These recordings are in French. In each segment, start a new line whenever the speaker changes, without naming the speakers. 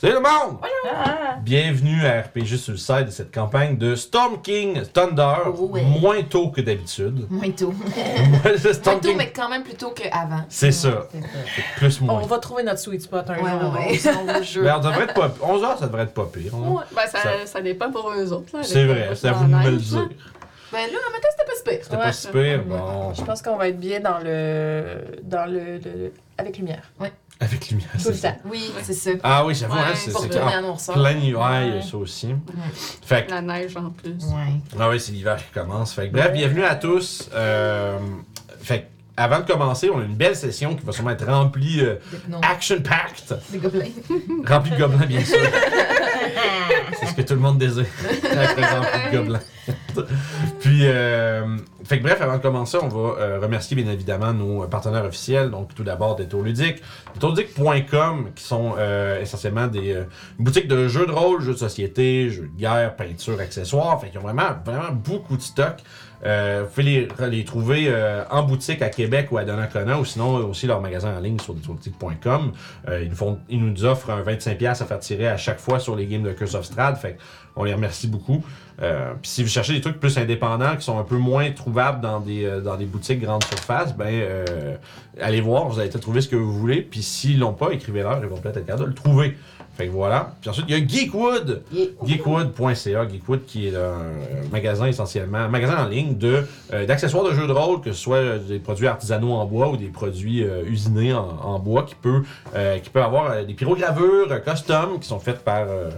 Salut le monde! Bienvenue à RPG Suicide de cette campagne de Storm King Thunder,
Ouais.
moins tôt que d'habitude.
Moins tôt.
Le Storm
Moins tôt,
King-
mais quand même plus tôt qu'avant.
C'est ça, plus
On
moins.
va trouver notre sweet spot un
Ouais,
jour.
ouais.
on- on- on- je-
Mais on devrait être pas... 11h, ça devrait être pas pire. hein.
Ouais, ben ça,
Ça-
ça... dépend pour eux autres. Là,
C'est vrai, c'est à vous de me le dire.
Mais Ben là, en même temps, c'était pas si pire.
C'était pas
Ouais.
si pire, bon.
Je pense qu'on va être bien dans le. dans le. le- avec lumière.
Avec lumière,
Tout
c'est
le temps.
Oui,
Ouais.
c'est ça.
Ah oui, j'avoue,
Ouais,
hein, c'est
Pour
c'est
tourner
clair.
à noirceur.
Plein hiver, il y a
Ouais.
ça aussi. Fait que,
La neige en plus.
Ouais.
ah oui, c'est l'hiver qui commence. Fait que, bref, bienvenue à tous. Euh, fait que, avant de commencer, on a une belle session qui va sûrement être remplie euh,
Des pneus.
action-packed.
Des gobelins.
Rempli de gobelins, bien sûr. C'est ce que tout le monde désire. Être rempli de gobelins. Puis, euh, fait que bref, avant de commencer, on va euh, remercier bien évidemment nos partenaires officiels. Donc, tout d'abord, Détour Ludique. Détourludique.com, qui sont euh, essentiellement des euh, boutiques de jeux de rôle, jeux de société, jeux de guerre, peinture, accessoires. Fait qu'ils ont vraiment, vraiment beaucoup de stock. Euh, vous pouvez les, les trouver euh, en boutique à Québec ou à Donnacona ou sinon euh, aussi leur magasin en ligne sur détourdicte.com. Euh, ils, nous font- ils nous offrent un 25$ à faire tirer à chaque fois sur les games de Curse of Strad. Fait que on les remercie beaucoup. Euh, Puis si vous cherchez des trucs plus indépendants qui sont un peu moins trouvables dans des, euh, dans des boutiques grandes surfaces, ben euh, allez voir, vous allez peut-être trouver ce que vous voulez. Puis s'ils l'ont pas, écrivez-leur, ils vont peut-être être capables de le trouver. Fait que voilà. Puis ensuite, il y a Geekwood! Geekwood.ca, Geekwood qui est un magasin essentiellement, un magasin en ligne de euh, d'accessoires de jeux de rôle, que ce soit euh, des produits artisanaux en bois ou des produits euh, usinés en, en bois qui peut euh, qui peut avoir euh, des pyrogravures euh, custom qui sont faites par euh,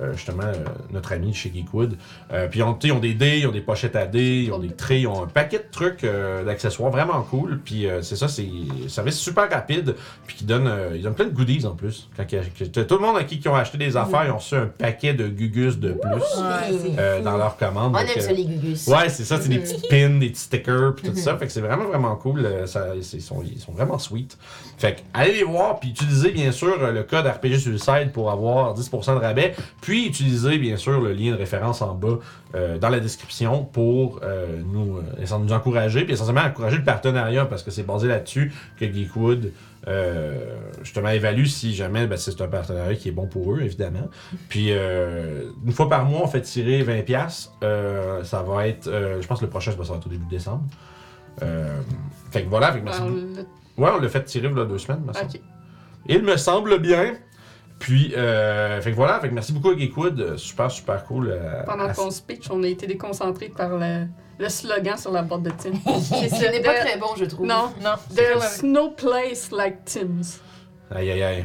euh, justement euh, notre ami de chez Geekwood. Euh, puis ils ont, tu sais, ils ont des dés, ils ont des pochettes à dés, ils ont des traits, ils ont un paquet de trucs euh, d'accessoires vraiment cool. Puis euh, c'est ça, c'est un service super rapide puis qui donne, euh, ils donnent plein de goodies en plus. Quand ils ach- que- t'as tout le monde à qui qui ont acheté
Mhm.
des affaires, ils ont reçu un paquet de gugus de plus
Ouais, c'est-
euh, dans leur commande.
On
Donc,
aime
euh,
ça, les gugus.
Ouais, c'est ça, c'est des petits pins, des petits stickers, puis tout ça. Fait que c'est vraiment, vraiment cool. euh, Ça, c'est- ils, sont, ils sont vraiment sweet. Fait que allez les voir, puis utilisez bien sûr euh, le code RPG Suicide pour avoir 10% de rabais. Puis utilisez bien sûr le lien de référence en bas euh, dans la description pour euh, nous, euh, essa- nous encourager, puis essentiellement encourager le partenariat parce que c'est basé là-dessus que Geekwood. euh, justement évalue si jamais ben, c'est un partenariat qui est bon pour eux évidemment puis euh, une fois par mois, on fait tirer 20$. piastres. Euh, ça va être, euh, je pense que le prochain, ça va être au début de décembre. Euh, fait que voilà, fait que merci.
Dans le-
Ouais, on l'a fait tirer là, deux semaines, me semble.
Ok.
Il me semble bien. Puis, euh, fait que voilà, fait que merci beaucoup à Geekwood. Euh, Super, super cool. euh,
Pendant
à-
ton speech, on a été déconcentrés par le, le slogan sur la boîte de Tim.
C'est ça. Ce n'est pas très bon, je trouve.
Non.
Non,
There's no place like Tim's.
Aïe, aïe, aïe.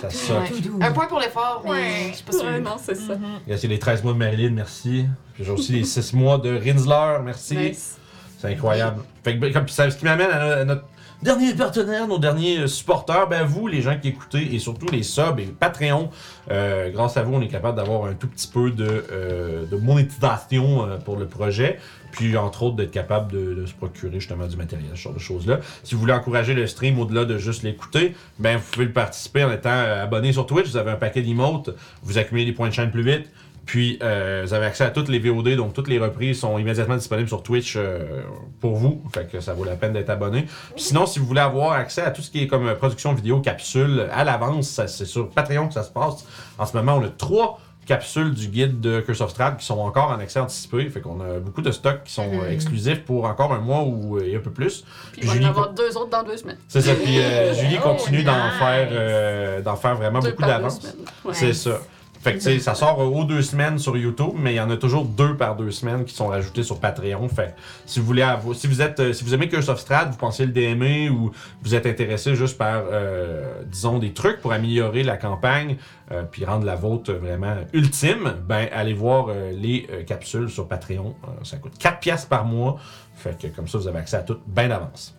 ça
Ouais.
suck.
Un point pour l'effort, mais je suis pas sûre.
Ouais, non, c'est ça.
Il y a aussi les 13 mois de Marilyn, merci. Puis J'ai aussi les 6 mois de Rinsler, merci.
Nice.
C'est incroyable. Fait que, ben, comme, puis ça- ce qui m'amène à, no- à notre dernier partenaire, nos derniers euh, supporters, ben vous, les gens qui écoutez, et surtout les subs et les Patreons, euh, grâce à vous, on est capable d'avoir un tout petit peu de, euh, de monétisation euh, pour le projet. Puis, entre autres, d'être capable de, de se procurer justement du matériel, ce genre de choses-là. Si vous voulez encourager le stream au-delà de juste l'écouter, ben vous pouvez le participer en étant euh, abonné sur Twitch. Vous avez un paquet d'emotes, vous accumulez des points de chaîne plus vite. Puis, euh, vous avez accès à toutes les VOD, donc toutes les reprises sont immédiatement disponibles sur Twitch euh, pour vous. Fait que ça vaut la peine d'être abonné. Puis sinon, si vous voulez avoir accès à tout ce qui est comme euh, production vidéo, capsule, à l'avance, ça, c'est sur Patreon que ça se passe. En ce moment, on a trois capsules du guide de Curse of Strahd qui sont encore en accès anticipé. Fait qu'on a beaucoup de stocks qui sont euh, exclusifs pour encore un mois ou euh, et un peu plus.
Puis il va y
Julie,
en avoir deux autres dans deux semaines.
C'est ça. Puis euh, Julie
Oh,
continue d'en
nice.
faire, euh, d'en faire vraiment
Deux
beaucoup
par deux
d'avance.
semaines. Ouais.
C'est ça. Fait que, tu sais, ça sort aux deux semaines sur YouTube, mais il y en a toujours deux par deux semaines qui sont rajoutés sur Patreon. Fait que si vous voulez avoir- si vous êtes, euh, si vous aimez Curse of Strahd, vous pensez le DMer ou vous êtes intéressé juste par, euh, disons, des trucs pour améliorer la campagne, euh, puis rendre la vôtre vraiment ultime, ben, allez voir euh, les euh, capsules sur Patreon. Euh, ça coûte 4 piastres par mois. Fait que comme ça, vous avez accès à tout bien d'avance.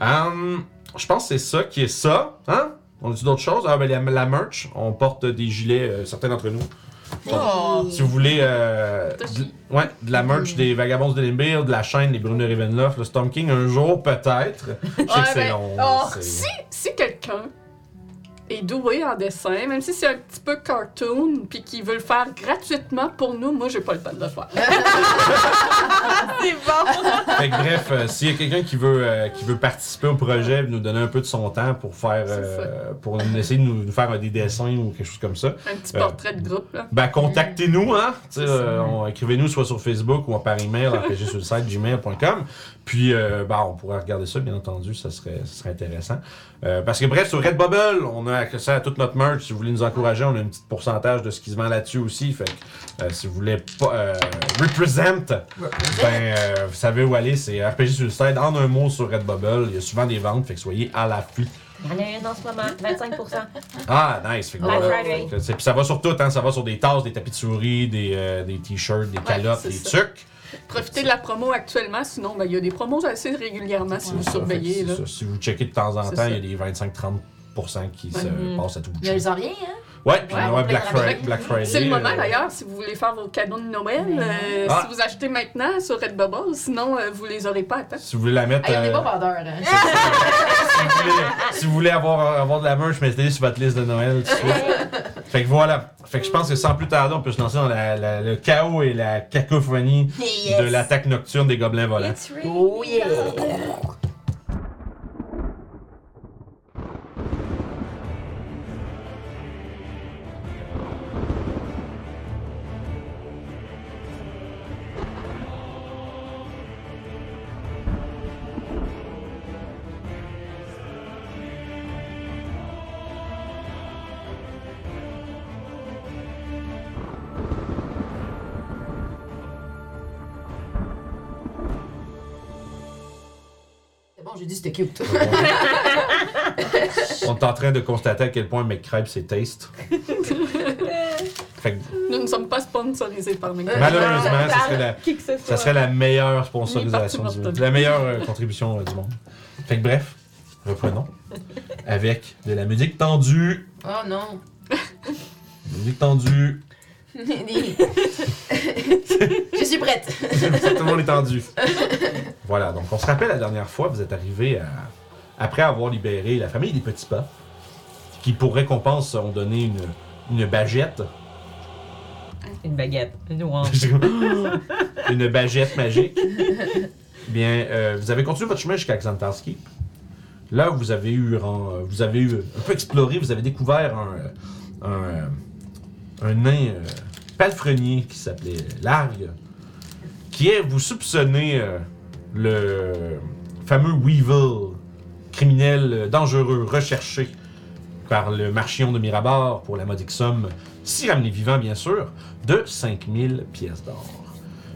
Hum, je pense que c'est ça qui est ça. Hein? On a dit d'autres choses? Ah, ben, la, la merch, on porte des gilets, euh, certains d'entre nous.
Oh.
Si vous voulez euh,
Toshi.
de, ouais, de la merch des Vagabonds de Limbir, de la chaîne des Bruno Ravenloft, le Storm King, un jour peut-être. Je sais que
Ouais,
c'est
ben,
long.
oh,
c'est-
si si quelqu'un est doué en dessin, même si c'est un petit peu cartoon, puis qu'il veut le faire gratuitement pour nous, moi, j'ai pas le temps de le faire.
C'est bon!
Fait que bref, euh, s'il y a quelqu'un qui veut euh, qui veut participer au projet, nous donner un peu de son temps pour faire euh, pour nous- essayer de nous, nous faire euh, des dessins ou quelque chose comme ça,
Un petit
Euh,
portrait de groupe, là.
ben contactez-nous hein, Tu sais,
C'est ça.
euh, on- écrivez-nous soit sur Facebook ou par email RPG sur le site gmail.com. Puis euh, ben, on pourra regarder ça bien entendu, ça serait ça serait intéressant. Euh, parce que bref sur Redbubble, on a accès à toute notre merch. Si vous voulez nous encourager, on a un petit pourcentage de ce qui se vend là-dessus aussi. Fait que euh, si vous voulez pas euh, represent ben, euh, vous savez où aller, c'est RPG Suicide en un mot sur Redbubble. Il y a souvent des ventes, fait que soyez à l'affût.
Il y en a une en ce moment, 25%.
Ah, nice. Fait que
Black
voilà.
Friday.
Fait que c'est- Puis ça va sur tout, hein. Ça va sur des tasses, des tapis de souris, des, euh, des t-shirts, des calottes,
c'est
des
ça.
trucs.
Profitez de la promo actuellement, sinon, ben, il y a des promos assez régulièrement si vous
C'est ça,
surveillez,
fait que
là.
c'est ça. Si vous checkez de temps en
C'est
temps,
ça.
il y a des 25-30% qui se
Mhm.
passent à tout bout de
Mais
champ.
elles en viennent, hein?
Ouais, puis
Ouais,
ouais,
on
Black,
fait
Fri-
avec.
Black Friday.
C'est le moment
euh,
d'ailleurs si vous voulez faire vos cadeaux de Noël, euh,
Ah.
si vous achetez maintenant sur Redbubble, sinon euh, vous les aurez pas à temps.
Si vous voulez la mettre.
Hey, on est
euh,
pas vendeurs, hein?
si, vous voulez, si vous voulez avoir, avoir de la merch, mettez-les sur votre liste de Noël tout de suite. Fait que voilà. Fait que je pense que sans plus tarder, on peut se lancer dans la- la- le chaos et la cacophonie
Yes.
de l'attaque nocturne des gobelins volants.
It's real.
Oh yeah! C'est bon, j'ai dit c'était cute.
on est en train de constater à quel point McCrabe c'est taste. fait que
Nous ne sommes pas sponsorisés par
Euh.
McDonald's.
malheureusement, ça
Par
serait la,
Qui que ce
ça
soit.
serait la meilleure
Ni
sponsorisation,
parti
du-
Morton.
la meilleure euh, contribution euh, du monde. Fait que bref, reprenons avec de la musique tendue.
oh non!
Musique tendue.
Je suis prête!
C'est tout le monde est tendu. Voilà, donc on se rappelle la dernière fois, vous êtes arrivé à... après avoir libéré la famille des Petits Pas, qui pour récompense ont donné une, une bagette.
Une baguette, une orange.
une bagette magique. Bien, euh, vous avez continué votre chemin jusqu'à Xantarski. Là, vous avez eu, ren- euh, vous avez eu un peu exploré, vous avez découvert un, un- un nain euh, palefrenier qui s'appelait Largue, qui est, vous soupçonnez, euh, le fameux Weevil, criminel euh, dangereux, recherché par le marchion de Mirabar pour la modique somme, si ramené vivant bien sûr, de 5000 pièces d'or.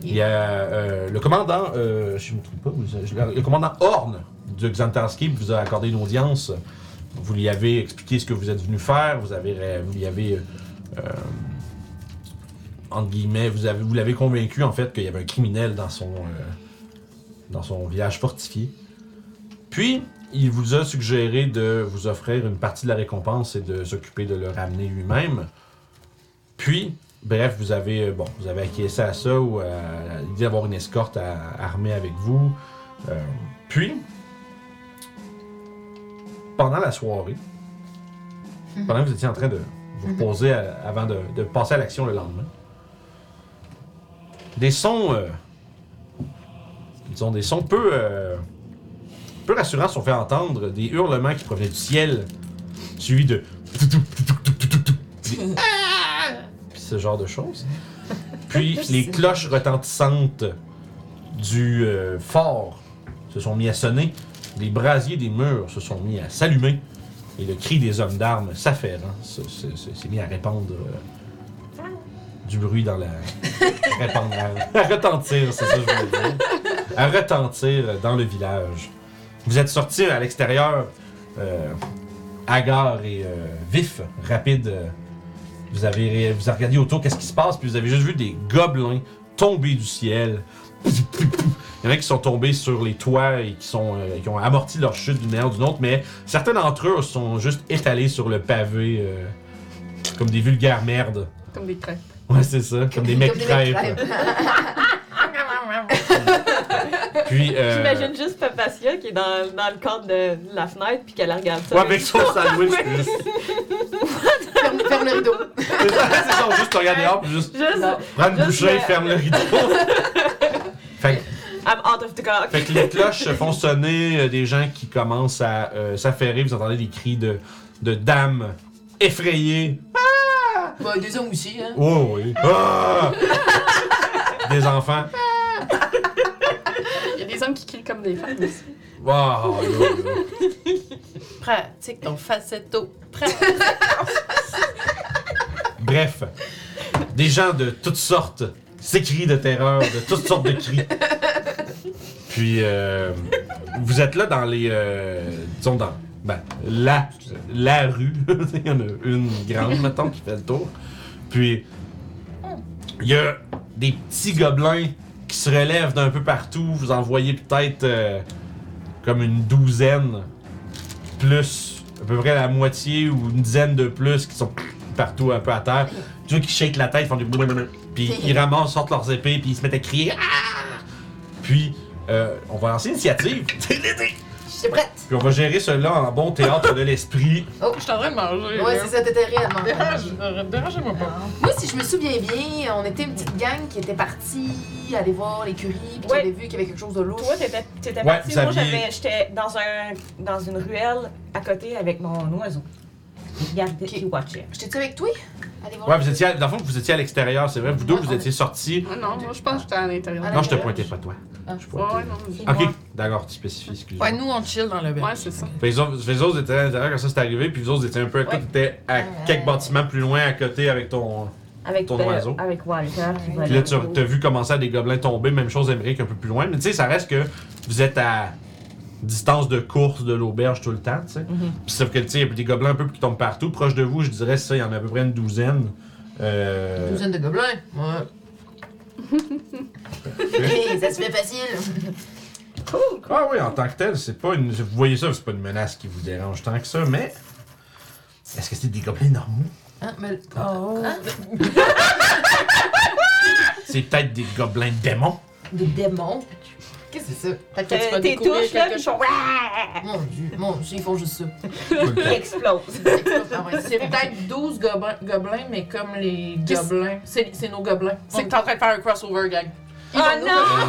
Il y a euh, le commandant, euh, si je me trompe pas, vous- je l'ai- le commandant Horn de Xantarski vous a accordé une audience. Vous lui avez expliqué ce que vous êtes venu faire, vous avez, ré- vous lui avez, euh, entre guillemets, vous avez, vous l'avez convaincu en fait qu'il y avait un criminel dans son, euh, dans son village fortifié. Puis, il vous a suggéré de vous offrir une partie de la récompense et de s'occuper de le ramener lui-même. Puis, bref, vous avez, euh, bon, vous avez acquiescé à ça ou à à l'idée d'avoir une escorte à- armée avec vous. Euh, puis, pendant la soirée, pendant que vous étiez en train de vous reposer à- avant de, de passer à l'action le lendemain, des sons, euh, disons, des sons peu, euh, peu rassurants sont fait entendre, des hurlements qui provenaient du ciel, suivis de des Ah! Puis ce genre de choses. Puis les cloches retentissantes du euh, fort se sont mis à sonner, les brasiers des murs se sont mis à s'allumer, et le cri des hommes d'armes s'affairant se- se- se- s'est mis à répandre euh, du bruit dans la. répandre, à, à retentir, c'est ça que je voulais dire. À retentir dans le village. Vous êtes sortis à l'extérieur, euh, hagard et euh, vif, rapide. euh, vous avez, ré- vous avez regardé autour, qu'est-ce qui se passe, puis vous avez juste vu des gobelins tomber du ciel. Il y en a qui sont tombés sur les toits et qui, sont, euh, qui ont amorti leur chute d'une manière ou d'une autre, mais certains d'entre eux sont juste étalés sur le pavé euh, comme des vulgaires merdes.
Comme des crêpes.
Ouais, c'est ça, comme des mecs crêpes.
crêpes.
Puis. euh,
J'imagine juste Papacia qui est dans, dans le cadre de la fenêtre puis qu'elle regarde ça.
Ouais, avec son sandwich. juste-
Ferme, ferme le rideau.
C'est ça, c'est ça, juste te regarde dehors, puis juste.
Juste,
Non.
Prends une
Juste
bouchée,
le-
ferme le rideau. fait, que-
I'm out of the clock.
fait que les cloches se font sonner, euh, des gens qui commencent à euh, s'affairer, vous entendez des cris de, de dames effrayées.
Bah, deux hommes aussi, hein.
Oh oui. Ah! des enfants.
Il y a des hommes qui crient comme des femmes. aussi.
Wow, là, là.
Pratique ton facetto. Pratique.
Bref, des gens de toutes sortes s'écrient de terreur, de toutes sortes de cris. Puis, euh, vous êtes là dans les. euh, disons, dans. Ben, la, la rue. Il y en a une grande, mettons, qui fait le tour. Puis, il y a des petits gobelins qui se relèvent d'un peu partout. Vous en voyez peut-être euh, comme une douzaine, plus à peu près la moitié ou une dizaine de plus qui sont partout un peu à terre. Tu vois qu'ils shakent la tête, ils font du blablabla. Puis ils ramassent, sortent leurs épées, puis ils se mettent à crier. Ah! Puis euh, on va lancer l'initiative. puis
Je suis prête.
on va gérer cela en bon théâtre de l'esprit.
Je suis en train de
Ouais,
manger.
hein.
là.
c'est ça, t'étais réellement.
Dérange- euh, Dérangez-moi pas.
Moi, si je me souviens bien, on était une petite gang qui était partie aller voir l'écurie, puis qui
Ouais.
avait vu qu'il y avait quelque chose de lourd.
Toi, t'étais, t'étais
Ouais,
parti.
vous
Moi,
aviez-
j'avais, j'étais dans, un, dans une ruelle à côté avec mon oiseau. Regardez,
Ok.
qui watchait.
J'étais-tu avec toi? Allez voir.
Ouais, vous étiez, à- dans le fond, vous étiez à l'extérieur, c'est vrai. Vous deux,
Ouais,
vous
on est-
étiez sortis.
Ah Non, moi, je pense que j'étais à l'intérieur.
Ah,
Non, je te pointais pas, toi.
Ah, je
Ouais,
vois.
ouais, non. mais-
C'est
Ok,
moi.
d'accord, tu spécifies, excuse-moi.
Ouais, nous, on chill dans le bain.
Ouais, c'est ça.
Fait que les autres- fait que les autres étaient à l'intérieur quand ça c'est arrivé, puis vous autres étiez un peu à côté,
Ouais.
t'étais à quelques
Ouais.
bâtiments plus loin à côté avec ton.
Avec,
Ton
euh,
oiseau.
avec Walter. qui
Puis
Puis
volait
là,
le
tu
dos.
as vu commencer à des gobelins tomber, même chose Émeric un peu plus loin, mais tu sais, ça reste que vous êtes à distance de course de l'auberge tout le temps, tu sais. Puis sauf que, tu sais, il y a des gobelins un peu qui tombent partout. Proche de vous, je dirais, ça, il y en a à peu près une douzaine. Euh,
Une douzaine de gobelins. Ouais. Ok, ça se fait facile.
Ah oui, en tant que tel, c'est pas une. Vous voyez ça, c'est pas une menace qui vous dérange tant que ça, mais. Est-ce que c'est des gobelins normaux?
Hein, mais...
Oh.
C'est peut-être des gobelins démons.
Des démons. Qu'est-ce que c'est ça?
Peut-être que tu
Euh,
vas
Tes touches,
découvrir
là,
quelque
qui
chose.
sont.
Mon dieu, mon dieu, ils font juste ça.
Qui explosent.
Ah ouais,
C'est peut-être 12 gobelins, gobelins, mais comme les gobelins. C'est c'est nos gobelins. C'est que t'es en train de faire un crossover, gang.
Oh
Ah,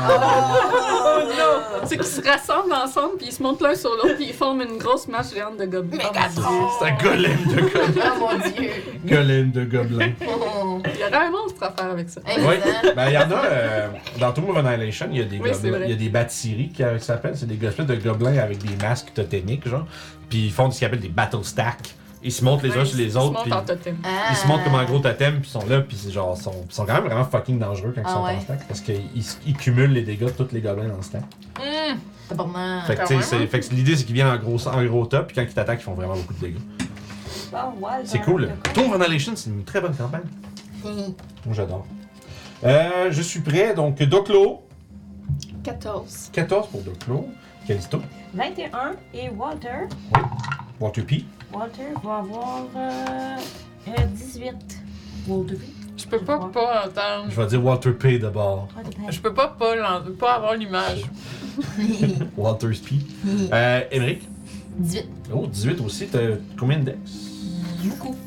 Ah
non!
C'est qu'ils se rassemblent ensemble, puis ils se montent l'un sur l'autre, puis ils forment une grosse masse géante de gobelins.
C'est un golem de gobelins.
Oh mon dieu.
golem de gobelins.
Oh.
Il y aurait un monstre à faire avec ça.
Hey,
Oui.
mais, hein,
Ben, il y en a. euh, dans Tomb of Annihilation, il y a des
Oui, c'est
gobelins.
vrai.
Il y a des batteries qui euh, s'appellent. C'est des espèces de gobelins avec des masques totémiques, genre. Puis ils font ce qu'ils appellent des battle stacks. Ils se montent les uns
Ouais,
sur les
Ils se
autres.
montent
Puis
en totem.
Ah.
ils se montrent comme un gros totem, puis ils sont là, puis c'est genre, sont, sont quand même vraiment fucking dangereux quand ils
Ah
sont en
ouais.
stack, parce qu'ils ils cumulent les dégâts de tous les gobelins dans le stack.
Hum!
Ah, Tabarnak.
Ah,
Fait que,
quand
tu sais,
même,
c'est-
hein.
fait que l'idée c'est qu'ils viennent en gros, en gros top, puis quand ils t'attaquent, ils font vraiment beaucoup de dégâts.
Bon, Walter.
Ah,
C'est cool. Tomb of Annihilation, c'est une très bonne campagne.
Hi.
Moi, j'adore. Euh, je suis prêt, donc Doclo,
14.
14 pour Doclo, Calisto,
21 et Walter.
Waterpie.
Walter va avoir euh, euh, 18. Walter.
Je peux pas pas entendre.
Je vais dire Walter P d'abord.
Je peux pas pas, l'en- pas avoir l'image.
Walter P. Euh, Émeric.
18.
Oh, 18 aussi. T'as combien de decks?
Beaucoup.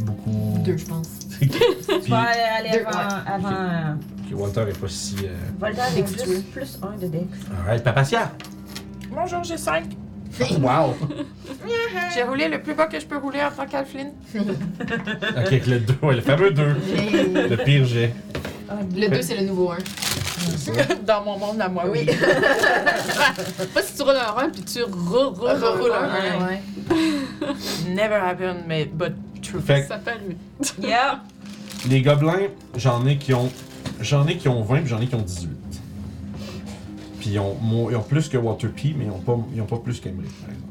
Beaucoup.
Deux, je pense.
Tu
Puis,
vas aller
Deux,
avant. avant
puis Walter est pas si. euh,
Walter avec plus, plus 1 de Dex.
Alright, Papatia.
Bonjour, j'ai 5.
Wow.
J'ai roulé le plus bas que je peux rouler en tant qu'Alflin.
ok, avec le 2, ouais, le fameux 2.
Hey.
Le pire jet.
Le 2, c'est le nouveau 1.
Dans mon monde à moi, oui.
Pas si tu roules un 1 puis tu
Reroule
re-re-re-roule
un
un.
Ouais. Never happened, mais but true.
Fait
Ça peut allumer.
Yeah!
que les gobelins, j'en ai qui ont. J'en ai qui ont 20 puis j'en ai qui ont 18. Puis ils ont, mo- ils ont plus que Waterpie, mais ils ont pas, ils ont pas plus qu'Emeric, par exemple.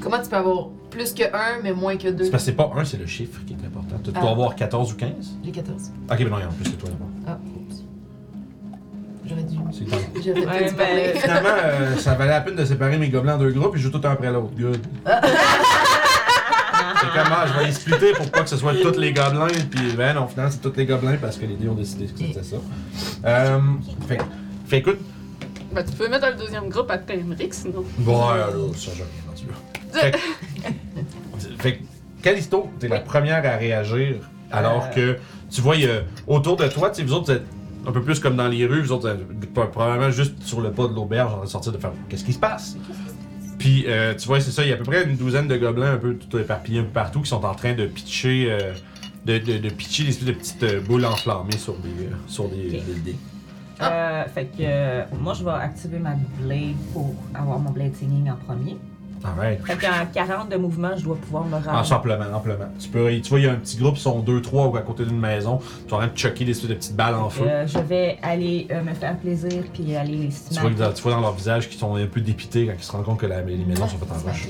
Comment tu peux avoir plus que 1 mais moins que 2
C'est parce que c'est pas 1, c'est le chiffre qui est important. Tu dois
Ah.
avoir 14 ou 15.
J'ai 14.
Ok, mais non, il y en a plus que toi d'abord.
Ah, oups. J'aurais dû.
C'est dingue.
J'aurais
Ouais,
peut-être dû
ben-
parler.
Finalement, euh, ça valait la peine de séparer mes gobelins en deux groupes et je joue tout un après l'autre. Good. c'est comment je vais les splitter pour pas que ce soit tous les gobelins. Puis ben non, finalement, c'est tous les gobelins parce que les dés ont décidé que c'était ça. Euh, fait, fait écoute,
Ben, tu peux mettre un deuxième groupe à Pemric, sinon.
Bon, alors, ça, j'ai rien entendu. Fait que- Fait que, Callisto, t'es la première à réagir alors que tu vois, il y a- autour de toi, tu sais, vous autres, vous êtes un peu plus comme dans les rues, vous autres, euh, pas- probablement juste sur le pas de l'auberge, en train de sortir de faire qu'est-ce qui se passe? Puis, euh, tu vois, c'est ça, il y a à peu près une douzaine de gobelins un peu tout éparpillés un peu partout qui sont en train de pitcher. euh, de, de, de pitcher des espèces de petites euh, boules enflammées sur des, euh, sur des,
Ok.
des- des-
Ah.
Euh, fait que euh, moi, je vais activer ma blade pour avoir mon blade singing en premier.
Arrête.
Fait qu'en 40 de mouvement, je dois pouvoir me
Ah,
rendre.
amplement, amplement. Tu, peux, tu vois, il y a un petit groupe, ils sont deux, trois à côté d'une maison. Tu es en train de choquer des espèces de petites balles en feu.
Euh, je vais aller euh, me faire plaisir puis aller les
Tu vois, que
smack.
dans, tu vois dans leur visage qu'ils sont un peu dépités quand ils se rendent compte que la- les maisons sont faites en
Ah,
roche.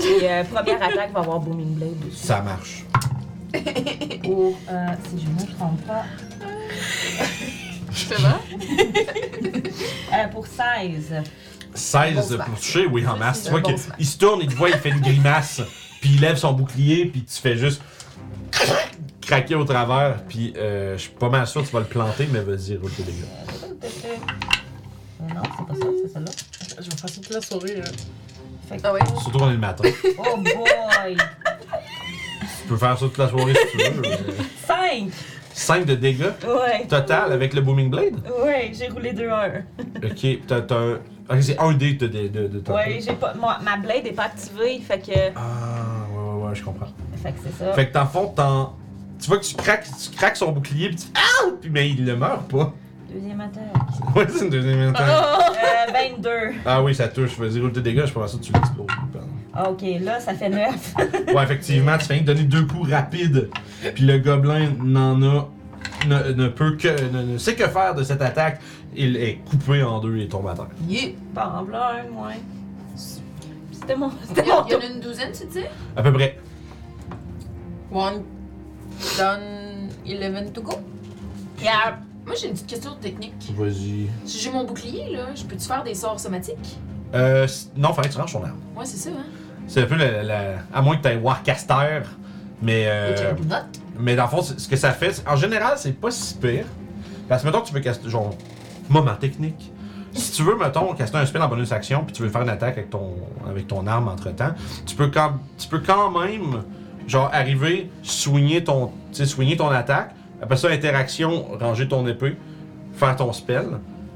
Et euh, première attaque va avoir Booming Blade dessus.
Ça marche.
Pour, euh, si je ne me trompe pas,
Tu te vas?
euh, pour 16.
16
Bon,
pour toucher, oui, en masse. Tu vois
bon
qu'il il se tourne, il te voit, il fait une grimace, puis il lève son bouclier, puis tu fais juste craquer au travers, puis euh, je suis pas mal sûr que tu vas le planter, mais vas-y, roule tes dégâts.
Euh, Non, c'est pas ça, c'est celle-là.
Je vais passer toute la souris. Hein.
Fait que-
Ah oui?
Surtout qu'on est le matin.
Oh boy!
Tu peux faire ça toute la soirée si tu veux.
5!
5 de dégâts
Ouais,
total avec le Booming Blade.
ouais, j'ai roulé 2-1.
Ok, t'as t'as un. Ok, c'est un dé de, de, de, de ton
Ouais, j'ai pas. moi, ma blade est pas activée, fait que.
Ah, ouais, ouais, ouais, je comprends.
Fait que c'est ça.
Fait que dans le fond, t'en- Tu vois que tu craques, tu craques son bouclier, pis tu. Ah! Puis, mais il le meurt pas.
Deuxième attaque.
Ouais, c'est une deuxième attaque.
Euh, 22.
Ah oui, ça touche. Vas-y, roule tes dégâts, je pense que tu l'exploses. pardon.
Ok, là, ça fait 9.
Ouais, effectivement, tu fais rien que donner deux coups rapides, puis le gobelin n'en a. Ne, ne peut que. Ne, ne sait que faire de cette attaque. Il est coupé en deux et tombe à terre.
Yeah.
Pas en blanc, un, ouais. C'était mon. C'était
Il y,
mon
en- il y
tour.
en a une douzaine, tu dis?
À peu près.
One, done, 11 to go.
Yeah.
Moi, j'ai une petite question technique.
Vas-y.
Si j'ai mon bouclier, là, je peux-tu faire des sorts somatiques?
Euh. c- Non, fallait que tu ranges son arme.
Ouais, c'est ça, hein?
C'est un peu la. la- à moins que t'aies Warcaster, mais.
Et tu
Euh,
as une note.
Mais dans le fond, c'est- ce que ça fait, c'est- en général, c'est pas si pire. Parce que mettons que tu veux caster, genre, moment technique. Si tu veux, mettons, caster un spell en bonus action, puis tu veux faire une attaque avec ton, avec ton arme entre temps, tu peux quand, tu peux quand même, genre, arriver, soigner ton, tu sais, soigner ton attaque, après ça, interaction, ranger ton épée, faire ton spell.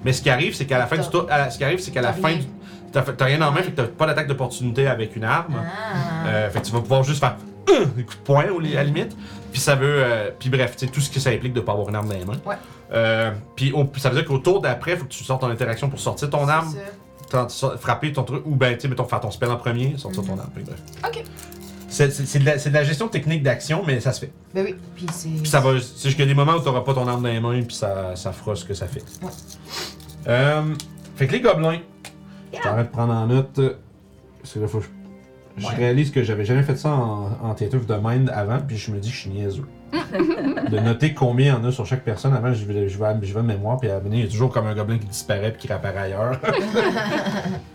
Mais ce qui arrive, c'est qu'à la fin du
T'as-
tour, à la- ce qui arrive, c'est qu'à la
t'as
fin
rien.
du. T'as fait- t'as rien en main, fait que t'as pas d'attaque d'opportunité avec une arme.
Ah.
Euh, fait que tu vas pouvoir juste faire euh, des coups de poing au- à la limite. Puis ça veut. euh, puis bref, tu sais, tout ce que ça implique de pas avoir une arme dans les mains.
Ouais.
Euh, puis au- ça veut dire qu'au tour d'après, faut que tu sortes ton interaction pour sortir ton
Ah.
arme,
C'est ça.
t'en- so- frapper ton truc, ou ben, tu sais, mettons, faire ton spell en premier, sortir ton arme. puis bref.
Mhm. Ok.
C'est- C'est c'est de, la- c'est de la gestion technique d'action, mais ça se fait.
Ben oui, puis c'est.
Puis ça va. C'est jusqu'à des moments où t'auras pas ton arme dans les mains, puis ça, ça fera ce que ça fait.
Ouais.
Euh, fait que les gobelins. Je t'arrête de prendre en note. C'est là, faut que je, je réalise que j'avais jamais fait ça en, en têteuf de mind avant, puis je me dis que je suis niaiseux. de noter combien il y en a sur chaque personne avant, je vais, je vais, je vais de mémoire, puis à venir, il y a toujours comme un gobelin qui disparaît puis qui réapparaît ailleurs.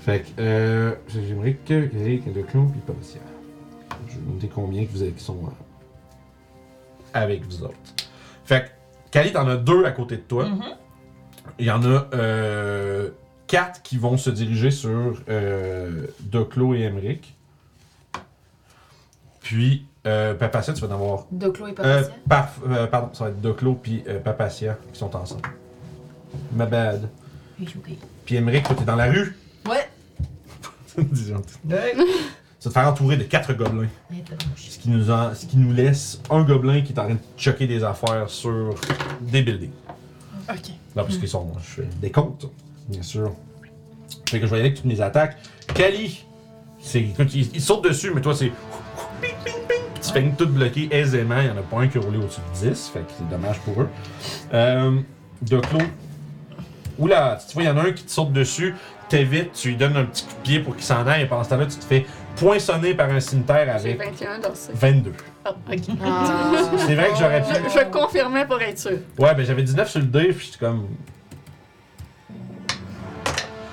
fait que, euh, j'aimerais que, que le clown puis le policier. Je vais noter combien que vous avez, qui sont euh, avec vous autres. Fait que, Cali, t'en as deux à côté de toi. Il y en a euh, quatre qui vont se diriger sur euh, Doclo et Emmerich. Puis, euh, Papacia, tu vas en avoir.
Doclo et
Euh,
Papatia.
Paf- euh, pardon, ça va être Doclo puis euh, Papacia qui sont ensemble. Ma bad.
Oui, j'ai oublié.
Puis Emmerich, toi, t'es dans la rue.
Ouais.
Disons. Tu vas te faire entourer de quatre gobelins.
Mais attends, je-
Ce qui, nous en- ce qui nous laisse un gobelin qui est en train de choquer des affaires sur des buildings.
Ok.
Non, Ben, parce qu'ils sont. Je fais des comptes, bien sûr. Fait que je vais y aller avec toutes mes attaques. Kali, c'est. écoute, il, il saute dessus, mais toi, c'est. ping, ping, ping, puis Tu fais une toute bloquée aisément. Il n'y en a pas un qui a roulé au-dessus de 10. Fait que c'est dommage pour eux. Euh, Doclo. Oula, tu vois, il y en a un qui te saute dessus. T'évites, tu lui donnes un petit coup de pied pour qu'il s'en aille. Et pendant ce temps-là, tu te fais poinçonner par un cimetière
J'ai
avec
21 dans ça.
22.
Ah, ok.
Ah.
C'est vrai que j'aurais
Je,
pu.
je confirmais pour être sûr.
Ouais, ben j'avais 19 sur le dé, puis j'étais comme.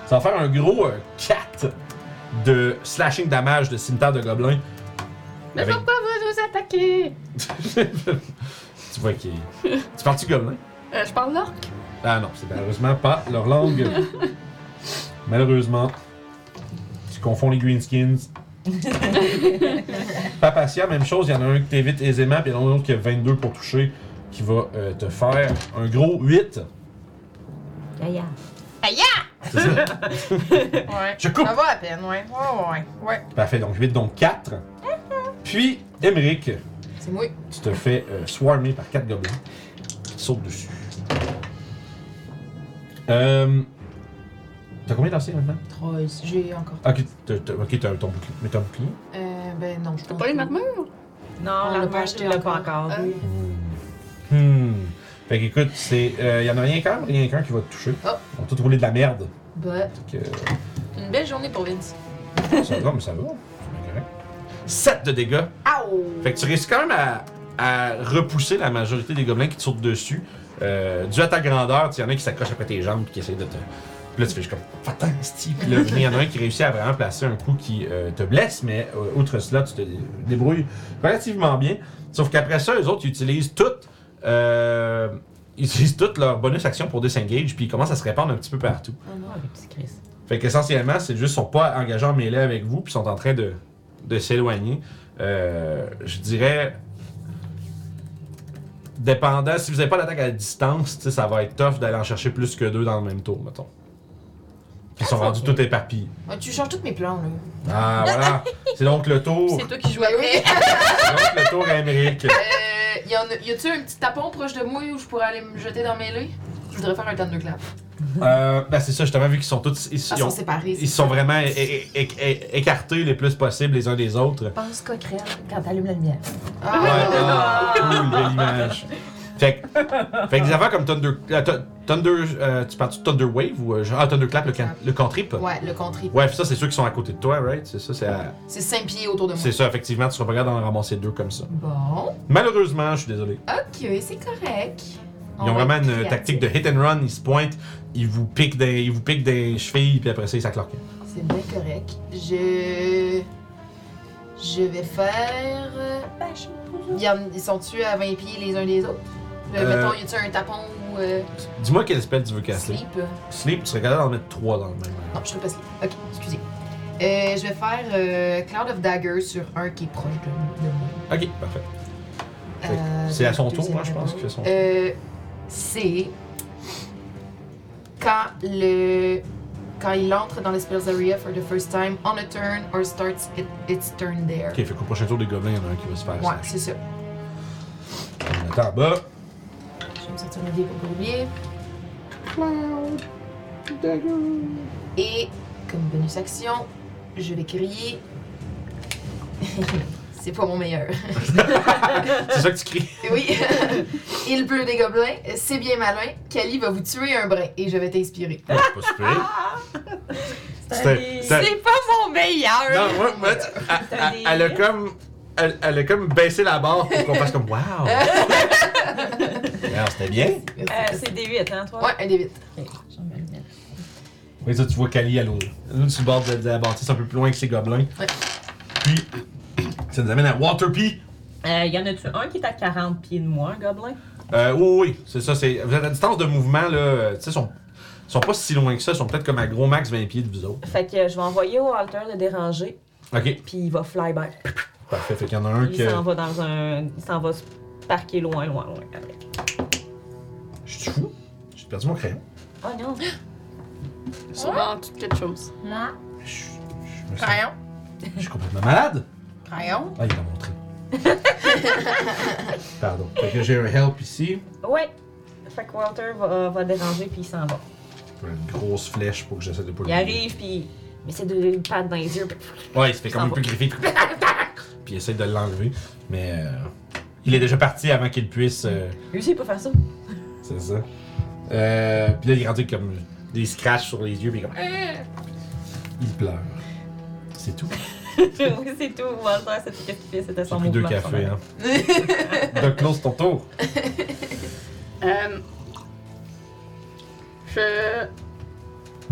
Ça va faire un gros euh, 4 de slashing damage de cimetière de gobelins.
Mais
Avec-
pourquoi vous nous attaquez?
Tu vois qu'il. Tu parti gobelin?
Euh, je parle là?
Ah non, c'est malheureusement pas leur langue. Malheureusement, tu confonds les Greenskins. Papacia, même chose, il y en a un qui t'évite aisément, puis il y en a un autre qui a 22 pour toucher, qui va euh, te faire un gros 8.
Gaillard.
C'est ça?
Ouais.
Je coupe.
Ça va à peine, ouais. Ouais, ouais, ouais.
Parfait, donc 8, donc 4. Puis, Emmerich,
C'est moi.
tu te fais euh, swarmer par 4 gobelins qui te sautent dessus. Euh, T'as combien d'anciens maintenant?
13. J'ai encore.
Ah, Ok, t'as t'as- ok, t'as ton bouclier. Mais t'as un bouclier?
Euh, ben non, je
T'as
pense
pas une armure?
Non,
l'a
la
pas
page,
acheté
je l'ai pas encore.
Ah.
Hmm. Hmm. Fait qu'écoute, c'est. Euh, y en a rien qu'un, rien qu'un qui va te toucher.
Ah.
On va tout rouler de la merde.
But.
Fait que.
Une belle journée pour Vince.
Ça va, mais ça va. C'est bien correct. 7 de dégâts.
Ow!
Fait que tu réussis quand même à, à repousser la majorité des gobelins qui te sautent dessus. Euh, dû à ta grandeur, il y en a qui s'accrochent après tes jambes et qui essayent de te. Puis là, tu fais juste comme Fatan, Steve. Puis là, il y en a un qui réussit à vraiment placer un coup qui euh, te blesse, mais euh, outre cela, tu te dé- débrouilles relativement bien. Sauf qu'après ça, eux autres, ils utilisent toutes. euh, ils utilisent toutes leurs bonus actions pour disengage, puis ils commencent à se répandre un petit peu partout.
Ah
Oh, les petits Chris.
Fait qu'essentiellement, c'est juste qu'ils sont pas engagés en mêlée avec vous, puis sont en train de, de s'éloigner. Euh, je dirais. Dépendant, si vous n'avez pas d'attaque à distance, tu sais, ça va être tough d'aller en chercher plus que deux dans le même tour, mettons. Ils sont rendus tout éparpillés.
Ah, tu changes tous mes plans, là.
Ah, voilà. C'est donc le tour.
C'est toi qui joues
Ben
après.
oui.
C'est donc le tour à Émeric.
Euh, y, en a- y a-tu un petit tapon proche de moi où je pourrais aller me jeter dans mes lits? Je voudrais faire un temps de clap.
Euh, ben, c'est ça, justement, vu qu'ils sont tous. Ils,
Ah, ils
ils ont-
sont séparés.
ils sont vraiment é- é- é- é- écartés les plus possible les uns des autres.
Pense coquerelle quand t'allumes la lumière. Ah,
Ouais, ah, cool, belle image. Fait que, fait que des affaires comme Thunder. euh, Thu- Thunder euh, tu parles de Thunder Wave ou. euh, genre- ah, Thunderclap, le, can- le cantrip. Ouais.
Ouais, le country.
puis ça, c'est ceux qui sont à côté de toi, right? C'est ça, c'est à-
C'est 5 pieds autour de moi.
c'est ça, effectivement, tu seras pas capable d'en ramasser deux comme ça.
Bon,
Malheureusement, je suis désolé.
ok, c'est correct.
Ils ont vraiment une tactique de hit and run, ils se pointent, ils vous piquent des, ils vous piquent des chevilles, puis après ça, ils s'accloquent.
C'est bien correct. Je. Je vais faire. Y en- Ils sont-tu à 20 pieds les uns des autres? Là,
Euh.
Mettons, y a-tu un tapon ou. euh,
Dis-moi quel spell tu veux casser.
sleep? Non,
Sleep, tu serais capable d'en mettre trois dans le même.
je serais pas sleep. Ok, excusez. Euh, je vais faire euh, Cloud of Dagger sur un qui est proche de de moi.
Ok, parfait. Fait que
Euh,
c'est à son tour,
deuxième
hein, je pense,
round.
que son-
Euh, c'est quand le quand il entre dans le spells area for the first time on a turn or starts it- its turn there.
Ok, fait qu'au prochain tour des gobelins, il y en a un qui va se faire. bah!
Ouais, c'est ça.
On attend en bas.
Je vais me sortir ma vie pour pas oublier. Et comme bonus action, je vais crier. c'est pas mon meilleur.
C'est ça que tu cries.
Oui. il pleut des gobelins, c'est bien malin. Kali va vous tuer un brin et je vais t'inspirer.
Ouais, c'est pas super. C'était.
Euh,
c'était-
C'est pas mon meilleur!
Euh,
Non, moi, moi, tu- elle- elle- elle a comme. Elle, elle a comme baissé la barre pour qu'on fasse comme Wow! Alors, c'était bien.
Euh, c'est D8, hein, toi?
Ouais, un des huit.
Oui, ça, tu vois Kali à l'autre. L'autre sur le bord de, de la bâtisse, un peu plus loin que ses gobelins.
Ouais.
Puis, ça nous amène à Waterpie.
Euh, y en a-tu un qui est à 40 pieds de moi, un gobelin?
Euh, oui, oui, oui, c'est ça. c'est- Vous êtes à distance de mouvement, là. euh, Tu sais, ils sont, ils sont pas si loin que ça. Ils sont peut-être comme à gros max 20 pieds de vous autres.
Fait que je vais envoyer au halter le déranger,
Ok,
puis il va fly by.
parfait. Fait qu'il y en a un
Il
que.
s'en va dans un. Il s'en va se parquer loin, loin, loin avec.
Je suis fou. J'ai perdu mon crayon.
Oh non!
Sûrement en dessous de quelque chose.
Non.
Je, je me sens.
Crayon.
Je suis complètement malade.
Crayon.
Ah, il m'a montré. Pardon. Fait que j'ai un help ici.
Ouais! Fait que Walter va, va déranger, puis il s'en va.
Une grosse flèche pour que j'essaie de pas
Il
le
arrive, puis. Mais c'est de pattes dans les yeux. puis-
Ouais, il se fait comme
s'en
un peu griffer. Puis il essaie de l'enlever. Mais euh, il est déjà parti avant qu'il puisse. euh,
Lui aussi, il peut faire ça.
C'est ça. Euh, puis là, il est rendu comme des scratchs sur les yeux. Puis il est comme.
Euh.
Il pleure. C'est tout.
oui, c'est tout. Walter, c'est tout ce qu'il fait. C'était
J'ai
son
pris deux
mouvement. son
cafés.
attaque.
Hein. Donc, close ton tour.
Euh, je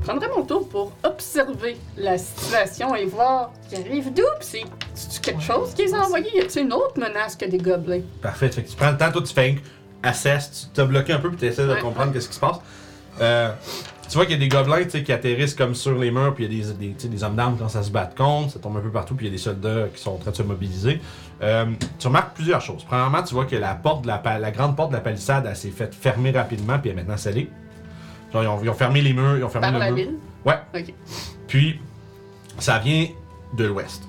prendrai mon tour pour observer la situation et voir qui arrive d'où. Puis c'est- c'est-tu quelque chose qu'ils ont envoyé? Y a-t-il une autre menace que des gobelins?
Parfait. Fait que tu prends le temps, toi, tu fais un assess, tu t'as bloqué un peu, puis tu essaies de
Ouais.
comprendre qu'est-ce qui se passe. Euh, Puis tu vois qu'il y a des gobelins tu sais, qui atterrissent comme sur les murs, puis il y a des, des, tu sais, des hommes d'armes quand ça se bat contre, ça tombe un peu partout, puis il y a des soldats qui sont en train de se mobiliser. Euh, tu remarques plusieurs choses. Premièrement, tu vois que la porte de la, pa- la grande porte de la palissade elle s'est faite fermer rapidement, puis elle est maintenant scellée. Genre, ils ont, ils ont fermé les murs, ils ont fermé
Par
le
la
mur.
ville.
Ouais.
Ok.
Puis, ça vient de l'ouest.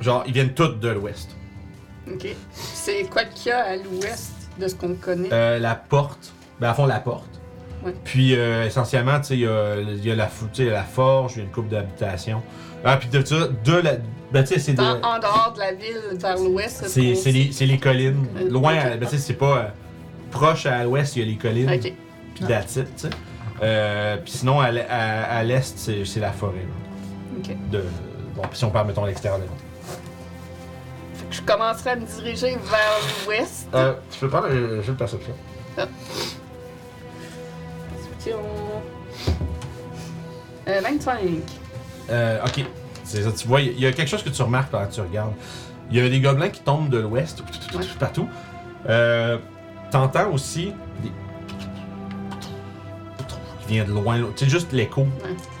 Genre, ils viennent tous de l'ouest.
Ok. C'est quoi qu'il y a à l'ouest de ce qu'on connaît?
Euh, la porte, ben, à fond, la porte.
Ouais.
Puis, euh, essentiellement, tu sais, il y a, il y a la, fou- tu sais, la forge, il y a une coupe d'habitation. Ah, puis de ça, de la. Ben, tu sais, c'est de.
Dans- en dehors de la ville, vers l'ouest, ça se
C'est
trouve-
c'est les, c'est les collines.
Euh,
Loin,
ok.
à- ben, tu sais, c'est pas. euh, proche à l'ouest, il y a les collines.
Ok.
Puis, that's it, tu sais. Euh, puis sinon, à, l'e- à- à l'est, c'est c'est la forêt. là,
Ok.
de, bon, puis si on part, mettons, à l'extérieur de la
Fait que je commencerai à me diriger vers l'ouest.
Euh, tu peux prendre un jeu de perception.
Euh, 25.
Euh, ok. C'est ça, tu vois, il y a quelque chose que tu remarques pendant que tu regardes. Il y a des gobelins qui tombent de l'ouest, tout, tout, tout,
Ouais.
tout, partout. Euh, T'entends aussi des. qui vient de loin. là. Tu sais, juste l'écho,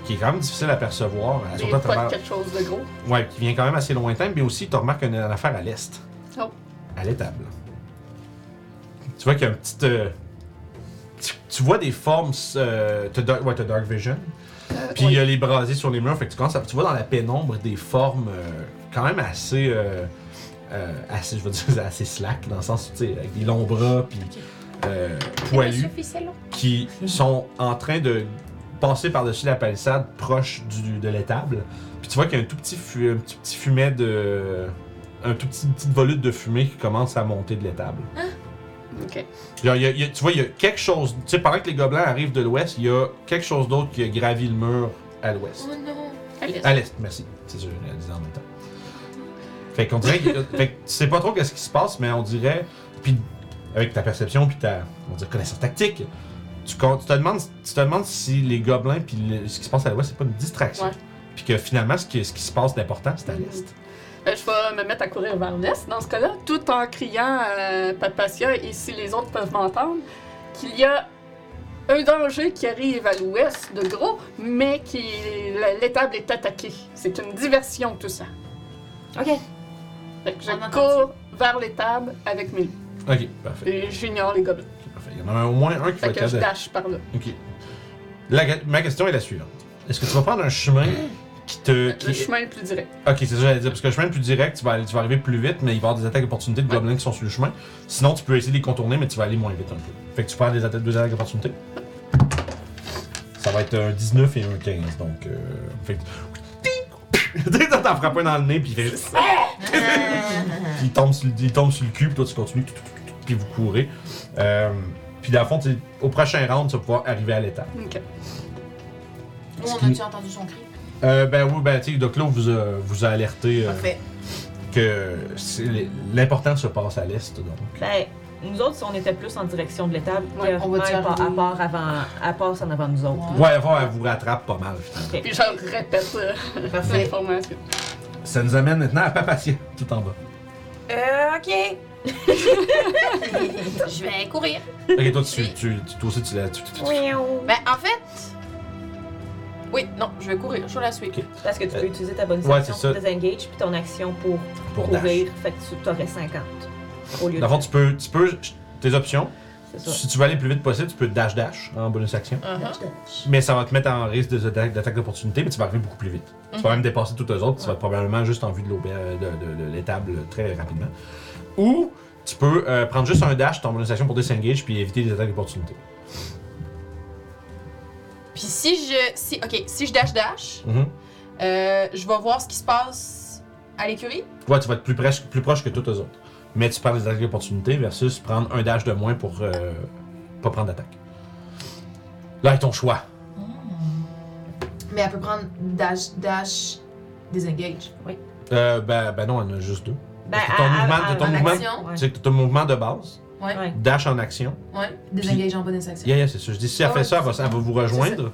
qui est quand même difficile à percevoir. euh,
Des
surtout à
pas
travers-
de quelque chose de gros.
Ouais, qui vient quand même assez lointain, mais aussi, tu remarques une, une affaire à l'est.
Oh.
À l'étable. Tu vois qu'il y a un petit. euh, tu, tu vois des formes. Euh, t'as dark, ouais, t'as Dark Vision. Puis il y a les brasiers sur les murs. Fait que tu, commences à- tu vois dans la pénombre des formes euh, quand même assez. euh, euh, assez, je veux dire, assez slack, dans le sens où, tu sais, avec des longs bras, puis euh, poilus, qui sont en train de passer par-dessus la palissade proche du, de l'étable. Puis tu vois qu'il y a un tout petit, fu- un petit, petit fumet de. Un tout petit, une petite volute de fumée qui commence à monter de l'étable.
Ok.
Genre, il y a- il y a- tu vois, il y a quelque chose. Tu sais, pendant que les gobelins arrivent de l'ouest, il y a quelque chose d'autre qui a gravi le mur à l'ouest.
Oh non!
À l'est.
À l'est, merci. C'est sûr, je le disais en même temps. Fait qu'on dirait. qu'il y a- fait que tu sais pas trop qu'est-ce qui se passe, mais on dirait. Puis avec ta perception, puis ta on va dire, connaissance tactique, tu, con- tu te demandes, tu te demandes si les gobelins, puis le- ce qui se passe à l'ouest, c'est pas une distraction.
Ouais.
Puis que finalement, ce qui, ce qui se passe d'important, c'est à l'est.
Euh, je vais me mettre à courir vers l'est dans ce cas-là, tout en criant à Papatia et si les autres peuvent m'entendre, qu'il y a un danger qui arrive à l'ouest de gros, mais que l'étable est attaquée. C'est une diversion tout ça.
Ok.
Fait que je
On entend
cours vers l'étable avec mes loups.
Ok, parfait.
Et J'ignore les gobelins.
Ok, parfait. Il y en a un- au moins un qui va
Mm-hmm. Fait
être
que
capable
je
de-
dash par là.
Ok. La que- ma question est la suivante. Est-ce que tu vas prendre un chemin qui te.
Le
Euh, qui-
chemin le plus direct.
Ok, c'est ça que j'allais dire. Parce que le chemin le plus direct, tu vas, aller- tu vas arriver plus vite, mais il va y avoir des attaques d'opportunité de
Ouais.
gobelins qui sont sur le chemin. Sinon, tu peux essayer de les contourner, mais tu vas aller moins vite un peu. Fait que tu perds des attaques, deux attaques d'opportunité. Ça va être un 19 et un 15. Donc, euh, fait que. Tu sais, t'en t'en frappes un dans le nez, puis il fait juste. Puis il tombe sur le, il tombe sur le cul, puis toi tu continues, tout, tout, tout, tout, puis vous courez. Euh, puis dans le fond, tu sais, au prochain round, tu vas pouvoir arriver à l'étape.
Ok.
Nous, on a-tu entendu son cri?
Euh, ben oui, ben tu sais, Doc Lo vous a, vous a alerté euh,
Parfait.
que c'est- l'important se passe à l'est, donc.
Ben, nous autres, si on était plus en direction de l'étable,
Ouais,
théoriquement,
on va-tu
elle part- elle
arriver?
part avant, elle passe en avant de nous autres.
Ouais, ouais, elle vous rattrape pas mal, finalement.
Ok.
Puis je répète euh,
Parfait.
l'information.
Ça nous amène maintenant à Papatia, tout en bas.
Euh, ok.
Je
Ben,
vais courir.
Ok, toi, tu, tu, tu- toi aussi, tu la. tu- tu- tu-
Ben, en fait. Oui, non, je vais courir. Je vais la suivre.
Parce que tu peux
Euh,
utiliser ta bonne
ouais,
action
c'est
pour désengage, puis ton action pour
pour dash.
courir. Fait que tu aurais 50 au lieu
Dans le fond,
de.
tu peux, tu peux tes options.
C'est ça.
Si tu veux aller le plus vite possible, tu peux dash dash en bonus action.
Uh-huh.
Mais ça va te mettre en risque de- d'attaque d'attaque d'opportunité, mais tu vas arriver beaucoup plus vite. Tu
Mhm.
vas même dépasser toutes les autres, tu vas être probablement juste en vue de l'auberge- de, de- de l'étable très rapidement. Ou tu peux euh, prendre juste un dash, ton bonus action pour disengage, puis éviter les attaques d'opportunité.
Puis si je. Si, ok, si je dash dash,
Mhm.
euh, je vais voir ce qui se passe à l'écurie.
Ouais, tu vas être plus, proche- plus proche que toutes les autres. Mais tu perds des attaques d'opportunité versus prendre un dash de moins pour euh, pas prendre d'attaque. Là est ton choix.
Mais elle peut prendre dash dash disengage.
Euh, ben, ben non, elle en a juste deux.
Ben,
Parce que ton
elle-
mouvement-
elle-
ton
elle-
En
mouvement-
action.
Ouais.
Tu sais que t'as ton mouvement de base,
Ouais.
Ouais.
dash en action.
Ouais. Disengage en bonus action.
Yeah, yeah, c'est ça. Je dis, si elle
Ah
fait
ouais,
ça, elle va, elle va vous rejoindre.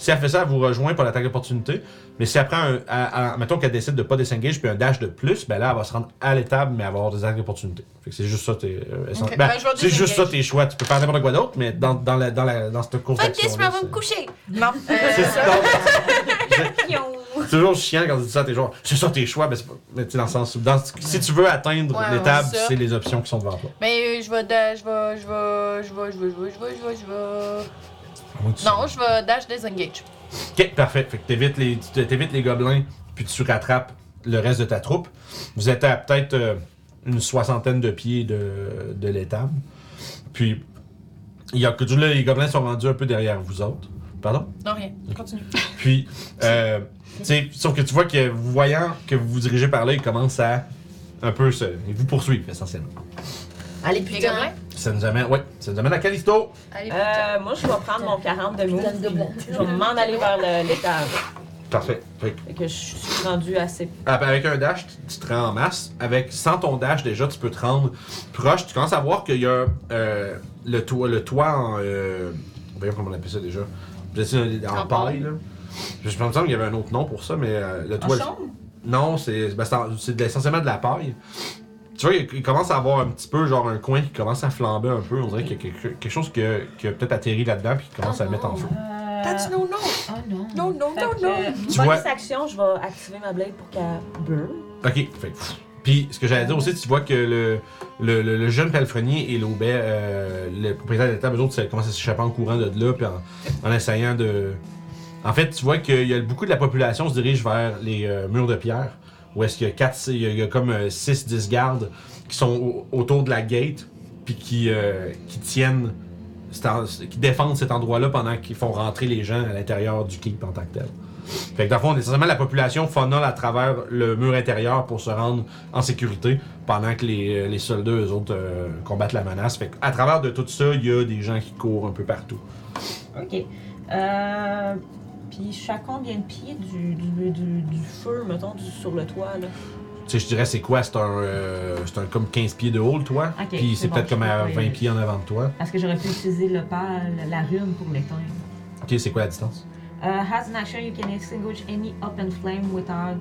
Si elle fait ça, elle vous rejoint pour l'attaque d'opportunité. Mais si après, un, elle- elle- mettons qu'elle décide de pas disengage puis un dash de plus, ben là, elle va se rendre à l'étable, mais elle va avoir des attaques d'opportunité. Fait que c'est juste ça tes. euh, essent-
Ok,
ben,
ben, je vais
c'est juste ça
disengage.
tes choix. Tu peux faire n'importe quoi d'autre, mais dans, dans, la, dans, la, dans cette course d'action.
coucher.
Non.
C'est
Euh,
C'est toujours chiant quand tu dis ça à tes joueurs. C'est ça tes choix, mais, c'est pas- mais tu sais, dans le sens où dans- si tu veux atteindre
Ouais, ouais,
l'étable,
ça.
c'est les options qui sont devant toi.
Mais euh, je vais, da- je vais, je vais, je vais, je vais, je vais, je vais, je vais, je vais.
Moi, tu-
Non, je vais dash disengage.
Ok, parfait. Fait que t'évites les, tu- t'évites les gobelins, puis tu rattrapes le reste de ta troupe. Vous êtes à peut-être euh, une soixantaine de pieds de, de l'étable. Puis, il y a que du- là, les gobelins sont rendus un peu derrière vous autres. Pardon?
Non, rien. Continue.
Puis, euh, tu sais, sauf que tu vois que vous voyant que vous vous dirigez par là, ils commencent à un peu se. Ils vous poursuivent essentiellement.
Allez,
Les
putain.
gobelins?
Ça nous amène, ouais, ça nous amène à Callisto.
Allez,
Euh, moi, je vais prendre mon 40 de move. puis Je vais m'en aller vers le- l'étage.
Parfait. Fait que
Fait que je suis rendue assez.
Ah, ben, Avec un dash, tu, tu te rends en masse. Avec, sans ton dash, déjà, tu peux te rendre proche. Tu commences à voir qu'il y a euh, le toit, le toit en. euh, voyons comment on appelle ça déjà. Je sais, en,
En
paille,
paille.
là. Je me semble qu'il y avait un autre nom pour ça, mais euh, le toit.
chambre?
non, c'est ben, c'est en- c'est de- essentiellement de la paille. Tu vois, il, il commence à avoir un petit peu, genre, un coin qui commence à flamber un peu. On dirait qu'il y a quelque, quelque chose qui a, qui a peut-être atterri là-dedans puis qui commence à le mettre en feu.
Euh,
non, non,
oh non.
non, non,
Fait
non,
que,
non.
Tu
Bonne
vois-
action, je vais activer ma blade pour qu'elle burn.
Ok, fait. pff. Puis, ce que j'allais dire aussi, tu vois que le, le, le- le jeune palefrenier et l'aubais, euh, le propriétaire de la table, eux autres, ça commence à s'échapper en courant de là, puis en, en essayant de. En fait, tu vois qu'il y a beaucoup de la population se dirige vers les euh, murs de pierre, où est-ce qu'il y a, quatre, il y a, il y a comme 6-10 gardes qui sont au- autour de la gate, puis qui, euh, qui tiennent, cet en- qui défendent cet endroit-là pendant qu'ils font rentrer les gens à l'intérieur du keep en tant que tel. Fait que dans le fond, nécessairement, la population fonnole à travers le mur intérieur pour se rendre en sécurité pendant que les, les soldats, eux autres, euh, combattent la menace. Fait que à travers de tout ça, il y a des gens qui courent un peu partout.
Ok. Euh, puis je suis à combien de pieds du, du, du, du feu, mettons, du- sur le toit, là?
Tu sais, je dirais, c'est quoi? C'est un, euh, c'est un comme 15 pieds de haut, le toit.
Ok,
Puis
c'est
c'est
bon,
peut-être
je euh,
comme à
comprends.
20 pieds en avant de toi.
Est-ce que j'aurais pu utiliser le pal, la rune pour l'éteindre?
Ok, c'est quoi la distance?
Euh, has an action, you can extinguish any open flame without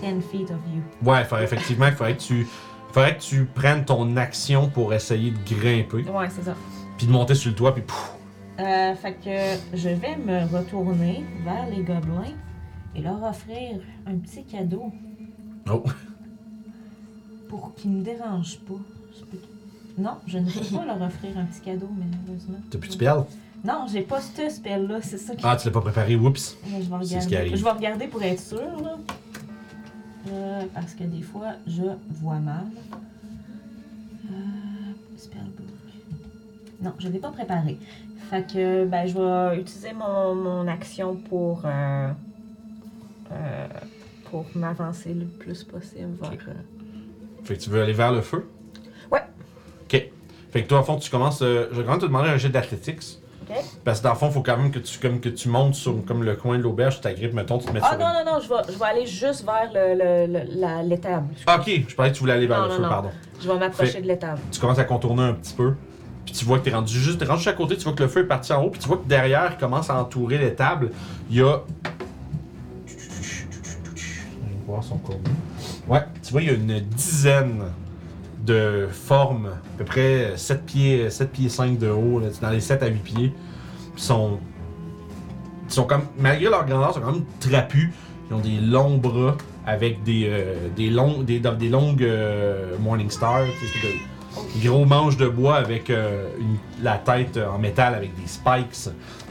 10 feet of you.
Ouais, faudrait- effectivement, il faudrait que tu... Faudrait que tu prennes ton action pour essayer de grimper,
Ouais, c'est ça.
puis de monter sur le toit, puis pouf!
Euh, fait que je vais me retourner vers les gobelins et leur offrir un petit cadeau
Oh!
pour qu'ils ne me dérangent pas. Je peux- Non, je ne peux pas leur offrir un petit cadeau, malheureusement.
T'as plus de spell?
Non, j'ai pas ce spell-là, c'est ça que
Ah, tu l'as pas préparé, oups!
Mais je vais
C'est ce qui
regarder.
arrive.
Je vais regarder pour être sûre, là. Euh, parce que des fois, je vois mal. Euh, spellbook. Non, je ne l'ai pas préparé.
Fait que, ben, je vais utiliser mon, mon action pour. euh, euh, pour m'avancer le plus possible vers.
Ok.
euh,
Fait que tu veux aller vers le feu?
Ouais.
Ok. Fait que toi, en fond, tu commences. euh, je vais quand même te demander un jet d'athlétics.
Ok.
Parce que dans le fond, faut quand même que tu, comme, que tu montes sur comme le coin de l'auberge, tu t'agrippes, mettons, tu te mets
Ah
sur.
non, non, non, je vais, je vais aller juste vers l'étable. Le, le- la- l'étable.
Ah, ok, je parlais que tu voulais aller vers
Non,
le
non,
feu,
non.
pardon.
Je vais
Fait-
m'approcher de l'étable.
Tu commences à contourner un petit peu. Puis tu vois que t'es rendu juste, t'es rendu juste à côté, tu vois que le feu est parti en haut, puis tu vois que derrière, il commence à entourer les tables. Il y a. Je vais voir son cours. Ouais, tu vois, il y a une dizaine de formes, à peu près 7 pieds, 7 pieds 5 de haut, là, dans les 7 à 8 pieds. Ils sont. Ils sont comme. Malgré leur grandeur, ils sont quand même trapus. Ils ont des longs bras avec des, euh, des, longs, des, des longues euh, Morning Star. tu sais, de- Gros manches de bois avec euh, une- la tête en métal avec des spikes.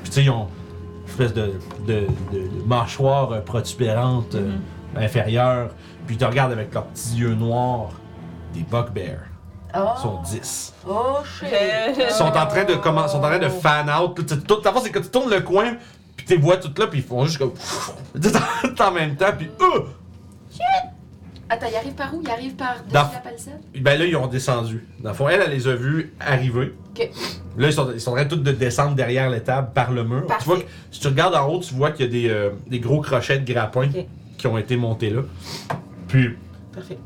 Puis tu sais, ils ont une espèce de, de, de- de mâchoire euh, protubérante euh, inférieure. Puis ils te regardent avec leurs petits yeux noirs. Des bugbears. Ils sont 10.
Oh, shit.
euh,
Ils sont en train de comment, sont en train de
Oh.
fan out. Tout, tout, la force, c'est que tu tournes le coin, puis tu les vois toutes là, puis ils font juste comme tout en même temps, puis euh!
Attends, il arrive par où Il arrive par dessus
Dans-
la palissade
ben là ils ont descendu. Dans le fond, elle, elle les a vus arriver.
Ok.
Là ils sont, ils sont en train toutes de descendre derrière l'étable par le mur. Tu vois que, si tu regardes en haut, tu vois qu'il y a des, euh, des gros crochets de grappins
Ok.
qui ont été montés là. Puis
Parfait.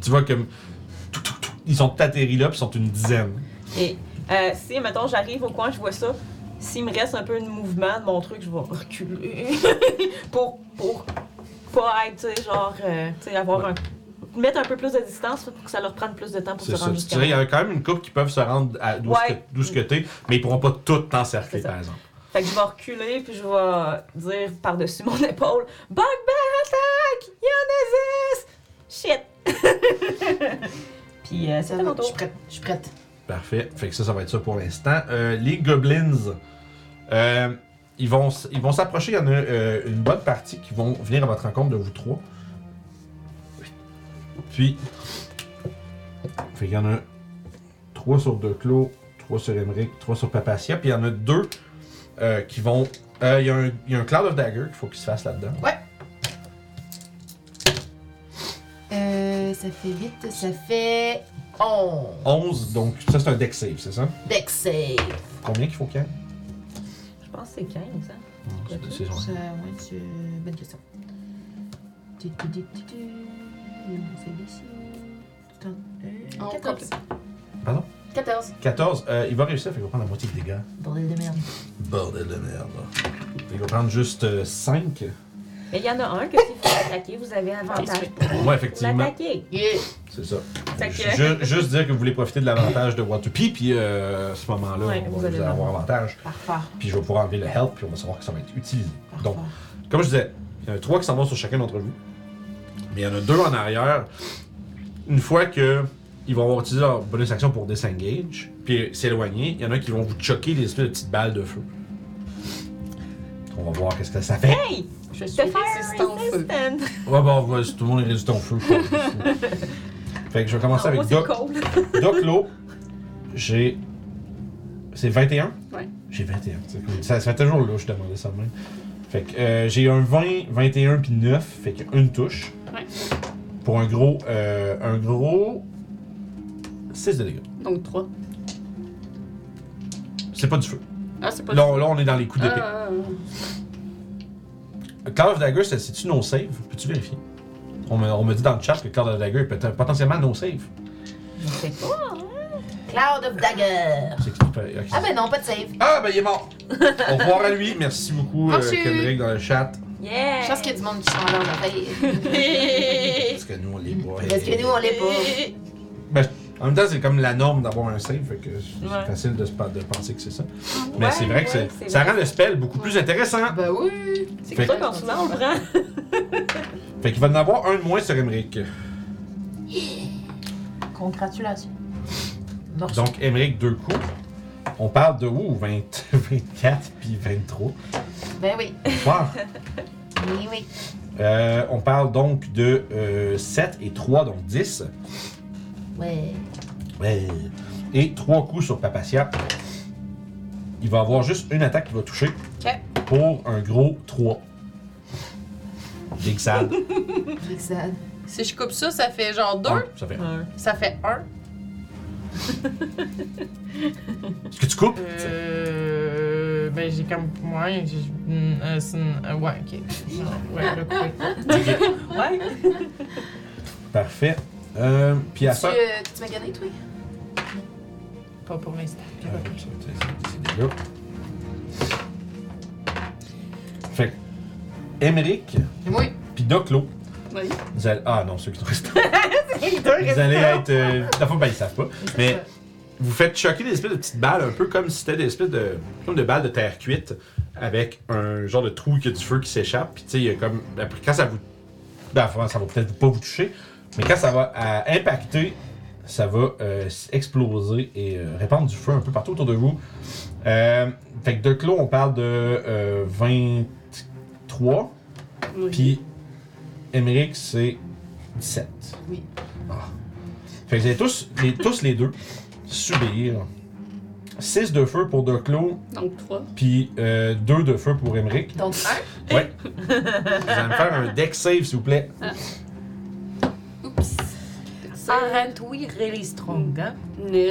tu vois que tout, tout, tout, ils sont atterris là, puis ils sont une dizaine.
Et euh, si, mettons, j'arrive au coin, je vois ça. s'il me reste un peu de mouvement de mon truc, je vais reculer. pour, pour pas être, tu sais, genre, euh, tu sais, avoir un. Mettre un peu plus de distance pour que ça leur prenne plus de temps pour se
C'est ça.
rendre
Tu
jusqu'à
dirais, il y
moi.
a quand même une couple qui peuvent se rendre à d'où ce que-
Ouais.
d'où ce que t'es, mais ils pourront pas tout t'encercler,
C'est ça.
par exemple.
Fait que je vais reculer, puis je vais dire par-dessus mon épaule Bug Attack! Il y en a 10! Shit! puis euh,
Ça va,
c'est à mon
Je suis
tour.
prête. Je suis prête.
Parfait. Fait que ça, ça va être ça pour l'instant. Euh, les goblins, euh, ils vont s- ils vont s'approcher. Il y en a euh, une bonne partie qui vont venir à votre rencontre de vous trois. Puis, fait qu'il y en a trois sur deux clos, trois sur Emmerich, trois sur Papacia. Puis il y en a deux euh, qui vont. euh, Il y a un- il y, a un Cloud of Dagger qu'il faut qu'il se fasse là-dedans.
Euh, ça fait vite, ça fait 11.
11, donc ça c'est un deck save, c'est ça?
Dex save.
Combien qu'il faut qu'il y ait?
Je pense que c'est 15, hein?
C'est- c'est-
Ça, ouais, c'est bonne question. Tu, tu, tu, tu, tu. C'est d'ici. Attends,
On
euh,
compte.
14.
Pardon?
14.
14, euh, il va réussir, fait qu'il va prendre la moitié des dégâts.
Bordel de merde.
Bordel de merde. Il va prendre juste euh, 5.
Mais il y en a un que si vous attaquer, vous avez avantage pour
Ouais, effectivement.
l'attaquer.
Yeah.
C'est ça.
Fait que-
Ju- juste dire que vous voulez profiter de l'avantage de Waterpee, puis euh, à ce moment-là,
Ouais,
on
vous
va
allez
vous avoir avantage.
Parfait.
Puis je vais pouvoir enlever le help, puis on va savoir que ça va être utilisé. Donc, comme je disais, il y en a 3 qui s'en vont sur chacun d'entre vous. Mais il y en a deux en arrière. Une fois que ils vont avoir utilisé leur bonus action pour disengage, puis s'éloigner, il y en a qui vont vous choquer les espèces de petites balles de feu. On va voir qu'est-ce que ça fait.
Hey!
Je suis
The fire
résistant au feu.
resistant!
Ouais, bon, ouais, tout le monde est résistant au feu. quoi. fait que je vais commencer
En
avec
haut, c'est
Doc.
cold.
Doc Lo, j'ai. C'est 21?
Ouais.
J'ai 21. c'est cool. Ça, ça fait toujours louche de demander ça de même. Fait que euh, j'ai un 20, 21 puis 9. Fait que une touche.
Ouais.
Pour un gros. euh, un gros. 6 de dégâts.
Donc 3.
C'est pas du feu.
Ah, c'est pas
Là, on- là, on est dans les coups d'épée.
Ah,
Cloud of Dagger, c'est- c'est-tu no save? Peux-tu vérifier? On me, on me dit dans le chat que Cloud of Dagger est peut-être potentiellement no save.
Cloud of Dagger.
C'est que- ok,
Ah ben non, pas de save.
Ah, ben il est mort! Au revoir à lui. Merci beaucoup, euh,
Merci.
Kendrick, dans le chat.
Yeah!
Je pense qu'il y a du monde qui sont là en affaire.
Parce que nous, on les voit.
Parce que nous, on l'est pas.
En même temps, c'est comme la norme d'avoir un save, fait que c'est
Ouais.
facile de, se pa- de penser que c'est ça. Mais
Ouais,
c'est vrai que
ouais,
c'est-
c'est
ça
vrai.
rend le spell beaucoup plus intéressant.
Ben oui.
C'est
Fait
pour ça
que-
qu'on hein. souvent on le prend.
Fait qu'il va en avoir un de moins sur Emmerich.
Congratulations.
Donc, Emmerich, deux coups. On parle de ouh, 20, 24 puis 23.
Ben oui.
Bonsoir.
Oui, oui.
Euh, on parle donc de 7 et 3, donc 10.
Ouais.
Ouais. Et trois coups sur Papacia. Il va avoir juste une attaque qui va toucher. Pour un gros 3. Big sad.
Big sad.
Si je coupe ça, ça fait genre deux.
Ah, Ça fait.
Ça fait un.
Est-ce que tu coupes?
Euh. Ben, j'ai comme. Ouais, j'ai. hmm, euh, c'est une- euh, ouais, ok. Non, Ouais, je coupe.
Ouais.
Parfait. Euh, puis à
Tu,
ça.
euh, tu m'as gagné, toi?
Pas pour l'instant.
Ah, oui, ça, c'est- c'est- c'est dégueu. Fait que. Emmerich,
Oui.
puis Doclo.
oui.
Vous allez... Ah non, ceux qui sont restés. vous allez être. Euh... la fois, ben, ils savent pas. Mais vous faites choquer des espèces de petites balles, un peu comme si c'était des espèces de. comme des balles de terre cuite, avec un genre de trou qui a du feu qui s'échappe. Puis tu sais, il y a comme. après, Quand ça vous. Ben, enfin, ça va peut-être pas vous toucher, mais quand ça va euh, impacter, ça va euh, s- exploser et euh, répandre du feu un peu partout autour de vous. Euh, fait que de clos, on parle de euh, 23.
Oui.
Puis, Emmerich, c'est 17.
Oui.
Ah. Fait que vous allez tous les, tous les deux subir 6 de feu pour Doclo,
Donc 3.
puis 2 de feu pour Emmerich.
Donc, un.
Ouais. vous allez me faire un deck save, s'il vous plaît.
Oups.
Arrête-oui, really strong, hein?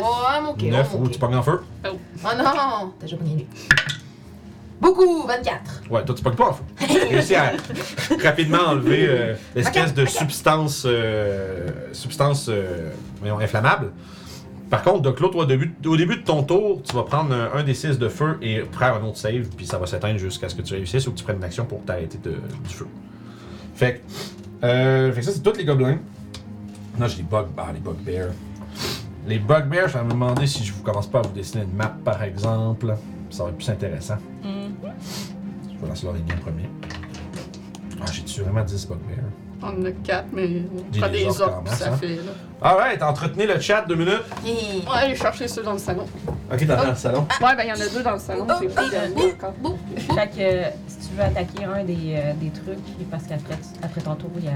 Oh, mon cœur.
9
mon
ou
cœur.
tu pognes en feu.
Oh non! T'as déjà pogné lui. Beaucoup! 24.
Ouais, toi, tu pognes pas en feu. Réussi à rapidement enlever euh, l'espèce
Ok,
de substance. euh, substance. euh, voyons, inflammable. Par contre, donc l'autre, au début, au début de ton tour, tu vas prendre un, un des six de feu et faire un autre save, puis ça va s'éteindre jusqu'à ce que tu réussisses ou que tu prennes une action pour t'arrêter de- du feu. Fait que, euh, fait que ça, c'est tous les gobelins. Non, j'ai les bug, ah, les bugbears. Les bugbears, je vais me demander si je vous commence pas à vous dessiner une map, par exemple. Ça va être plus intéressant. Je vais lancer leur ligne premier. Ah, j'ai-tu vraiment 10 bugbears?
On en a quatre, mais on
Des
prend des
lézards,
autres,
quand même,
ça
hein.
fait. Là.
Alright, entretenez le chat deux minutes.
On va aller chercher ceux dans le salon.
Ok, dans le salon.
Ouais, ben il y en a deux dans le salon, c'est
Oh,
pas dernier encore.
Fait que si tu veux attaquer un des, euh, des trucs, parce qu'après tu- après ton tour, il y a.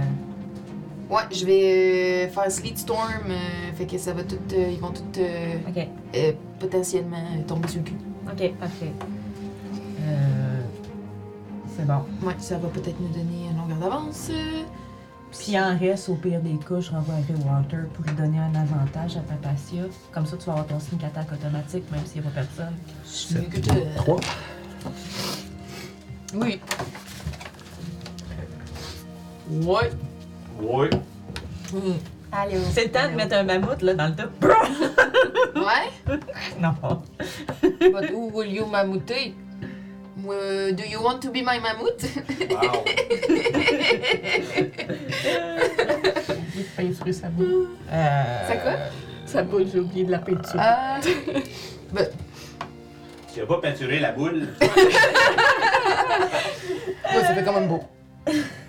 Ouais, je vais euh, faire Sleet Storm, euh, fait que ça va tout. euh, ils vont tout euh,
Ok,
euh, potentiellement euh, tomber sur le cul.
ok, parfait. Euh, C'est bon.
Ouais, ça va peut-être nous donner une longueur d'avance.
S'il en reste, au pire des cas, je renvoie à Water pour lui donner un avantage à Papacia. Comme ça, tu vas avoir ton sneak attack automatique, même s'il n'y a pas personne.
Je suis mieux que toi.
3.
Oui.
Ouais.
Oui.
Allez, on-
C'est le temps de mettre un mammouth là dans le top.
Ouais?
Non.
But who will you mamouter? Euh, do you want to be my mammouth?
Wow.
oh.
J'ai peinturé sa boule. Euh,
Ça quoi?
Ça bouge, j'ai oublié de la Euh, peinture.
Ah,
Tu n'as pas peinturé la boule.
ouais, ça fait quand même beau.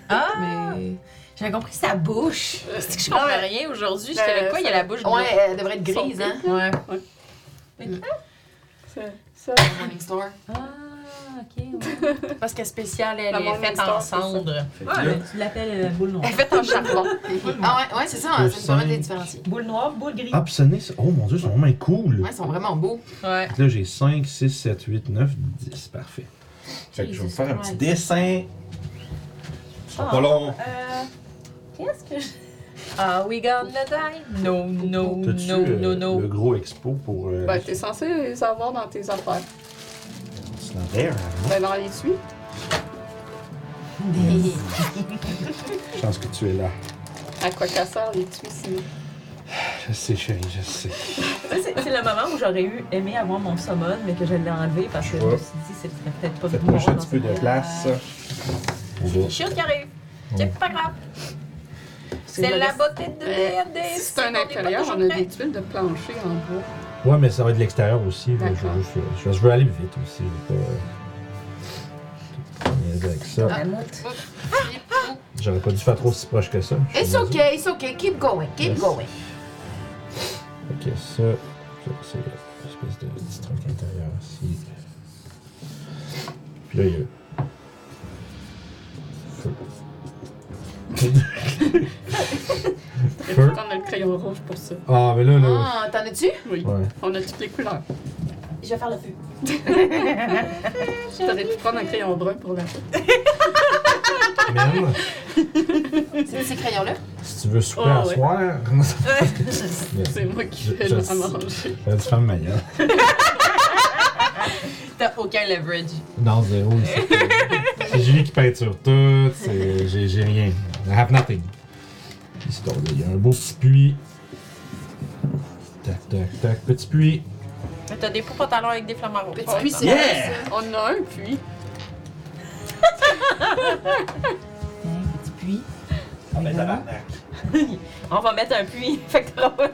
Ah!
Mais.
J'avais compris sa bouche. C'est que je comprends rien aujourd'hui. J'étais
Euh,
avec quoi? Il y a la bouche
Ouais, elle devrait être grise, hein?
bleue. Ouais.
C'est- Ça,
Morning Star.
Ah, ok. ouais.
Parce que spéciale, elle
La
est
Morning
faite
Star,
en
c'est ça.
cendre.
Ah, mais tu l'appelles euh, boule
Elle est
noire.
faite en charbon.
Ah ouais, ouais, c'est ça, hein, ça nous permet de les
Cinq.
différencier.
Boule noire, boule grise.
Ah, puis ça n'est- Oh mon dieu, ils sont vraiment cool.
Ouais, ils sont vraiment beaux.
Ouais.
Là, j'ai 5, 6, 7, 8, 9, 10. Parfait. Fait que je vais vous
Jesus
faire un petit
Christ.
dessin. Ils sont
Ah.
pas longs.
Euh, Qu'est-ce que je.
Ah,
Are we gonna die? No, no,
T'as-tu
no,
euh,
no, no.
le gros expo pour. Euh,
ben, t'es censé les avoir dans tes affaires.
c'est dans l'air, hein?
Ben, dans les tuyaux.
Je pense que tu es là.
À quoi qu'à sert les tuyaux, sinon?
Je sais, chérie, je sais.
Ça, C'est c'est le moment où j'aurais eu aimé avoir mon summon, mais que je l'ai enlevé parce que je me suis dit c'est peut-être pas
Faites-moi
bon
juste un
dans
petit peu de
cette-
place. On va-
Chiot qui arrive. C'est pas grave. C'est la beauté de
Euh,
D&D.
Si c'est un
on est pas
intérieur,
toujours
on a
prêt.
des tuiles de plancher en bois.
Ouais, mais ça va de l'extérieur aussi. là. Je
D'accord.
veux, juste, euh, je veux- je veux aller vite aussi. Je veux pas. euh, niaiser avec ça.
Ah.
Mammouth.
J'aurais pas dû faire trop si proche que ça. Je suis
It's
désolé.
okay, it's okay, keep going, keep
Yes.
going.
Ok, ça, ça, c'est l'espèce de petit truc intérieur ici. Puis là, il y a. Feu.
Et puis,
Feu.
on a le crayon rouge pour ça.
Ah, mais là, là.
Ah, t'en as-tu?
Oui.
Ouais.
On a toutes les couleurs.
Je vais faire le feu.
T'aurais pu prendre un crayon brun pour la peau.
Même
C'est ces crayons-là?
si tu veux souper
Ah,
à
ouais.
soir, comment ça
C'est moi qui vais
Je-
la
je-
manger.
fait du femme maillard?
T'as aucun leverage.
Non, zéro ici. C'est Julie qui peinture tout, c'est- j'ai j'ai rien. I have nothing. Ici, donc, il y a un beau petit puits. Tac, tac, tac, petit puits.
Mais t'as des beaux pantalons avec des flamants rouges.
Petit puits, c'est
Yeah!
On en a un, puis.
Ah, ben, tabarnak.
On va mettre un puits. Fait que t'auras pas-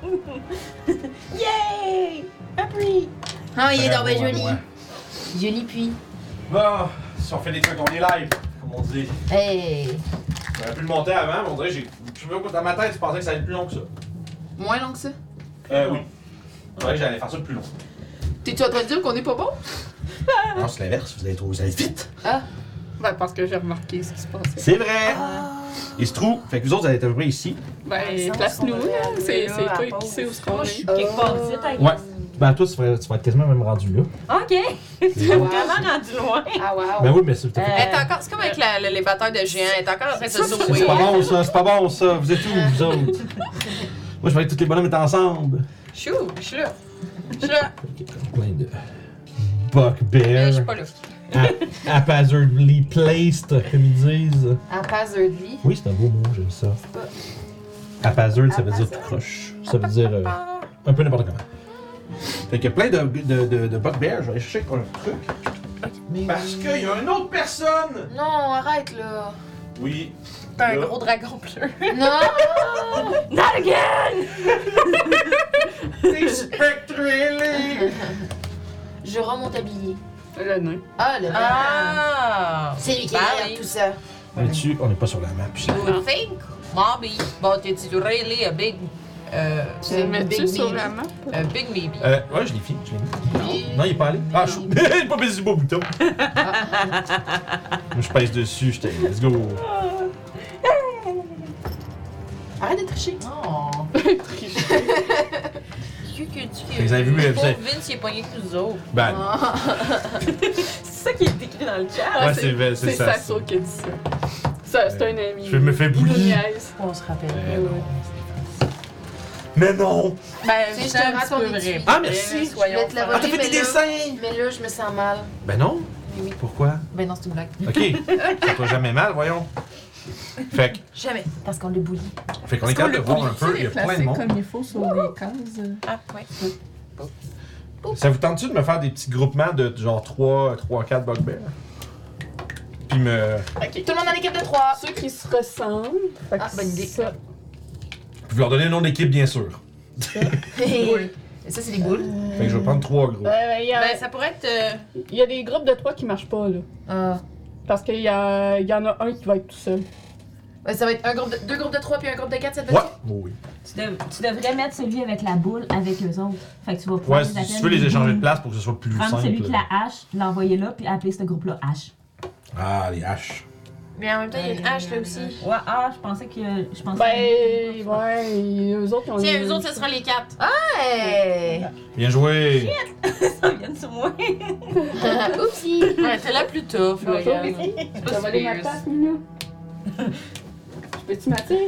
Yay! Un puits!
Ah, il est dans
Bravo
ma
à
jolie.
moi.
Joli puits.
Bon, si on fait des trucs, on est live, comme on dit.
Hey!
J'aurais pu le monter avant, mais on dirait que j'ai. Je sais pas, dans ma tête, je pensais que ça allait être plus long que ça.
Moins long que ça.
Euh, oui. On dirait que j'allais faire ça plus long.
T'es-tu en train de dire qu'on est pas bon?
Non, Ah, c'est l'inverse, vous allez trop vous allez vite.
Ben, parce que j'ai remarqué ce qui se passait.
C'est vrai! Il se trouve, fait que vous autres, vous allez être à peu près ici.
Ah,
Ben, place-nous, là. C'est c'est toi qui sais où ce qu'on
Moi, je
est.
suis quelque part
Oh.
ici, t'as-
Ouais. Ben, toi, tu vas, tu vas être quasiment même rendu là.
Ok!
ben
Vraiment rendu loin!
Ah, wow.
oui, mais c'est tout à fait-
Elle est encore. C'est comme avec la- la- les batteurs de géants. Elle est encore en train de se
C'est
zoomer.
pas bon ça, c'est pas bon ça, vous êtes où, vous autres? Moi, je voulais que tous les bonhommes étaient ensemble.
Chou, je suis là. Je suis là.
Ok, plein de.
Mais je
Buckbear.
suis pas là.
Haphazardly placed, comme ils disent.
Un Haphazardly.
Oui, c'est un beau mot, j'aime
euh,
ça. Haphazard, ça veut dire tout croche. Ça veut dire euh, un peu n'importe comment. Fait qu'il y a plein de, de, de, de bugbears. Je vais aller chercher un truc. Parce qu'il y a une autre personne!
Non, arrête là.
Oui.
T'as un
Là.
gros dragon bleu.
Non!
Not again!
Les spectres ailés.
Je remonte à Billy.
Le nain.
Ah, le
Ah!
C'est lui qui est
Bah
derrière
oui.
tout ça.
Là-dessus, on n'est pas sur la map. putain.
You think? Maybe. But it's really a big... euh,
Tu les mets-tu
Big
sur
Bee.
la map?
a big maybe.
Euh, ouais, je l'ai fini. Je l'ai mis. Non, il est pas allé. Ah, je il est pas baissé beau bouton. Moi, je pèse dessus. Je t'ai- Let's go.
Arrête de tricher.
Oh.
Tu que tu
Vous avez vu, euh, vous
Pauvre
avez-
Vince, il est poigné que nous autres.
Ben,
Ah.
Ah.
C'est ça qui est décrit dans le chat.
ouais,
Ah, c'est-
c'est vrai,
C'est
c'est ça.
Sasso qui a dit ça. ça c'est un ami.
Je me fais
Il
bouillir.
niaise.
On se rappelle.
Mais
Ouais, ouais.
non. Mais non!
Ben,
Tu sais, je
c'est un
te
petit
raconte
peu vrai.
des trucs.
Ah, merci!
Je voulais te la
Ah,
voler,
t'as fait
Eh, mais
des
là-
dessins!
Mais là, je me sens mal.
Ben non!
Mais oui.
Pourquoi?
Ben non, c'est une blague.
Ok, ça toi jamais mal, voyons. Fait que-
Jamais.
Parce qu'on le boulie.
fait qu'on est capable de voir un peu, il y a plein de monde.
comme il faut sur les cases.
Ah, ouais.
Ça vous tente-tu de me faire des petits groupements de genre 3, 3 4 bugbears? Puis me.
Ok.
Tout le monde en équipe de trois.
Ah, Ceux qui se ressemblent. Fait que
Ah, bonne idée.
ça-
Puis leur donner le nom d'équipe, bien sûr.
Et ça, c'est des boules.
Fait que je vais prendre 3 groupes.
Euh, Il y, a-
Ben, ça pourrait être... euh,
il y a des groupes de trois qui marchent pas, là.
Ah.
Parce qu'il y, a- il y en a un qui va être tout seul.
Ouais, ça va être un groupe de- deux groupes de trois puis un groupe de quatre, ça te
Ouais!
va-tu?
Oui.
Tu, dev- tu devrais mettre celui avec la boule avec eux autres. Fait que tu vas pouvoir
Ouais,
les
si
appeler
tu veux les échanger de
boules.
place pour que ce soit plus
Prendre celui
simple.
qui la hache, l'envoyer là, puis appeler ce groupe-là H.
Ah, les haches.
Mais en même temps, il y a une hache là aussi.
Ouais, ah, je pensais que. Je pensais
Ben, ouais, et eux autres, ils ont
Tiens,
les-
eux autres, ce sera les quatre.
Hey!
Bien joué!
ça vient sur moi.
Oupsie!
Ouais, t'es la plus tough, là,
Bonjour.
regarde. C'est
T'as
pas
volé ma
sérieux.
place, Mina? Je Peux-tu m'attirer?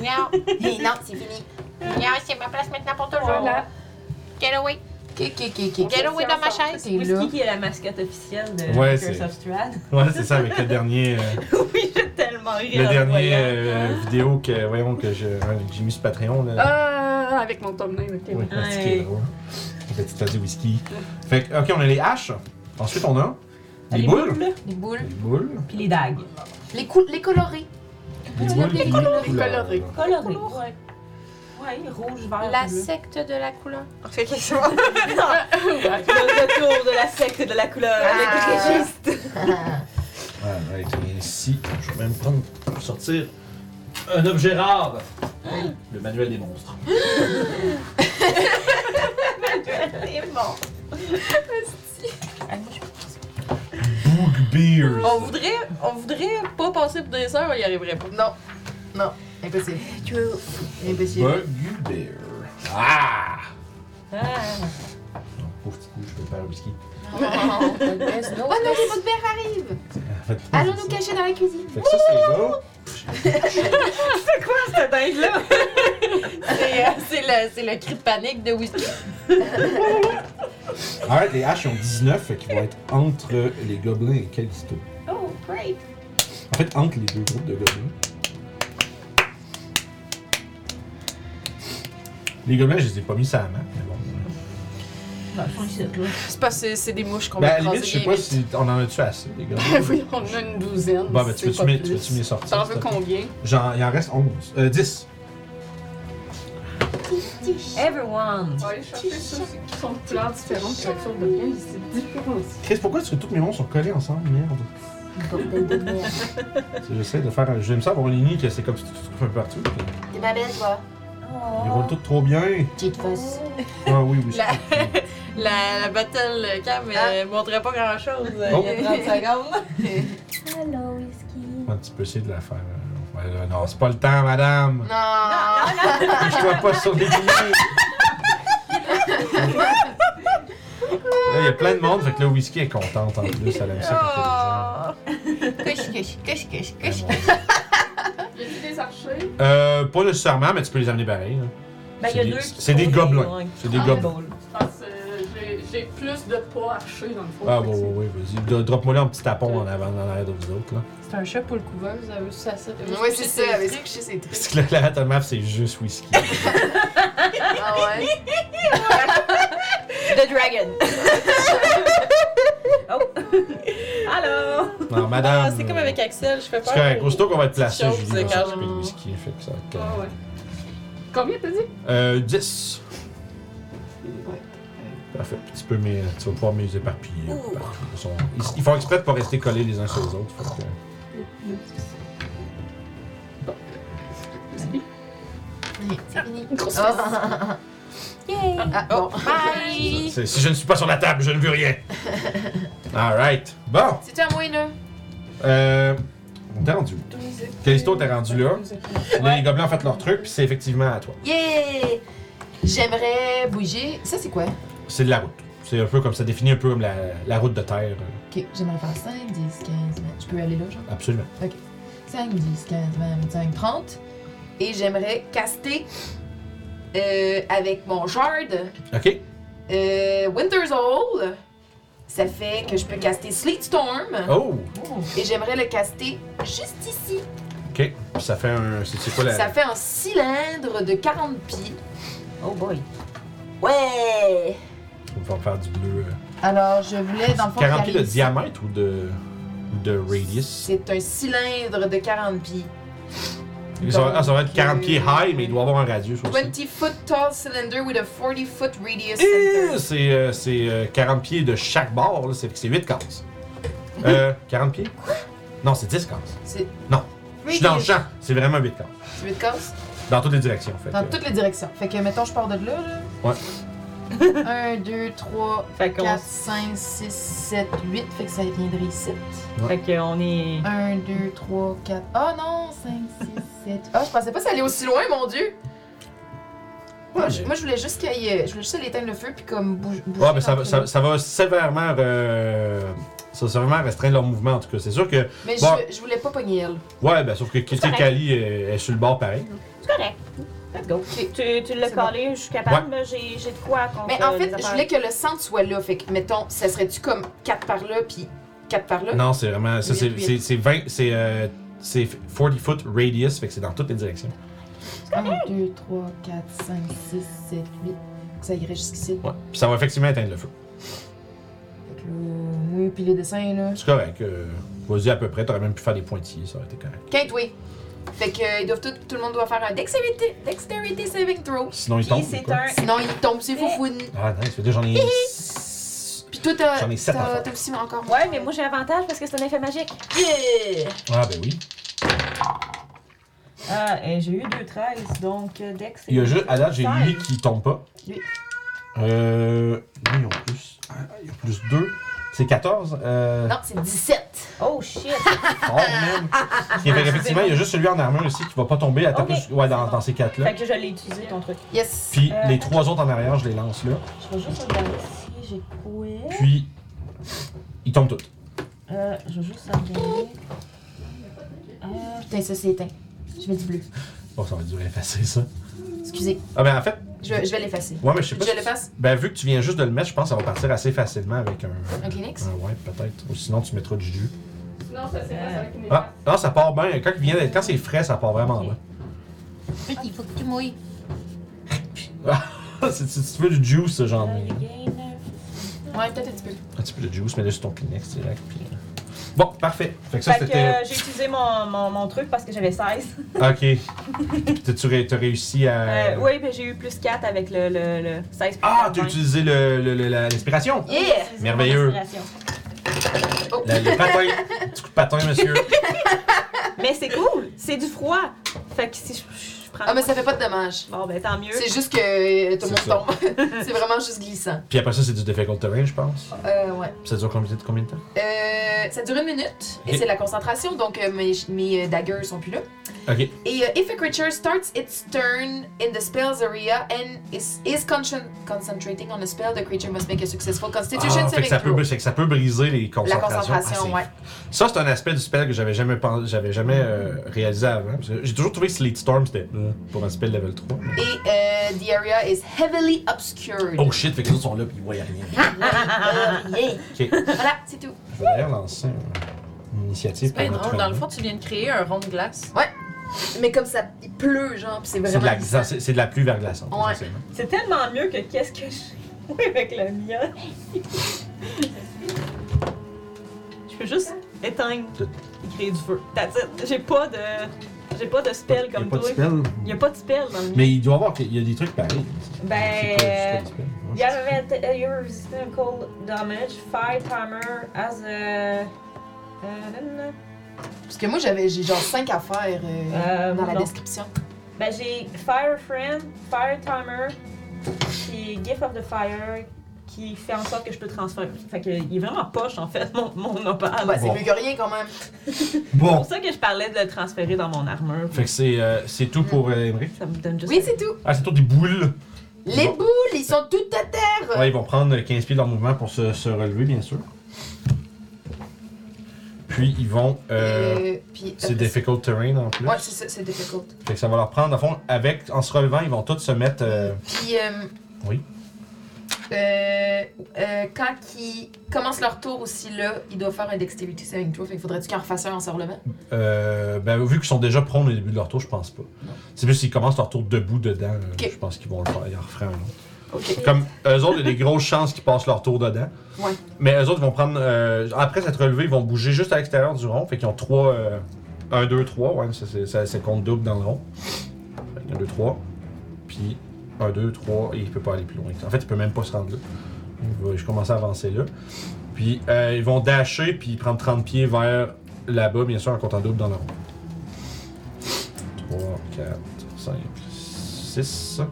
Miaou.
Hey, non, c'est fini.
Miaou, c'est ma place maintenant pour toujours.
Voilà.
Get away.
Ok, ok, ok, ok.
Get away dans ma chaise.
T'es là.
Whisky qui est la mascotte officielle de
Ouais,
Microsoft Strad.
Ouais, c'est ça, avec le dernier. euh,
oui, j'ai tellement ri en
le dernier
voyant.
euh, vidéo que, voyons, que je- hein, que j'ai mis sur Patreon. Là.
Euh, avec mon thumbnail, ok.
Oui, la petite qui
Ouais.
est drôle. La petite tasse de whisky. Fait que, ok, on a les haches. Ensuite, on a les, boules.
là,
Les boules.
Les boules.
Puis les dagues.
Les, cou- les colorés.
Les boules.
les
puis
colorés.
couleurs.
Colorés.
Colorées.
Ouais. Ouais, rouge, vert,
La
Ah, bleu.
secte de la couleur.
C'est Le retour de la secte de la couleur
Ah.
avec les gestes.
Ah, ouais, et ici, je vais même prendre pour sortir un objet rare. Le manuel des monstres.
C'est bon.
Bugbears.
On voudrait, on voudrait pas passer pour des sœurs, on y arriverait pas.
Non. Non.
Ah,
Impossible. Impossible.
Bugbear. Ah!
Ah.
Non, Pauvre petit coup, je vais faire un whisky.
Oh non, les boules verts arrivent.
Ah.
Allons nous cacher dans la cuisine.
Fait que ça, c'est là.
Cette dingue-là!
C'est euh, c'est le, c'est le cri de panique de Whisky.
Alright, les haches ils ont 19, fait qu'ils vont être entre les gobelins et Callisto.
Oh, great!
En fait, entre les deux groupes de gobelins. Les gobelins, je les ai pas mis sur la map, mais bon.
Dans le fond, ici, là.
C'est parce que c'est des mouches qu'on
Ben,
va
à la limite, je sais pas si on en a-tu assez, les gobelins.
oui, on en a une douzaine.
Bon, ben, tu
c'est
peux-tu
pas
m'y-
plus.
tu peux-tu m'y sortir,
T'en
s'il
veux
te plaît?
combien?
J'en- il en reste 11. Euh, 10.
Everyone.
On va aller chercher ceux qui sont de couleurs différentes, chaque sorte de bien, ils se différencient.
Chris, pourquoi est-ce que toutes mes monstres sont collés ensemble, merde? J'essaie de faire un... J'aime ça avoir une ligne que c'est comme si tu te trouves un peu partout. puis
T'es ma belle, toi.
Ils
Oh.
roulent tous trop bien.
Petite face.
Ah oui, oui. c'est-
La, la battle cam elle montrait pas grand chose
Oh.
il y a 30 secondes.
Hello, Whiskey.
Un petit peu essayer de la faire. euh, ouais, là, non, c'est pas le temps, madame.
Non.
Je dois pas sur les billets. Là, il y a plein de monde, fait que là, Whisky est contente en plus. Elle aime ça
Cush, cush, cush, cush,
quand il y a des
cush.
gens.
Y a-tu des archers?
Euh, pas nécessairement, mais tu peux les amener pareil. hein. là.
Ben, il y
C'est
a
des-
deux qui
c'est des
sont
gobelins.
ouais.
C'est des
Ah,
gobelins.
bon.
Je pense euh, j'ai- j'ai plus de pas archers dans le fond.
Ah, ouais,
Fait que
ouais, ouais, vas-y. Do- Drop-moi là un petit tapon en avant, en arrière de vous autres. Là.
C'est un chat pour le couvert, vous avez vu ça? ça
Ouais, c'est ça. Avec ce que je sais, c'est triste.
Parce que là, la ta map, c'est juste Whisky.
Ah ouais.
The Dragon. oh. Allô.
Non, madame.
Ah, c'est comme avec Axel, je fais
Euh, C'est correct.
peur. aux-
Aussitôt qu'on va être placé,
Chose,
Julie,
quand
va s'occuper
je-
de whisky. Fait que ça va être, euh,
Ah ouais. Combien t'as dit?
Euh, 10. Parfait. Petit peu, mais tu vas pouvoir me les éparpiller. partout. Ils, sont- ils- ils font exprès de pas rester collés les uns sur les autres. fait que-
C'est fini.
Grosse
Ah,
fesse.
Yay!
ah, bon.
Bye!
C'est- Si je ne suis pas sur la table, je ne veux rien. Alright. Bon.
C'est-tu à moi, là?
Euh, on est rendu. Calisto, t'es rendu là. Là, Les gobelins ont fait leur truc, puis c'est effectivement à toi.
Yeah! J'aimerais bouger. Ça, c'est quoi?
C'est de la route. C'est un peu comme ça définit un peu comme la, la route de terre. euh,
Ok, j'aimerais faire 5, 10, 15, 20. Je peux aller là, genre?
Absolument.
5, 10, 15, 20, 25, 30. Et j'aimerais caster euh, avec mon shard
OK?
euh, Winter's Hole. Ça fait que je peux caster Sleet Storm.
Oh!
Et j'aimerais le caster juste ici.
OK. Ça fait un. C'est c'est quoi la.
Ça fait un cylindre de 40 pieds.
Oh boy.
Ouais!
On va faire du bleu. euh,
Alors, je voulais, dans le fond,
40 pieds de
qu'il arrive-
diamètre ou de, de radius?
C'est un cylindre de 40 pieds.
Ça, va- ah, ça va être
donc,
40 pieds
euh,
high, mais il doit avoir un radius aussi.
20 foot tall cylinder with a 40 foot radius
Eh,
center.
C'est euh, c'est, euh, 40 pieds de chaque bord, là, c'est 8 cases. Euh, 40 pieds? Non, c'est 10 cases.
C'est.
Non. Je suis dans le
Radius.
champ, c'est vraiment 8 cases.
Tu veux te casser?
Dans toutes les directions, en fait.
Dans
Euh,
toutes les directions. Fait que, mettons, je pars de là, là.
Ouais.
1, 2, 3,
Fait qu'on
4, 5, 6, 7, 8. Fait que ça viendrait ici.
fait qu'on est.
1, 2, 3, 4. Ah non, 5, 6, 7. Ah, je pensais pas que ça allait aussi loin, mon dieu. Moi,
Ouais,
je,
mais-
moi, je voulais juste qu'il y ait- Je voulais juste aller éteindre le feu, puis comme bouge- bouger.
Ouais, mais ça,
dans
va-
le
ça,
tunnel.
ça va sévèrement, euh, ça va sévèrement restreindre leur mouvement, en tout cas. C'est sûr que.
Mais
Bon.
je, je voulais pas pogner elle.
Ouais, ben, sauf que tu sais,
correct.
Kali est, est sur le bord pareil.
C'est correct. Let's go. Tu, tu l'as
C'est bon.
collé, je suis capable, mais j'ai j'ai de quoi contre.
Mais en
euh,
fait,
les
je
affaires.
voulais que le centre soit là. Fait que, mettons, ça serait-tu comme 4 par là, puis 4 par là?
Non, c'est vraiment. Ça, c'est
Huit,
c'est-
huit.
c'est 20. C'est euh, c'est 40 foot radius, fait que c'est dans toutes les directions.
1, 2, 3, 4, 5, 6, 7, 8. Ça irait jusqu'ici.
Ouais. Puis ça va effectivement éteindre le feu.
Fait que là, oui, puis les dessins, là.
C'est correct. Euh, Vas-y à peu près, t'aurais même pu faire des pointillés, ça aurait été correct.
Quinte, oui. Fait que euh, ils doivent tout, tout le monde doit faire un dextérité, dextérité saving throw.
Sinon, il
Puis
tombe. ou
c'est
pas?
un.
Sinon, ils tombent, c'est fou fou.
Ah, nice. Fait que J'en ai.
Puis toi, t'as
J'en ai sept à
t'as-
faire.
t'as aussi encore moins.
Ouais, mais moi j'ai avantage parce que c'est un effet magique.
Yeah!
Ah, ben oui.
Ah, et j'ai eu deux 13, donc euh, Dex.
Il y a juste. À date, j'ai lui qui tombe pas.
Lui.
Euh. Lui, ils ont plus. Ah, Il y a plus 2. C'est 14. Euh.
Non, c'est 17.
Oh shit!
Oh, man. Qui est- fait qu'effectivement, il y a juste celui en armure ici qui va pas tomber à taper
Ok.
sur- ouais, dans, dans ces quatre-là.
Fait que je l'ai utilisé ton truc.
Yes.
Puis
Euh,
les trois autres en arrière, je les lance là.
Je vais juste regarder si j'ai quoi.
Puis. Ils tombent toutes.
Euh, je vais juste regarder. Euh,
Putain, ça c'est éteint. Je mets du bleu.
Bon, Oh, ça va durer effacer ça.
Excusez,
Ah, ben en fait,
je, je vais l'effacer.
ouais, mais je sais pas.
Je
si-
l'efface.
Ben, vu que tu viens juste de le mettre, je pense que ça va partir assez facilement avec un.
Un Kleenex?
Un wipe, peut-être. Ou sinon, tu mettras du jus.
Non, ça c'est pas avec une
Ah, non, ça part bien. Quand, il vient d'être- quand c'est frais, ça part vraiment bien.
Il faut que tu mouilles.
Ah, si, tu- si tu veux du juice, j'en
Ah,
euh,
ai.
Ouais, peut-être un petit peu.
Un petit peu de juice, mais là, sur ton Kleenex direct. Puis... euh. Bon, parfait. Fait que ça,
fait que euh,
c'était. Ah,
j'ai utilisé mon, mon, mon truc parce que j'avais 16.
Ok. T'as-tu ré- t'as réussi à.
Euh, oui, mais j'ai eu plus 4 avec le, le, le 16. plus
Ah, t'as
20.
utilisé le- le- le- la- l'inspiration.
Yeah!
J'ai utilisé mon
Merveilleux.
inspiration.
La- Le patin. Petit coup de patin, monsieur.
Mais c'est cool, c'est du froid. Fait que si je, je prends.
Ah, mais ça fait pas de dommage.
Bon, ben tant mieux.
C'est juste que euh, tout le
C'est
monde tombe. c'est vraiment juste glissant.
Puis après ça, c'est du difficult terrain, je pense.
Euh, ouais.
Ça dure combien, combien de temps?
Euh, ça dure une minute et
Ok.
c'est la concentration, donc euh, mes, mes euh, daggers sont plus là.
Ok.
Et euh, if a creature starts its turn in the spell's area and is, is concent- concentrating on a spell, the creature must make a successful constitution
Ah, fait que
saving
ça peut,
throw.
c'est que ça peut briser les
La
concentrations.
concentration,
Ah, c'est-
ouais.
Ça, c'est un aspect du spell que j'avais jamais, pen- j'avais jamais euh, réalisé avant. parce que J'ai toujours trouvé que Sleet Storm, c'était euh, pour un spell level 3. mais-
Et euh, the area is heavily obscured. euh,
Oh shit, fait que les autres sont là pis ils voient rien. Ok,
Voilà, c'est tout.
je vais d'ailleurs lancer un- une initiative
C'est pas
pour notre
drôle. Dans le
ami.
fond, tu viens de créer un rond de glace.
Mais comme ça, il pleut, genre, pis c'est
C'est
vraiment.
de, la,
glissant.
c'est- c'est de la pluie verglaçante,
Ouais.
essentiellement.
C'est tellement mieux que qu'est-ce que j'ai. Oui, avec la mienne.
Je peux juste éteindre
Tout.
et créer du feu. That's it. J'ai pas de. J'ai pas de spell
Il y a
comme
pas de
toi.
spell.
Il y a pas de spell dans le
Mais il doit y avoir qu'il y a des trucs pareils. C'est pas- c'est pas
Ben.
des spells.
euh, You have a- uh, you're resistant to cold damage, fire timer as a. Euh, nan, nan, nan.
Parce que moi, j'avais, j'ai genre 5 à faire euh,
Euh,
dans la
non.
description.
Ben j'ai Fire Friend, Fire Timer, puis Gift of the Fire qui fait en sorte que je peux transférer. Fait que il est vraiment poche en fait mon, mon opale.
Ah, bah,
Bon.
c'est mieux que rien quand même.
C'est
Bon,
pour ça que je parlais de le transférer dans mon armure.
fait que c'est euh, c'est tout pour euh, Aymeric.
Ça me donne juste.
Oui, c'est tout.
Ah, c'est tout des boules.
Les
Bon.
boules, ils sont toutes à terre.
Ouais, ils vont prendre 15 pieds de leur mouvement pour se, se relever, bien sûr. Puis ils vont. euh,
Euh, puis,
c'est difficult terrain en plus.
Ouais, c'est ça, c'est difficult.
Fait que ça va leur prendre, à fond, avec, en se relevant, ils vont tous se mettre. euh,
Puis, euh,
Oui.
euh, euh, quand ils commencent leur tour aussi, là, ils doivent faire un dexterity saving throw. Fait qu'il faudrait-tu qu'ils en refassent un en se relevant?
euh, ben, vu qu'ils sont déjà prônes au début de leur tour, je pense pas. C'est plus s'ils commencent leur tour debout dedans, euh,
Ok.
je pense qu'ils vont le faire, ils en referont un autre.
Ok.
Comme eux autres, il y a des grosses chances qu'ils passent leur tour dedans.
Ouais.
Mais eux autres, ils vont prendre. euh, après s'être relevés, ils vont bouger juste à l'extérieur du rond. Fait qu'ils ont euh, 3. 1, 2, 3. Ouais, ça, c'est- ça, ça compte double dans le rond. 1, 2, 3. Puis 1, 2, 3. Et il peut pas aller plus loin. que ça. En fait, il peut même pas se rendre là. Il va- je commence à avancer là. Puis euh, ils vont dasher, puis prendre 30 pieds vers là-bas, bien sûr, en comptant double dans le rond. 3, 4, 5, 6.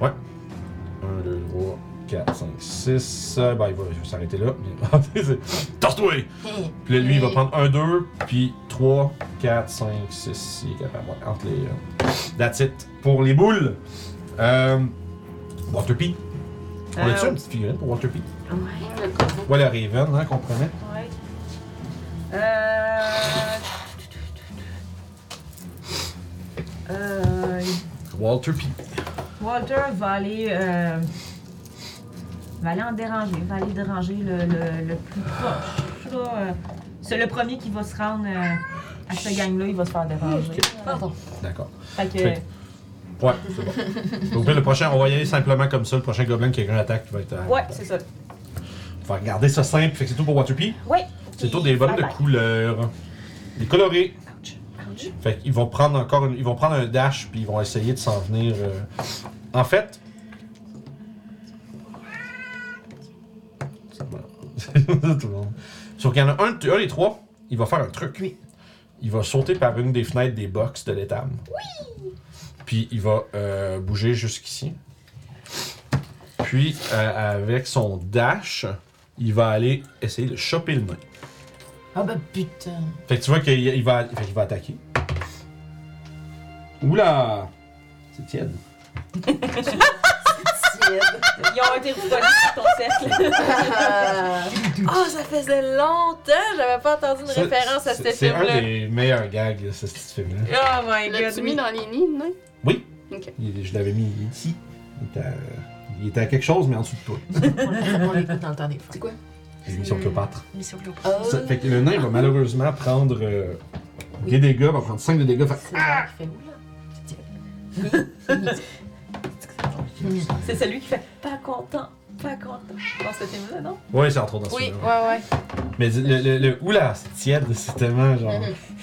Ouais. 1, 2, 3. 4, 5, 6. Ben, il va, il va s'arrêter là. Torse-toi!
Hmm.
Puis là, lui, il va prendre 1, 2, puis 3, 4, 5, 6, 6, capable. Ouais, entre les. euh, That's it. Pour les boules. Euh, Waterpea. On a-tu
Euh,
une petite figurine pour Waterpea?
Le corbeau.
Ouais, la Raven, hein, qu'on prenait.
Ouais. Euh. Euh.
Waterpea.
Walter va aller, euh, va aller en déranger, va aller déranger le, le- le plus proche. là, euh. c'est le premier qui va se rendre euh, à ce gang-là, il va se faire déranger.
D'accord.
Fait que,
Fait Ouais, c'est bon. Donc, là, le prochain, on va y aller simplement comme ça. Le prochain Goblin qui a une attaque qui va être. à-
Ouais, c'est ça.
On va regarder ça simple. Fait que c'est tout pour Waterpea.
ouais.
C'est
puis
tout des bonnes de
bye-bye.
couleur. Des colorés. Fait qu'ils vont prendre encore une- ils vont prendre un dash puis ils vont essayer de s'en venir. euh. En fait. C'est bon. tout le monde. Sauf qu'il y en a un, de- un des trois, il va faire un truc. Il va sauter par une des fenêtres des box de l'étable. Oui! Puis il va euh, bouger jusqu'ici. Puis euh, avec son dash, il va aller essayer de choper le nain.
Ah,
ben,
bah putain.
Fait que tu vois qu'il il va, fait qu'il va attaquer. Oula! C'est tiède.
Tiède.
Ils ont été refroidis sur ton cercle.
Ah.
Oh, ça faisait longtemps, j'avais pas entendu une
Ça,
référence à
c'est-
ce
C'est un
film-là.
des meilleurs gags, là, ce petit film-là.
Oh my god.
L'as-tu mis dans les nids, non?
Il- Je l'avais mis ici. Il était, à, il était à quelque chose, mais en dessous de toi.
On l'écoute dans le temps des fois. C'est quoi?
J'ai mis sur Cléopâtre.
Mission Cléopâtre.
Ah.
Oh.
Ça- Fait que le nain va malheureusement prendre euh, des dégâts, va prendre 5 de dégâts. Fait,
C'est ah. fait où, là? C'est tiède.
C'est celui qui fait pas content, pas content. Dans ce film-là, non?
ouais, c'est entre autres dans
Oui,
celui-là.
ouais, ouais.
Mais le, le- le- oula, c'est tiède, c'est tellement genre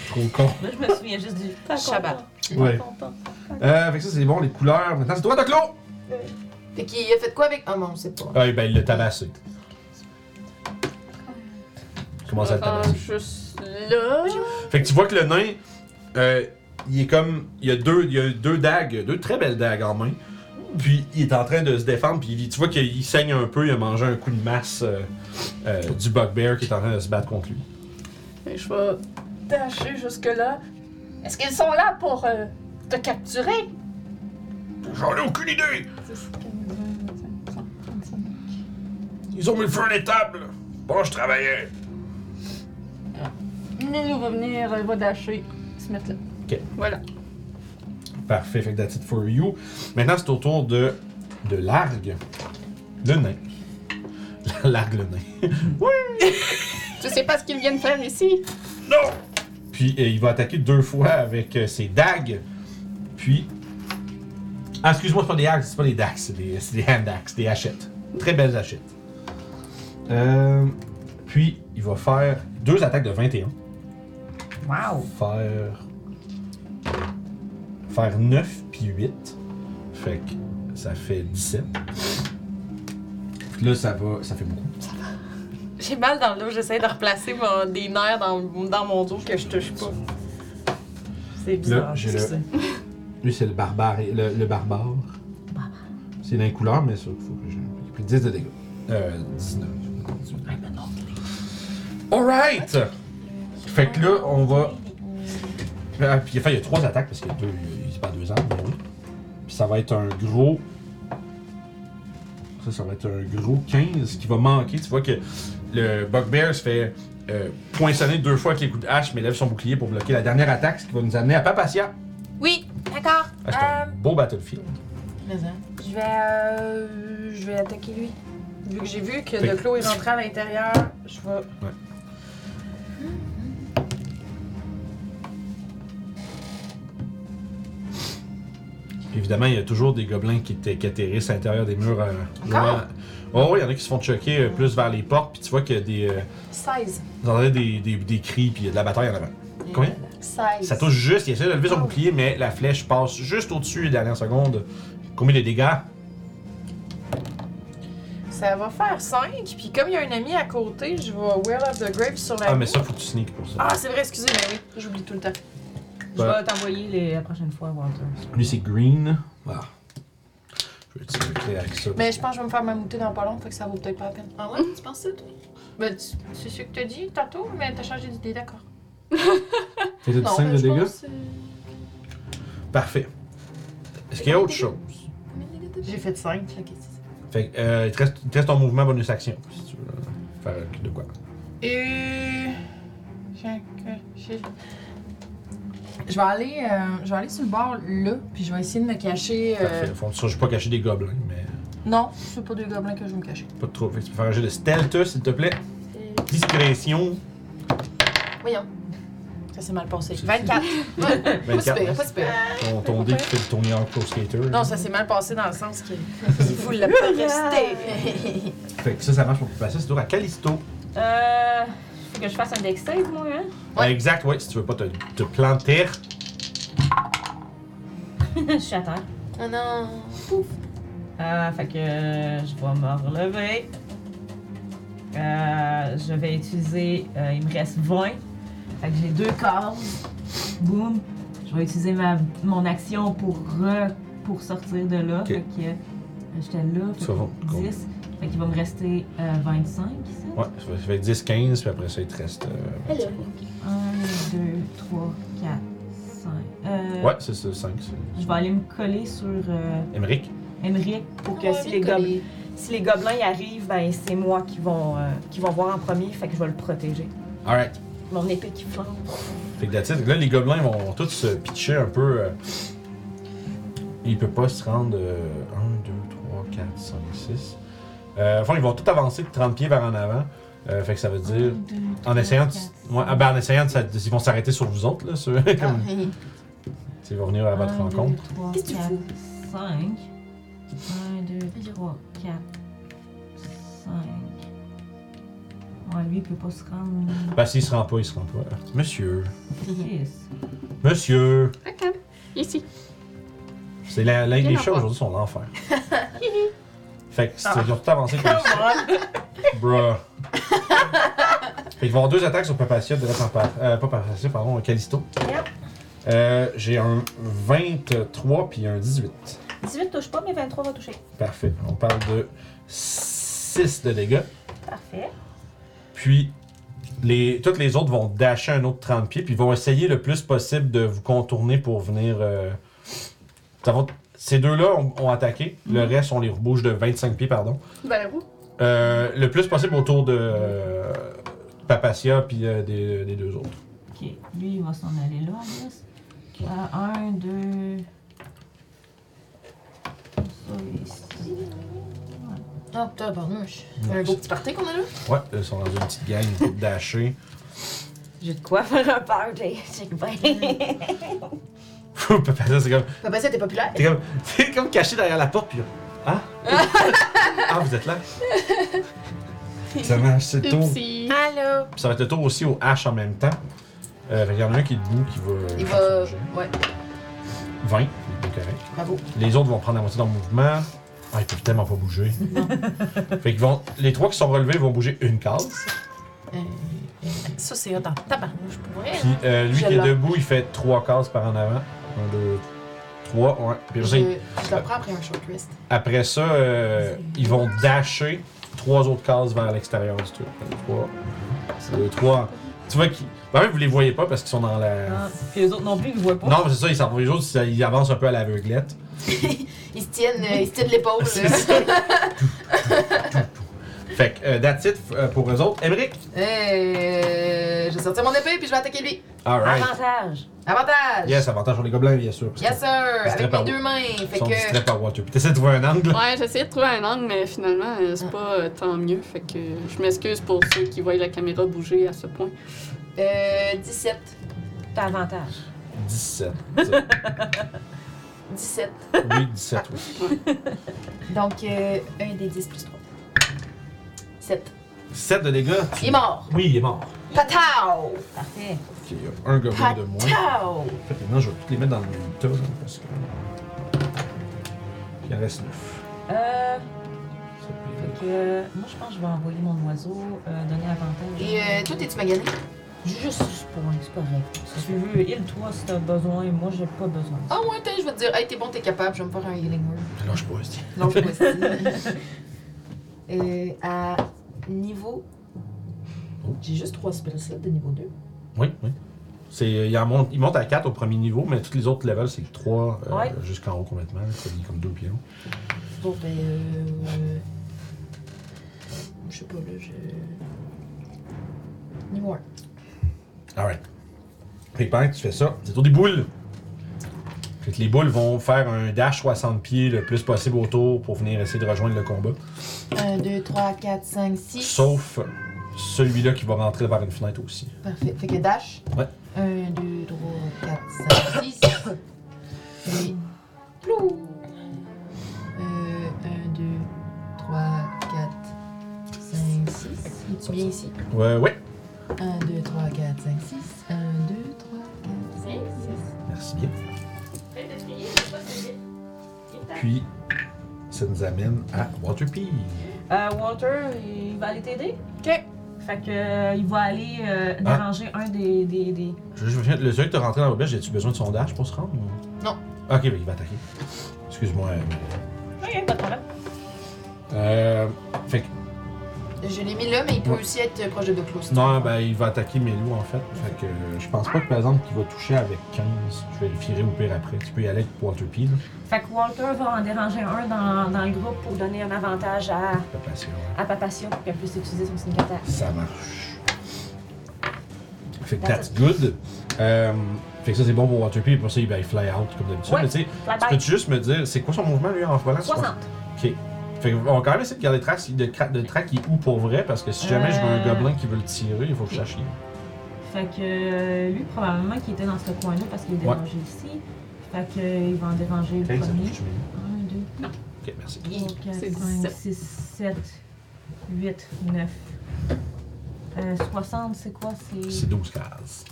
trop con.
Moi, je me souviens juste du pas content.
Shabbat.
Pas
Ouais.
content.
Euh, fait que ça, c'est bon, les couleurs. Maintenant, c'est toi, Doclo!
Fait qu'il a fait quoi avec. Ah, non, on sait pas.
Ah, ben, il l'a tabassé. Comment ça le
Ah,
tabasser?
juste là.
Fait que tu vois que le nain, euh, il est comme. Il a, deux, il a deux dagues, deux très belles dagues en main. Puis il est en train de se défendre, puis il- tu vois qu'il saigne un peu, il a mangé un coup de masse euh, euh, du bugbear qui est en train de se battre contre lui.
Et je vais tâcher jusque-là. Est-ce qu'ils sont là pour euh, te capturer?
J'en ai aucune idée! Ils ont mis le feu à l'étable! Bon, je travaillais!
Nous va venir, il euh, va dasher, se mettre là.
Ok.
Voilà.
Parfait, fait que that's it for you. Maintenant, c'est au tour de, de Largue, le nain. Largue le nain.
Je sais pas ce qu'ils viennent faire ici.
Non! Puis euh, il va attaquer deux fois avec euh, ses dagues. Puis. Ah, excuse-moi, c'est pas des dagues, c'est pas des dagues, c'est des, c'est des hand axes, des hachettes. Très belle lâchette. Euh, puis, il va faire deux attaques de 21.
Wow!
Faire. Faire 9 puis 8. Fait que ça fait 17. Fait que Là, ça va. Ça fait beaucoup.
J'ai mal dans le dos, j'essaie de replacer mon- des nerfs dans, dans mon dos que je touche pas. C'est
Là,
bizarre.
j'ai
je
le.
sais.
Lui, c'est le barbare. Le, le barbare. C'est d'un couleur, mais ça, faut que je. J'ai pris 10 de dégâts. Ah, Euh, 19. Alright! Fait que là, on va. Ah, puis, enfin, il y a trois attaques parce qu'il y a deux. Il pas deux ans, mais oui. Puis ça va être un gros. Ça, ça va être un gros 15 qui va manquer. Tu vois que le Bugbear se fait euh, poinçonner deux fois avec les coups de hache, mais lève son bouclier pour bloquer la dernière attaque, ce qui va nous amener à Papatia.
Oui, d'accord.
Ah, c'est un
Euh,
beau battlefield.
Mais hein.
je vais, euh, je vais attaquer lui.
Vu que j'ai vu que
Fait que-
Declos est rentré à l'intérieur, je vais.
Ouais. Évidemment, il y a toujours des gobelins qui, t- qui atterrissent à l'intérieur des murs. euh, loin. Oh, oui, il y en a qui se font choquer euh, plus vers les portes, puis tu vois qu'il y a des. euh,
16.
vous entendez des, des, des cris, puis il y a de la bataille en avant. Combien
16.
Ça touche juste, il essaie de lever
Oh.
son bouclier, mais la flèche passe juste au-dessus des dernières secondes. Combien de dégâts
Ça va faire 5, puis comme il y a un ami à côté, je vais Well of the Grave sur la.
Ah, mais ça, faut que tu sneak pour ça.
Ah, c'est vrai, excusez, mais oui, j'oublie tout le temps.
Je vais t'envoyer les- la prochaine fois, Walter.
Lui, c'est green. Ah. Je vais tirer le clé avec ça.
Mais je pense que je vais me faire mamouter dans pas long, fait que ça vaut peut-être pas la peine.
Ah ouais, tu penses ça, toi?
Ben, tu- c'est ce que t'as dit tantôt, mais t'as changé d'idée, d'accord.
Fait que t'as dit 5 de
ben, je
dégâts
pense, euh,
Parfait. Est-ce qu'il y a autre chose
J'ai fait 5, fait que c'est-
Fait que, euh, il, te reste, il te reste ton mouvement bonus action, si tu veux euh, faire de quoi.
Et. J'ai- j'ai-
Je vais aller, euh, je vais aller sur le bord là, puis je vais essayer de me cacher. euh,
Parfait. Faut que je pas cacher des gobelins, mais
Non, c'est pas des gobelins que je veux me cacher.
pas de trop. Fait que tu peux faire un jeu de stealth, s'il te plaît.
Euh.
Discrétion.
Voyons. Ça s'est mal passé.
C'est-
24. Pas si
24.
pire, pas si pire.
Ton, ton dé qui fait le tourner en pro skater.
Non, ça s'est mal passé dans le sens que.
Vous l'avez pas resté.
Fait que ça, ça marche pour passer. C'est tour à Callisto.
Euh. Faut que je fasse un deck save, moi, hein?
Ouais.
Euh, exact, ouais, si tu veux pas te, te planter.
je suis à terre.
Oh non.
Euh, fait que euh, je vais me relever. Euh, je vais utiliser. euh, il me reste 20. Fait que j'ai deux cases. Boum. Je vais utiliser ma, mon action pour, re- pour sortir de là.
Ok.
Fait que euh, j'étais là. Fait
Ça va,
que
cool.
10. Fait qu'il va me rester euh, 25 ici.
Ouais, ça fait- ça fait 10, 15, puis après ça, il te reste. euh,
1, 2, 3, 4, 5. Euh,
Ouais, c'est ça, 5. c'est-
Je vais aller me coller sur euh,
Emmerich.
Emmerich.
Pour que si les, gobelins, si les gobelins y arrivent, ben c'est moi qui vont, euh, qui vont voir en premier, fait que je vais le protéger.
Alright.
Mon épée qui flambe.
Fait que that's it. Là, les gobelins vont tous se pitcher un peu. euh, Ils peuvent pas se rendre euh, 1, 2, 3, 4, 5, 6. Euh, enfin, ils vont tout avancer de 30 pieds vers en avant. Euh, fait que ça veut
Ah,
dire. en, essayant de, ouais, ah, ben, en essayant de s'a- de- Ils vont s'arrêter sur vous autres, là. ceux-
Ah,
comme- tu sais, Ils vont venir à votre rencontre.
3,
Qu'est-ce que tu
4, 5. 1, 2, 3, 4, 5. Ouais, lui, il peut pas se rendre.
Ben, s'il se rend pas, il se rend pas. Monsieur.
6.
Monsieur.
Ok. Ici.
C'est la, la- les
Viens
chats
en bas.
aujourd'hui sont l'enfer. fait que c'est- ils ont tout avancé comme ça. Bruh. fait qu'ils vont avoir deux attaques sur Papacia, de la Papa, euh, pas Papacia, pardon, Calisto. Euh, J'ai un 23 puis un 18.
18 touche pas, mais 23 va toucher.
Parfait. On parle de 6 de dégâts.
Parfait.
Puis, les, toutes les autres vont dasher un autre 30 pieds, puis ils vont essayer le plus possible de vous contourner pour venir. euh, ça va- ces deux-là ont, ont attaqué, le reste, on les rebouge de 25 pieds, pardon.
Vers où?
Euh, le plus possible autour de euh, Papacia, puis euh, des, des deux autres.
Ok, lui, il va s'en aller là, en plus. 1, 2. Ça, ici.
Ah, putain, barnouche. Un beau petit party qu'on a là.
Ouais, ils sont dans une petite gang, ils vont dasher.
J'ai de quoi faire un party. J'ai que ben-
Papacia, c'est comme.
Papa, ça, t'es populaire.
T'es comme, t'es comme caché derrière la porte, puis. là, Ah! Ah, vous êtes là? Ça marche, c'est le tour.
Oupsie.
Allô?
Puis ça va être le tour aussi au H en même temps. Euh, il y en a un qui est debout qui va.
Il
faire
va.
son jet.
Ouais,
20, il est correct.
bravo.
Les autres vont prendre la moitié de leur mouvement. Ah, ils peuvent tellement pas bouger. fait qu'ils vont. Les trois qui sont relevés vont bouger une case.
Ça, c'est hot en tabarnouche pour vrai.
Puis euh, lui
Eh, Je
qui est
l'ai.
debout, il fait trois cases par en avant. Un, deux, trois. Ouais. Puis après ça,
Je,
il-
je le prends après un short rest.
après ça, euh, ils vont dasher trois autres cases vers l'extérieur du truc. Trois. C'est deux, trois. Tu vois qu'ils. Ben, même, vous les voyez pas parce qu'ils sont dans la.
Ah, Puis les autres non plus, ils ne voient pas.
Non, c'est ça, ils s'en vont les autres, ils avancent un peu à l'aveuglette.
Ils se tiennent, euh, ils se tiennent l'épaule.
C'est
là.
ça. fait que, euh, that's it euh, pour eux autres. Emmerich!
Euh, je vais sortir mon épée puis je vais attaquer lui.
Alright.
Avantage.
Avantage!
Yes, avantage sur les gobelins, bien sûr. parce
Yes, sir!
Distrait
Avec
par
mes
où?
deux mains.
qu'ils
Fait
sont
que.
distraits par Water. Puis t'essaies de trouver un angle.
Ouais, j'essayais de trouver un angle, mais finalement, euh, c'est pas euh, tant mieux. Fait que euh, je m'excuse pour ceux qui voient la caméra bouger à ce point.
Euh, 17.
T'as avantage.
17.
17.
Oui, 17, oui.
Donc, euh, un des 10 plus 3. 7.
7 de dégâts. tu-
Il est mort!
Oui, il est mort.
Patao!
Parfait.
Ok,
Oh!
il y a un gobelin de moins.
Patao!
En fait, maintenant, je vais toutes les mettre dans le même tas, là, parce que. Il en reste 9.
Euh, fait que, euh, moi, je pense que je vais envoyer mon oiseau euh, donner avantage.
Et euh, toi, t'es-tu magané?
Juste ce point, c'est correct. Si tu veux, il, toi, si t'as besoin, moi, j'ai pas besoin.
Ah ouais, t'es, je vais te dire, hey, t'es bon, t'es capable, je vais me faire un healing word.
Alors, je pourrais se dire.
Non, je vois aussi. Euh, à niveau. J'ai juste 3 spells slots de niveau 2.
Oui, oui. C'est, euh, il, en monte, il monte à 4 au premier niveau, mais tous les autres levels, c'est 3
Ouais.
jusqu'en haut complètement. là, Ça devient comme 2 pions.
Bon, ben. Euh, je sais pas, là, je. Niveau 1.
Alright. Fait que pendant que tu fais ça, c'est autour des boules. Fait que les boules vont faire un dash 60 pieds le plus possible autour pour venir essayer de rejoindre le combat.
1, 2, 3, 4, 5, 6.
Sauf celui-là qui va rentrer par une fenêtre aussi.
Parfait. Fait que dash.
Ouais.
1, 2, 3, 4, 5, 6. Et. Plou! Euh, 1, 2, 3, 4, 5, 6. Es-tu bien ici?
Ouais, ouais.
1, 2, 3, 4, 5, 6. 1, 2, 3, 4, 5, 6.
Merci bien. Puis, ça nous amène à Waterpea.
Euh, Walter, il va aller t'aider?
Ok.
Fait que, euh, il va aller
Hein?
euh, déranger un des. des, des...
Je, je me souviens, le seul qui t'a rentré dans la brèche, j'ai-tu besoin de son dash pour se rendre? ou-
Non.
Ok, ben, il va attaquer. Excuse-moi.
Ok, pas de problème.
Euh, fait que
Je l'ai mis là, mais il peut
Ouais.
aussi être proche de Doclos.
Non, ben il va attaquer mes loups en fait. Fait que euh, je pense pas que par exemple qu'il va toucher avec 15. Je vérifierai au pire après. Tu peux y aller avec Waterpea, là.
Fait que Walter va en déranger un dans, dans le groupe pour donner un avantage à,
Fais pas passer, ouais.
à Papacia pour qu'elle puisse utiliser son sneak attack.
Ça marche. Fait que that's good. Euh, fait que ça c'est bon pour Waterpea, et pour ça il va fly out comme d'habitude.
Ouais.
Mais tu sais,
Bye
tu peux
bye.
juste me dire, c'est quoi son mouvement lui en volant?
60.
Ok. Fait que on va quand même essayer de garder trace de, cra- de track qui est où pour vrai, parce que si jamais je veux un
Euh.
gobelin qui veut le tirer, il faut que je sache. où.
Fait que euh, lui, probablement qu'il était dans ce coin-là parce qu'il est
Ouais.
dérangé ici. Fait que, euh, il va en déranger le
Ok, ça
premier.
touche, mais-
1, 2,
Ok, merci.
3, 4,
C'est
5,
17.
6, 7, 8, 9. Euh, 60, c'est quoi?
C'est
C'est
12 cases.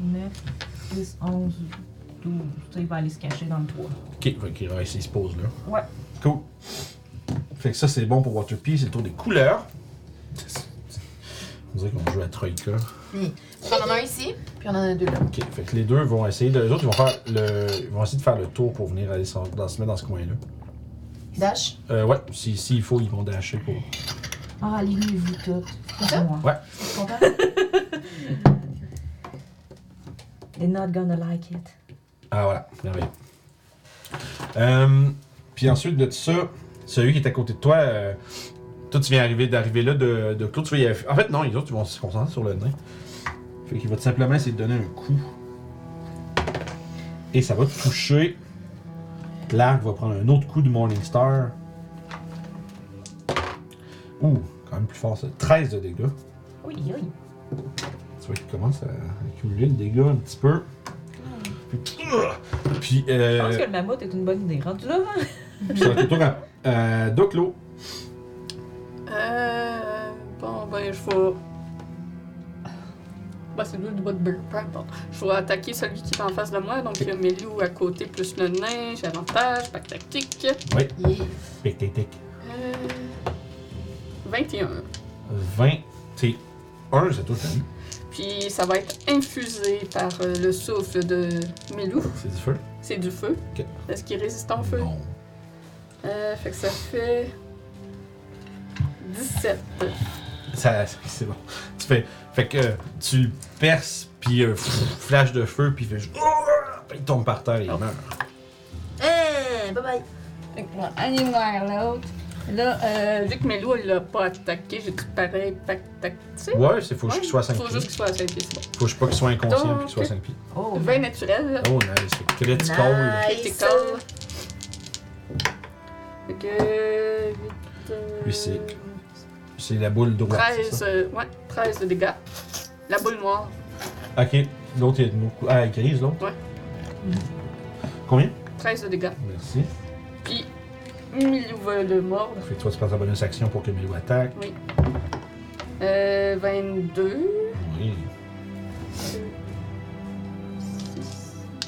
9, 10, 11, 12. Ça, il va aller se cacher dans le toit.
Ok, fait qu'il va essayer, il se pose là.
Ouais.
Cool. Fait que ça, c'est bon pour Waterpea, c'est le tour des couleurs. On dirait qu'on joue à Troika.
On en a un ici, puis on en a deux là.
Ok, fait que les deux vont essayer de. Les autres, ils vont, faire le, ils vont essayer de faire le tour pour venir aller s'en- dans, se mettre dans ce coin-là.
Dash.
Euh, ouais, si- s'il faut, ils vont dasher pour.
Ah, allez-vous toutes. C'est
Ça?
moi.
T'es content?
They're not gonna like it.
Ah, voilà, merveilleux. Euh, puis ensuite de ça, celui qui est à côté de toi, euh, toi, tu viens arriver- d'arriver là de, de Claude. Tu vois, il y a- en fait, non, les autres, ils vont se concentrer sur le nain. Fait qu'il va tout simplement essayer de donner un coup. Et ça va te toucher. Clark va prendre un autre coup de Morningstar. Ouh, quand même plus fort ça. 13 de dégâts.
Oui, oui.
Tu vois qu'il commence à accumuler le dégât un petit peu. euh, Puis, euh,
Ah,
Je pense que le mammouth est une bonne idée. Rendu là, hein?
Ça va être le tour à euh, Doclo.
Euh, bon, ben, je vais. Bah, c'est lui du bas de Bill, peu importe. Je vais attaquer celui qui est en face de moi. Donc, il y a Mélou à côté, plus le nain. J'ai avantage, pack tactique.
Yeah.
Tic, tic, tic.
Euh, 21.
21, c'est tout le
Puis, ça va être infusé par euh, le souffle de Mélou.
C'est du feu.
C'est du feu.
Ok.
Est-ce qu'il est résistant au feu?
Non.
Euh, fait que ça fait 17.
Ça, c'est bon. Tu fais, fait que euh, tu le perces, puis euh, pff, flash de feu, puis il fait juste- ah, Puis il tombe par terre, il meurt.
Hein, bye bye.
Fait que moi, allez voir l'autre. Là, euh, vu que Melo, il l'a pas attaqué, j'ai dit pareil, pack tactique.
Ouais, c'est faut
Ouais,
qu'il soit à 5
Faut
pieds.
juste qu'il soit à 5 pieds, c'est bon.
Faut juste pas qu'il soit inconscient,
Donc,
puis qu'il soit à 5 pieds.
20 naturel, là.
Oh, nice. Fait que Critical.
Nice.
Critical. Fait que. huit, euh,
Lui, c'est- C'est la boule droite. c'est
13,
ça?
euh, ouais, 13 de dégâts. La boule noire,
Ok. L'autre, il y a de nous. Ah, elle est grise, l'autre.
Ouais.
Combien
13 de dégâts.
Merci.
Puis, Milou va le mordre.
Fait que toi, tu prends ta bonus action pour que Milo attaque.
Euh, 22.
Oui.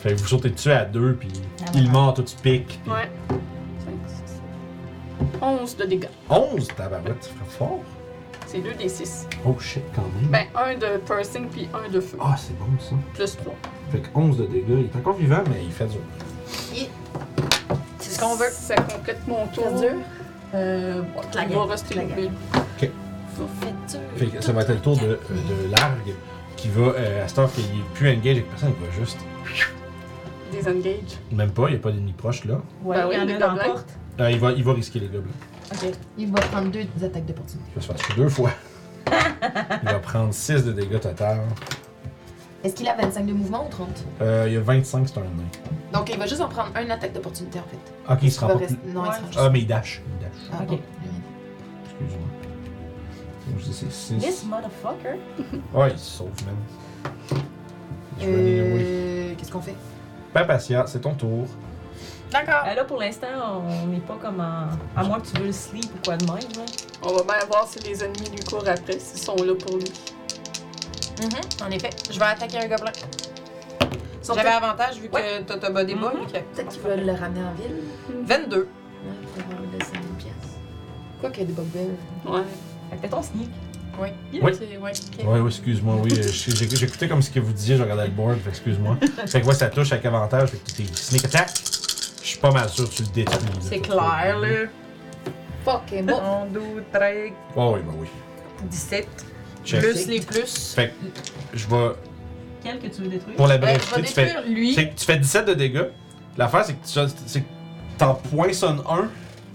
Fait que vous sautez dessus à deux, puis il mord, toi, tu piques. puis-
Ouais. 5, 6, 11 de dégâts.
11, tabarouette, tu frappes fort.
C'est 2 des 6.
Oh shit, quand même.
Ben, un de piercing puis un de feu.
Ah, c'est bon ça.
Plus 3.
Fait que 11 de dégâts. Il est encore vivant, mais il fait dur.
C'est ce qu'on veut. Ça complète mon tour.
Ça dure?
Euh, ouais,
La
il va
gueule.
rester
La
immobile.
Faites
Fait que ça va être le tour de, euh, de Largue qui va, euh, à ce temps qu'il est plus engage avec personne, il va juste.
Désengage.
Même pas, il n'y a pas d'ennemi proche là.
Ouais,
Ben oui,
il y en
les
a dans la
gobelins.
porte.
Euh, il, va, il va risquer les gobelins.
Il va prendre deux attaques d'opportunité.
Il va se faire tuer deux fois. il va prendre 6 de dégâts total.
Est-ce qu'il a 25 de mouvement ou 30
Euh, il y a 25, c'est un nain.
Donc, il va juste en prendre une attaque d'opportunité, en fait.
Ok, il se
Il
rend
va
pas
rester...
plus.
Non, il se rend juste.
Ah, mais il dash. Il dash.
Ah,
ok.
bon.
Excuse-moi. Donc, je dis, c'est
This
6.
motherfucker.
Ouais, il se sauve même. He's running away.
Euh, Qu'est-ce qu'on fait
Papatia, c'est ton tour.
D'accord.
Euh, là, pour l'instant, on n'est pas comme en. À moins que tu veux le sleep ou quoi de même. Là.
On va bien voir si les ennemis lui courent après, s'ils sont là pour lui.
En effet, je vais attaquer un gobelin.
Sont-
J'avais avantage vu que t'as t'as body ball. ok.
Peut-être qu'ils veulent le ramener en ville.
22.
Ouais, pour avoir le 5000 pièces. Quoi qu'il y ait des bobelles.
Ouais.
Fait que t'es ton sneak.
Oui.
C'est- ouais, ok.
Ouais, ouais, excuse-moi, oui. euh, j'ai- j'ai- J'écoutais comme ce que vous disiez, je regardais le board, fait que excuse-moi. fait que ouais, ça touche avec avantage, fait que t'es sneak attack. Je suis pas mal sûr que tu le détruis. là,
C'est
faut
clair,
que-
là.
Fuck, et moi.
1, 2, 13,
Ouais, ouais, bah oui.
17.
Check.
Plus les plus.
Fait que je vais.
Quel que tu veux détruire?
Pour la
Euh,
Ben, je
brèveté,
vais
tu fais.
détruire lui.
c'est que Tu fais 17 de dégâts. L'affaire, c'est que tu c'est que t'en poinçonnes un,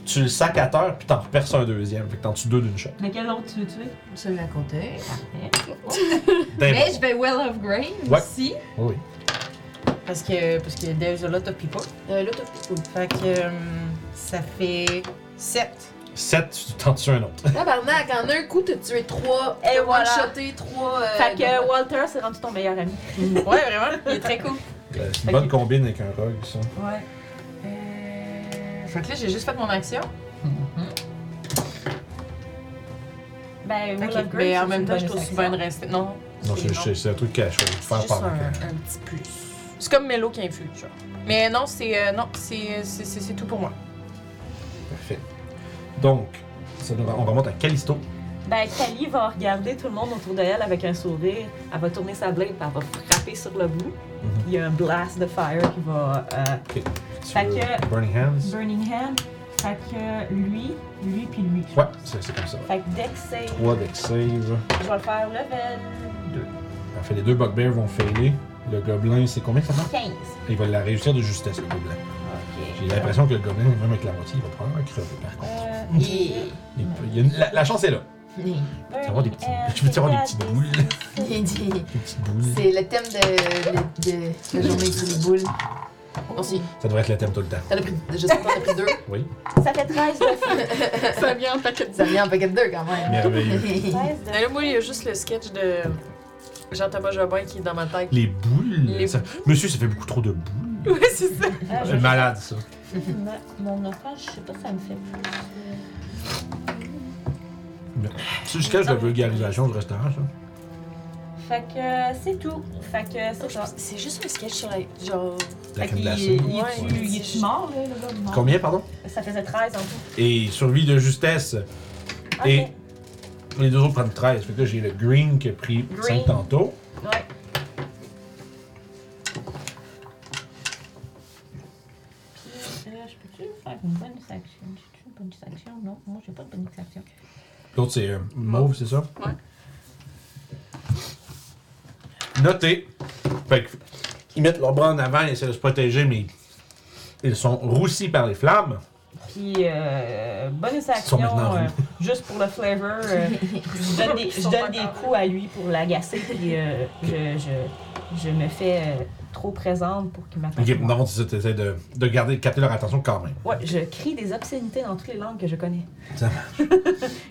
tu le sacs à terre, puis t'en perces un deuxième. Fait que t'en tues deux d'une shot.
Lequel autre tu veux tuer?
Celui à côté.
D'un
Mais
bond.
je vais Well of Grave
Ouais.
aussi.
Oui, oui.
Parce que, parce que déjà là, t'as pris pas.
Euh, là, t'as
Fait que euh, ça fait 7.
7, tu t'en tues un autre.
Tabarnak, en un coup, t'as tué trois.
Et
t'as
voilà.
one-shoté trois. euh,
Fait que
bobelles.
Walter s'est rendu ton meilleur ami.
Ouais, vraiment.
Il est très cool.
Euh, C'est une bonne combine avec un rogue, ça.
Ouais.
Euh, Fait que là, j'ai juste fait mon action.
Ben, Will
Ok,
of Grace,
mais
c'est
en
une
même temps, je
bonne
trouve
action.
souvent de rester. Non.
Non, c'est- c'est c'est un truc qu'elle choisit de faire
Juste
par
un,
la
un petit plus. C'est comme Melo qui infuse, genre. Mais non, c'est euh, non, c'est c'est- c'est- c'est tout pour moi.
Parfait. Donc, ça nous- on remonte à Callisto.
Ben, Kali va regarder tout le monde autour d'elle avec un sourire. Elle va tourner sa blade et elle va frapper sur le bout.
Mhm.
Il y a un blast de fire qui va. euh,
Tu
Fait
veux
que-
Burning Hands.
Burning Hand. Fait que lui, lui puis lui. je
Ouais,
pense.
c'est c'est comme ça.
Fait que Dex save.
3 deck save.
Je vais le faire level
Fait, les deux bugbears vont failer. Le gobelin, c'est combien ça
15.
Il va la réussir de justesse, le gobelin. J'ai
Ok.
l'impression que le gobelin, même avec la moitié, il va probablement crever par contre.
Euh,
Et-
Il peut- il y a une- la, la chance est là.
Burning
avoir des petits-
Euh,
Hand,
tu veux avoir des
c'est
petites
quatre,
boules?
des six.
Bien dit.
Une petite boule.
C'est le thème de, de, de la journée sous les boules. On s'y.
Ça devrait être le thème tout le temps.
T'en as pris. Je sais pas, t'en as pris deux.
Oui.
Ça fait 13 de
Ça vient en paquet de
Ça vient en paquet de deux quand même.
Merveilleux.
13 de
Mais là, moi, il y a juste le sketch de Jean-Thomas Jobin qui est dans ma tête.
Les boules.
Les
ça- Monsieur, ça fait beaucoup trop de boules.
Oui, c'est ça.
Ah, je-
C'est malade, ça.
Ma- Mon enfant, je sais pas, ça me fait.
C'est jusqu'à la vulgarisation du restaurant, ça.
Fait que euh, c'est tout. Fait que c'est ça.
C'est juste un sketch sur la. Genre.
La
Fait
crème
qu'il
glacée.
Ah, il- il est-tu-
Ouais.
il est-tu mort, là, le gars il est mort?
Combien, pardon?
Ça faisait 13 en tout.
Et survie de justesse.
Ok. Euh,
Et les deux autres prennent 13. Fait que là, j'ai le green qui a pris
Green.
5 tantôt.
Ouais. Puis, euh, je peux-tu faire une bonne action? J'ai-tu une bonne action? Non, moi, j'ai pas de bonne action.
L'autre, c'est euh, mauve, c'est ça?
Ouais.
Noté. Fait que, ils mettent leurs bras en avant, ils essaient de se protéger, mais ils sont roussis par les flammes.
Puis, euh, bonus
sont
action,
maintenant
euh,
rouges.
juste pour le flavor, euh, je donne, des, je donne des coups à lui pour l'agacer, puis euh, je, je, je me fais euh, trop présente pour qu'il m'attaque.
Ok, non, c'est ça, t'essaies de, de garder, de capter leur attention quand même.
Ouais, je crie des obscénités dans toutes les langues que je connais.
Ça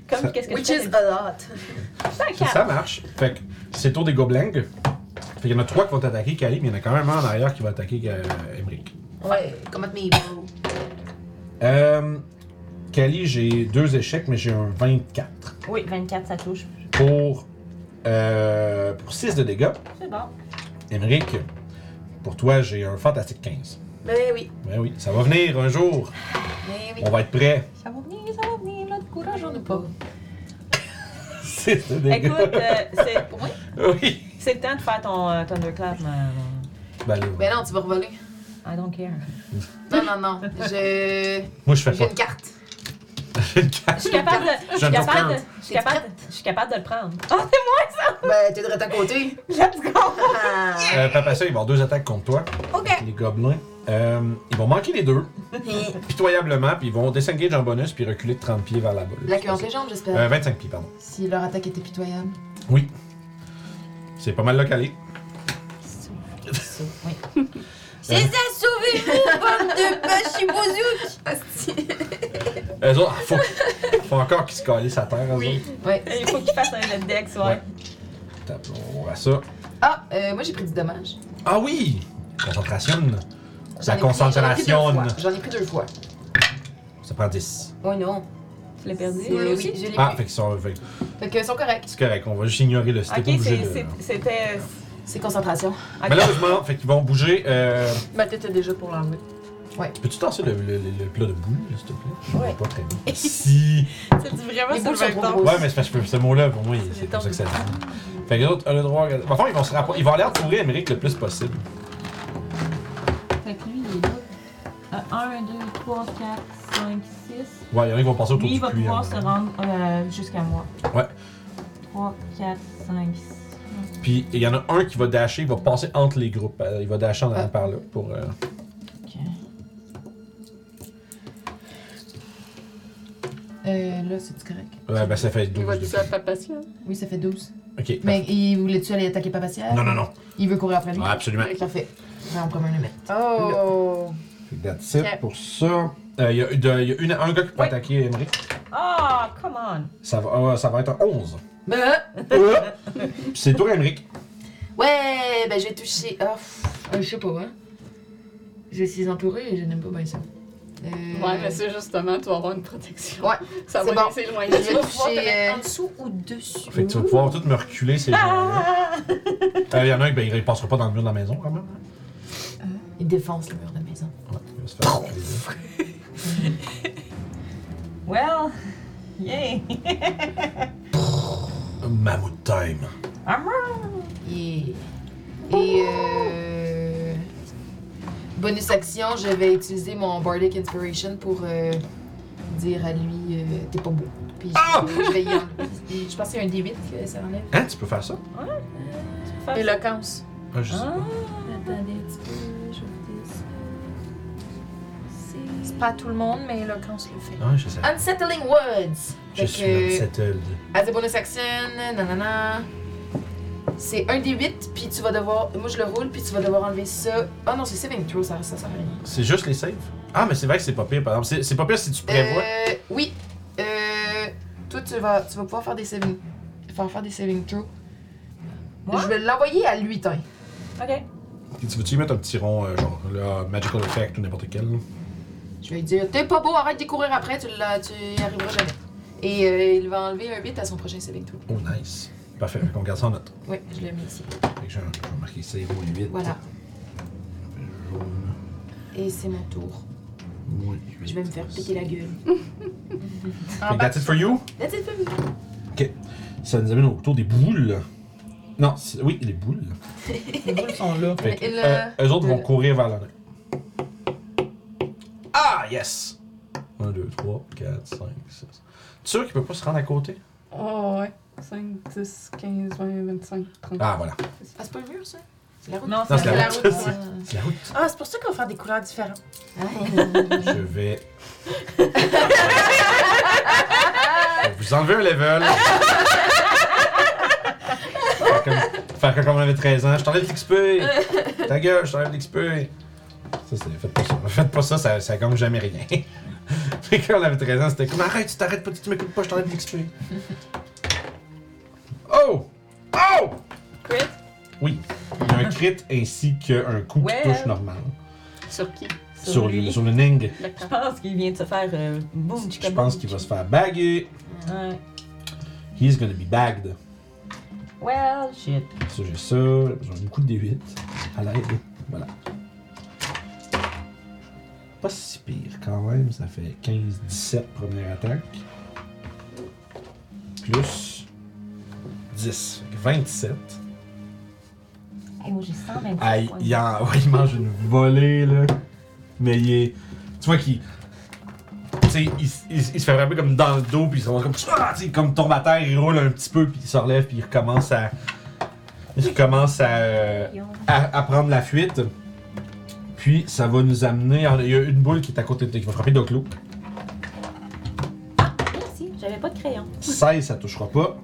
Comme qu'est-ce que
Which
je fais
is a lot.
avec-
Ça, ça marche. Fait que c'est le tour des gobelins. que- Fait qu'il y en a trois qui vont attaquer Kali, mais il y en a quand même un en arrière qui va attaquer euh, Emric.
Ouais.
Comment mes bro?
Euh, Kali, j'ai deux échecs, mais j'ai un 24
Oui, 24, ça touche.
pour, euh, pour 6 de dégâts.
C'est bon.
Emric, pour toi, j'ai un fantastique 15.
Mais oui.
Ben oui, ça va venir un jour.
Mais oui.
On va être prêt.
Ça va venir, ça va venir, là, de courage, on n'a pas.
6 de dégâts.
Écoute, euh, c'est, oui,
oui.
c'est le temps de faire ton euh, Thunderclap, man.
Ben là, ouais.
Ben non, tu vas revoler.
I don't care.
Non, non, non. Je.
moi, je fais
J'ai
pas.
une carte.
J'ai une carte.
Je suis capable de, je suis
J'aime ton
capable de,
plan.
je suis capable, je suis capable de le prendre. Ah,
Ben, t'es de à côté.
let's go!
Ah.
Euh, Papa, ça, il va y avoir deux attaques contre toi.
Ok.
Les gobelins. Euh, ils vont manquer les deux. pitoyablement, puis ils vont disengage en bonus, puis reculer de 30 pieds vers la bas
La queue entre les jambes, j'espère.
Euh, 25 pieds, pardon.
Si leur attaque était pitoyable.
C'est pas mal localé. Euh.
C'est ça, sauvez-nous, pomme de Bachibozouk!
Eux autres, ah, faut, faut encore qu'ils se calissent à terre, eux
Oui.
autres.
Ouais.
Il faut qu'il fasse un jet de dex, ouais.
Ouais. Attends, On voit ça.
Ah, euh, moi j'ai pris du dommage.
Ah oui! Concentration.
J'en
La
ai pris- j'en ai
concentration.
pris deux fois. J'en ai pris deux fois.
Ça prend 10.
Oui, non.
Tu l'as perdu.
Oui, oui, je l'ai
Ah,
pris.
fait qu'ils sont. fait que
Fait que ils sont corrects.
C'est correct, on va juste ignorer le c'était
Ok,
pas obligé
c'est-
de-
c'est- c'était.
C'est concentration.
ok.
Malheureusement, fait qu'ils vont bouger. Euh...
Ma tête est Bah, déjà pour l'enlever.
Peux-tu tasser le, le- le- le plat de boule, là, s'il te plaît? Je
Ouais.
vois Pas très bien. Si.
C'est vraiment
Les
c'est
boules
le
sont
même
trop
temps.
grosses.
Ouais, mais c'est parce que ce mot-là, pour moi, il- c'est comme ça que ça dit. Fait que les autres, le droit. à- Enfin, ils vont se rapprocher. Ils vont aller entourer Amérique le plus possible.
Fait que lui, il est là. Euh, 1, 2, 3, 4, 5, 6.
Ouais, il y en a qui vont passer autour
Lui, il
du
va
puits.
pouvoir
hein.
se rendre euh, jusqu'à moi.
Ouais.
3, 4, 5, 6.
Puis il y en a un qui va dasher, il va passer entre les groupes. Euh, Il va dasher en
Ah.
allant par là pour. euh,
Euh, là, c'est-tu correct?
Ouais, ben ça fait
Il
12
va
de
dire
plus.
ça à Papatia.
Oui, ça fait 12.
Ok.
Mais il voulait-tu aller attaquer Papacia?
Non, non, non.
Il veut courir après lui?
Ouais, absolument.
Parfait. Ouais, on promet un émettre.
Oh!
Fait que that's it
Ok.
pour ça. Euh, Il y a, de- il y a une- un gars qui peut
Ouais.
attaquer Emery.
Ah, come on!
Ça va, ah, ça va être un 11.
Bah,
Puis c'est toi, Emery.
ouais, ben je vais toucher. Oh, pff, euh, je sais pas, hein. Je suis entourée et je n'aime pas bien ça. Euh,
Ouais, mais c'est justement, tu vas avoir une protection.
Ouais,
Ça
c'est
va
bon.
laisser loin.
Je vais
pouvoir te
toucher. euh,
mettre en dessous ou dessus.
Fait que tu vas pouvoir tout me reculer ces gens-là.
Ah!
Euh, Il y en a un qui, ben, il passera pas dans le mur de la maison quand même.
Il défonce le mur de la maison.
Ouais, il va se faire reculer là.
Well, yay!
Mammoth time.
Et. Et. Euh... Bonus action, je vais utiliser mon Bardic Inspiration pour euh, dire à lui euh, T'es pas beau. Puis je,
Ah!
je vais y en- Je pense qu'il y a un D8 que ça enlève.
Hein, tu peux faire ça?
Éloquence.
Ah, je sais
Ah.
pas.
Attendez un petit peu, je vous dis ça. C'est.
C'est pas tout le monde, mais éloquence le fait.
Ah, je sais.
Unsettling Words!
Je
Fait
suis
que-
unsettled.
As a bonus action, nanana. C'est un des 8, puis tu vas devoir. Moi, je le roule, puis tu vas devoir enlever ça. Ah non, c'est saving throw, ça, ça sert à rien.
C'est juste les saves? Ah, mais c'est vrai que c'est pas pire, par exemple. C'est- C'est pas pire si tu prévois.
Euh. Oui. Euh. Toi, tu vas, tu vas pouvoir faire des saving. Faire faire des saving throws.
Moi?
Je vais l'envoyer à lui, tiens.
Ok.
Tu veux-tu y mettre un petit rond, euh, genre, là, Magical Effect ou n'importe quel? là?
Je vais lui dire T'es pas beau, arrête de courir après, tu, l'as- tu y arriveras jamais. Et euh, il va enlever un 8 à son prochain saving throw.
Oh, nice. Parfait, on garde ça en note.
Oui, je l'ai mis ici.
Fait que j'ai un- je vais marquer save moins 8.
Voilà. Et c'est mon tour.
Moins
Je vais me faire piquer la gueule.
Fait que that's it for you.
That's it for me.
Ça nous amène au tour des boules. Non, c'est- oui, les boules.
Les boules sont là.
Fait que,
Et le-
euh, eux autres vont
le-
courir vers la Ah, yes! 1, 2, 3, 4, 5, 6. Tu sûr qu'il peut pas se rendre à côté?
Oh, ouais. 5, 10, 15, 20, 25, 30.
Ah, voilà.
Ah, c'est pas le mur, ça C'est la route.
Non,
Non,
c'est
c'est la
la
route.
route.
Ah.
C'est la route.
Ah, c'est pour ça qu'on va faire des couleurs différentes.
Je vais. Je vais vous enlever un level. Faire comme, faire comme on avait 13 ans. Je t'enlève l'XP. Ta gueule, je t'enlève l'XP. Ça, c'est. Faites pas ça. Faites pas ça, ça, ça gagne jamais rien. Fait que quand on avait 13 ans, c'était comme arrête, tu t'arrêtes pas, tu m'écoutes pas, je t'enlève l'XP. Oh! Oh!
Crit?
Oui. Il y a un crit ainsi qu'un coup
Ouais.
qui touche normal.
Sur qui?
Sur, le, sur le Ning.
Je
D'accord.
pense qu'il vient de se faire euh, boum,
Je pense qu'il va se faire baguer.
Ouais.
He's gonna be bagged.
Well, shit.
Ça, j'ai ça. J'ai beaucoup de D8. À l'aide. Voilà. Pas si pire quand même. Ça fait 15, 17 première attaque. Plus 10. Fait que 27.
Hey, moi, j'ai 125
Aïe,
points.
il, en- ouais, il mange une volée, là. Mais il est. Tu vois qu'il. Tu sais, il, s- il s- il se fait frapper comme dans le dos, puis il se rend comme. Ah! Tu sais, comme il tombe à terre, il roule un petit peu, puis il se relève, puis il recommence à. Il recommence à, euh, à, à prendre la fuite. Puis ça va nous amener. Il y a une boule qui est à côté de toi, qui va frapper Doclo.
Merci. J'avais pas de crayon.
16, ça touchera pas.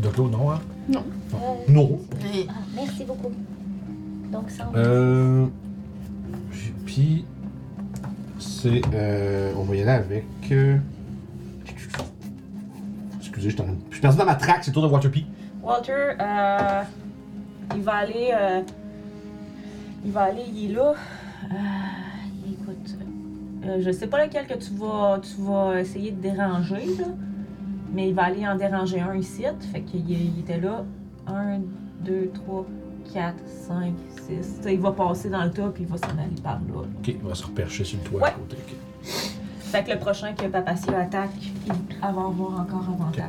Doclo, non, hein?
Non.
Non. Non.
Oui.
Ah, merci beaucoup. Donc, 100
Euh. j'ai- Puis. C'est. Euh, on va y aller avec. euh, Excusez, je suis en- je suis perdu dans ma traque, c'est le tour de Waterpie.
Walter, euh, il va aller. euh, il va aller, il est là. Euh, écoute, euh, je sais pas lequel que tu vas, tu vas essayer de déranger, là, mais il va aller en déranger un ici. Fait qu'il est- il était là. 1, 2, 3, 4, 5, 6. Il va passer dans le tas puis il va s'en aller par là. là.
Ok, on va se repercher sur le toit à
Ouais.
côté. ok.
Fait que le prochain que Papacio attaque, il va avoir encore avantage.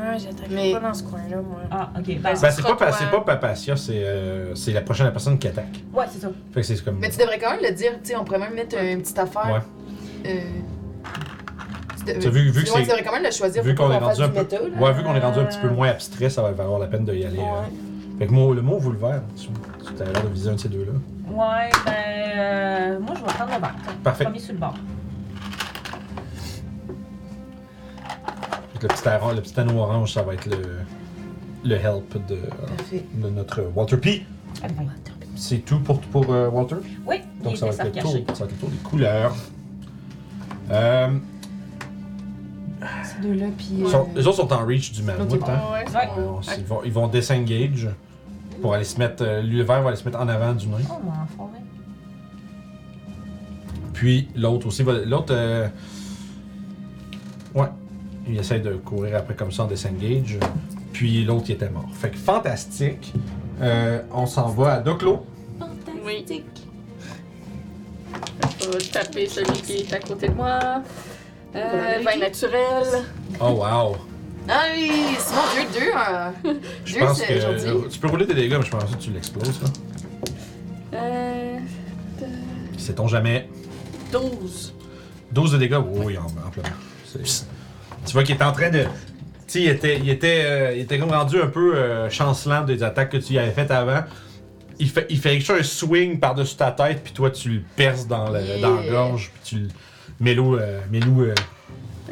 Ouais, j'attaque
Mais-
pas dans ce coin-là, moi.
Ah, ok. Ben,
Ben, c'est pas, pa- c'est pas Papacia, c'est euh, c'est la prochaine personne qui attaque.
ouais, c'est ça.
Fait que c'est comme.
Mais tu devrais quand même le dire, tu sais, on pourrait même mettre une petite affaire. Ouais.
Tu as vu- vu que c'est-
Tu devrais quand même le choisir
Vu
pour
qu'on est
qu'on fasse
rendu un
du
peu.
métal. là.
Ouais, vu qu'on est rendu un petit peu moins abstrait, ça va valoir la peine de y aller. euh. Fait que moi, le mot, vous le verre. Tu tu t'avais l'air de viser un de ces deux-là.
Ouais, ben, euh, moi, je vais prendre le bord.
Parfait.
Premier sur le bord.
Fait que Le petit, aran- le petit anneau orange, ça va être le, le help de,
Parfait.
de notre Walter P. C'est tout pour, pour euh, Walter.
Oui,
Donc
il
ça
était
va,
sans
être le tour,
cacher.
ça va être le tour des couleurs. Euh,
Ces deux-là, puis.
Ah. ils
euh,
sont- les autres sont en reach du
L'autre est
mammouth. Hein?
Ouais,
Ouais.
Euh, on s- ils, vont, ils vont disengage pour aller se mettre. euh, le vert va aller se mettre en avant du nain.
Oh, mon enfoiré.
Puis l'autre aussi va. L'autre. euh, Ouais. Il essaie de courir après comme ça en disengage. Puis l'autre, il était mort. Fait que fantastique. Euh, on s'en va à Doclo.
Oui. Je vais taper celui qui est à côté de moi. Euh, vin naturel.
Oh wow!
Ah oui, c'est mon dieu, deux. hein.
Je
Deux,
pense
c'est
que.
euh,
euh,
aujourd'hui.
Tu peux rouler des dégâts, mais je pense que tu l'exploses là.
Euh,
Sait-on jamais.
12.
12 de dégâts, oui, oui, en, en plein. C'est- Tu vois qu'il est en train de. Tu sais, il était, il, était, euh, il était comme rendu un peu euh, chancelant des attaques que tu y avais faites avant. Il fait, il fait juste un swing par-dessus ta tête, puis toi, tu le perces dans, le,
Yeah.
dans la gorge, puis tu le. Mélou, euh, Mélou, euh,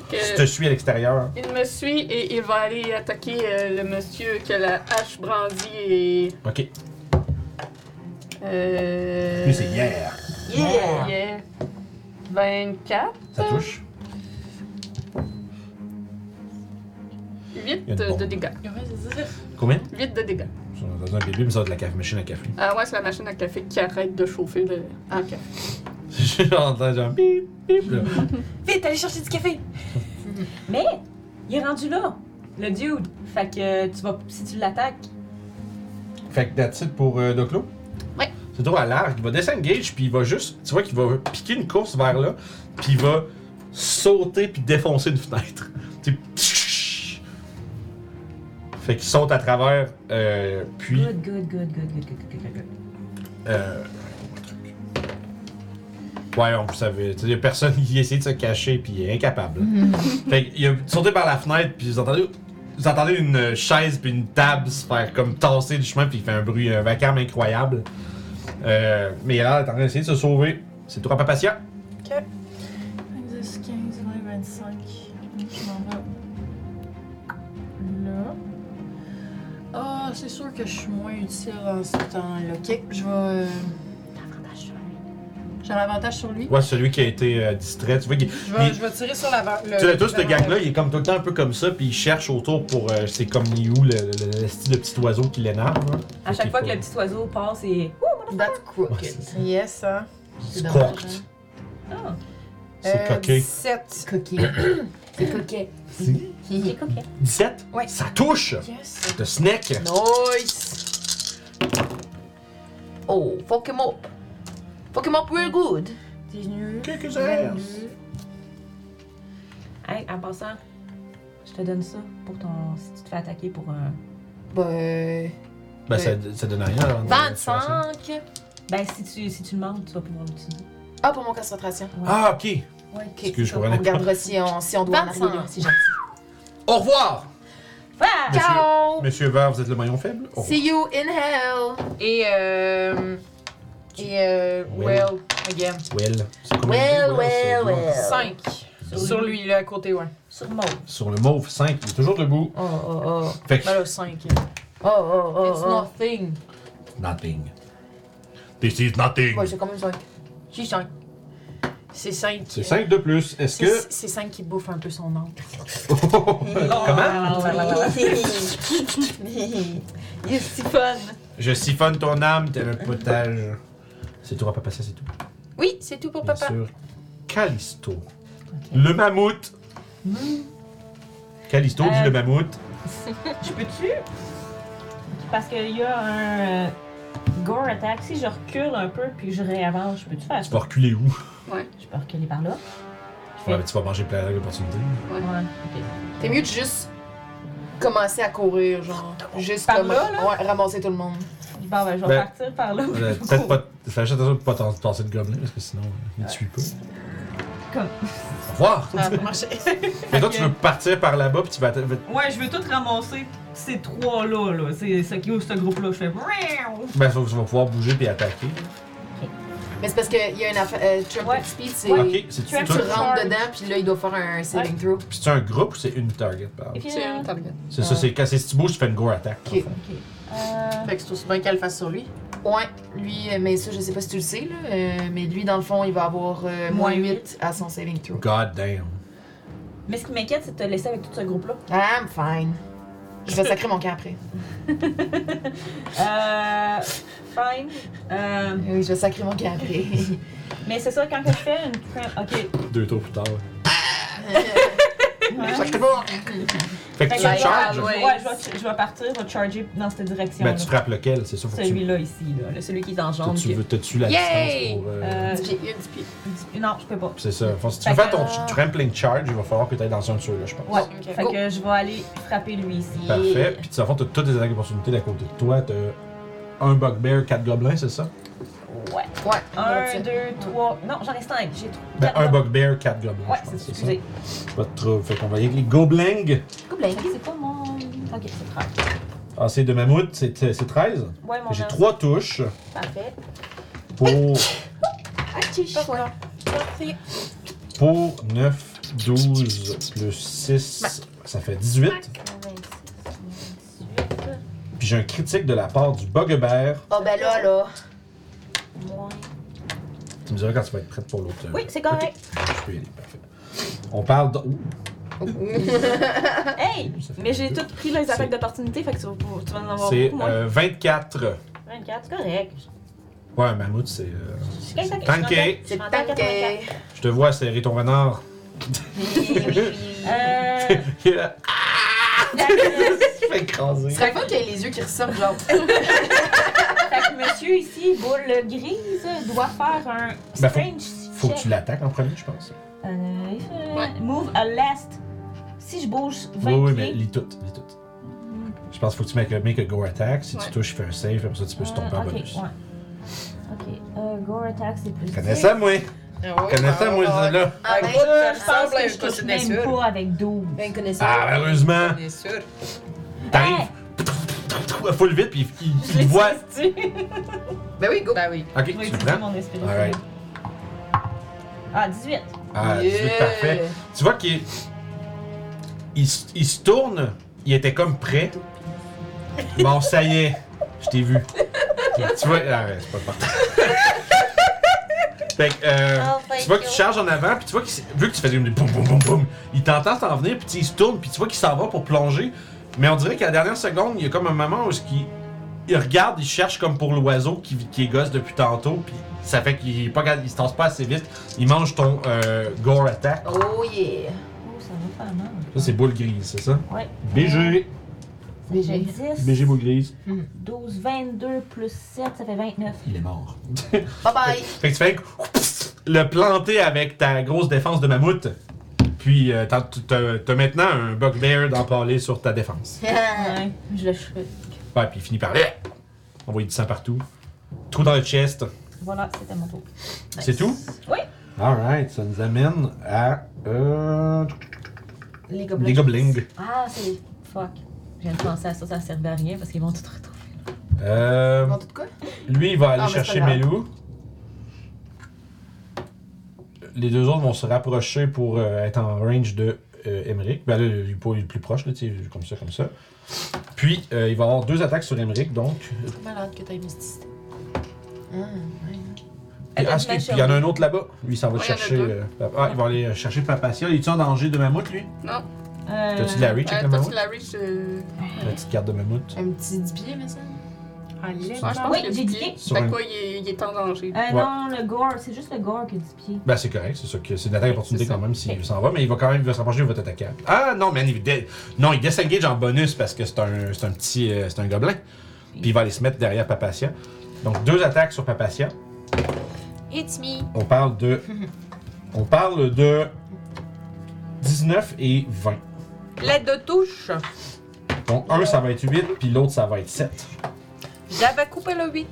Fait
tu
que-
te suis à l'extérieur.
Il me suit et il va aller attaquer euh, le monsieur que la hache brandit et.
Ok.
Euh...
Lui, c'est hier.
Yeah! yeah. 24,
Ça touche.
8
Il y a
8
une bombe.
de dégâts.
Combien
8 de dégâts.
J'ai entendu un bébé, mais ça va être la café, machine à café.
Ah ouais, c'est la machine à café qui arrête de chauffer le,
Ah,
le café.
J'entends genre bip, bip. là.
Vite, allez chercher du café! Mais il est rendu là, le dude. Fait que tu vas, si tu l'attaques,
Fait que that's it pour euh, Doclo.
Ouais.
C'est toi à l'arc. Il va disengage, puis il va juste. Tu vois qu'il va piquer une course vers là, puis il va sauter, puis défoncer une fenêtre. Tu sais, Fait qu'il saute à travers, euh, puis.
Good, good, good, good, good, good, good, good, good.
Euh... Ouais, on vous savez, il y a personne qui essaie de se cacher puis il est incapable. fait qu'il a sauté par la fenêtre puis vous entendez, vous entendez une euh, chaise puis une table se faire comme tasser du chemin puis il fait un bruit, un vacarme incroyable. Euh, mais il a l'air d'être en train d'essayer de se sauver. C'est tout à patient.
10, 15, 20, 25. Je m'en vais là. Ah, c'est sûr que je suis moins utile en ce temps-là. Ok, je vais. euh, J'ai un avantage sur lui.
Ouais, celui qui a été euh, distrait, tu vois qu'il-
Je vais,
Il-
je vais tirer sur l'avant.
Tu sais, tout ce gang-là, il est comme tout le temps un peu comme ça, puis il cherche autour pour. euh, c'est comme Liu, le, le, le- le style de petit oiseau qui l'énerve. hein.
À
Faut
chaque
qu'il
fois que
faut-
le petit oiseau passe et.
That's
Ouais,
crooked.
c'est ça.
yes, hein?
C'est
dommage,
croqué.
hein.
Oh,
C'est
Euh,
coquet.
17. Coquet. C'est coquet.
j'ai coquet.
17?
Ouais.
Ça touche!
Yes.
De snack!
Nice. Oh, fuck him up. Fuck him up real good.
Quelques heures!
Hey, en passant, je te donne ça pour ton. Si tu te fais attaquer pour un.
Ben.
Ben, ça, ça donne rien. hein, dans la situation.
25.
Ben, si tu, si tu le manques, tu vas pouvoir l'utiliser.
Ah, pour mon concentration.
Ah, ok!
Ouais, ok.
Excuse, je
On
comprenais pas.
regardera si on, si on doit en arriver
25.
là. C'est gentil.
Au revoir!
Ah!
Monsieur,
Ciao!
Monsieur Vert, vous êtes le maillon faible? Oh, Au revoir.
See you in hell.
et euh,
Et euh,
Well.
well, again.
Well. C'est combien de
Well,
dés,
well,
C'est
well.
5 sur lui, là, à côté, ouais.
Sur mon.
Sur le mauve, 5, il est toujours debout.
Oh, oh, oh.
Fait que.
Ben là, 5.
Oh, oh, oh.
It's
oh.
nothing.
Nothing. This is nothing.
Ouais, j'ai quand même cinq.
J'ai 5. C'est 5.
C'est 5 de plus. Est-ce que.
C'est 5 qui bouffe un peu son encre.
Comment?
Ah,
Il est si fun.
Je siphonne ton âme, t'es un potage. C'est tout, on va pas passer, c'est tout.
Oui, c'est tout pour
Bien
Oh, papa.
sûr. Callisto. Le mammouth.
Hmm.
Callisto dit
Euh,
le mammouth.
Je peux-tu? Parce qu'il y a un. euh, Gore attack. Si je recule un peu puis je réavance, je peux-tu faire
Tu
ça?
vas reculer où?
Je peux reculer par là.
Ouais, mais tu vas manger plein d'opportunités.
Ouais, ok.
T'es mieux de juste commencer à courir, genre. Juste
Par
comme.
là, là?
Ouais, ramasser tout le monde.
Bon, ben, je vais
Ben,
partir par là.
Euh, Peut-être pas. Fais juste attention de pas t'en- passer de gobelet parce que sinon, euh, il te suit pas.
Comme-
Au revoir!
Ah,
Ça a marché.
Mais toi, tu veux partir par là-bas puis tu vas. ben, atta-
Ouais, je veux tout ramasser ces trois-là, là. C'est ça qui ouvre ce groupe-là. Je fais.
Ben, faut que tu vas pouvoir bouger puis attaquer.
Mais c'est parce qu'il y a une affaire. Euh, Trump
Ouais.
Speed, c'est.
Ok, c'est
Tu as-
Tu
toi.
rentres dedans, puis là, il doit faire un saving throw.
Puis c'est un groupe ou c'est une target par
Et puis,
C'est
euh,
une target.
C'est ça, c'est quand c'est si tu bouges, tu fais une gore attack.
Ok.
euh,
Fait que c'est aussi bien qu'elle le fasse sur lui.
Ouais, lui, euh, mais ça, je sais pas si tu le sais, là. euh, mais lui, dans le fond, il va avoir euh, moins 8 à son saving throw.
God damn.
Mais ce qui m'inquiète, c'est de te laisser avec tout ce groupe-là.
I'm fine. Je vais sacrer mon camp après.
Euh. Fine. Euh,
Oui, je vais sacrer mon camp après.
mais c'est ça, quand que je fais une. tra- Ok.
Deux tours plus tard.
Ouais.
Fait que
Fait
tu
que je vais-
charges.
Ouais, je vais, je vais partir, je vais charger dans cette direction-là.
Ben, tu frappes lequel, c'est ça, faut que tu.
Celui-là ici, là, là, celui qui est en
Toi,
jambe.
tu veux, t'as-tu la
Yay!
distance pour. euh,
Euh,
J'ai eu 10 pieds.
dix- non, je peux pas.
C'est ça. Enfin, si tu
Fait
veux faire
que-
ton ch- trampling charge, il va falloir que tu ailles dans un de ceux-là, je pense.
Ouais.
Ok,
Fait
go.
que je vais aller frapper lui ici.
Parfait. Puis, tu as toutes les attaques d'opportunité d'à côté de toi. T'as un bugbear, quatre gobelins, c'est ça?
Ouais.
Ouais,
Un,
donc,
deux, trois. Non, j'en ai cinq. J'ai trois.
Ben,
quatre
un
gobelins.
bugbear, quatre gobelins.
Ouais,
je pense,
c'est
c'est
excusez.
ça. Pas de trouble. Fait qu'on va y aller avec les gobelins.
Gobelin, c'est pas mon. Ok, c'est 30.
Ah, c'est de mammouth, c'est c'est 13.
Ouais, mon
J'ai
arme.
trois touches.
Parfait.
pour, pour 9, 12 plus 6,
Ben.
ça fait 18. Puis j'ai un critique de la part du Bugbear.
Ah, ben là, là.
Tu me diras quand tu vas être prête pour l'autre. euh,
Oui, c'est correct.
Ok, Je peux y aller, parfait. On parle de. oh, Ouh,
Hey! Mais j'ai tout pris les attaques d'opportunité, fait que tu vas, tu vas en avoir
C'est
Ah, beaucoup moins.
euh, 24.
24, c'est correct.
Ouais, un mammouth, c'est. euh,
Je suis correct,
Tanké.
je suis
C'est
rendu à- je suis rendu à 84.
tanké.
Je te vois serrer ton renard.
Euh,
Il est là,
la connaisse.
il fait écraser.
Ce serait pas qu'il y ait les yeux qui ressortent, genre.
fait que monsieur ici, boule grise, doit faire un
Ben, faut-
strange
Faut que
check.
tu l'attaques en premier, je pense.
Euh, il fait-
Ouais.
Move a last. Si je bouge 20
Oui, oui, mais
pieds,
lis tout. Lis tout. Je pense qu'il faut que tu make a, make a go attack. Si tu
Ouais.
touches, il fait un save. Après ça, tu peux se tomber en
Euh, ok,
bonus.
ouais. Ok, euh, gore attack, c'est plus.
Connais ça, moi. Connais ça, moi,
Ah,
là.
Ah,
ouais,
ben,
ça
Je pense
ressemble à
que
une
je touche
coccinelle
même
sûre.
pas avec 12.
Ben, connaissez
Ah, malheureusement,
Bien sûr.
t'arrives. à Full vite, puis il, il- il voit.
ben oui, go.
Ben oui.
Ok,
Je vais
tu le
utiliser
prends.
mon esprit.
Alright.
Ah, 18.
Ah,
Yeah.
18, parfait. Tu vois qu'il il, s- il se tourne, il était comme prêt. Bon, ça y est, je t'ai vu. tu vois, ah, ouais, c'est pas parti. fait que, euh, tu vois que tu charges en avant, puis tu vois que vu que tu faisais une boum boum boum boum, il t'entend t'en venir, puis tu sais, il se tourne, puis tu vois qu'il s'en va pour plonger. Mais on dirait qu'à la dernière seconde, il y a comme un moment où ce qu'il- il regarde, il cherche comme pour l'oiseau qui, qui est gosse depuis tantôt, puis ça fait qu'il est pas capable- il se tasse pas assez vite. Il mange ton euh, gore attack.
Oh yeah.
Oh, ça va pas mal.
Ça, c'est boule grise, c'est ça?
Ouais.
BG!
Ça fait 10,
BG boule grise.
12, 22 plus 7, ça fait 29.
Il est mort.
Bye bye.
Fait que tu fais un le planter avec ta grosse défense de mammouth. Puis euh, t'as- t'as t'as maintenant un bugbear d'empalé sur ta défense.
Ouais, je le chute.
Ouais, puis il finit par envoyer du sang partout. Trou dans le chest.
Voilà, c'était mon tour.
C'est tout?
Oui.
Alright, ça nous amène à. Euh,
Les
les gobelins.
Ah, c'est. Fuck. Je viens de penser à ça, ça servait à rien parce qu'ils vont tout retrouver.
Euh,
En tout cas,
lui, il va aller
Ah, mais c'est pas
chercher
grave.
Melou. Les deux autres vont se rapprocher pour euh, être en range de euh, Emmerich. Ben là, il est pas- il est le plus proche, là, tu sais, comme ça, comme ça. Puis, euh, il va avoir deux attaques sur Emmerich, donc.
c'est malade que t'aies mysticité. Ah, ouais.
Puis, ah, excuse, puis il y en a un autre là-bas. Lui, il s'en va
Ouais, il y en a
chercher.
deux.
euh, Pap- ah, il va aller euh, chercher Papacia. Il est en danger de mammouth, lui
Non.
Euh,
T'as-tu de la reach avec
Ouais,
le
T'as-tu
mammouth
la reach? euh,
La petite carte de mammouth.
Un petit 10 pieds, mais ça. Ah,
ouais, je pense
Ah, Oui,
que
j'ai
c'est-
dit pied.
Sur
Fait
une-
que quoi, il est, il est en danger.
Euh, Non, le gore, c'est juste le gore qui a 10 pieds.
Ben, c'est correct, c'est sûr que c'est une attaque opportunité
C'est ça.
quand même s'il s'en va, mais il va quand même il va se rapprocher, il va t'attaquer. Ah non, man, il, dé- non, il disengage en bonus parce que c'est un, c'est un petit. euh, c'est un gobelin. Puis il va aller se mettre derrière Papacia. Donc deux attaques sur Papacia.
It's me.
On parle de. On parle de. 19 et 20.
L'aide de touche.
Donc un, ça va être 8, puis l'autre, ça va être 7.
J'avais coupé le 8.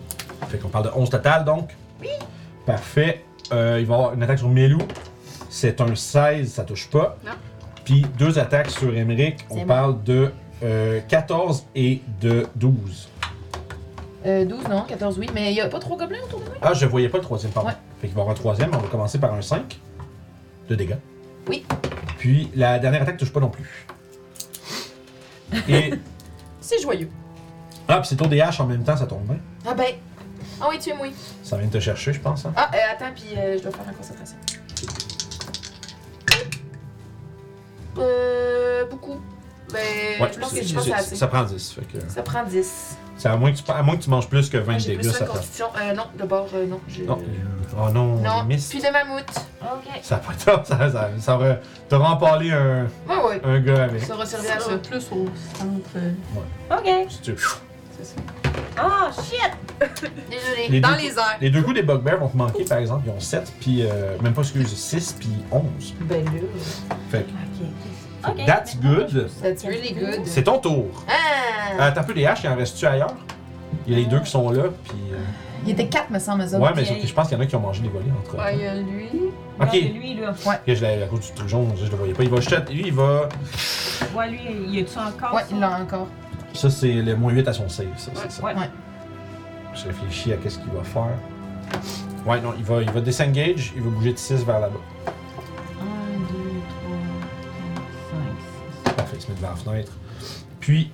Fait qu'on parle de 11 total donc. Oui. Parfait. Euh, il va y avoir une attaque sur Melou. C'est un 16, ça touche pas.
Non.
Puis deux attaques sur Emmerich. On
C'est bon.
parle de euh, 14 et de 12.
Euh, 12, non, 14, oui. Mais y a pas trop gobelins autour de moi?
Ah, je voyais pas le troisième, pardon.
Ouais.
Fait qu'il va y avoir un troisième. On va commencer par un 5 de dégâts.
Oui.
Puis la dernière attaque touche pas non plus. Et.
C'est joyeux.
Ah, puis c'est ton DH en même temps, ça tombe bien.
Ah ben. Ah oui, tu es moi.
Ça vient de te chercher, je pense. hein.
Ah, euh, attends, puis euh, je dois faire ma concentration. Euh, beaucoup. Ben, je pense que je pense que c'est assez.
ça prend 10. Fait que.
Ça prend 10.
C'est à moins que tu, à moins que tu manges plus que 20
Ah, J'ai
dégâts,
plus ça
ça
de
prend
constitution. Euh, non, de bord, euh, non. j'ai-
Non. Oh non,
Non,
il miss.
puis de mammouth.
Ok.
Ça va pas ça, ça, ça va. T'auras emparlé un,
Ouais, ouais.
un gars avec.
Ça aura servi à ça.
plus au centre.
Ok.
Si tu-
Oh shit!
Désolé.
Les,
Dans
deux,
les airs.
les deux coups des bugbears vont te manquer, par exemple. Ils ont 7, puis. euh, même pas, excuse, 6, puis 11.
Ben là.
Fait que.
Ok.
That's good.
That's really good.
C'est ton tour.
Ah!
Euh, T'as plus des haches, il en reste-tu ailleurs? Il y a les deux qui sont là, puis. euh,
Il était 4, me semble, eux autres.
Ouais, mais c'est- je pense qu'il y en a qui ont mangé des volets entre
Ouais, il y a lui.
Ok.
Non, c'est lui, là.
Ok, je l'ai- à cause du trujon, je le voyais pas. Il va jeter. Lui, il va.
Ouais, lui, il est-tu encore?
Ouais,
ça?
il l'a encore.
Ça, c'est le moins 8 à son save, ça, c'est ça.
Ouais.
Ouais.
Je réfléchis à qu'est-ce qu'il va faire. Ouais, non, il va, il va disengage, il va bouger de 6 vers là-bas.
1, 2, 3, 4,
Parfait, il se met devant la fenêtre. Puis.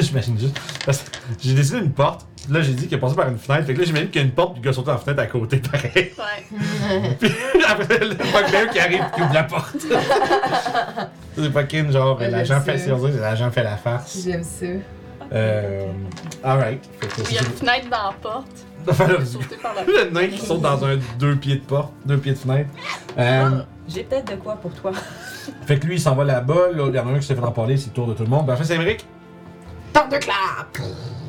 J'imagine juste. Parce que j'ai dessiné une porte, là, j'ai dit qu'il est passé par une fenêtre. Fait que là, j'imagine qu'il y a une porte, puis le gars saute dans la fenêtre à côté, pareil.
Ouais.
Puis après, le fucking qui arrive, qui ouvre la porte. c'est fucking genre,
Ouais,
l'agent
je
fait,
sais.
si on dit, l'agent fait la farce.
J'aime ça.
Euh. Alright. Fait que
Il y a
c'est-
une fenêtre dans la porte.
Enfin,
Il sauter par la
Le nain qui saute dans un deux pieds de porte, deux pieds de fenêtre. Euh,
J'ai peut-être de quoi pour toi.
fait que lui, il s'en va là-bas. Là, il y en a un qui s'est fait en parler, c'est le tour de tout le monde. Ben, fait, c'est Émeric.
Tente de clap!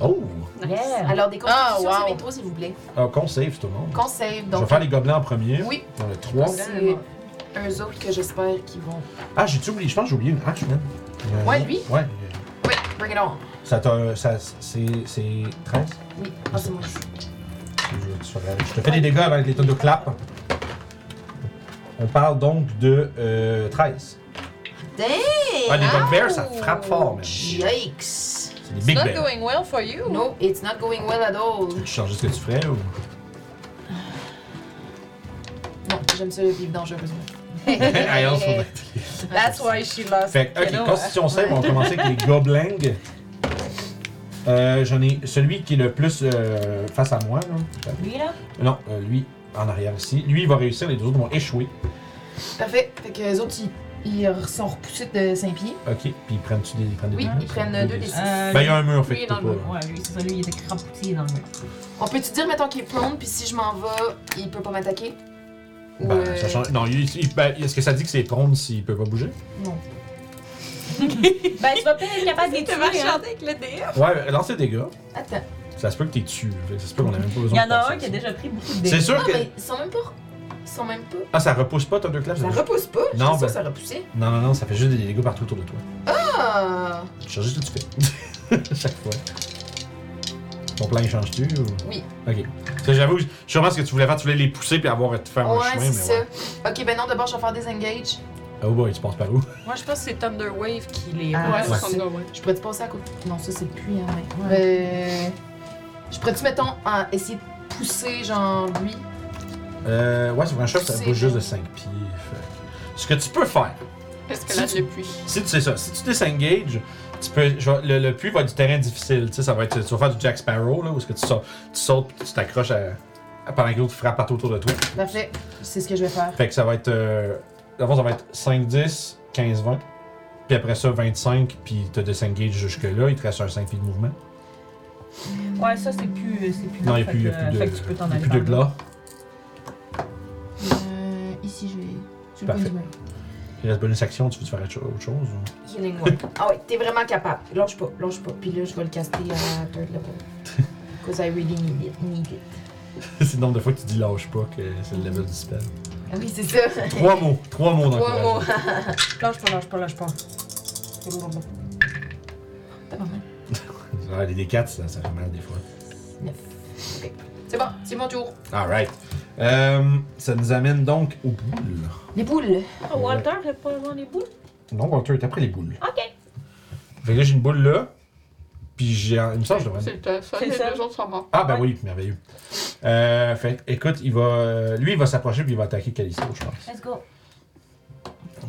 Oh!
Yeah.
Alors, des constitutions,
Ah, wow.
c'est métro, s'il vous plaît.
Ah, qu'on save tout le monde.
Conseil,
Je vais
donc.
faire les gobelins en premier.
Oui,
On a trois.
c'est eux autres que j'espère qu'ils vont.
Ah, j'ai-tu oublié? Je pense que j'ai oublié une hache, man. Euh,
Ouais, lui?
Ouais.
Oui, bring it on.
Ça t'a. Ça, c'est, c'est 13.
Oui, ah, c'est moi.
Je, je te fais des dégâts avec les tonnes de clap. On parle donc de euh, 13.
Damn!
Ah, les bugbears, ça frappe fort, man.
oh! Yikes!
C'est des
It's
big
not
bears.
going well for you.
No, it's not going well at all.
Tu changes ce que tu ferais ou.
Non, j'aime ça le vivre dangereusement.
I also like
That's why she lost.
Fait que,
Hello,
ok, Constitution save, on va commencer avec les gobelingues. Euh, J'en ai celui qui est le plus euh, face à moi. Là.
Lui, là?
Non, euh, lui en arrière ici. Lui, il va réussir, les deux autres vont échouer.
Parfait. Fait que les autres, ils, ils sont repoussés de 5 pieds.
Ok, puis ils prennent-tu des, ils prennent des
Oui,
dégâts,
ils
ça?
prennent
Des
deux
dés.
des six.
Euh,
Ben, il y a un mur, fait
Lui,
que tu
dans le
peux pas.
Ouais, lui, c'est ça, lui, il était crampouillé dans le mur.
On peut-tu dire, mettons, qu'il est prone, puis si je m'en vais, il peut pas m'attaquer? Ou,
Ben,
euh,
ça change- Non, il- il- ben, est-ce que ça dit que c'est prone s'il peut pas bouger?
Non.
Ben, tu vas peut-être être capable de les
Tu vas
tuer, hein.
chanter avec le dé.
Ouais, lance les dégâts.
Attends.
Ça se peut que t'es dessus. Fait que Ça se peut qu'on a même pas besoin
Il y en
de
a
passer
un qui a
ça.
déjà pris beaucoup de
C'est
dégâts.
sûr
Non,
que.
mais ils sont même pas. Ils sont même pas.
Ah, ça repousse pas, ton deux claps?
Ça
ça-
repousse pas?
Non,
Non,
ben-
ben... ça repoussait.
Non, non, non, ça fait juste des dégâts partout autour de toi.
Ah!
Tu changes juste ce que tu fais. Chaque fois. Ton plan, il change-tu ou...
Oui.
Ok. Parce que J'avoue, je je comprends ce que tu voulais faire. Tu voulais les pousser puis avoir à te faire
Ouais,
un chemin, mais
c'est ça.
ouais.
Ok, ben non, d'abord, je vais faire des engage.
Oh boy, tu passes par où?
Moi, je pense que c'est Thunderwave qui les.
Ah,
Ouais,
ouais.
ça semble, ouais.
Je pourrais-tu passer à côté? Non, ça, c'est le puits, hein, mais- Euh, Je pourrais-tu, mettons, en- essayer de pousser, genre, lui?
Euh, ouais, sur un shot, ça
C'est
bouge juste
bon.
de 5 pieds. fait. Ce que tu peux faire,
Est-ce que là, je l'ai plus?
si tu sais ça, si tu désengages, tu peux, je vais- le, le puits va être du terrain difficile. Tu sais, ça va être, tu vas faire du Jack Sparrow, là, où est-ce que tu, sautes- tu sautes puis tu t'accroches à, à pendant que l'autre frappe partout autour de toi.
Parfait. C'est ce que je vais faire.
Fait que ça va être. Euh, d'abord, ça va être 5, 10, 15, 20. Puis après ça, 25, puis te disengage jusque-là. Il te reste un 5 pieds de mouvement.
Ouais, ça, c'est plus. c'est
non,
plus
il
long,
n'y a
fait
plus, il y a
que-
plus de.
Fait que tu peux t'en
il y a
aller.
plus de
par là.
glas.
Euh, ici, je vais. Je vais
Parfait.
le
Il reste bonus action. Tu veux faire autre chose hein? ou-
Healing Word. Ah ouais, t'es vraiment capable. Lâche pas, lâche pas. Puis là, je vais le caster à third level. Because I really need it. Need it.
C'est le nombre de fois que tu dis lâche pas que c'est le level du spell.
Ah oui, c'est ça.
Trois mots. Trois mots dans
Trois mots.
Lâche pas, lâche pas, lâche pas.
Ah, les D4, ça, ça fait mal des fois.
C'est bon, c'est mon tour.
Alright. Euh, ça nous amène donc aux boules.
Les poules.
Ah, Walter, j'ai pas le les boules.
Non, Walter est après les boules.
Ok.
Fait que là, j'ai une boule là. Puis j'ai. un- Il me semble que je devrais.
C'est euh, ça,
C'est
les
ça.
deux autres sont morts.
Ah ben oui, merveilleux. Euh, fait, écoute, il va, euh, lui, il va s'approcher puis il va attaquer Calisto, je pense.
Let's go.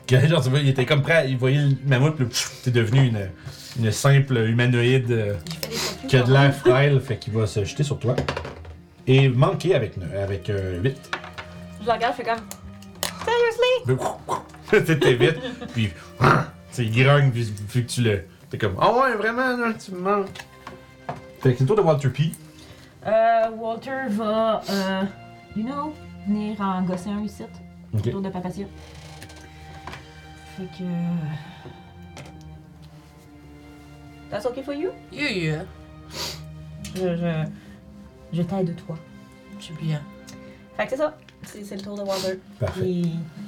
Que, genre, tu vois, il était comme prêt, à- il voyait le mammouth, le pfff, t'es devenu une, une simple humanoïde euh, qui a de l'air frêle, fait qu'il va se jeter sur toi. Et manquer avec, ne- avec euh, 8.
Je la regarde, je fais comme.
T'étais vite, puis tu sais, il grogne vu, vu que tu le... T'es comme, ah ouais, vraiment, là, tu me manques. Fait que c'est le tour de Walter P.
Euh, Walter va, euh, you know, venir en gosser un ici,
Ok.
autour de Papatia. Fait que. euh, That's okay for you?
Yeah, yeah.
Je, je, je t'aide, toi.
C'est bien.
Fait que c'est ça. C'est c'est le tour de Walter.
Parfait.
Et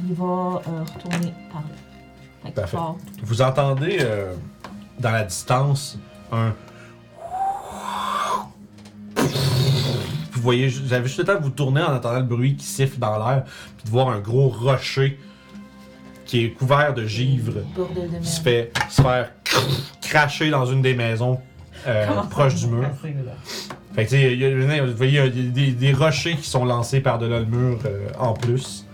il va euh, retourner par là. Fait qu'il
Parfait.
part.
Vous entendez euh, dans la distance un. Vous voyez, vous avez juste le temps de vous tourner en entendant le bruit qui siffle dans l'air, puis de voir un gros rocher qui est couvert de givre
Bordel de
qui se
merde.
fait se faire cracher dans une des maisons euh, proche du mur. Fait que, tu sais, il y a- vous voyez, il y a des, des rochers qui sont lancés par-delà le mur euh, en plus.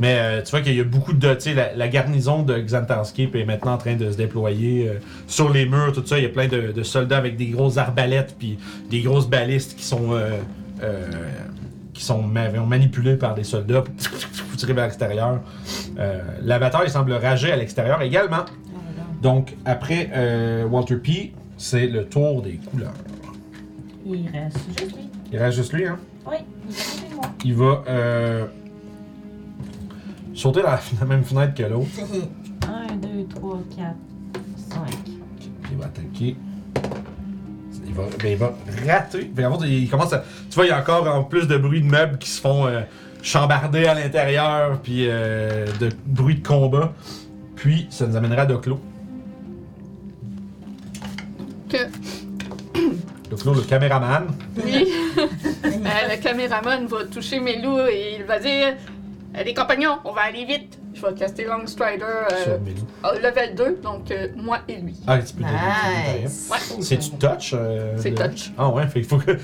Mais euh, tu vois qu'il y a beaucoup de. Tu sais, la, la garnison de Xantarscape est maintenant en train de se déployer euh, sur les murs, tout ça. Il y a plein de, de soldats avec des grosses arbalètes puis des grosses balistes qui sont. euh, euh, qui sont ma- manipulées par des soldats pour tirer vers l'extérieur. Euh, la bataille semble rager à l'extérieur également. Donc, après euh, Walter P., c'est le tour des couleurs.
Il reste juste lui.
Il reste juste lui, hein?
Oui, il est à côté de moi.
Il va euh, sauter dans la, la même fenêtre que l'autre.
1, 2, 3, 4, 5.
Il va attaquer. Il va, ben, il va rater. Ben, en fait, il commence à- Tu vois, il y a encore en plus de bruit de meubles qui se font euh, chambarder à l'intérieur, puis euh, de bruit de combat. Puis, ça nous amènera à Doclo.
Que-
Doclo, le caméraman.
Oui. Euh, le caméraman va toucher mes loups et il va dire Euh, Les compagnons, on va aller vite. Je vais caster Long Strider euh,
Sur Melou.
au level 2, donc euh, moi et lui.
Ah, tu peux donner-
Nice.
Ouais.
C'est du touch? euh,
C'est
de-
touch.
Ah ouais, fait qu'il faut que. puis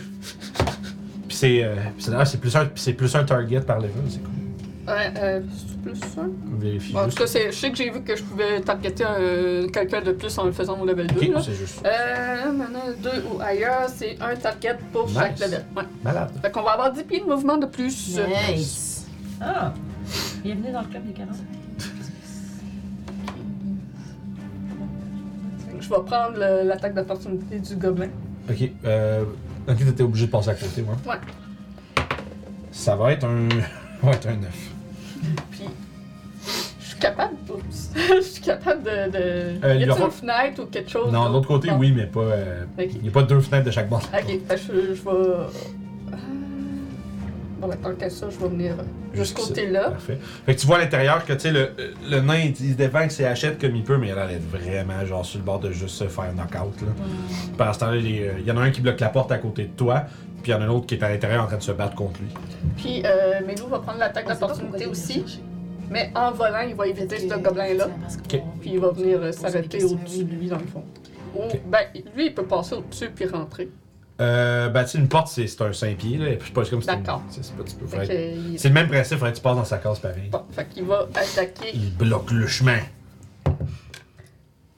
c'est. euh, puis c'est ah, c'est plus, un- puis c'est plus un target par level, c'est cool.
Ouais, euh, c'est plus ça.
Vérifie
Bon, en tout
juste.
cas, c'est- je sais que j'ai vu que je pouvais targeter euh, quelqu'un de plus en le faisant au level 2.
Ok,
là.
c'est juste.
Euh, maintenant, 2 ou ailleurs, c'est un target pour
Nice.
chaque level. Ouais.
Malade.
Fait qu'on va avoir 10 pieds de mouvement de plus.
Nice.
Ah! Bienvenue dans le club des 40.
Je vais prendre le- l'attaque d'opportunité du gobelin.
Ok, euh. Ok, t'étais obligé de passer à côté, moi.
Ouais.
Ça va être un. va être un 9.
Puis, je suis capable. oups, je suis capable de. de
Euh, il
y a
leur-
une fenêtre ou quelque chose?
Non, de l'autre côté,
Bon.
oui, mais pas. euh,
Ok.
Il n'y a pas deux fenêtres de chaque bord.
Ok, fait que je, je vais. euh, Bon, ben, tant qu'à ça, je vais venir euh, de ce
Jusqu'ici.
côté-là.
Parfait. Fait que tu vois à l'intérieur que, tu sais, le, le nain, il, il se défend avec ses hachettes comme il peut, mais il a l'air d'être vraiment, genre, sur le bord de juste se faire knock-out, là. Puis à ce temps-là, il, est, euh, il y en a un qui bloque la porte à côté de toi, puis il y en a un autre qui est à l'intérieur en train de se battre contre lui.
Puis, euh, Melou va prendre l'attaque d'opportunité aussi. Mais en volant, il va éviter ce gobelin-là. Puis, il va venir euh, s'arrêter au-dessus de lui, dans le fond. Ou,
Ok.
ben, lui, il peut passer au-dessus puis rentrer.
Euh, ben, tu sais, une porte, c'est c'est un 5 pieds, là. et puis C'est pas comme si c'est une-
D'accord.
tu sais, c'est pas- tu peux
Fait
faire-
que, euh, il...
C'est le même principe, faudrait que tu passes dans sa case pareil.
bon, fait qu'il va attaquer.
Il bloque le chemin.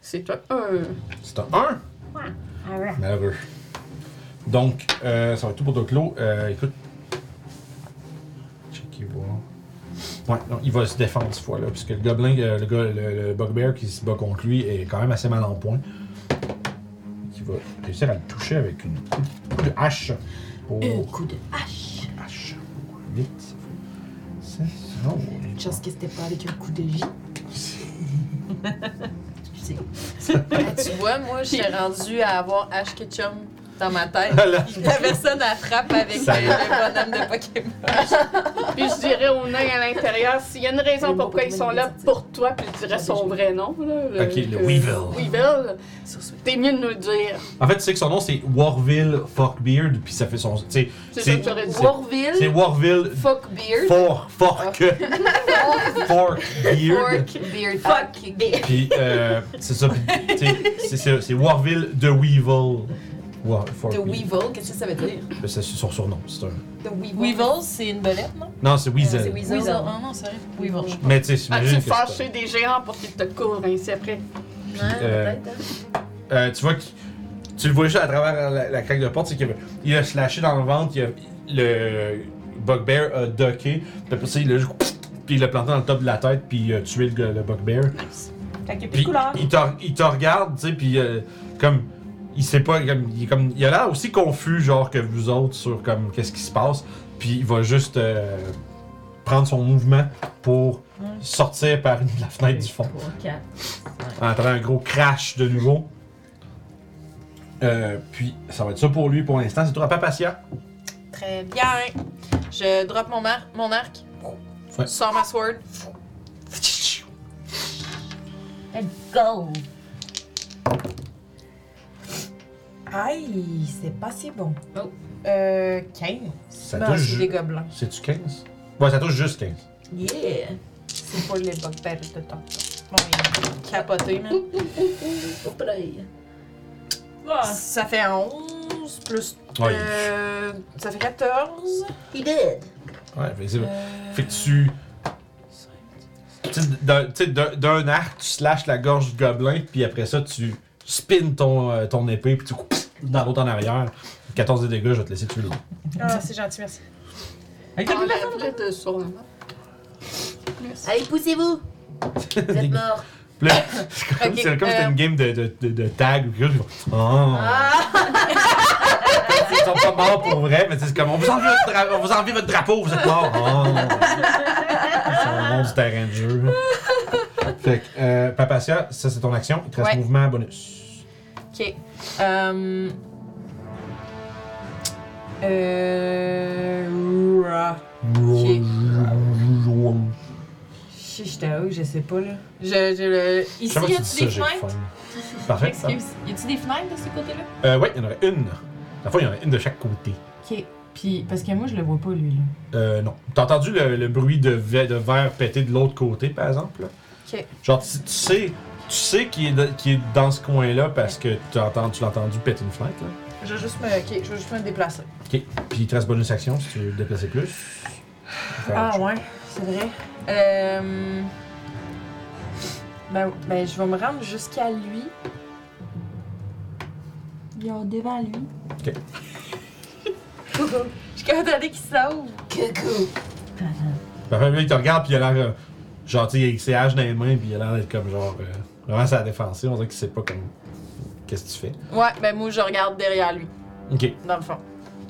C'est un 1.
C'est un 1. Malheureux. Donc, euh, ça va être tout pour Doclo. Euh, écoute. Checker voir. Ouais, non, il va se défendre cette fois-là, puisque le gobelin, euh, le, gars- le, le bugbear qui se bat contre lui est quand même assez mal en point. Il va réussir à le toucher avec une coup de hache. Pour... Un coup de hache. Hache. 8, 7, oh,
Une chance que c'était pas avec un coup de vie.
Ah, tu vois, moi, je suis rendue à avoir Ash Ketchum dans ma tête.
Voilà.
La personne, elle frappe avec
Ça y
le
est.
bonhomme de Pokémon.
Puis je dirais aux nains à l'intérieur, s'il y a une raison pourquoi ils sont là pour toi, puis je dirais son vrai nom. Là, euh,
Ok, le Weevil.
Weevil, t'es mieux de nous le dire.
En fait, tu sais que son nom c'est Warville Forkbeard, puis ça fait son. Tu sais,
C'est ça que
c'est-
j'aurais dit.
c'est- c'est
Warville,
Warville
fuck beard.
Fork, fork, fork, beard.
Fork beard. Fuck beard.
Puis euh, c'est ça. puis, tu sais, c'est- C'est c'est Warville the Weevil. War, fork
The
beard.
Weevil, qu'est-ce que ça veut dire?
Ben, C'est son surnom. c'est Un...
The Weevil.
Weevil, c'est une belette, non?
Non, c'est Weasel.
C'est Weasel.
Ah non, c'est vrai. Weevil. je-
Mais tu sais,
As-tu
j'imagine que
fâché des géants pour qu'ils te courent ainsi après?
c'est pas- Puis, euh, euh, tu vois que tu le vois juste à travers la, la claque de porte, c'est qu'il a- il a slashé dans le ventre, il a, le bugbear a ducké, puis après ça, il a juste- puis il l'a planté dans le top de la tête, puis il a tué le, gars- le bugbear.
Fait qu'il n'y a plus
Puis
de couleur.
il te, il te regarde, tu sais, puis euh, comme il sait pas, comme il, est comme il a l'air aussi confus genre que vous autres sur comme qu'est-ce qui se passe, puis il va juste euh, prendre son mouvement pour sortir par une- la fenêtre du fond.
3, 4.
En entendant un gros crash de nouveau. Euh, puis ça va être ça pour lui pour l'instant. C'est toi, pas patient.
Très bien. Je drop mon, mar- mon arc.
Ouais.
Sors ma sword.
Let's go!
Aïe, c'est pas si bon.
Oh.
Euh, 15.
Ça
Non,
touche
Ben, c'est des
ju-
gobelins.
C'est-tu 15 Ouais, ça touche juste 15.
Yeah! C'est pour les bugbears de temps. Bon, il est capoté, man. Ça fait 11 plus.
Ouais,
Euh, ça fait 14.
Euh,
ouais fait, que c'est- fait que tu. Tu sais, d'un- tu sais, d'un d'un arc, tu slashes la gorge du gobelin, puis après ça, tu spins ton, euh, ton épée, puis tu coupes dans l'autre en arrière. 14 de dégâts, je vais te laisser tuer l'autre.
Ah, c'est gentil, merci.
Hey, t'as plus personne?
Enlève-le de sur la map. Merci.
Allez, poussez-vous! Vous êtes morts.
Puis là, C'est comme
Ok,
c'est comme si c'était
euh, Ah.
une game de, de, de, de tag ou quelque chose. ils font, Oh. Ils sont pas morts pour vrai, mais tu sais, c'est comme on vous enlève votre, dra- on vous enlève votre drapeau, vous êtes morts. Oh. C'est le nom du terrain de jeu. Fait que, euh, Papacia, ça c'est ton action. Il te reste
Ouais.
mouvement bonus.
Ok. Euh... Euh... ra-
Je je t'avoue que je sais pas, là.
Je, je le...
Je
Ici,
sais pas
y
si
a-tu
tu dis
des
ça, j'ai faim. hein.
fenêtres?
Parfait.
Excuse, y a-tu des fenêtres de ce côté-là?
Euh, ouais, il y en aurait une. La fois, il y en aurait une de chaque côté.
Ok. Puis, parce que moi, je le vois pas, lui, là.
Euh, non. T'as entendu le, le bruit de, ve- de verre pété de l'autre côté, par exemple? Là?
Ok.
Genre, tu, tu sais, tu sais qu'il est, de- qu'il est dans ce coin-là parce que tu entends- tu l'as entendu péter une fenêtre. Là.
Je vais juste me, ok, je vais juste me déplacer.
Puis il te reste bonus action si tu veux te déplacer plus. Faire autre
Ah,
chose.
ouais, c'est vrai.
Euh...
Ben, ben, je vais me rendre jusqu'à lui. Genre devant lui.
Ok.
Coucou. Je suis contente qu'il sauve.
Coucou!
Parfait, là, il te regarde, puis il a l'air. euh, genre, tu sais, il a ses haches dans les mains, puis il a l'air d'être comme genre. euh, vraiment, ça a défensive. On dirait qu'il sait pas comme. Qu'est-ce que tu fais.
Ouais, ben moi, je regarde derrière lui,
Ok.
dans le fond.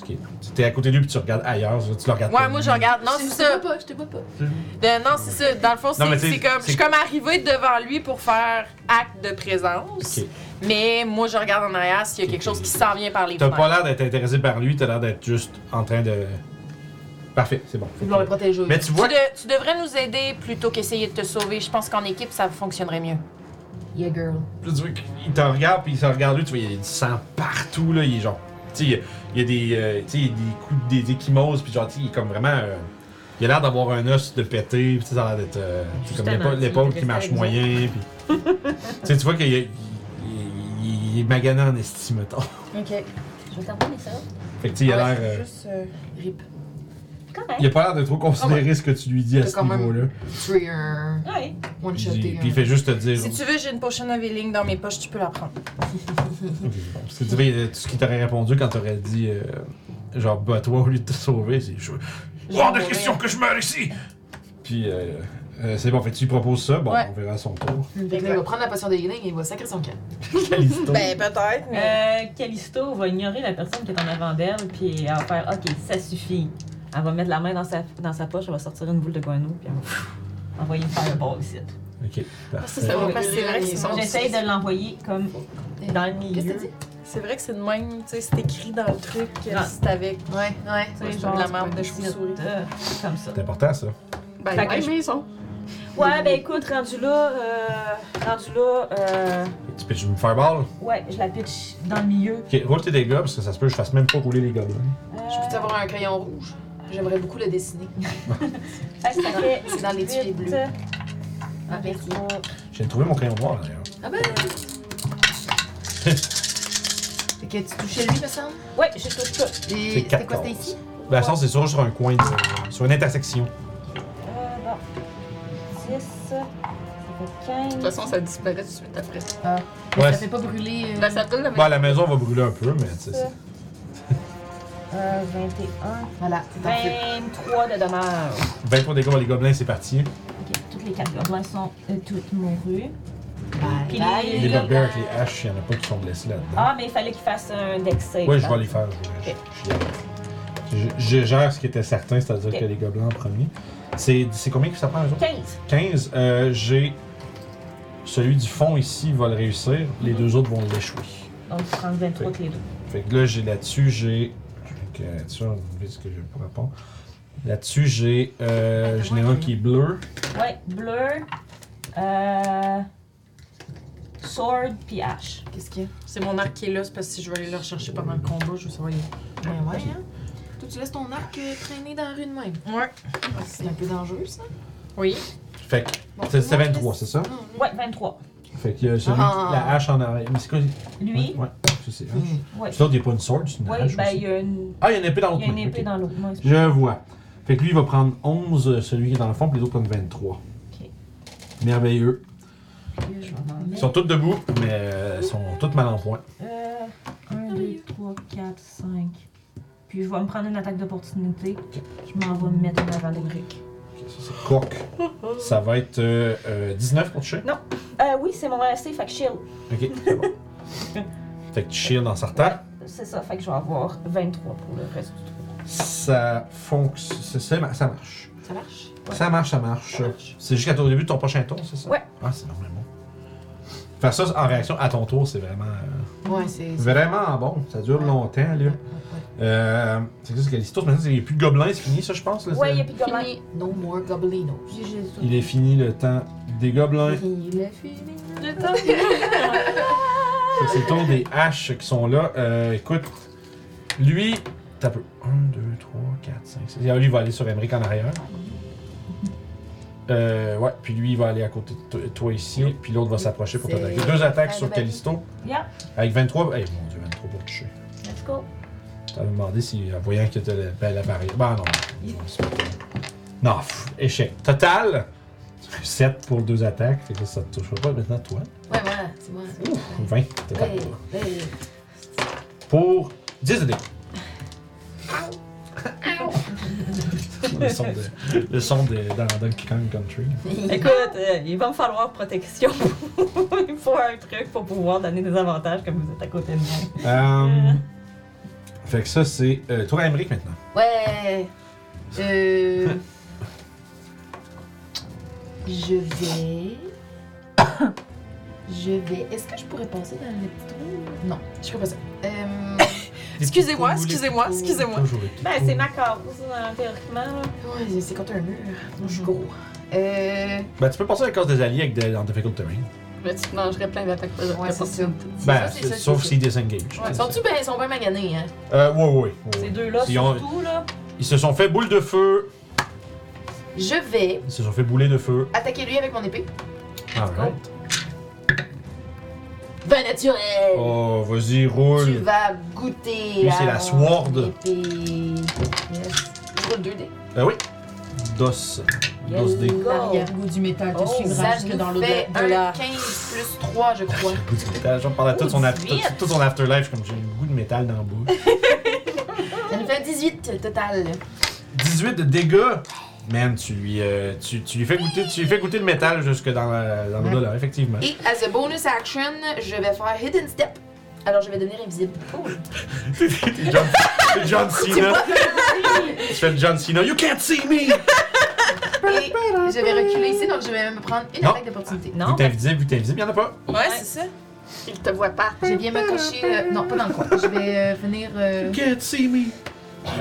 Ok. T'es à côté de lui, puis tu regardes ailleurs. Tu le regardes
Ouais,
pas.
moi, je regarde... Non,
Je
c'est
te
ça.
vois pas, je te vois pas.
De- non, c'est ça. Dans le fond,
mais
c'est
tu sais,
c'est comme... Je suis
c'est-
comme arrivée devant lui pour faire acte de présence.
Ok.
Mais moi, je regarde en arrière s'il y a quelque
Ok.
chose qui s'en vient par les
T'as pas
fenêtres.
l'air d'être intéressé par lui, t'as l'air d'être juste en train de. Parfait, c'est bon. Fait
Ils vont
que-
les protéger.
Mais tu
Tu,
vois que.
de- tu devrais nous aider plutôt qu'essayer de te sauver. Je pense qu'en équipe, ça fonctionnerait mieux.
Yeah, girl.
tu vois qu'il te regarde, puis il se regarde lui, tu vois, il y a du sang partout, là. Il est genre. Tu sais, il y a- il y a des. euh, tu sais, il y a des coups, des échymoses, puis genre, tu sais, il est comme vraiment. euh, il a l'air d'avoir un os de pété, puis tu sais, ça a l'air d'être. euh, c'est comme
Justement,
l'épaule- l'épaule
tu
qui marche
restais avec
moyen, puis. tu sais, tu vois qu'il y a- il- il- il est magané en estime, mettons.
Ok. Je vais t'envoyer ça.
Fait que, tu sais, il
Ah
a l'air. euh,
Juste, euh,
Rip.
Quand même.
il a pas l'air de trop considérer ce que tu lui dis à
T'as
ce
quand même- hein.
niveau-là.
Tuer un.
Ouais.
One
Puis
shot
il- puis il fait juste te dire.
Si tu veux, j'ai une potion of healing dans mes poches, tu peux la prendre.
Parce que tu sais, euh, tout ce qui t'aurait répondu quand t'aurais dit, euh, genre, bats-toi au lieu de te sauver, c'est chaud. Hors de
mourir.
question que je meure ici! Puis, euh, euh, c'est bon, fait que tu lui proposes ça, bon,
Ouais.
on verra à son tour.
Fait que là, il va prendre la potion de healing et il va sacrer son camp.
Calisto.
Ben, peut-être, mais.
Euh, Callisto va ignorer la personne qui est en avant d'elle, puis elle va faire Ok, ça suffit. Elle va mettre la main dans sa, dans sa poche, elle va sortir une boule de guano, puis elle va pff, envoyer une fireball ici.
ok, parfait.
Ça va
Ouais,
passer
c'est vrai que
les
sinon,
sons.
J'essaye de l'envoyer comme dans le milieu.
Eh, Qu'est-ce que t'as dit?
C'est vrai que c'est de même, tu sais, c'est écrit dans le truc, euh,
Ah.
c'est avec.
Ouais, ouais.
Tu sais,
c'est
genre,
de la merde de
petite,
chauve-souris.
euh, Comme ça.
C'est important ça.
Ben,
Fait que
ouais,
je-
mais ils sont.
Ouais, ben écoute, rendu là, euh, rendu là, euh,
Et tu pitches une fireball.
ouais, je la pitch dans le milieu. Euh,
Ok, roule tes dégâts parce que ça se peut que je fasse même pas rouler les gobelins.
Je peux avoir un crayon rouge? J'aimerais beaucoup le dessiner.
Fait que ça fait
C'est dans les tuyaux
huit,
bleus.
euh,
Ah, merci.
J'ai trouvé mon crayon noir d'ailleurs.
Ah ben! Fait que tu touchais lui, me semble?
Ouais, je touche pas.
C'est
Et c'était quoi,
14.
c'était ici?
Ben, ça, c'est toujours sur un coin, de- sur une intersection.
Euh, bon. 10, ça fait
De
15.
toute façon, ça disparaît tout de suite après.
Mais
Ouais.
Ça fait pas brûler. euh,
Ben, ça brûle avec.
Bon, la maison va brûler un peu, mais tu sais. c'est-
Euh, 21.
Voilà, c'est en feu.
23 de dommages.
23 dégâts pour les gobelins, c'est parti.
Ok, toutes les quatre gobelins sont euh, toutes mourues.
Bye
Puis
bye.
Les
Les
bugbears avec les haches, il y en a pas qui sont blessés là-dedans.
Ah, mais il fallait qu'ils fassent un hein. dex save.
Oui, je vais les faire. je- je- je- Je, je gère ce qui était certain, c'est-à-dire
Ok.
que les gobelins en premier. C'est c'est combien que ça prend, eux autres?
15.
15. Euh, J'ai. Celui du fond ici va le réussir,
Mhm.
les deux autres vont l'échouer.
Donc, tu prends 23 que les deux.
Fait que là, j'ai là-dessus, j'ai. Fait que Là-dessus, on oublie ce que je pourrais pas. Là-dessus, j'ai. Euh, J'en ai un qui est bleu.
Ouais, bleu, euh, sword puis hache.
Qu'est-ce qu'il y a?
C'est mon arc qui est là, c'est parce que si je vais aller le rechercher pendant le combat, je vais savoir.
Ouais,
ben,
ouais, hein? Toi, tu laisses ton arc euh, traîner dans la rue de même.
Ouais.
C'est un peu dangereux, ça.
Oui.
Fait que.
Bon,
c'est- C'est
moi,
23, c'est ça?
Chris- Non,
Ouais, 23.
Fait que euh, celui
Ah.
la hache en arrière. Mais c'est quoi?
Lui,
Ouais, ça c'est hache.
non.
ouais.
L'autre, il n'y a pas une sword, c'est une
Ouais,
hache.
ben,
aussi.
il y a une,
Ah, il y a une épée dans
il y
l'autre
a une
main,
épée
ok.
dans l'autre. Ouais, c'est-
Je vois. Fait que lui, il va prendre 11, euh, celui qui est dans le fond, puis les autres prennent 23.
Ok.
Merveilleux.
Puis, je vais m'en
Ils
mettre.
sont toutes debout, mais euh, elles sont toutes mal en point.
euh,
1, 2, 3, 4, 5. Puis je vais me prendre une attaque d'opportunité. Je m'en vais me mettre en avant de Rick.
Ok, ça, c'est Cork. Ça va être euh, euh, 19 pour toucher.
Euh, oui, c'est mon AC, fait que shield.
Ok, c'est bon. fait que tu shield en sortant.
C'est ça, fait que je vais avoir 23 pour le reste du tour.
Ça fonctionne. Ça, ça marche.
Ça marche?
Ça marche, ça marche. C'est jusqu'à ton début de ton prochain tour, c'est ça?
Ouais.
Ah, c'est normalement. Faire ça en réaction à ton tour, c'est vraiment. euh,
Ouais, c'est. c'est-
vraiment bon. Ça dure longtemps, là. Euh, c'est que c'est Galistours, maintenant, il n'y a plus de gobelins, c'est fini, ça, je pense. là,
Ouais,
c'est-
y'a plus de gobelins.
Fini.
No more gobelinos.
Il est fini le temps des gobelins.
Il est fini.
Fait que C'est le tour des haches qui sont là. Euh, écoute, lui, t'as peu. 1, 2, 3, 4, 5, 6. Ah, Lui, il va aller sur Emmerich en arrière. Euh, ouais, puis lui, il va aller à côté de to- toi ici. Puis l'autre va s'approcher pour t'attaquer.
C'est-
Deux attaques sur
Ah, ben-
Callisto.
Yeah.
Avec 23. Eh mon dieu, 23 pour toucher.
Let's go.
T'as demandé si, en voyant que t'as la, ben, la barrière. Ben non. Non, c'est pas- Non, pff, échec. Total, 7 pour deux attaques. Fait que ça te touchera pas maintenant, toi.
Ouais, voilà, c'est Euh, moi.
20, t'as pas
Hey,
pour-
hey.
pour 10 de dégâts. le son de, le son de, dans Donkey Kong Country.
Écoute, euh, il va me falloir protection. il faut un truc pour pouvoir donner des avantages comme vous êtes à côté de moi.
Euh, fait que ça, c'est euh, tour à Emmerich maintenant.
Ouais. Euh. je vais. je vais. Est-ce que je pourrais passer dans le petit trou? Non, je ferai pas ça. Euh,
Excusez-moi,
Les petits
excusez-moi,
trous, les petits
excusez-moi.
trous, toujours les petits
Ben,
trous.
c'est ma carte,
hein,
ça, théoriquement. là.
ouais, c'est- c'est contre un mur. Moi, je suis gros. Euh.
Ben, tu peux passer à la cause des alliés avec des, en difficult terrain.
Mais tu te mangerais plein d'attaques. de-
Ouais, c'est ça. C'est
Ben,
ça, c'est ça,
sauf
c'est
s'ils désengagent.
ça. Ouais, sont-tu bien, sont bien maganés, hein?
Euh, ouais, ouais, ouais.
Ces
ouais.
deux-là,
Ils ont-
surtout, là.
Ils se sont fait boule de feu.
Je vais
Ils se sont fait bouler de feu. Ah,
attaquer lui avec mon épée. Ah,
Alright.
Vin naturel!
Oh, vas-y,
Tu
roule.
vas goûter.
Lui,
à
c'est la
mon
sword.
Épée. Yes. Je roule 2D.
Euh, oui. Dos. Dos des.
L'arrière-goût du métal te
Oh,
suivra
Ça
jusque
nous
dans l'au-delà
fait
de
un
la
15 plus 3, je crois.
goût du métal. J'en parle à tout son,
Oh,
after-
vite.
tout son afterlife, comme j'ai le goût de métal dans la bouche.
Ça nous fait 18 total.
18 de dégâts. Man, tu lui, euh, tu, tu lui fais goûter, tu lui fais goûter le métal jusque dans la, dans le
Ouais.
dollar, effectivement.
Et as a bonus action, je vais faire Hidden Step. Alors, je vais devenir invisible. Cool.
T'es John, t'es John Cena. tu fais le John Cena. You can't see me.
Et je vais reculer ici, donc je vais me prendre une
Non.
attaque d'opportunité.
Vu que t'es invisible, vu que t'es invisible, y'en a pas.
Ouais, c'est ça.
Il te voit pas.
Je viens me cocher. euh, non, pas dans le coin. Je vais euh, venir.
You
euh,
can't see me.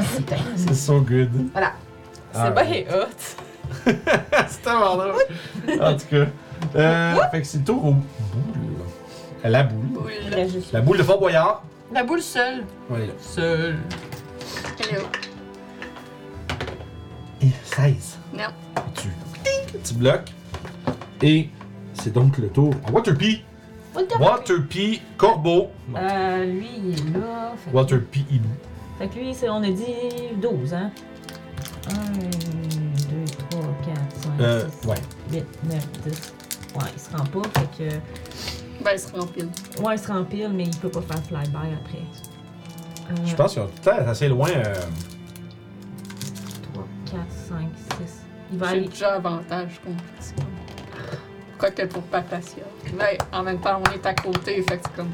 ici.
C'est so good.
Voilà.
Ah,
C'est bien hot.
c'est tellement drôle. En tout cas, euh, fait que c'est le tour aux boules. À la boule.
Il reste juste-
La boule de Fort Boyard.
La boule seule.
Ouais, là.
Seul.
Elle est où?
Et 16.
Non.
Tu, ding, tu bloques. Et c'est donc le tour à Waterpie. Waterpie Corbeau. Non.
Euh, lui, il est là. Fait que-
Waterpie Hibou.
Fait que lui, c'est- on a dit 12, hein? 1, 2, 3, 4, 5,
Euh,
6,
ouais.
8, 9, 10. Ouais, il se rend pas, fait que...
Ben, il se remplit.
Ouais, il se rend pile, mais il peut pas faire flyby après. Euh,
Je pense qu'ils ont tout le temps assez loin. euh,
3, 4, 5, 6... Il va
J'ai
aller...
déjà avantage contre ça. Quoique pour Papacia. Mais en même temps, on est à côté, fait que c'est comme.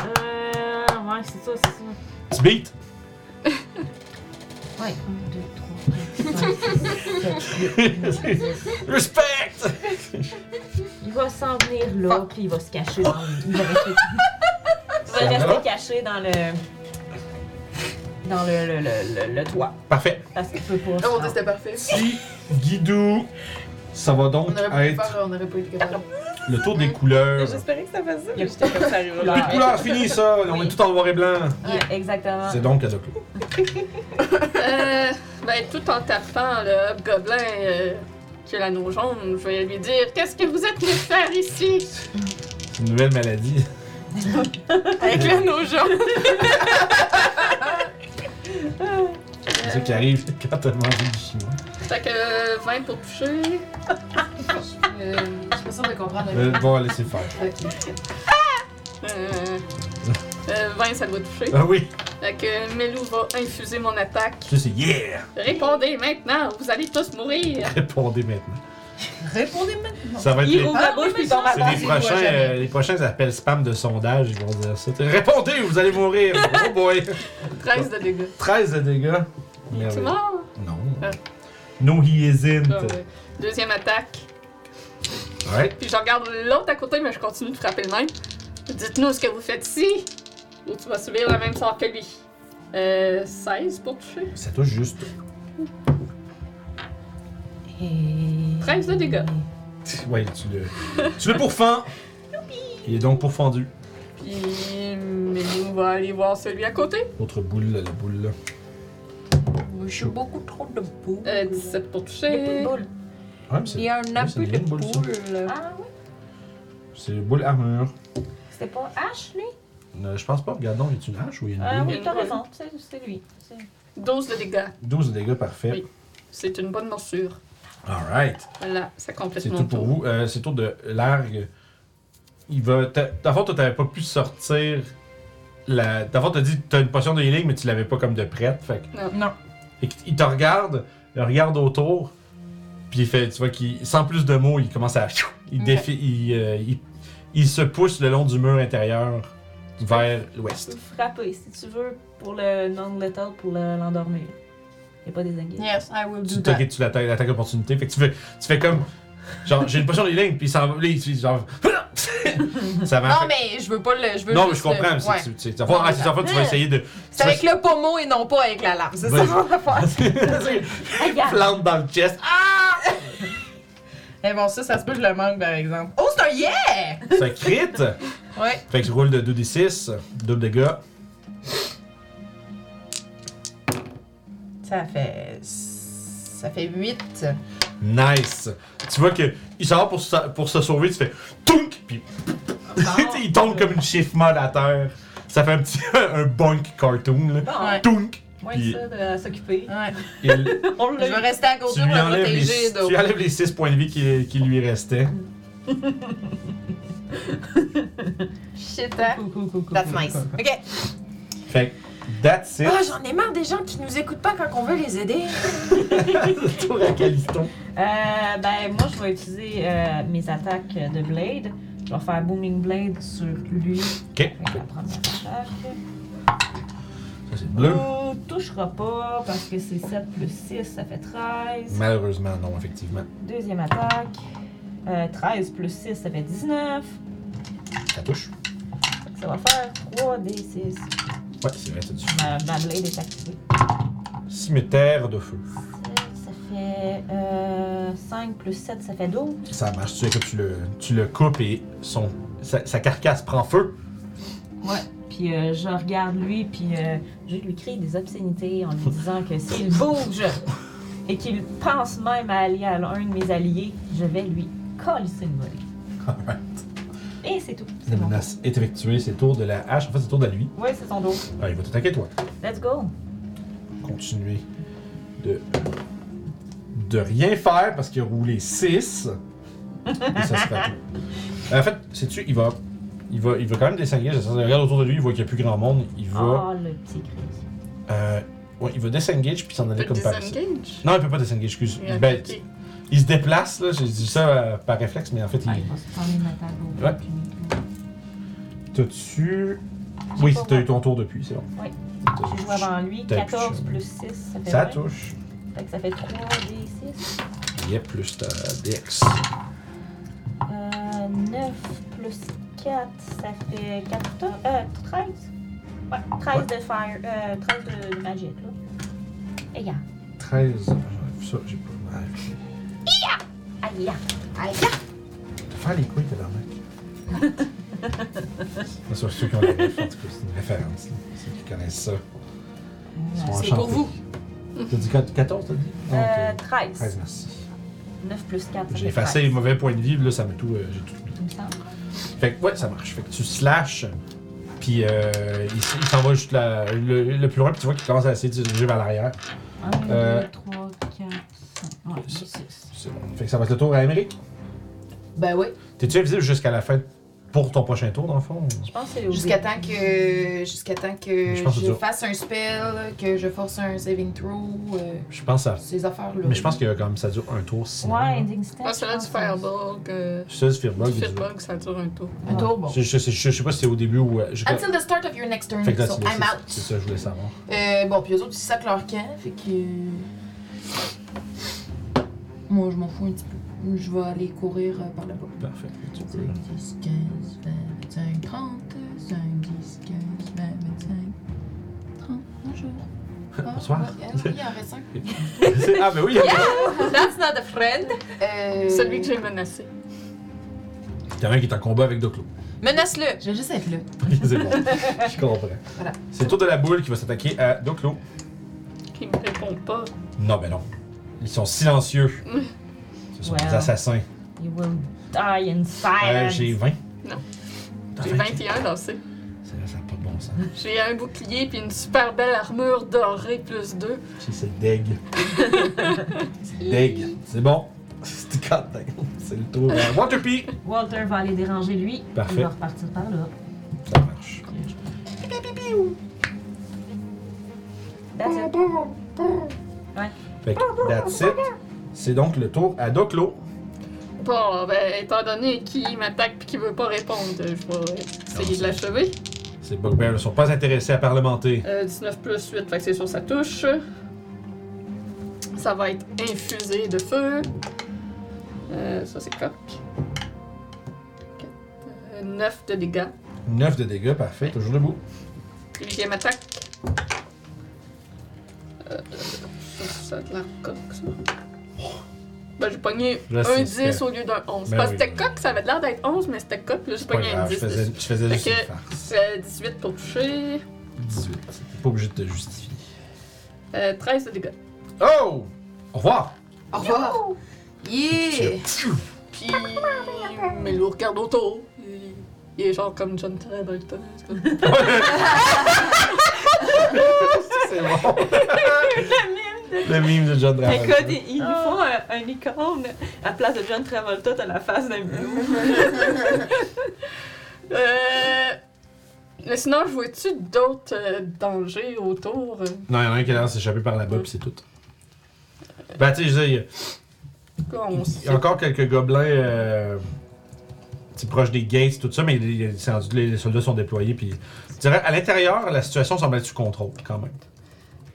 Euh... Ouais, c'est ça, c'est ça.
Tu beat.
Ouais, 1, 2, 3, 4, 5, 6, 7, 8, 9, 10.
Respect!
Il va s'en venir là, puis il va se cacher dans le... Il va rester, il va rester caché dans le... Dans le, le, le, le, le toit.
Parfait.
Parce qu'il peut pas...
Non, c'était parfait.
Si Guidou, ça va donc
On aurait pu le
être
faire, on aurait pas été capable.
le tour des couleurs.
J'espérais que ça fasse ça,
mais
mais
j'étais
j'étais comme ça
Les couleurs, fini ça! On est tout en noir et blanc.
Yeah, Exactement.
C'est donc à deux clous.
Euh, ben, tout en tapant le gobelin euh, qui a l'anneau jaune, je vais lui dire Qu'est-ce que vous êtes venu faire ici
C'est une nouvelle maladie.
Avec l'anneau jaune.
C'est ça qui arrive quand t'as mangé du chinois.
Fait que euh, 20 pour toucher.
Euh, je suis pas sûre de comprendre.
Euh, bon, allez, c'est faire.
Euh, euh, 20, ça doit toucher.
Ah oui!
Fait que Melou va infuser mon attaque.
Je sais, yeah!
Répondez maintenant, vous allez tous mourir.
Répondez maintenant.
Répondez maintenant.
Ça va être
Il
les,
ouvre la bouche, puis il tombe à
c'est
terre.
les
il voit
prochains,
jamais.
euh, les prochains appels spam de sondage, ils vont dire ça. T'sais, Répondez ou vous allez mourir! Oh boy!
13 de dégâts.
13 de dégâts.
Tu
Merveilleux.
mords?
Non.
Ah.
No, he isn't.
Ah, ouais. Deuxième attaque.
Ouais.
Puis je regarde l'autre à côté, mais je continue de frapper le même. Dites-nous ce que vous faites ici, ou tu vas subir le même sort que lui. Euh, 16 pour toucher.
Ça touche juste.
13 de dégâts.
Ouais, tu le. tu le pourfends! Il est donc pourfendu.
Puis, mais on va aller voir celui à côté.
Autre boule, là, la boule là.
Moi, je suis beaucoup trop de boules.
Euh, 17 pour toucher.
Des boules.
Ouais, mais c'est-
Il y a un
oui, c'est
abus
une
de
bonne boule, ça.
boules.
Ah oui,
C'est boule armure.
c'était pas H, lui?
Euh, je pense pas. Regardons, il y a une hache ou il y a
Ah
une boule?
oui, t'as raison, c'est c'est lui. C'est-
12 de dégâts.
12 de dégâts, parfait.
Oui. C'est une bonne morsure.
Alright.
Voilà, ça complète
C'est
mon
tout pour
tour.
vous. Euh, c'est tour de l'argue. Il va. t'a- D'abord, toi, t'avais pas pu sortir. La... D'abord, t'as dit t'as une potion de healing, mais tu l'avais pas comme de prête. Fait que-
Non.
Non.
Fait qu'il- il te regarde, il regarde autour, puis il fait. Tu vois qu'il. Sans plus de mots, il commence à. Il,
Ok.
défi- il, euh, il- il se pousse le long du mur intérieur vers
Tu
l'ouest.
peux frapper si tu veux pour le non-lethal, pour le- l'endormir. Il n'y a pas des anguilles.
Yes, I will do
Tu
that.
t'inquiètes, tu l'attaques, l'attaque opportunité. Fait que tu fais, tu fais comme. Genre, j'ai une potion de healing, puis il s'en va. Là, il fait genre. ça va.
Non,
Fait-
mais je veux pas le. Je veux
Non, mais je
juste
comprends.
le-
mais c'est-
ouais.
c'est- c'est- c'est- ah, c'est- en fait, tu vas essayer de. tu
C'est
vas-
avec le pommeau et non pas avec la lame, c'est ça
Vas-y.
mon affaire.
Plante dans le chest.
Ah. Eh,
Mais bon, ça, ça se peut que je le manque, par exemple.
Oh, c'est un yeah!
Ça crit.
Ouais.
Fait que je roule de 2d6. Double dégâts.
Ça fait. Ça fait 8.
Nice. Tu vois que il sort pour, sa- pour se sauver, tu fais Tounk! Puis
Ah.
il tombe comme une chiffre molle à terre. Ça fait un petit. un bunk cartoon, là.
Bon,
Ouais.
Tounk!
moins que
Puis
ça de à s'occuper.
Ouais.
il-
On
Je vais
l'a eu.
rester à côté
tu,
pour
lui
le
enlèves les,
protéger.
tu
donc.
lui enlèves les 6 points de vie qui, qui lui restaient.
Shit, hein?
Coucou, coucou.
That's nice. Ok.
Fait que, that's it.
Ah, j'en ai marre des gens qui nous écoutent pas quand on veut les aider.
Ah,
Tour à Caliston.
Euh, ben, moi, je vais utiliser euh, mes attaques de Blade. Je vais faire Booming Blade sur lui.
Ok.
Fait que La première attaque.
Ça, c'est bleu.
Oh, touchera pas parce que c'est 7 plus 6, ça fait 13.
Malheureusement, non, effectivement.
Deuxième attaque. Euh, 13 plus 6, ça fait 19.
Ça touche.
Fait que Ça va faire 3d6.
Ouais, c'est vrai, ça touche.
Ma, ma blade est activée.
Cimetière de feu.
Ça fait euh, 5 plus 7, ça fait 12.
Ça marche, tu sais que tu le, tu le coupes et son, sa, sa carcasse prend feu.
Ouais. Puis euh, je regarde lui, puis euh, je lui crie des obscénités en lui disant que s'il bouge et qu'il pense même à aller à un de mes alliés, je vais lui coller une volée.
Alright.
Et c'est tout. C'est
La
bon.
menace est effectuée, c'est le tour de la hache. En fait, c'est le tour de lui.
Ouais, c'est son dos.
Ah, il va t'attaquer, toi.
Let's go.
Continuer de, de rien faire parce qu'il a roulé 6. Et ça sera tout. Euh, En fait, sais-tu, il va, il, va, il va quand même descendre. Je regarde autour de lui, il voit qu'il n'y a plus grand monde. Il va.
Oh, le petit cri.
Ah.
euh, ouais, il va disengage puis s'en aller
Fait que
comme par ici.
disengage.
Non, il peut pas disengage, excuse.
Il a
Ben,
attaqué.
il se déplace, là. J'ai dit ça euh, par réflexe, mais en fait,
Ah,
il.
il va se prendre une attaque au
Ouais. T'as-tu. Oui,
pas
t'as eu
moi.
ton tour depuis, c'est bon.
Oui.
T'as-
J'ai joué avant lui.
T'as
14
touché.
plus 6, ça fait
Ça
20.
touche.
Fait que ça fait 3d6.
Yep, plus ta DX.
Euh, 9 plus 4, ça fait 14, euh, 13. Ouais, 13 de fire, euh, 13 de, de magic, là. Et ya,
13. J'enlève Ah, ça, j'ai pas mal.
aïe, ya.
Faire les couilles, t'as l'arnaque. Bien sûr, ceux qui ont la ref, en tout cas, c'est une référence. là. Ceux qui connaissent ça. ils sont
C'est
enchantés.
pour vous.
T'as dit quat- 14, t'as dit? Non,
Euh,
ok.
13.
13, merci.
9 plus 4, ça
J'ai
fait
effacé
13,
les mauvais points de vie, là, ça met tout. euh, j'ai tout oublié.
il me semble.
Fait que ouais, ça marche. Fait que tu slashes, puis euh, il, s- il s'en va juste la- le, le plus loin, puis tu vois qu'il commence à essayer de se diriger vers l'arrière.
1,
Euh,
2, 3, 4, 5.
Fait que ça va être le tour à Amérique.
Ben oui.
T'es-tu invisible jusqu'à la fin pour ton prochain tour, dans le fond?
Je pense que c'est
Jusqu'à temps que, jusqu'à temps que
Je
je,
pense que c'est dur.
fasse un spell, que je force un saving throw, euh,
Je pense à.
ces affaires-là.
Mais je pense que comme ça dure un tour sinon.
Ouais, Ending Step.
Ah, celui-là du Firebug, euh,
C'est du Fearbug.
du
il dure-
Fitbug, ça dure un tour.
Un tour, bon.
Je, je, je- je sais pas si c'est au début ou. euh, je-
Until the start of your next turn,
Fait que là,
so
c'est
I'm
c'est- c'est
out.
ça, je voulais savoir.
Euh, bon, puis eux autres, ils sacent leur camp, fait que... euh, Moi, je m'en fous un petit peu. Je vais aller courir euh, par là-bas.
Parfait. Tu
5,
peux.
10, 15, 20, 25, 30, 5, 10, 15, 20, 25, 30, bonjour.
Bonsoir.
Ah, ouais, il y en reste cinq.
ah, ben oui! il y en
That's not a friend.
Euh,
Celui que j'ai menacé.
a- Il y en a un qui est en combat avec Doclo.
Menace-le.
Je vais juste être là.
c'est bon. Je comprends.
Voilà.
C'est le tour de la boule qui va s'attaquer à Doclo.
Qui me répond pas.
Non, ben non. Ils sont silencieux. Ce sont des
Well.
assassins.
You will die in
Euh,
silence.
J'ai 20.
Non.
T'as
J'ai
20?
21 lancé.
Ça ça a pas de bon sens.
J'ai un bouclier puis une super belle armure dorée plus 2.
Si, C'est deg. deg. C'est bon. C'est quand même. C'est le tour. à Waterpie!
Walter va aller déranger lui.
Parfait.
Il va repartir par là.
Ça marche.
That's it.
Fait que, that's it. C'est donc le tour à Doclo.
Bon, ben, étant donné qu'il m'attaque puis qu'il veut pas répondre, je vais essayer de l'achever.
Ces bugbears ne sont pas intéressés à parlementer.
Euh, 19 plus 8, fait que c'est sûr ça touche. Ça va être infusé de feu. Euh, ça, c'est coq. 9 de dégâts.
9 de dégâts, parfait, toujours debout.
Deuxième attaque. Euh, ça, ça a de l'air coq, ça. Ben, j'ai pogné
Là,
un
c'est
10
fait.
au lieu d'un 11.
Ben
Parce
oui.
que c'était coq, ça avait l'air d'être 11, mais c'était coq, là, j'ai
Pas
pogné un
grave, je
10.
faisais, je faisais
Fait
juste
que-
une farce.
C'est 18 pour toucher.
18, t'es pas obligé de te justifier.
Euh, 13 de dégâts.
Oh! Au revoir!
Au revoir. Yeah!
Puis, mais il nous regarde autour. Il, il est genre comme John Travolta. c'est comme-
C'est bon! Le mime de John Dragon.
Écoute, ils, ils font un, un licorne à la place de John Travolta, t'as la face d'un blue.
Euh, mais sinon, je vois-tu d'autres euh, dangers autour? euh,
Non, il y en a un qui a l'air de s'échapper par là-bas, puis c'est tout. Ben, tu sais, je veux dire,
qu'on
il y
sait?
a encore quelques gobelins euh, tu sais, proches des gates, tout ça, mais il y a- c'est rendu que les les soldats sont déployés. Puis, je dirais, à l'intérieur, la situation semble être sous contrôle, quand même.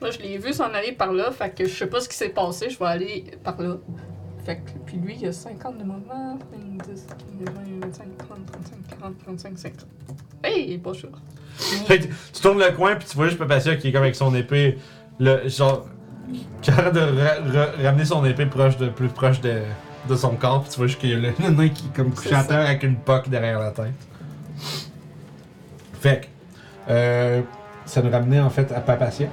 Moi, je l'ai vu s'en aller par là, fait que je sais pas ce qui s'est passé, je vais aller par là. Fait que, puis lui, il a 50 de mouvement, 5, 10, 15, 20, 25, 30, 35, 40, 35, 50. Hey, il est pas sûr.
Fait que tu tournes le coin, puis tu vois juste Papacia qui est comme avec son épée, le, genre, qui arrête de ra- ra- ramener son épée proche de, plus proche de, de son corps, puis tu vois juste qu'il y a le, le nain qui est comme couché
C'est
à
ça.
terre avec une poque derrière la tête. Fait que, euh, ça nous ramenait en fait à Papacia.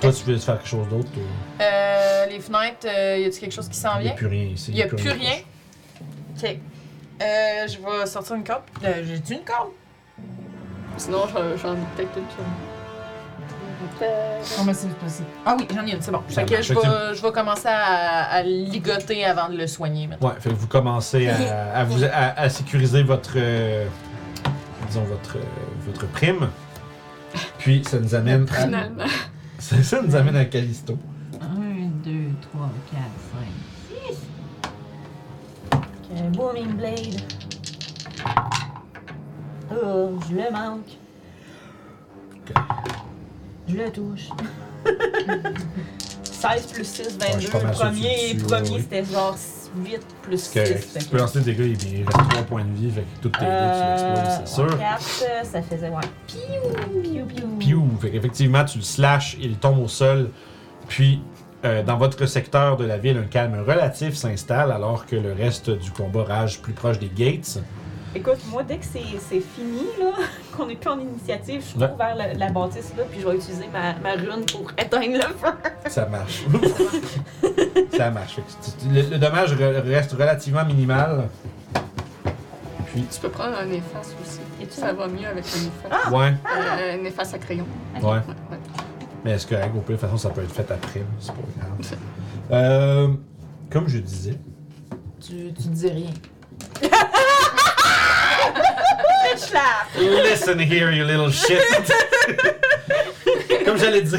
Toi, tu veux faire quelque chose d'autre? ou-
Euh, les fenêtres, euh, y a-tu quelque chose qui s'en
Il n'y a
vient?
plus rien ici.
Y a plus rien. Ok. Euh, je vais sortir une corde. Euh, J'ai-tu une corde?
Sinon, j'en- j'en ai peut-être une sur
Non, mais c'est possible. Ah oui, j'en ai une, c'est bon.
Ça
Fait que
marche.
je vais, je vais commencer à, à ligoter avant de le soigner maintenant.
Ouais, fait que vous commencez à, à vous, à, à sécuriser votre, euh, disons, votre, euh, votre prime. Puis ça nous amène à,
finalement.
ça, ça nous amène à Callisto.
1, 2, 3, 4, 5.
Un booming blade. Oh, je le manque. Je le touche.
16 plus 6, 22.
Ouais, je suis pas
le
mal sûr que
premier,
tu- tu-
premier
oui.
c'était genre 8 plus 6.
Que, tu peux lancer des dégâts, il est- il reste 3 points de vie, fait que toutes tes dégâts,
Euh,
tu l'exploses, c'est sûr.
4, euh, ça faisait ouais. Piou, piou, piou.
Piou! Fait qu'effectivement, tu le slashes, il tombe au sol. Puis, euh, dans votre secteur de la ville, un calme relatif s'installe alors que le reste du combat rage plus proche des gates.
Écoute, moi, dès que c'est c'est fini, là, qu'on n'est plus en initiative, je
Ouais.
cours vers la, la bâtisse, là, puis je vais utiliser ma, ma rune pour éteindre le feu.
Ça marche. ça marche. Fait que tu- tu- Le, le dommage re- reste relativement minimal. Puis,
Tu peux prendre un efface aussi. Ça va mieux avec un efface.
ouais,
Euh, un efface à crayon.
ouais.
Ouais, ouais.
Mais est-ce que, hein, au pire, de toute façon, ça peut être fait après. là, C'est pas grave. Euh, Comme je disais,
Tu, tu dis rien.
Listen here, you little shit. Comme j'allais dire.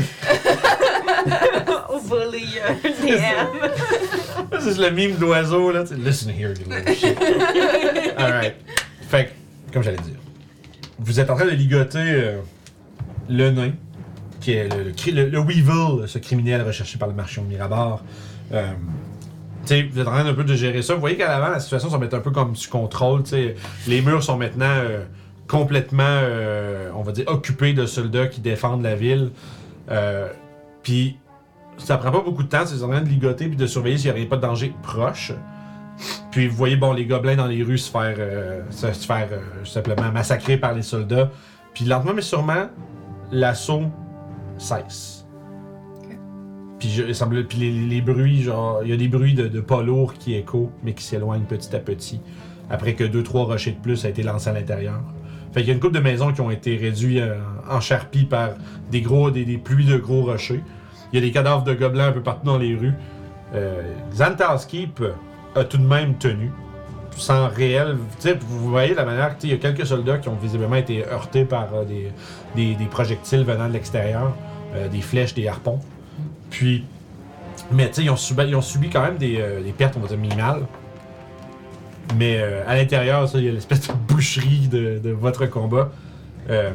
Au bully, euh,
Ça, C'est le mime d'oiseau, là. tu sais, Listen here, you little shit. Alright. Fait que, comme j'allais dire, vous êtes en train de ligoter euh, le nain, qui est le, le, cri- le- le Weevil, ce criminel recherché par le marchand de Mirabar. Euh, tu sais, vous êtes en train un peu de gérer ça. Vous voyez qu'à l'avant, la situation semble être un peu comme sous contrôle. tu sais. Les murs sont maintenant euh, complètement, euh, on va dire, occupés de soldats qui défendent la ville. Euh, Puis ça prend pas beaucoup de temps, c'est en train de ligoter puis de surveiller s'il n'y a rien pas de danger proche. Puis vous voyez, bon, les gobelins dans les rues se faire, euh, se, se faire euh, simplement massacrer par les soldats. Puis lentement mais sûrement, l'assaut cesse. Puis, je, il semble- puis les, les- les bruits, genre, il y a des bruits de, de pas lourds qui échoent, mais qui s'éloignent petit à petit, après que deux, trois rochers de plus a été lancé à l'intérieur. Fait qu'il y a une couple de maisons qui ont été réduites euh, en, en charpie par des gros, des- des pluies de gros rochers. Il y a des cadavres de gobelins un peu partout dans les rues. Euh, Xantar's Keep a tout de même tenu. Sans réel. tu sais, Vous voyez la manière. tu sais, Il y a quelques soldats qui ont visiblement été heurtés par euh, des, des- des projectiles venant de l'extérieur, euh, des flèches, des harpons. Puis. Mais tu sais, ils, ont subi- ils ont subi quand même des, euh, des pertes, on va dire, minimales. Mais euh, à l'intérieur, ça, il y a l'espèce de boucherie de, de votre combat. Euh,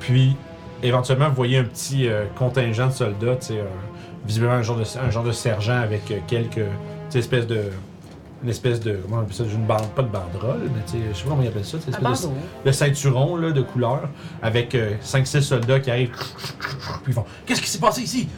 puis, éventuellement, vous voyez un petit euh, contingent de soldats, tu sais, euh, visiblement un genre, de, un genre de sergent avec euh, quelques tu sais, espèces de. Une espèce de. Comment on appelle ça Une bande, pas de banderole, mais tu sais, je sais pas comment ils appellent ça. tu sais, espèce de- le ceinturon là, de couleur avec 5-6 soldats qui arrivent. Puis ils font Qu'est-ce qui s'est passé ici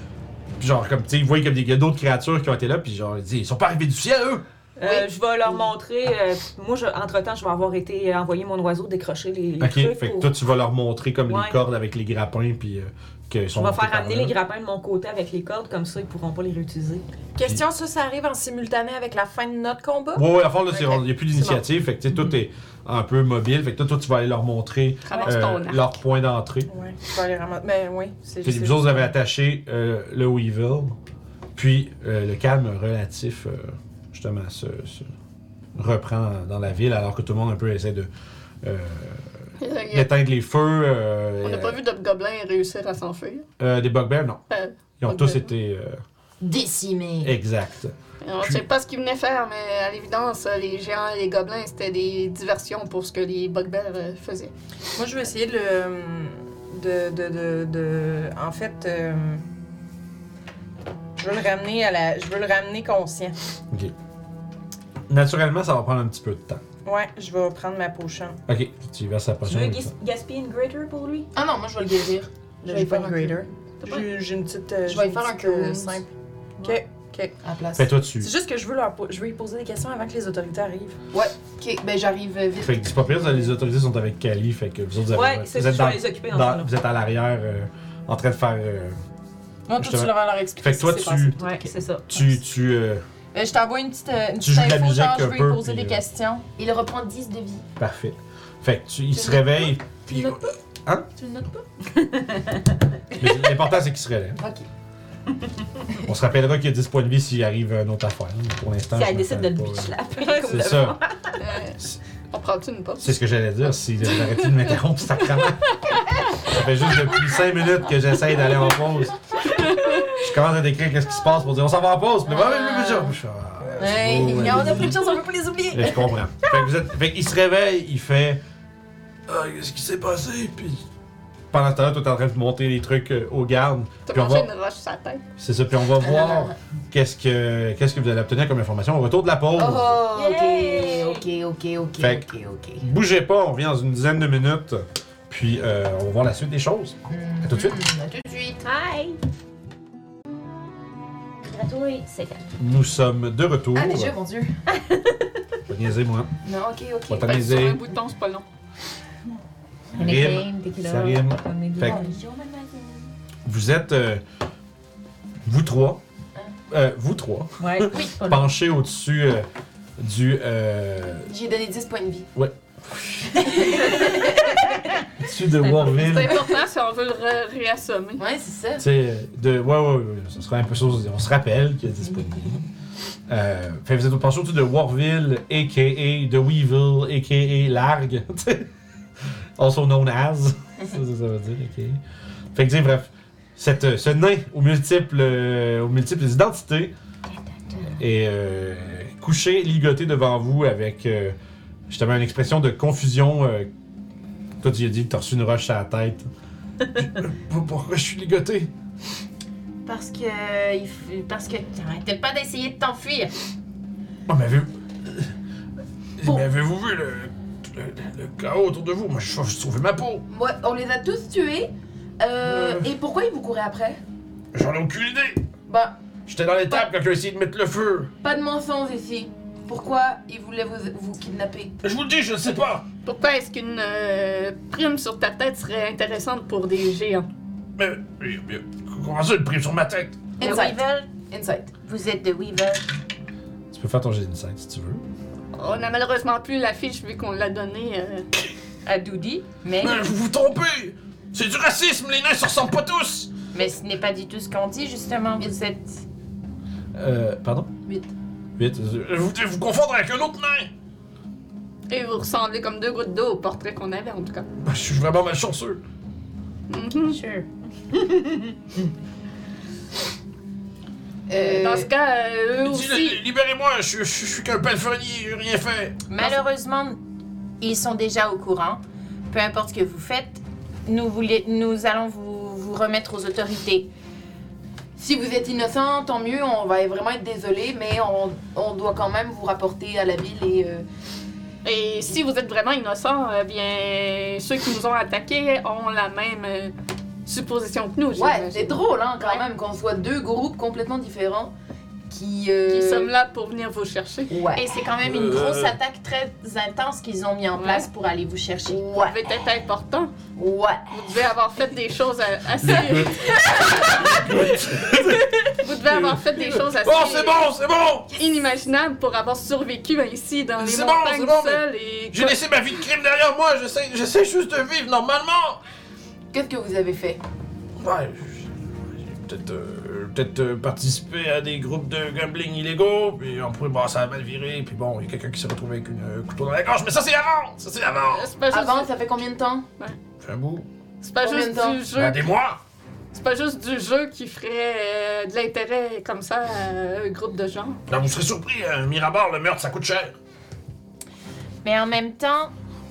Puis genre, comme tu sais, ils voient comme des il y a d'autres créatures qui ont été là, puis genre, ils disent Ils sont pas arrivés du ciel, eux
Euh, Je vais leur montrer. euh, moi, je- entre-temps, je vais avoir été euh, envoyer mon oiseau décrocher les, les
Ok,
trucs.
fait que
pour-
toi, tu vas leur montrer comme
Ouais.
les cordes avec les grappins, puis euh, qu'ils
je
sont.
vais
montés
faire
par
amener
là.
les grappins de mon côté avec les cordes, comme ça, ils pourront pas les réutiliser.
Question, ça, ça arrive en simultané avec la fin de notre combat?
Ouais, ouais, à fond, là, c'est-
Ok.
il n'y a plus d'initiative, fait que tu sais, tout est un peu mobile, fait que toi, toi, tu vas aller leur montrer
Traverse
euh,
ton arc.
leur point d'entrée.
Ouais, je vais aller ramasser. Mais oui, c'est
Puis
c'est-
vous autres avez attaché euh, le Weevil, puis euh, le calme relatif, euh, justement, se, se reprend dans la ville, alors que tout le monde un peu essaie de euh,
Il y a-
éteindre les feux. euh,
On n'a
euh,
pas vu de gobelin réussir à s'enfuir.
euh, des bugbears, non.
Euh,
Ils ont
bugbears.
tous été euh,
Décimé.
exacts.
on ne
Puis-
sait pas ce qu'ils venaient faire, mais à l'évidence, les géants et les gobelins, c'était des diversions pour ce que les bugbears euh, faisaient.
Moi, je vais essayer de le. hum, De, de, de, de- en fait, euh, je veux le ramener à la. Je veux le ramener conscient.
Ok. Naturellement, ça va prendre un petit peu de temps.
Ouais, je vais prendre ma potion.
Ok, tu verses la
Tu
potion.
veux
comme ça.
gas- gaspiller une greater pour lui?
Ah non, moi je vais le guérir. Je vais
J'ai
y
pas
faire
de
un
greater.
T'as pas-
J'ai j'ai une petite. euh,
Je vais
j'ai
y faire
une
un
petite,
cure
euh,
wounds.
simple.
Ouais.
Ok, ok.
à la place.
Fais-toi dessus.
C'est juste que je veux, leur po- je veux y poser des questions avant que les autorités arrivent.
Ok, ben j'arrive euh, vite.
Fait que c'est pas pire, les autorités sont avec Cali, fait que vous autres, vous avez-
Ouais,
vous
c'est
êtes
je
dans-
vais les occuper dans,
dans-
ce temps-là.
vous êtes à l'arrière euh, en train de faire. euh,
Non,
toi, Justement. tu
leur as leur expliqué.
Fait que toi, tu,
Ouais, c'est ça.
tu, tu, euh,
Euh, je t'envoie une petite, euh, une
Tu
petite
joues de la
info,
musique
genre, je
un
veux
peu,
y poser
puis,
des
euh,
questions.
Il reprend 10 de vie.
Parfait. Fait que tu, il se réveille, puis. Hein?
Tu le notes pas?
Mais L'important, c'est qu'il se relève.
Ok.
On se rappellera qu'il y a 10 points de vie s'il arrive une autre affaire. mais Pour l'instant,
Si
je
elle
me
décide de
rappelle
le
pas,
bitch
euh,
lapper, comme
C'est ça.
Euh, on prend-tu une pause?
C'est ce que j'allais dire si j'arrêtais de m'interrompre, sacrément. Ça fait juste depuis 5 minutes que j'essaye d'aller en pause. Je commence à décrire qu'est-ce qui se passe pour dire on s'en va en pause. Mais ouais, mais- mais- mais- je suis, ah,
Hey,
c'est beau,
on a
allez-y.
plus de chance, on peut pas les oublier.
Là, je comprends. fait que vous êtes... fait qu'il se réveille, il fait. Ah, qu'est-ce qui s'est passé? Puis. Pendant ce temps-là, toi, t'es en train de monter les trucs euh, aux gardes.
T'as
Puis on
mangé
va.
une roche sur la tête.
C'est ça, puis on va voir qu'est-ce que qu'est-ce que vous allez obtenir comme information au retour de la pause.
Oh,
Yay!
ok, ok, ok, ok,
Fait
ok, ok.
Bougez pas, on revient dans une dizaine de minutes, puis euh, on va voir la suite des choses. À tout de suite.
À tout de suite.
Hi!
Gratouille, c'est fait.
Nous sommes de retour.
Ah déjà, mon dieu.
Pas niaiser, moi.
Non, ok,
Pas
ok.
t'en
Ben, sur
niaiser.
un bouton, c'est pas long.
Rime. Ça rime. Fait que- Vous êtes. euh, vous trois.
Hein?
euh, vous trois.
Ouais, oui, pas long.
Penchés au-dessus euh, du. euh,
J'ai donné 10 points de vie.
au-dessus de Warville.
C'est important si on veut le ré- réassommer.
Ouais, c'est ça.
Tu sais, euh, de. Ouais, ouais, ouais, ça serait un peu chose. On se rappelle qu'il y a disponible.
Euh, fait que vous êtes au passé au-dessus de Warville, a.k.a. de Weevil, a.k.a. Largue. t'sais. also known as. ça, ça, ça veut dire, a.k.a. Fait que, tu sais, bref, cette, euh, ce nain aux multiples, euh, aux multiples identités est euh, couché, ligoté devant vous avec euh, justement une expression de confusion. euh, toi, tu lui as dit que t'as reçu une roche à la tête. Je- Pourquoi je suis ligoté?
Parce que. il f- Parce que. T'arrêtais pas d'essayer de t'enfuir.
Oh, mais avez-vous.
Bon.
Mais avez-vous vu le, le, le chaos autour de vous? Moi, je je trouvais ma peau.
Moi, on les a tous tués. Euh, Et pourquoi ils vous couraient après
J'en ai aucune idée.
Bah,
J'étais dans les tables quand quelqu'un a essayé de mettre le feu.
pas de mensonge ici. Pourquoi ils voulaient vous, vous kidnapper
Je vous le dis, je ne sais pas.
Pourquoi est-ce qu'une euh, prime sur ta tête serait intéressante pour des géants?
Mais, mais- mais comment ça, une prime sur ma tête?
De
Insight.
Weevil,
Insight.
vous êtes de Weevil.
Tu peux faire ton jet d'insight si tu veux.
On n'a malheureusement plus la fiche vu qu'on l'a donnée. euh,
À Doody, mais,
Mais vous vous trompez! C'est du racisme, les nains se ressemblent pas tous!
mais ce n'est pas du tout ce qu'on dit, justement. Vous êtes.
Euh, pardon?
Huit.
8. Vous devez vous confondre avec un autre nain!
et vous ressemblez comme deux gouttes d'eau au portrait qu'on avait en tout cas.
Bah, je suis vraiment malchanceux.
Mhm.
Sure.
Euh,
Dans ce cas, euh, eux aussi.
Dis-le, Libérez-moi, je, je- je suis qu'un palefrenier, j'ai rien fait.
Malheureusement, ils sont déjà au courant. Peu importe ce que vous faites, nous, voulez- nous allons vous, vous remettre aux autorités.
Si vous êtes innocent, tant mieux, on va vraiment être désolé, mais on, on doit quand même vous rapporter à la ville et. euh,
Et si vous êtes vraiment innocent, eh bien, ceux qui nous ont attaqués ont la même euh, supposition que nous.
Ouais,
j'imagine.
c'est drôle, hein, quand même, qu'on soit deux groupes complètement différents qui. euh,
Qui sommes là pour venir vous chercher.
Ouais.
Et c'est quand même une grosse attaque très intense qu'ils ont mis en place pour aller vous chercher.
Ça devait être important.
Ouais.
Vous devez avoir fait des choses euh, assez. vous devez avoir fait des choses assez.
Oh, c'est bon, c'est bon!
inimaginable pour avoir survécu ici dans les
C'est bon,
montagnes
c'est bon, mais-
seul et
J'ai laissé ma vie de crime derrière moi, j'essaie j'essaie juste de vivre normalement!
Qu'est-ce que vous avez fait
Ouais, j'ai j'ai peut-être euh, peut-être euh, participé à des groupes de gambling illégaux, puis on pourrait brasser à mal viré, puis bon, il y a quelqu'un qui s'est retrouvé avec une euh, couteau dans la gorge, mais ça c'est avant! Ça c'est avant!
Euh, c'est pas juste,
Avant, ça fait combien de temps
Fait un bout.
c'est pas
Combien
juste
de temps?
du jeu,
Regardez moi!
c'est pas juste du jeu qui ferait euh, de l'intérêt comme ça à un groupe de gens.
Là, vous serez surpris, un Mirabar, le meurtre, ça coûte cher.
Mais en même temps,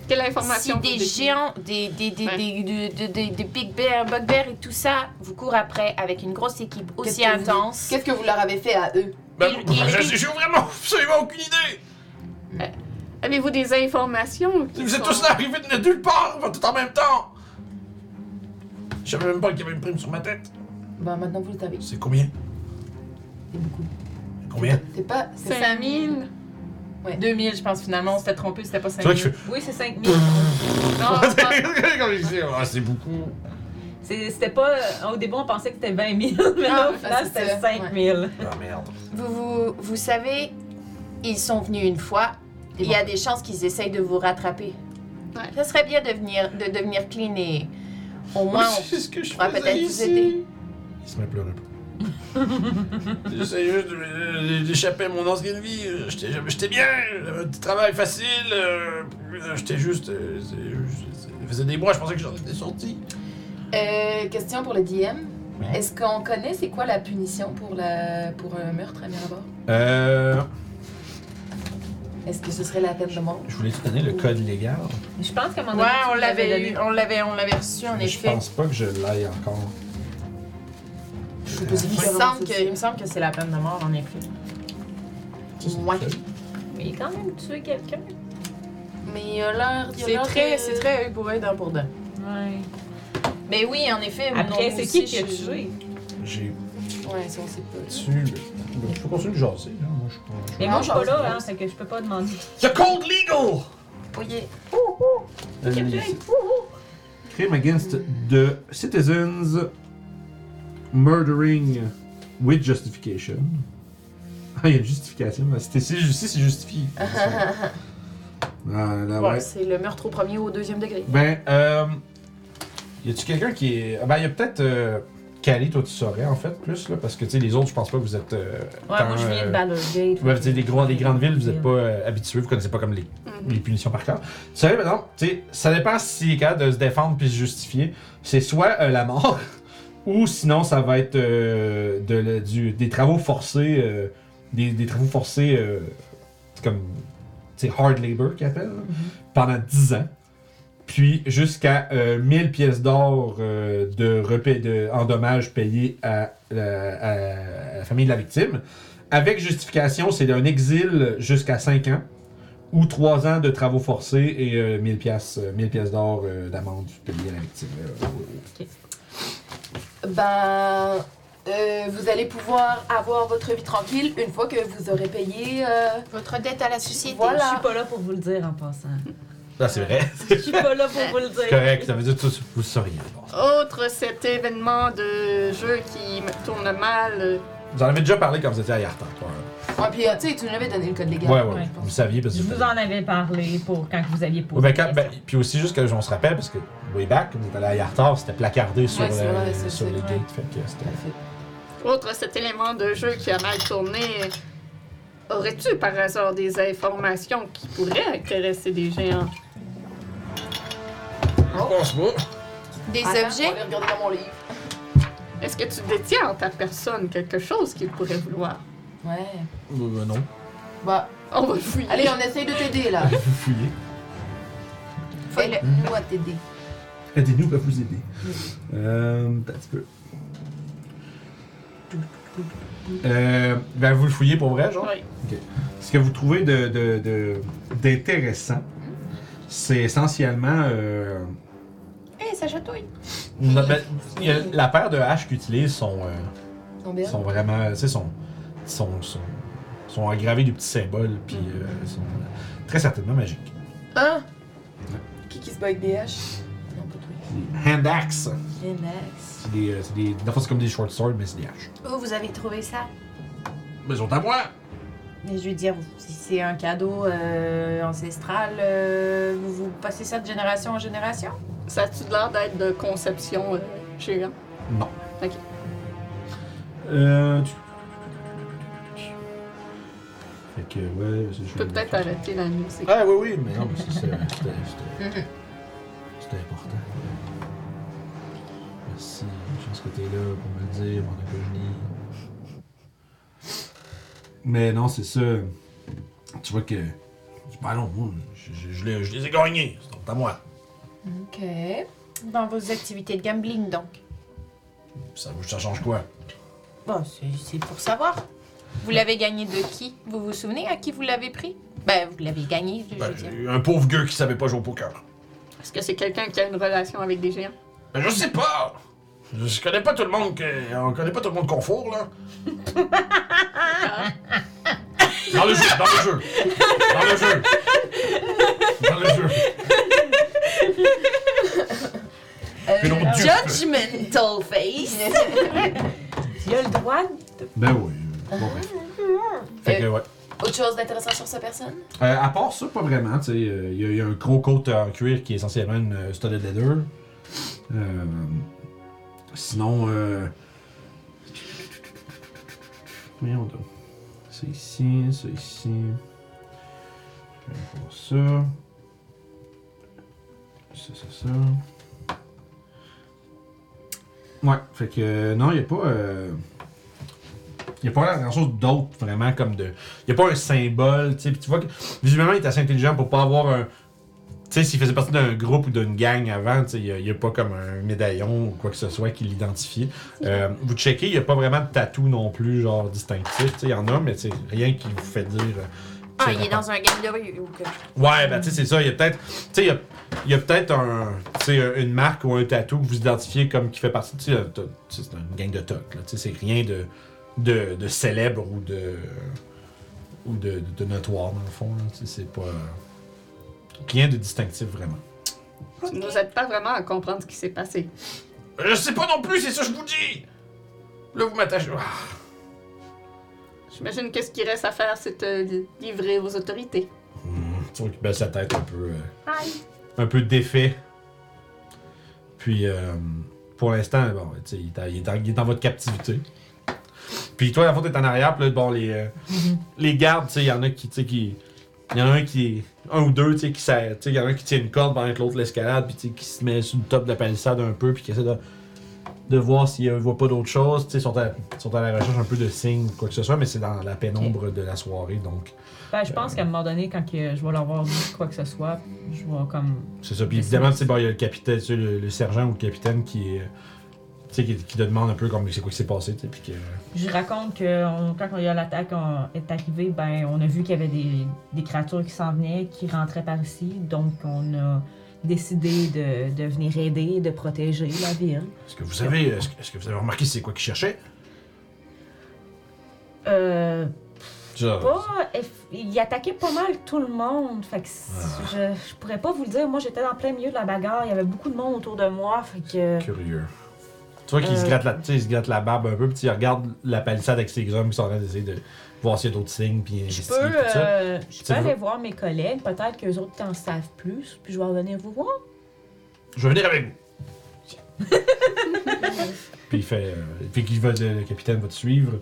Quelle
si
information vous
des
désirez?
géants, des, des, des,
Ouais.
des, de- de- de- des big bear, bugbear et tout ça vous courent après avec une grosse équipe aussi
que vous-
intense.
Qu'est-ce que vous leur avez fait à eux
Ben,
Il-
vous-
il-
je- j'ai vraiment absolument aucune idée!
Avez-vous des informations qui
Vous êtes
sont-
tous là arrivés de nulle part, tout en même temps! Je savais même pas qu'il y avait une prime sur ma tête.
Bah, maintenant vous le savez.
C'est combien?
C'est beaucoup.
Combien?
C'est pas. C'est
5000
2000, je pense, finalement, on s'était trompé, c'était pas 5000.
Oui, c'est 5000.
Non, c'est pas-
Ah, c'est beaucoup.
C'est- C'était pas. euh, Au début, on pensait que c'était 20 000, mais
Ah,
là, au final,
c'est
c'était
ça,
5 000.
Ah merde.
Vous, vous, vous savez, ils sont venus une fois. Il y a des chances qu'ils essayent de vous rattraper.
Ouais.
Ça serait bien de, venir, de devenir clean et au moins on
c'est ce que je
pourra
faisais
peut-être vous
ici.
aider.
Il se met à pleurer. J'essayais juste de- d'échapper à mon ancienne vie. Euh, J'étais j'étais bien, j'avais un petit travail facile. euh, euh, J'étais juste. euh, c'est- je- Ça faisait des mois, je pensais que j'en étais sorti.
Euh, question pour le DM. Est-ce qu'on connaît c'est quoi la punition pour la pour un meurtre à Mirabar
Euh.
Est-ce que ce serait la peine de mort
Je voulais te donner le code légal.
Je pense qu'à un moment
Ouais,
donné, tu
on
nous avais
l'avait
donné.
eu, on l'avait, on l'avait reçu, en effet.
pas que je l'aille encore.
Je sais pas si
Il me,
vraiment
semble
c'est
que,
ça.
il me semble que c'est la peine de mort, en effet.
Ouais.
Mais il a quand même tué quelqu'un.
Mais il y a l'air. il y a
C'est
l'air
très,
de-
c'est très œil pour œil, dent pour dent.
Ouais.
Ben
Mais oui, en effet.
Après,
non,
c'est
aussi,
qui qui a
je suis-
tué?
J'ai
Ouais, ça on sait pas.
tu. Il faut continuer de jaser, là. Moi, je suis pas.
Mais
Ah,
moi, je suis
je
pas
pense
là, hein, fait que je peux pas demander.
The Cold Legal!
Voyez.
Crime against the citizens murdering with justification. Ah, il y a une justification. là. C'était si justice, c'est justifié. ah, là, ouais.
Ouais, c'est le meurtre au premier ou au deuxième degré.
Ben, euh. Y a-tu quelqu'un qui est. Ah, Ben, y a peut-être. euh,
Cali, toi, tu saurais, en fait, plus, là, parce que, tu sais, les autres, je pense pas que vous êtes. euh, tant,
Ouais, moi je viens de
euh,
Baldur's Gate.
Ouais, tu sais, des, grands- des grandes villes, vous n'êtes pas euh, habitués, vous connaissez pas comme les, les punitions par cœur. Tu sais, maintenant, tu sais, ça dépend s'il est capable de se défendre puis se justifier. C'est soit euh, la mort, ou sinon ça va être euh, de, la- du- des travaux forcés, euh, des, des travaux forcés euh, comme, tu sais, hard labor qu'ils appellent, là, pendant 10 ans. Puis jusqu'à euh, 1000 pièces d'or euh, de, repa- de- en dommages payés à la- à la famille de la victime. Avec justification, c'est d'un exil jusqu'à 5 ans ou 3 ans de travaux forcés et euh, 1000 pièces euh, 1000 pièces d'or euh, d'amende payée à la victime. euh, au-
Ben, euh, vous allez pouvoir avoir votre vie tranquille une fois que vous aurez payé. euh,
Votre dette à la société.
Je suis pas là pour vous le dire en passant.
Là, c'est vrai.
Je suis pas là pour vous le dire.
C'est correct, ça veut dire que vous- vous sauriez. bon.
Autre cet événement de jeu qui me tourne mal. euh,
Vous en avez déjà parlé quand vous étiez à Yartan. quoi.
Ouais, puis euh, tu sais, tu nous avais donné le code légal.
Ouais, ouais,
je
vous
pense.
saviez parce que
Je vous en avais parlé pour quand vous aviez posé.
Ouais, ben,
la
quand- ben,
question.
puis aussi, juste que on se rappelle, parce que way back, vous êtes allé à Yartar, c'était placardé sur,
Ouais, c'est
le-
vrai, c'est-
sur
c'est
les
vrai.
gates. Fait que c'était-
Autre cet élément de jeu qui a mal tourné. Aurais-tu par hasard des informations qui pourraient intéresser des géants?
Je pense pas.
Des
Attends,
objets.
Je vais regarder dans mon livre.
Est-ce que tu détiens en ta personne quelque chose qu'ils pourraient vouloir?
Ouais.
bah,
Euh, non.
Bah,
On va le fouiller.
allez, on essaye de t'aider là.
Vous fouillez.
Aide-nous à t'aider.
Aidez-nous va vous aider.
Mm.
Euh, un petit peu. Euh, ben vous le fouillez pour vrai, genre?
Oui.
Ce que vous trouvez de- de- de- d'intéressant, c'est essentiellement. euh,
Eh, ça chatouille.
non, ben, il y a- la paire de haches qu'ils utilisent sont, euh,
Combien?
sont vraiment. Tu sais, sont, sont, sont, sont engravés des petits symboles, puis euh, sont euh, très certainement magiques.
Hein? Qui qui se bat avec des haches? Non, pas toi.
Des hand axe.
Bien, Max.
C'est des. euh, c'est des- dans le fond, c'est comme des short swords, mais c'est des haches.
Oh, vous avez trouvé ça.
Mais ils sont à moi!
Mais je veux dire, si c'est un cadeau euh, ancestral, euh, vous, vous passez ça de génération en génération.
Ça a-tu l'air d'être de conception euh, géant?
Non.
Ok.
Euh. tu- Fait que, ouais, c'est- je
Je peux peut-être arrêter la musique.
Ah, oui, oui, mais non, mais c'est- c'est- c'était. c'était- C'était important. Merci. Je pense que t'es là pour me le dire, mon acolyte. Mais non, c'est ça. Tu vois que. Ben non, moi, je, je- je les- je les ai gagnés. C'est à moi.
Ok.
Dans vos activités de gambling, donc.
Ça, ça change quoi?
Bon, c'est c'est pour savoir. Vous l'avez gagné de qui Vous vous souvenez à qui vous l'avez pris Ben, vous l'avez gagné, je
Bah,
Ben,
veux dire.
un pauvre gueux qui savait pas jouer au poker.
Est-ce que c'est quelqu'un qui a une relation avec des géants?
Ben, je sais pas! Je- Je connais pas tout le monde que. On connaît pas tout le monde qu'on fourre, là. dans le jeu, dans le jeu! Dans le jeu! Dans le jeu! Puis l'autre Dieu.
Judgmental face.
Tu as le droit
Ben oui. Bon, bref. Fait que, ouais.
Autre chose d'intéressant sur sa personne?
Euh, à part ça, pas vraiment. Tu sais, euh, il y, a- y a un gros coat en cuir qui est essentiellement une euh, studded leather. Euh, sinon, euh... voyons donc. C'est ici, c'est ici. Je vais faire ça. Ça, ça, ça. Ouais, fait que euh, non, il n'y a pas. euh, Il n'y a pas grand chose d'autre vraiment comme de. Il n'y a pas un symbole, tu sais. Puis tu vois que visuellement, il est assez intelligent pour pas avoir un. Tu sais, s'il faisait partie d'un groupe ou d'une gang avant, tu sais, il n'y a, pas comme un médaillon ou quoi que ce soit qui l'identifie. Euh, vous checkez, il n'y a pas vraiment de tatou non plus, genre distinctif. Tu sais, il y en a, mais tu sais, rien qui vous fait dire. euh,
Ah,
c'est
il est
vraiment-
dans un gang de rue ou que.
Ouais, ben tu sais, c'est ça. Il y a peut-être, tu sais, il y a, il y a peut-être un, tu sais, une marque ou un tatou que vous identifiez comme qui fait partie. Tu sais, un to- tu sais, c'est une gang de toc. là, Tu sais, c'est rien de, de, de célèbre ou de ou de, de- de notoire dans le fond. là, tu sais, c'est pas rien de distinctif vraiment.
Tu nous aides pas vraiment à comprendre ce qui s'est passé.
Je sais pas non plus, c'est ça que je vous dis. Là, vous m'attachez. Ah.
J'imagine que ce qui reste à faire, c'est te li- livrer aux autorités.
Hum, Tu vois qu'il baisse la tête un peu, euh,
Hi.
un peu défait. Puis euh, pour l'instant, bon, tu sais, il, est en- il est en- il est en votre captivité. Puis toi, la faute est en arrière, puis là, bon, les, euh, les gardes, tu sais, il y en a qui, tu sais, qui. Il y en a un qui. Un ou deux, tu sais, qui s'a- tu sais, il y en a un qui tient une corde pendant que l'autre l'escalade, puis tu sais, qui se met sur le top de la palissade un peu, puis qui essaie de, de voir s'il ne voit pas d'autre chose. Tu sais, ils sont à, ils sont à la recherche un peu de signes ou quoi que ce soit, mais c'est dans la pénombre de la soirée, donc.
Ben, je pense qu'à un moment donné, quand que je vais leur avoir dit quoi que ce soit, je vais comme.
C'est ça. Puis
C'est
évidemment, tu sais, bon, il y a le capitaine, tu sais, le, le sergent ou le capitaine qui est. euh, Tu sais, qui, qui te demande un peu comme c'est quoi qui s'est passé, tu sais, puis que.
Je raconte que on- quand il y a l'attaque on- est arrivée, ben, on a vu qu'il y avait des, des créatures qui s'en venaient, qui rentraient par ici. Donc, on a décidé de, de venir aider, de protéger la ville.
Est-ce que vous savez, est-ce que, est-ce que vous avez remarqué c'est quoi qu'ils cherchaient?
Euh,
Genre,
pas- eff- il attaquait pas mal tout le monde. Fait
Ah.
que si- je, je pourrais pas vous le dire. Moi, j'étais en plein milieu de la bagarre. Il y avait beaucoup de monde autour de moi. Fait que.
Curieux. Tu vois qu'il
euh.
se gratte la, tu sais, il se gratte la barbe un peu, puis il regarde la palissade avec ses hommes qui sont en train d'essayer de voir s'il y a d'autres signes, puis
Je
investiguer,
peux,
tout ça.
euh, je
Tu
peux
veux-
aller voir mes collègues, peut-être qu'eux autres t'en savent plus, puis je vais revenir vous voir.
Je vais venir avec vous. puis il fait. euh, puis qu'il va, le capitaine va te suivre.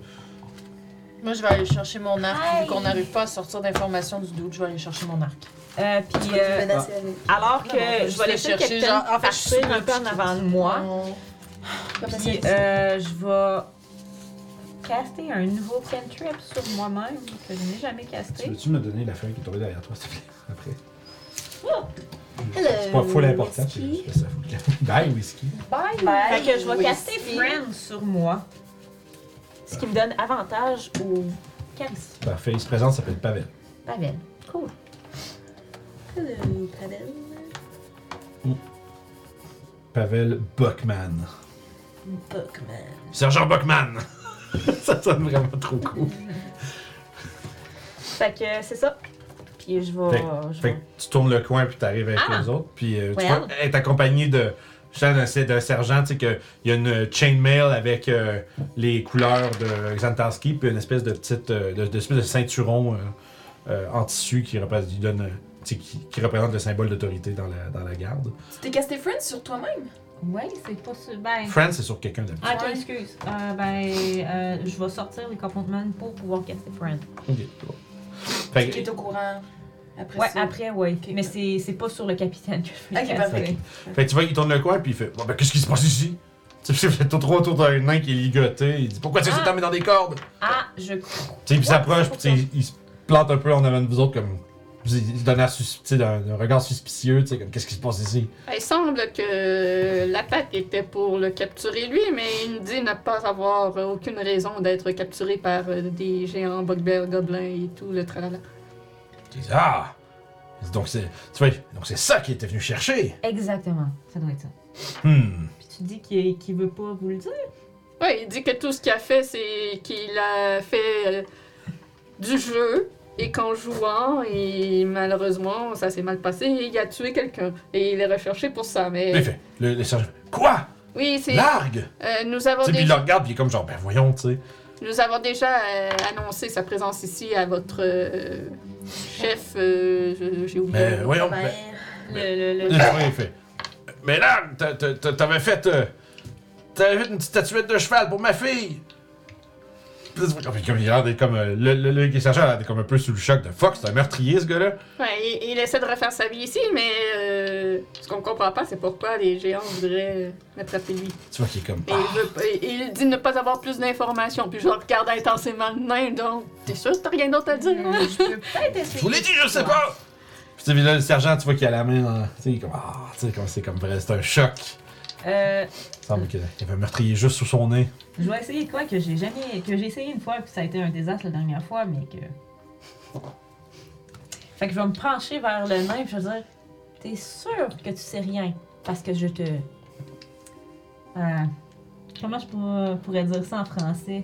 Moi, je vais aller chercher mon arc.
Aïe.
Vu qu'on n'arrive pas à sortir d'informations du doute, je vais aller chercher mon arc.
Euh, puis, euh,
menacer
alors que
Non, on va
je
juste
vais
les
laisser
chercher,
le capitaine
genre, en fait, je suis
partir un peu en avant de moi, puis euh, je vais caster un nouveau cantrip sur moi-même que je n'ai jamais
Tu
casté.
veux-tu me donner la feuille qui est tombée derrière toi, s'il te plaît, après?
Euh, Oh,
C'est pas fou l'important, c'est juste ça. Faut que- Bye, whisky.
Fait que je vais caster Friend sur moi, ce qui me donne avantage au charisme.
Parfait, il se présente, ça s'appelle Pavel.
Pavel. Cool.
Pavel Buckman. Sergent Buckman! ça sonne vraiment trop cool.
Fait que euh, c'est ça. Puis je vais.
Fait,
je
fait
vais-
que tu tournes le coin puis t'arrives avec
Ah.
les autres. Puis euh, tu
Well.
vois, être accompagné de je sais, d'un c'est- d'un sergent, tu sais, qu'il y a une chainmail avec euh, les couleurs de Xantarski, puis une espèce de petite, euh, de, de- espèce de ceinturon euh, euh, en tissu qui, représente- qui donne, euh, tu sais, qui, qui représente le symbole d'autorité dans la, dans la garde.
Tu t'es casté Friends sur toi-même?
Ouais, c'est pas sûr. Ben.
France, c'est sur quelqu'un d'habitude.
Ah, attends, excuse. Euh, ben, euh, je vais sortir les comportements pour pouvoir casser Friend.
Ok, c'est bon. Fait que-
Qui est au courant après
Ouais,
ça?
après, ouais. Mais c'est c'est pas sur le capitaine que je vais
Ok,
casser.
parfait.
Fait que tu vois, il tourne le coin, puis il fait Bon, ben, qu'est-ce qui se passe ici Tu sais, fait tout autour d'un nain qui est ligoté. Il dit Pourquoi tu sais,
Ah.
t'en mets dans des cordes
Ah, je.
Tu sais, puis il s'approche, puis tu sais, il se plante un peu en avant de vous autres, comme. puis Il donne un, sus- tu sais, d'un- d'un regard suspicieux, tu sais, comme Qu'est-ce qui se passe ici
Ben, Il semble que l'attaque était pour le capturer lui, mais il dit ne pas avoir euh, aucune raison d'être capturé par euh, des géants, bugbears, gobelins et tout le tralala.
Il dit Ah Il dit, Donc, c'est. Tu vois, donc c'est ça qu'il était venu chercher
Exactement. Ça doit être ça.
Hmm.
Puis tu dis qu'il qu'il veut pas vous le dire.
Ouais, il dit que tout ce qu'il a fait, c'est qu'il a fait euh, du jeu et qu'en jouant, et malheureusement, ça s'est mal passé et il a tué quelqu'un. Et il est recherché pour ça, mais...
Il fait Le, le sergent fait, Quoi
Oui, c'est...
Largue
euh, nous,
Tu
avons
sais, puis il le
déjà,
regarde, puis il est comme genre Ben voyons, tu sais.
nous avons déjà euh, annoncé sa présence ici à votre euh, chef... euh, je- J'ai oublié.
Mais
le nom.
voyons, ben,
Le, le, le-
Le chevreuil, il fait. Mais là, t'a- t'a- t'a- t'avais fait. euh, T'avais fait une petite statuette de cheval pour ma fille! Puis là, tu vois, comme- comme il a l'air d'être comme. euh, Le, le, le, le sergent a l'air d'être comme un peu sous le choc de fuck, c'est un meurtrier ce gars-là!
Ouais, il, il essaie de refaire sa vie ici, mais euh, ce qu'on comprend pas, c'est pourquoi les géants voudraient l'attraper lui.
Tu vois qu'il est comme.
Et il, veut- et- et il dit ne pas avoir plus d'informations, puis je regarde intensément le nain, donc t'es sûr que t'as rien d'autre à dire? hein?
ah, Je vous l'ai dit, je sais pas! Puis tu sais, là, le sergent, tu vois qu'il a la main. dans- Tu sais, il est comme. Ah, tu sais, comme c'est comme vrai, c'est un choc!
euh,
Il semble qu'il y avait un meurtrier juste sous son nez.
je vais essayer de quoi que j'ai jamais. que j'ai essayé une fois, puis ça a été un désastre la dernière fois, mais que. Fait que je vais me pencher vers le nain, puis je vais dire T'es sûr que tu sais rien Parce que je te. Euh, comment je pour- pourrais dire ça en français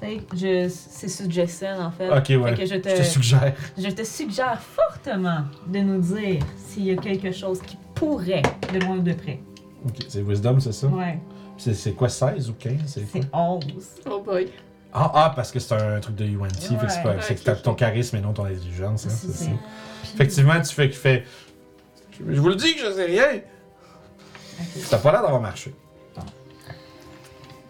T'sais, je, c'est suggestion en fait.
Ok, ouais.
Fait que je te,
Je te suggère.
je te suggère fortement de nous dire s'il y a quelque chose qui pourrait, de loin ou de près.
Ok, c'est Wisdom, c'est ça?
Ouais,
C'est- C'est quoi, 16 ou 15? C'est quoi?
c'est 11.
Oh boy.
Ah, ah, parce que c'est un truc de UNT, fait que c'est pas-
Ouais,
c'est que
ok,
t'as
ok.
ton charisme et non ton intelligence. Hein,
C'est
c'est
ça.
ça. Effectivement, tu fais qu'il fait. Je vous le dis que je sais rien!
Ça n'a pas l'air d'avoir marché.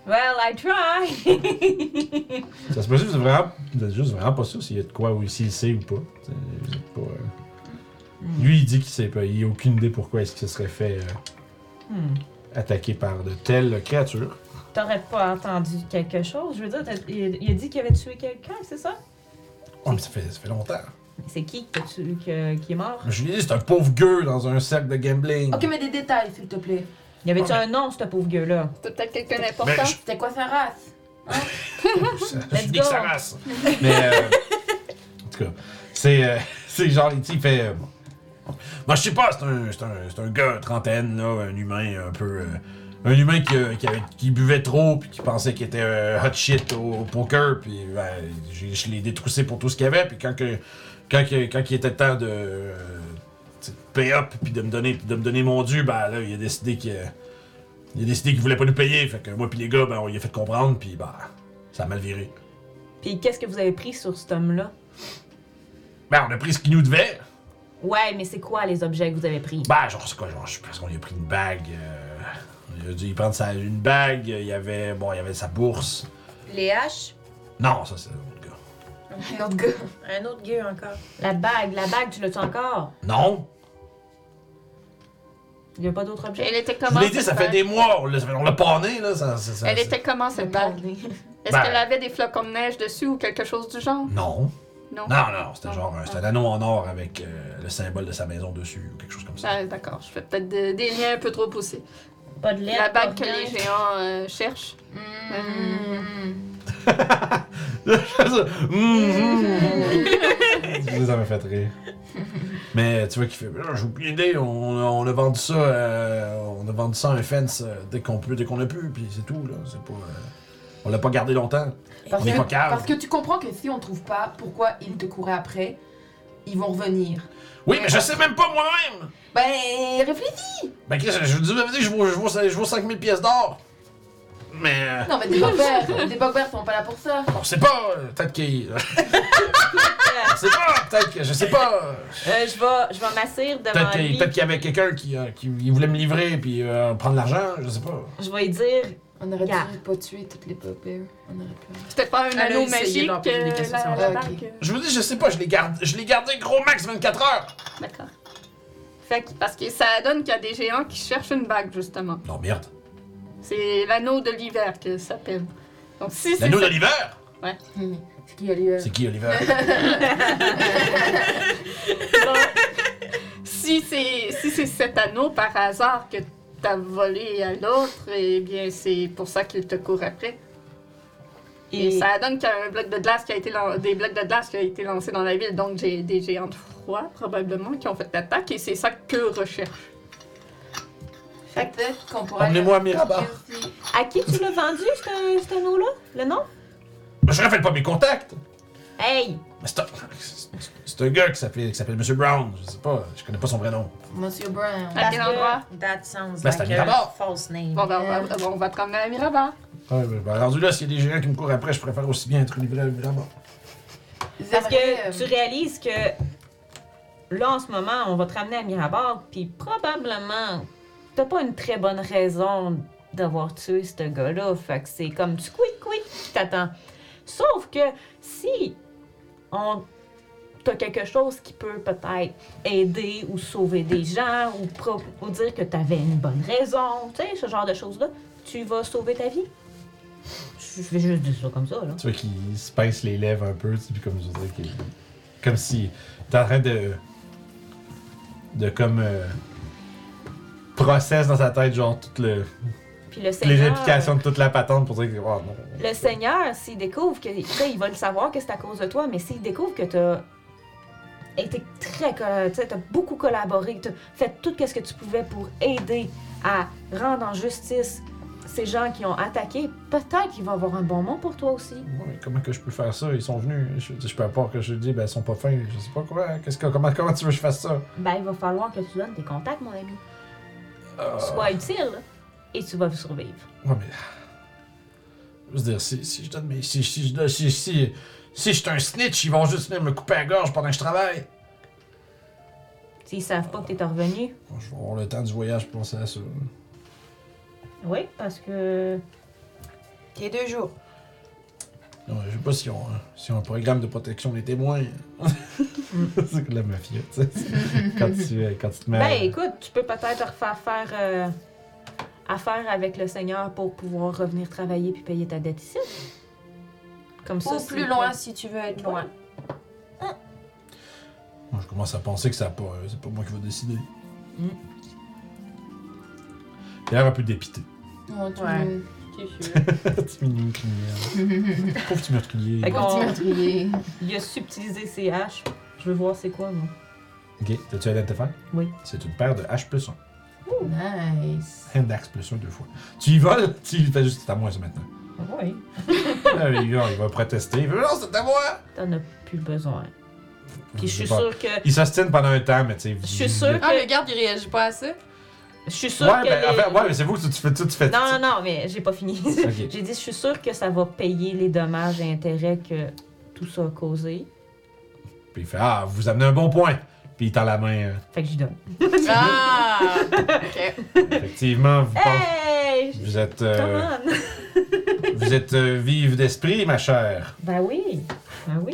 Well, I try!
Ça se peut que vous êtes vraiment, vous êtes juste vraiment pas sûr s'il y a de quoi ou s'il sait ou pas. C'est- vous êtes pas, euh, Lui, il dit qu'il sait pas. Il a aucune idée pourquoi est-ce qu'il se serait fait euh,
Hmm.
attaquer par de telles créatures.
T'aurais pas entendu quelque chose? Je veux dire, t'as- il, il a dit qu'il avait tué quelqu'un, c'est ça?
Oh, mais ça fait, ça fait longtemps.
C'est qui que tu- que- qui est mort?
Je lui ai dit, c'est un pauvre gueux dans un cercle de gambling.
Ok, mais des détails, s'il te plaît.
Y avait-tu un nom, ce pauvre gueux-là?
C'était peut-être quelqu'un
Mais
d'important.
je-
C'était quoi sa race?
Je
Let's
dis
go.
que ça race. Mais euh, en tout cas, c'est euh, c'est genre, il il fait. euh, moi, je sais pas, c'est un, c'est un, c'est un gars, trentaine, là, un humain un peu. euh, un humain qui, euh, qui, avait- qui buvait trop, puis qui pensait qu'il était euh, hot shit au, au poker, puis ben, j'ai- je l'ai détroussé pour tout ce qu'il y avait, puis quand, que, quand, que- quand il était temps de. euh, tu sais, pay up, puis de me donner, de me donner mon dû, ben là, il a décidé qu'il. Il a décidé qu'il voulait pas nous payer, fait que moi puis les gars, ben on lui a fait comprendre, puis ben, ça a mal viré.
Puis qu'est-ce que vous avez pris sur cet homme-là?
Ben, on a pris ce qu'il nous devait.
Ouais, mais c'est quoi les objets que vous avez pris?
Ben, genre, c'est quoi, genre, je sais pas, parce qu'on lui a pris une bague. euh, il a dû y prendre sa, une bague, il y avait, bon, il y avait sa bourse.
Les haches,
Non, ça, c'est un autre gars.
Un autre gars.
un autre gueux encore.
La bague, la bague, tu l'as-tu encore?
Non!
Il y a pas d'autre objet?
Elle était
Je
comment?
vous l'ai dit,
cette
ça fait
bague?
des mois, on l'a, ça fait- on l'a pané, là, ça, ça, ça-
Elle
ça-
était comment cette bague? Est-ce
Ben-
qu'elle avait des flocons de neige dessus ou quelque chose du genre?
Non.
Non.
Non, non, c'était
Non.
genre, un- c'était un anneau en or avec euh, le symbole de sa maison dessus, ou quelque chose comme ça.
Ah, D'accord, je fais peut-être des, des liens un peu trop poussés.
Pas de
La
lettre,
bague que
pas rien.
les géants euh, cherchent.
Hmm.
Ça, ça m'a fait rire. Mais tu vois qu'il fait. Ah, J'ai aucune idée, on, on a vendu ça euh, on a vendu ça à un fence euh, dès qu'on peut, dès qu'on a pu, puis c'est tout, là. C'est pas. euh, on l'a pas gardé longtemps.
Parce
On est
que-
pas cave.
Parce que tu comprends que si on trouve pas pourquoi ils te couraient après, ils vont revenir.
Oui, mais je sais même pas moi-même!
Ben, réfléchis!
Ben Chris, je vous dis la vérité, je vaux, je vaux, je vaux 5000 pièces d'or! Mais. euh,
Non, mais des bugbears, des bugbears sont pas là pour ça.
on sait pas, euh, peut-être qu'il. on sait pas, peut-être que. Je sais pas.
Euh, je vais, je vais m'assire devant
Peut-être qu'il
lui.
peut-être qu'il y avait quelqu'un qui, euh, qui il voulait me livrer, puis euh, prendre l'argent, je sais pas.
Je vais lui dire.
On aurait
Gare.
dû pas tuer toutes les bugbears. On aurait pu.
Peut-être pas un
Elle a
anneau
essayé
magique.
de leur poser des
euh,
questions,
la,
ça
la
va.
bague.
Ok.
euh,
Je vous dis, je sais pas, je l'ai gardé, je l'ai gardé gros max 24 heures.
Ah, D'accord. Fait que- parce que ça donne qu'il y a des géants qui cherchent une bague, justement.
Non, merde.
C'est l'anneau de l'hiver que ça s'appelle. Donc si c'est
L'anneau
ça-
d'Oliver
Ce Hmm. qui a lieu.
C'est qui Oliver
Si c'est si c'est cet anneau par hasard que t'as volé à l'autre, eh bien c'est pour ça qu'il te court après. Et,
Et,
ça donne qu'il y a un bloc de glace qui a été lan- des blocs de glace qui a été lancé dans la ville, donc j'ai des géants de froid probablement qui ont fait l'attaque et c'est ça que recherche.
Peut-être euh, qu'on pourrait.
Emmenez-moi à
Ah,
Ah, bah.
bah.
Mirabar.
à qui tu l'as vendu, ce- cet anneau-là? Le nom?
Je rappelle pas mes contacts.
Hey!
Mais C'est un, c'est un gars qui s'appelait, qui s'appelle Monsieur Brown. Je sais pas, je connais pas son vrai nom.
Monsieur Brown.
À
Parce
quel
que-
endroit?
That sounds
Ben, c'est à
like a
Mirabar.
false name.
Bon, ben, on, va, on va te ramener à Mirabar.
Ouais, ben, ben, rendu là, s'il y a des géants qui me courent après, je préfère aussi bien être livré à Oliver.
Parce
euh,
que tu réalises que là, en ce moment, on va te ramener à Mirabar, puis probablement, t'as pas une très bonne raison d'avoir tué ce gars-là. Fait que c'est comme tu quick quick qui t'attend. Sauf que si on t'as quelque chose qui peut peut-être aider ou sauver des gens ou, pro- ou dire que t'avais une bonne raison, tu sais, ce genre de choses-là, tu vas sauver ta vie. Je je vais juste dire ça comme ça, là.
Tu vois qu'il se pince les lèvres un peu, tu sais, puis comme je disais, qu'il- comme si t'es en train de. de comme. euh, process dans sa tête, genre, toutes le,
Puis le
les
Seigneur-
implications de toute la patente pour dire que. Oh non.
Le Seigneur, s'il découvre que. tu sais, il va le savoir que c'est à cause de toi, mais s'il découvre que t'as été très. co- Tu sais, t'as beaucoup collaboré, t'as fait tout ce que tu pouvais pour aider à rendre en justice ces gens qui ont attaqué, peut-être qu'il va avoir un bon mot pour toi aussi.
Ouais, mais comment que je peux faire ça? Ils sont venus. Je, je peux pas que je dis, ben, ils sont pas fins. Je sais pas quoi. Qu'est-ce que, comment, comment tu veux que je fasse ça?
Ben, il va falloir que tu donnes tes contacts, mon ami.
Euh,
Sois utile et tu vas survivre.
Ouais, mais. Je veux dire, si, si je donne mes. Si, si, je donne- si, si, si je suis un snitch, ils vont juste venir me couper la gorge pendant que je travaille.
S'ils savent pas que t'es revenu,
Bon, je vais avoir le temps du voyage pour penser à ça.
Oui, parce que.
Tes deux jours.
Non, je sais pas si on, si on a un programme de protection des témoins. c'est de la mafia, tu sais. quand, tu, euh, quand tu te mets.
Ben écoute, tu peux peut-être refaire faire euh, affaire avec le Seigneur pour pouvoir revenir travailler puis payer ta dette ici. Comme ça.
Ou
c'est
plus
pas-
loin si tu veux être loin.
Moi, je commence à penser que ça a pas, euh, c'est pas moi qui vais décider.
Mm.
Il a l'air un peu dépité.
euh,
Ouais, tout
Ouais.
le-
Petit mignon criminel. Pauvre petit meurtrier.
Fait qu'on-
Petit meurtrier.
Il a subtilisé ses haches. Je veux voir c'est quoi, moi.
Ok, t'as-tu aidé à te faire?
Oui.
C'est une paire de H plus 1.
Nice.
Hand axe plus 1 deux fois. Tu y voles? Tu y fais juste, c'est à moi ça maintenant.
Oui.
Ah, il, va, il va protester. Il veut, non, c'est à moi!
T'en as plus besoin. Puis je suis
Pas-
sûre que.
Il s'ostine pendant un temps, mais tu sais.
Je suis sûre
Ah,
que.
le garde, il réagit pas à ça.
Je suis sûre
Ouais,
que.
ben, en
les-
fait, ouais, mais c'est vous que tu, tu fais tout, tu fais
Non, non, non, mais j'ai pas fini.
Ok.
j'ai dit, je suis sûre que ça va payer les dommages et intérêts que tout ça a causé.
Puis il fait Ah, vous amenez un bon point. Puis il tend la main. euh,
Fait que j'y donne.
Ah!
Effectivement, vous, pensez-
Hey!
vous êtes, euh,
Come on!
vous êtes euh, vive d'esprit, ma chère.
Ben oui! Ben oui!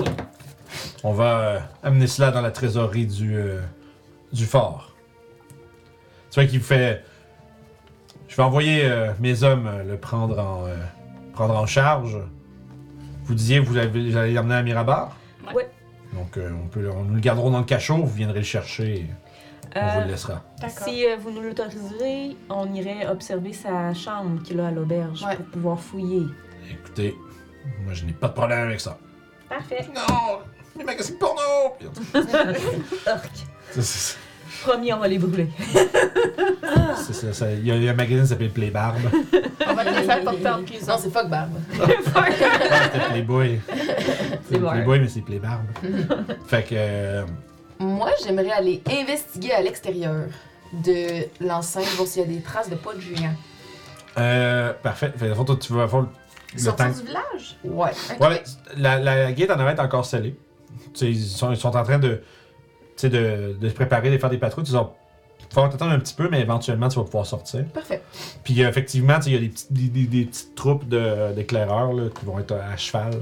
On va euh, amener cela dans la trésorerie du, euh, du fort. Tu vois qu'il vous fait. Je vais envoyer euh, mes hommes euh, le prendre en, euh, prendre en charge. Vous disiez que vous, avez- vous allez l'emmener à Mirabar?
Ouais.
Ouais.
Donc, euh, on peut, on, nous le garderons dans le cachot, vous viendrez le chercher et on vous
Euh,
le laissera.
si euh, vous nous l'autoriserez, on irait observer sa chambre qu'il a à l'auberge
Ouais.
pour pouvoir fouiller.
Écoutez, moi je n'ai pas de problème avec ça.
Parfait.
Non! Les magazines porno!
Orc.
C'est- c'est-
Promis, on va les brûler.
euh, c'est- c'est- c'est- Il y a il y a un magazine qui s'appelle Playbarbe.
On va te les faire porter en prison.
Non, c'est fuck barbe.
C'était Playboy. C'est
bon.
Playboy, mais c'est Playbarbe. fait que. euh,
Moi, j'aimerais aller investiguer à l'extérieur de l'enceinte, voir s'il y a des traces de pas de géant.
euh, parfait. Fait que, toi, tu vas faire le le
Sortir
temps.
du village?
Ouais.
Ouais, mais la, la gate en arrête encore scellée. Tu sais, Ils sont, ils sont en train de, tu sais, de, de se préparer, de faire des patrouilles. Tu vas falloir t'attendre un petit peu, mais éventuellement, tu vas pouvoir sortir.
Parfait.
Puis euh, effectivement, tu sais, il y a des petites, des, des- des petites troupes de- d'éclaireurs là, qui vont être à cheval.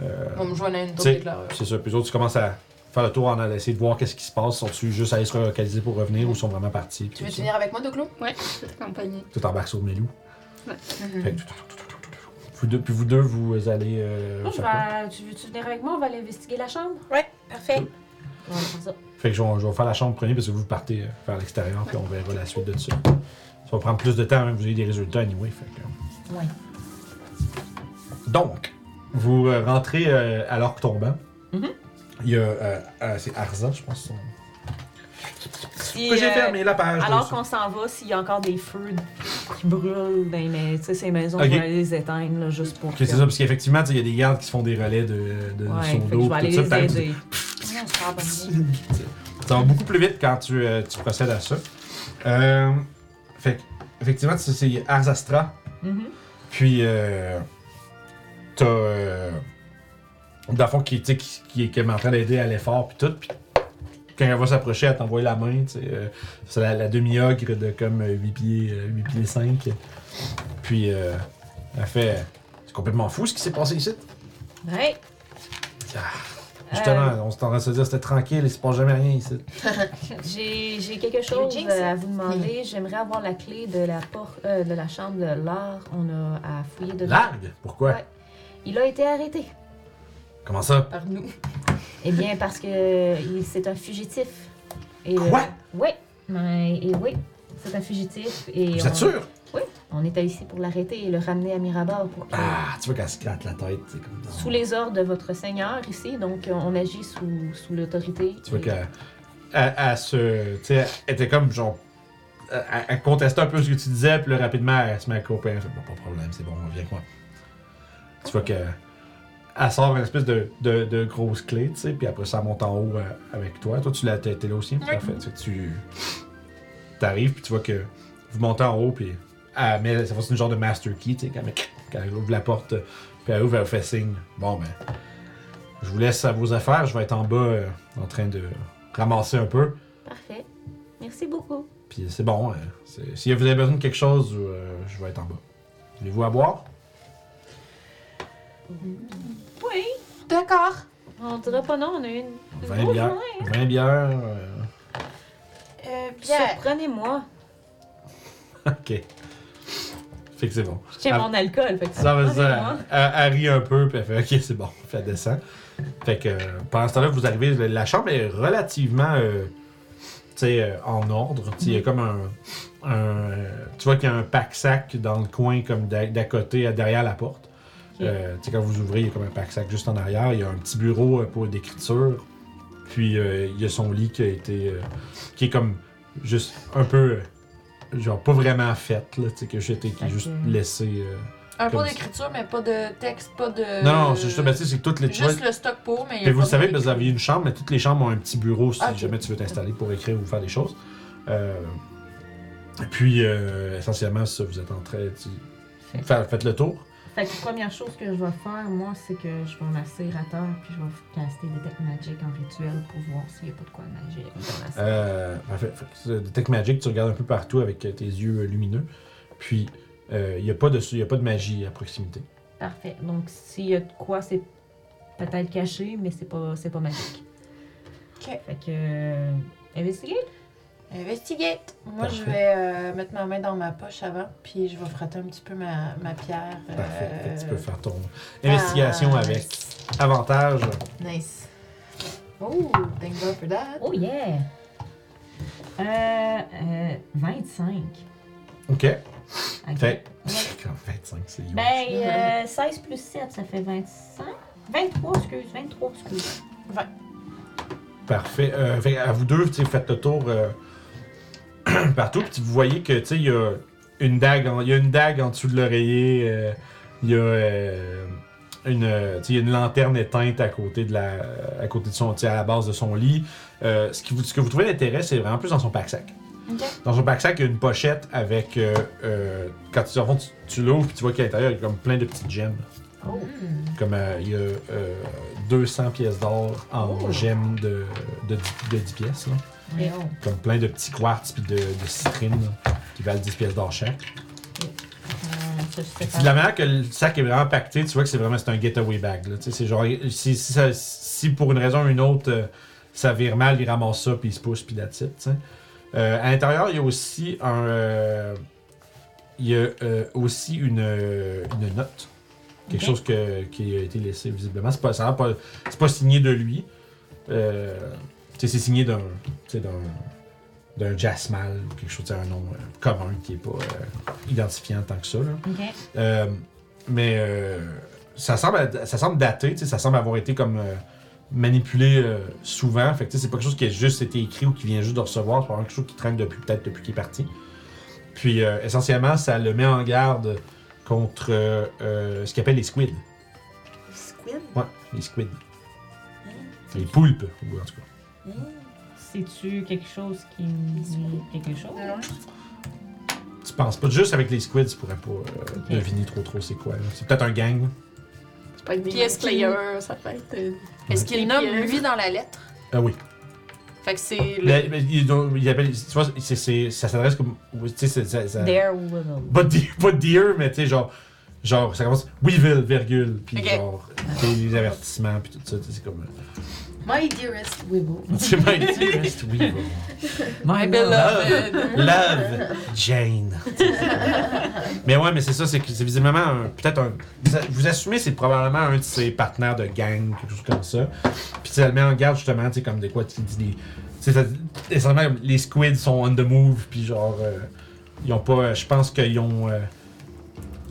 Euh,
On me joindre à une
tu
tour
sais,
d'éclaireur.
c'est ça. Puis les autres, tu commences à faire le tour en allant essayer de voir qu'est-ce qui se passe. Sont-tu juste allés se relocaliser pour revenir ou sont vraiment partis? puis
Tu veux
tout ça.
venir avec moi, Doclo?
Ouais, je vais t'accompagner.
Tout embarque sur Melou.
Ouais.
Fait que- Vous deux- Puis vous deux, vous allez. euh,
Moi, je
faire quoi?
vais- Bah, Tu veux-tu venir avec moi? On va aller investiguer la chambre?
Parfait.
On va faire ça.
Fait que je vais, je vais faire la chambre premier parce que vous partez euh, vers l'extérieur puis on verra la suite de ça. Ça va prendre plus de temps, même vous avez des résultats anyway. Fait que...
Ouais.
Donc, vous euh, rentrez euh, à l'orque tombant.
Mhm.
Il y a. euh, euh, c'est Arza, je pense. Son...
Si,
Que j'ai
euh,
fermé la page.
Alors
dessus.
qu'on s'en va, s'il y a encore des feux qui brûlent dans les mais- tu sais, ces maisons,
Ok.
on va aller les éteindre là, juste pour.
Ok, c'est ça, parce qu'effectivement, tu sais, il y a des gardes qui se font des relais de, de
Ouais,
seaux
fait que
d'eau,
je vais aller
puis tout ça,
les
puis
aider. Ah,
Ça va beaucoup plus vite quand tu, euh, tu procèdes à ça. Euh, fait que, effectivement, tu- c'est Arzastra.
Mhm.
Puis, euh, t'as. Euh, dans le fond, qui, tu sais, qui, qui, qui est en train d'aider à l'effort, puis tout. Puis, quand elle va s'approcher, elle t'envoie la main. tu sais, euh, c'est la, la demi-ogre de comme 8 pieds, 8 pieds 5. Puis, euh, elle fait. C'est complètement fou ce qui s'est passé ici.
Ouais.
Justement, on s'est en train de se dire, c'était tranquille, il se passe jamais rien ici.
J'ai j'ai quelque chose
Jinx.
euh, à vous demander. J'aimerais avoir la clé de la porte euh, de la chambre de l'art. On a à fouiller dedans.
Largue? Pourquoi?
Ouais. Il a été arrêté.
Comment ça?
Par nous.
Eh bien, parce que il- c'est un fugitif. Et,
Quoi?
oui. Mais, et oui, c'est un fugitif. Et
Vous
on,
êtes sûr?
on était ici pour l'arrêter et le ramener à Mirabar pour qu'il
Ah, tu vois qu'elle se gratte la tête, c'est comme dans-
sous les ordres de votre seigneur ici, donc euh, on agit sous, sous l'autorité.
Tu vois
Et-
qu'elle elle- elle se. Tu sais, elle était comme genre. Elle, elle contestait un peu ce que tu disais, puis là, rapidement, elle se met à coopérer. Elle fait bon, pas de problème, c'est bon, viens avec moi. Tu vois qu'elle Elle sort une espèce de, de, de grosse clé, tu sais, puis après ça, elle monte en haut euh, avec toi. Toi, tu l'as t'es t'es là aussi, parfait. Tu, sais, tu arrives, puis tu vois que vous montez en haut, puis elle met, ça fait une genre de master key, tu sais, quand, quand elle ouvre la porte, puis elle ouvre, elle fait signe. Bon, ben, je vous laisse à vos affaires, je vais être en bas euh, en train de ramasser un peu.
Parfait. Merci beaucoup.
Puis c'est bon. euh, c'est- si vous avez besoin de quelque chose, euh, je vais être en bas. Voulez-vous à boire?
Oui,
D'accord.
on dira pas non, on a eu une, une
20
grosse
bières.
journée.
20 bières. euh,
Euh,
Surprenez-moi.
ok. Fait que c'est bon.
Je tiens
Ah.
mon alcool, fait que
Ça va
surprenez-moi.
dire, elle, elle rit un peu, puis elle fait OK, c'est bon, puis elle descend. Fait que euh, pendant ce temps-là, vous arrivez, la- la chambre est relativement euh, tu sais, euh, en ordre. Tu sais, Il y a comme un. un, euh, tu vois qu'il y a un pack-sac dans le coin, comme d'à d'à côté, euh, derrière la porte. Euh, tu sais, quand vous ouvrez, il y a comme un pack-sac juste en arrière. Il y a un petit bureau euh, pour d'écriture. Puis euh, il y a son lit qui a été. euh, qui est comme juste un peu. euh, genre pas vraiment faite, là. Tu sais, que j'ai été qui est juste laissé. euh,
Un pot
Comme ça.
d'écriture, mais pas de texte, pas de.
non, non, c'est juste, ben, tu sais, c'est que toutes les. tu vois-
Juste le stock pour, mais. il y a
mais vous
pas
le savez,
de-
parce que vous aviez une chambre, mais toutes les chambres ont un petit bureau si
Ah, ok.
jamais tu veux t'installer pour écrire ou faire des choses. Euh, puis, euh, essentiellement, ça, vous êtes en train. de- Fa- faites le tour.
Fait que première chose que je vais faire, moi, c'est que je vais m'asseoir à terre puis je vais caster des Detect Magic en rituel pour voir s'il n'y a pas de quoi de magique dans la salle.
Euh, parfait. Fait que, euh, Detect Magic, tu regardes un peu partout avec euh, tes yeux euh, lumineux. Puis, il n'y a, pas de- y a pas de magie à proximité.
Parfait. Donc, s'il y a de quoi, c'est peut-être caché, mais c'est pas, c'est pas magique.
Ok.
Fait que. euh, investiguer.
Investigate. Moi, je
Parfait.
vais euh, mettre ma main dans ma poche avant, puis je vais frotter un petit peu ma, ma pierre. euh,
Parfait. Fait que tu peux faire ton investigation
ah,
avec avantage.
Nice. Oh, thank God for that.
Oh yeah! Euh, euh, 25.
OK.
Ok.
Fait. Comme 25, c'est huge.
Ben, euh, 16 plus 7, ça fait 25. 23, excuse. 23, excuse.
Parfait. Euh, fait, à vous deux, tu sais, faites le tour euh, partout. Puis vous voyez que tu sais, il y a une dague, en- il y a une dague en dessous de l'oreiller. euh, Il y a euh, une, euh, tu sais, il y a une lanterne éteinte à côté de la, à côté de son, tu sais, à la base de son lit. Euh, ce, qui vous- ce que vous trouvez d'intérêt, c'est vraiment plus dans son pack-sac. Dans son pack-sac, il y a une pochette avec. euh, euh, quand tu, en fond, tu, tu l'ouvres, puis tu vois qu'à l'intérieur, il y a comme plein de petites gemmes. Comme euh, il y a euh, 200 pièces d'or en gemmes de, de, dix- de 10 pièces. là. Comme plein de petits quartz puis de, de citrines là, qui valent 10 pièces d'or chaque. Puis de la manière que le sac est vraiment pacté, tu vois que c'est vraiment c'est un getaway bag. là. Tu sais, C'est genre, si, si, ça- si pour une raison ou une autre, euh, ça vire mal, il ramasse ça, puis il se pousse, puis that's it, tu sais. Euh, à l'intérieur, il y a aussi un. euh, il y a euh, aussi une, euh, une note. Quelque chose que- qui a été laissé visiblement. C'est pas, ça a l'air pas, c'est pas signé de lui. Euh, tu sais, c'est signé d'un. tu sais, d'un. d'un Jasmal ou quelque chose, tu sais, un nom euh, commun qui est pas euh, identifiant tant que ça. là.
Ok.
Euh, mais euh, ça, semble, ça semble daté, tu sais, ça semble avoir été comme euh, manipulé euh, souvent. Fait que tu sais, c'est pas quelque chose qui a juste été écrit ou qui vient juste de recevoir, c'est vraiment quelque chose qui traîne depuis peut-être depuis qu'il est parti. Puis euh, essentiellement, ça le met en garde contre euh, euh, ce qu'il appelle les squids.
Squid.
Ouais, les squids. Les poulpes, ou en tout cas.
C'est-tu quelque chose qui me dit quelque chose?
Tu penses pas juste avec les squids, tu pourrais pas euh,
Ok.
deviner trop trop c'est quoi. là. C'est peut-être un gang. là.
Ça peut être des
Puis est-ce qu'il-
players, ça peut être. euh,
Est-ce qu'il nomme lui dans la lettre
Ah oui.
Fait que c'est. le-
Mais- mais ils ont- ils appellent- tu vois, c'est- c'est- ça s'adresse comme. Tu sais, c'est- ça- ça-
There will.
Pas de, pas de deer, mais tu sais, genre, genre, ça commence Weevil, virgule, puis
Ok.
genre, tu sais, les avertissements, puis tout ça, tu sais, c'est comme. euh,
My dearest Wibble.
C'est my dearest Weevil.
My beloved.
Love Jane. mais ouais, mais c'est ça, c'est que c'est visiblement un- peut-être un. Vous, a- vous assumez, c'est probablement un de ses partenaires de gang, quelque chose comme ça. Puis ça le met en garde justement, tu sais, comme de quoi tu dis des. Tu sais, ça- essentiellement, comme les squids sont on the move, puis genre. euh, ils ont pas. euh, Je pense qu'ils ont. euh,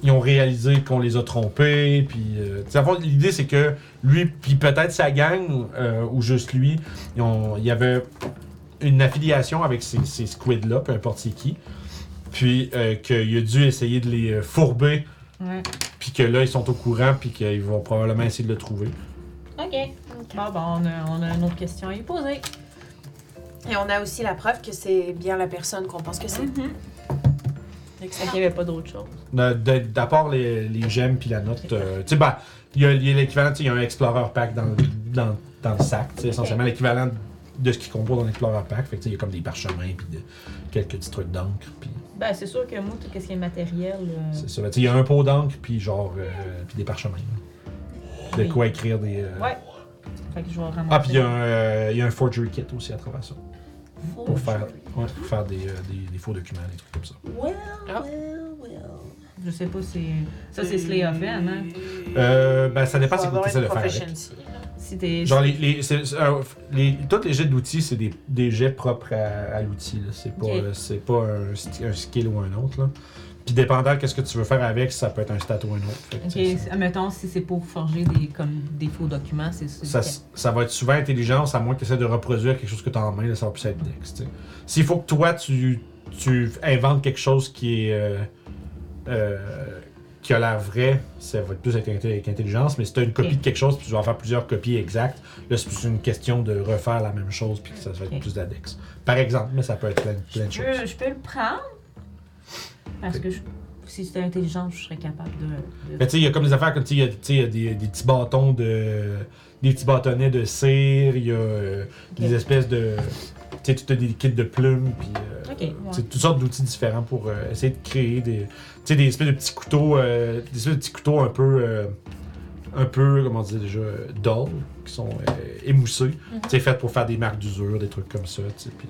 ils ont réalisé qu'on les a trompés, puis. euh, tu sais, en fait, l'idée c'est que lui, puis peut-être sa gang, euh, ou juste lui, ils ont- il y avait une affiliation avec ces, ces squids-là, peu importe c'est qui. Puis euh, qu'il a dû essayer de les euh, fourber.
Ouais.
Puis que là, ils sont au courant, puis qu'ils vont probablement essayer de le trouver.
Ok. Bon, ben, on a, on a une autre question à y poser.
Et on a aussi la preuve que c'est bien la personne qu'on pense que c'est.
Mm-hmm.
Fait qu'il n'y avait pas d'autre chose.
De- de- D'apport les, les gemmes, puis la note. euh, tu sais, bah, il y a il y a l'équivalent, tu sais, il y a un Explorer Pack dans, le- dans, dans le sac. tu sais, essentiellement l'équivalent
de ce qui compose dans l'Explorer Pack. Fait que, tu sais, il y a comme des parchemins, puis de- quelques petits trucs d'encre. Puis
Ben, c'est sûr que moi, tout ce qui est matériel. euh,
c'est ça. Ben, tu sais, il y a un pot d'encre, puis genre, euh, puis des parchemins. là. De
Oui.
quoi écrire des. euh,
Ouais. Fait que je vais ramasser.
Ah, puis il y, a un, euh, il y a un forgery kit aussi à travers ça.
Oh,
Pour faire, ouais, pour faire des, euh, des- des faux documents, des trucs comme ça.
Well, well, well. Je sais pas, c'est. Ça, c'est Slay of Hand, hein.
Euh, ben, ça dépend
Faut
c'est quoi
avoir
tu essaies
une
de faire avec.
proficiency, là.
Si t'es.
Genre, les, les, c'est- c'est un- les- tous les jets d'outils, c'est des, des jets propres à, à l'outil. là. C'est pas,
Ok.
euh, c'est pas un, sti- un skill ou un autre. Là. Puis dépendant de ce que tu veux faire avec, ça peut être un stat ou un autre. Fait que,
Ok,
tu sais, ça-
c'est- mettons, si c'est pour forger des, comme des faux documents, c'est sûr.
ça, s- ça va être souvent intelligence, à moins que tu essaies de reproduire quelque chose que tu as en main, là, ça va plus être dex. tu sais. S'il faut que toi, tu, tu inventes quelque chose qui est. euh, euh, qui a l'air vrai, ça va être plus avec, inté- avec intelligence, mais si tu as une copie
Ok.
de quelque chose, puis tu vas en faire plusieurs copies exactes, là, c'est plus une question de refaire la même chose, puis que ça va être
Ok.
plus d'Adex. Par exemple, mais ça peut être plein, plein de
je,
choses.
peux, je peux le prendre. Parce que je- si c'était intelligent, je serais capable de. de-
Mais tu sais, il y a comme des affaires, comme tu sais, il y a- tu sais, il y a des, des petits bâtons de. des petits bâtonnets de cire, il y a euh, des espèces de. Tu sais, tu as des kits de plumes, puis. euh,
Ok, ouais.
C'est toutes sortes d'outils différents pour euh, essayer de créer des, tu sais, des espèces de petits couteaux, euh, des espèces de petits couteaux un peu, euh, un peu, comment dire déjà, euh, dull, qui sont euh, émoussés, tu sais, faits pour faire des marques d'usure, des trucs comme ça, tu sais, puis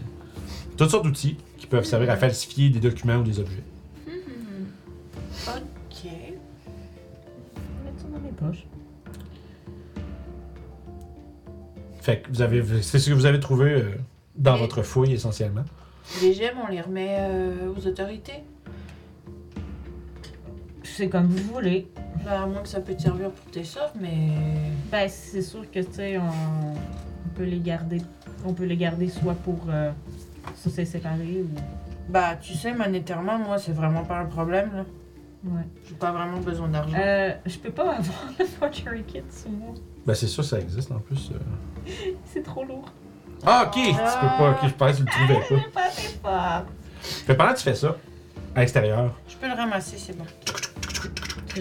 toutes sortes d'outils qui peuvent servir à falsifier des documents ou des objets.
Ok.
mettre ça dans mes poches.
Fait que vous avez, c'est ce que vous avez trouvé euh, dans
Mais-
votre fouille essentiellement.
Les gemmes, on les remet euh, aux autorités.
C'est comme vous voulez.
Bah, à moins que ça peut te servir pour tes sorts, mais.
Ben, c'est sûr que, tu sais, on, on peut les garder. On peut les garder soit pour. Euh, soit c'est séparé ou.
Bah, tu sais, monétairement, moi, c'est vraiment pas un problème, là.
Ouais.
J'ai pas vraiment besoin d'argent.
Euh, je peux pas avoir le Forgery Kit sur moi.
Ben c'est sûr, ça existe en plus. euh.
C'est trop lourd.
Ah ok, tu peux pas, ok, je pensais que tu le trouvais pas.
Pas assez fort.
Fait pendant que tu fais ça, à l'extérieur,
Je peux le ramasser, c'est bon.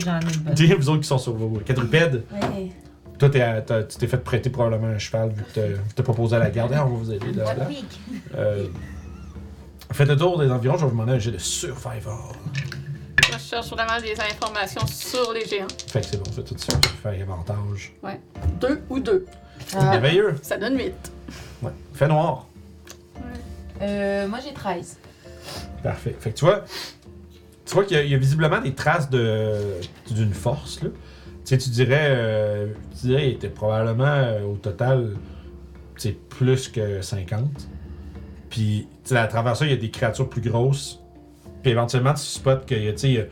J'en ai une bonne.
tu sais, vous autres qui sont sur vos quadrupèdes. Toi, t'es à- t'as- tu t'es fait prêter probablement un cheval vu que t'as- vu que t'as proposé à la garde. Ah, on va vous aider. Là, là. Euh, faites le tour des environs, je vais vous demander un jet de survivor.
Moi, je cherche vraiment des informations sur les géants.
Fait que c'est bon, faites tout de suite. Fait avantage.
Deux ou deux.
Euh. ah,
Merveilleux.
Ça donne huit.
Ouais. Fait noir.
Euh, moi, j'ai 13.
Parfait. Fait que tu vois, tu vois qu'il y a- il y, a visiblement des traces de- d'une force, là. Tu sais, tu dirais, euh, tu dirais, il était probablement euh, au total, tu sais, plus que 50. Puis, tu sais, à travers ça, il y a des créatures plus grosses. Puis éventuellement, tu spots qu'il y a, tu sais, il y a-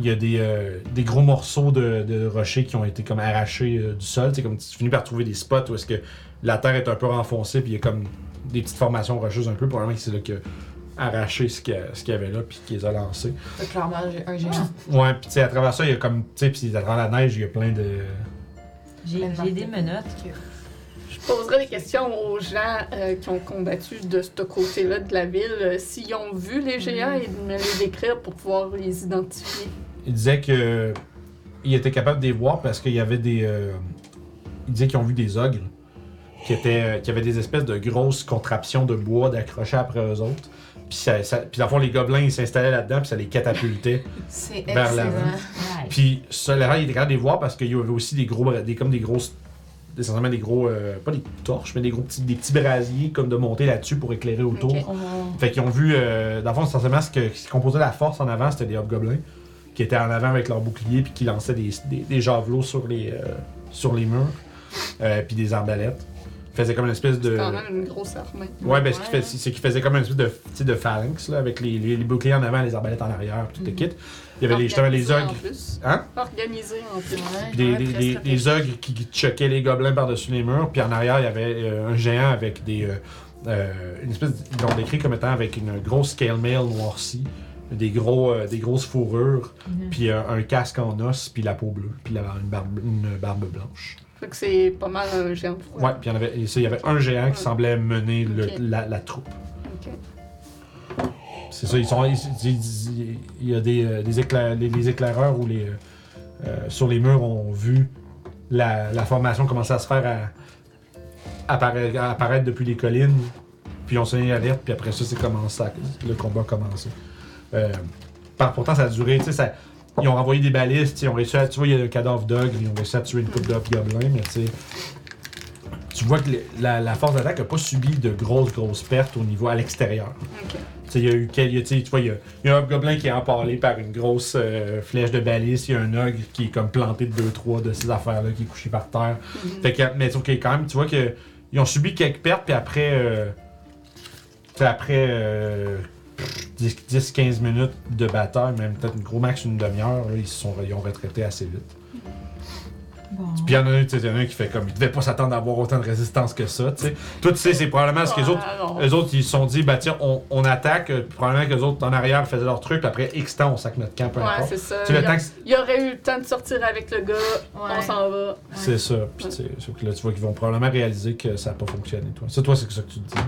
il y a des, euh, des gros morceaux de, de rochers qui ont été comme arrachés euh, du sol. Tu sais, comme tu finis par trouver des spots où est-ce que la terre est un peu renfoncée, puis il y a comme des petites formations rocheuses un peu. Probablement que c'est là que arraché ce qu'il y, a- ce qu'il y avait là puis qu'ils ont lancé.
Fait que clairement, j'ai un géant.
Ah,
Ouais, puis tu sais, à travers ça, il y a comme, tu sais, puis à travers la neige, il y a plein de.
J'ai j'ai des menottes.
Je poserai des questions aux gens euh, qui ont combattu de ce côté-là de la ville, euh, s'ils ont vu les géants et de me les décrire pour pouvoir les identifier.
Il disait que. Il était capable de les voir parce qu'il y avait des. euh, Il disait qu'ils ont vu des ogres. Qui, étaient, euh, qui avaient des espèces de grosses contraptions de bois d'accrocher après eux autres. Puis, ça, ça- puis dans le fond, les gobelins, ils s'installaient là-dedans, puis ça les catapultait.
C'est
Vers l'avant.
excellent.
Nice.
Puis ça, là, il était capable de les voir parce qu'il y avait aussi des gros, bra- des, comme des grosses, essentiellement des gros, euh, pas des torches, mais des gros petits, des petits brasiers comme de monter là-dessus pour éclairer autour.
Ok.
Fait qu'ils ont vu, euh, dans le fond, essentiellement ce, que- ce qui composait la force en avant, c'était des hobgoblins qui étaient en avant avec leurs boucliers puis qui lançaient des, des, des javelots sur les, euh, sur les murs, euh, puis des arbalètes. Ils faisaient comme une espèce
C'est
de...
quand même une grosse armée.
Ouais, ben, ce qu'il fait- c'est qu'il faisait comme une espèce de, tu sais, de phalanx, là, avec les, les- les boucliers en avant, les arbalètes en arrière, puis tout le kit. Mhm. Il y avait les, justement les
Organisée
ogres.
en plus.
Hein?
Organisée en plus.
Puis des, des, des- des ogres qui, qui choquaient les gobelins par-dessus les murs. Puis en arrière, il y avait euh, un géant avec des. euh, euh, une espèce. de- Ils l'ont décrit comme étant avec une grosse scale mail noircie, des, gros, euh, des grosses fourrures, puis euh, un casque en os, puis la peau bleue, puis la- une barbe, une barbe blanche.
Fait que c'est pas mal un géant
Ouais,
froid.
puis il y, en avait, et ça, il y avait un géant qui semblait mener le-
Ok.
la, la troupe.
Ok.
C'est ça, ils sont. ils- ils- ils- Il y a des, euh, des écla- les, les éclaireurs ou les. euh, euh, sur les murs ont vu la, la formation commencer à se faire à, appara- apparaître depuis les collines, puis on sonné l'alerte, puis après ça, c'est commencé, à- le combat a commencé. Euh, par, pourtant, ça a duré, tu sais, ça- ils ont envoyé des balistes, tu sais, ils ont réussi à tuer le cadavre d'ogre, ils ont réussi à tuer une coupe de gobelins, mais tu sais, tu vois que le- la, la force d'attaque n'a pas subi de grosses, grosses pertes au niveau à l'extérieur. Tu sais, il y a eu quel- il y a- tu sais, tu vois, il y a, il y a un hobgoblin qui est emparlé par une grosse euh, flèche de balise, il y a un ogre qui est comme planté de deux, trois de ces affaires-là, qui est couché par terre. Fait que, mais sauf que quand même, tu vois que ils ont subi quelques pertes, puis après, euh, puis après euh, 10-15 minutes de bataille, même peut-être une gros max une demi-heure, là, ils, se sont, ils ont retraité assez vite. Puis il y en a un, tu sais, il y en a un qui fait comme, ils devaient pas s'attendre à avoir autant de résistance que ça, tu sais. Toi, tu sais, c'est probablement ce que les autres, les autres, ils se sont dit, bah tiens, on, on attaque, euh, puis probablement que les autres en arrière faisaient leur truc, puis après X temps, on sac notre camp, peu
Ouais,
importe.
c'est ça.
Tu sais, le
Il y a-
temps que c'est-
Il y aurait eu le temps de sortir avec le gars, on s'en va.
C'est ça. Puis tu sais, sauf que là, tu vois qu'ils vont probablement réaliser que ça n'a pas fonctionné. Toi. Ça, toi, c'est ça que tu te dis. Là.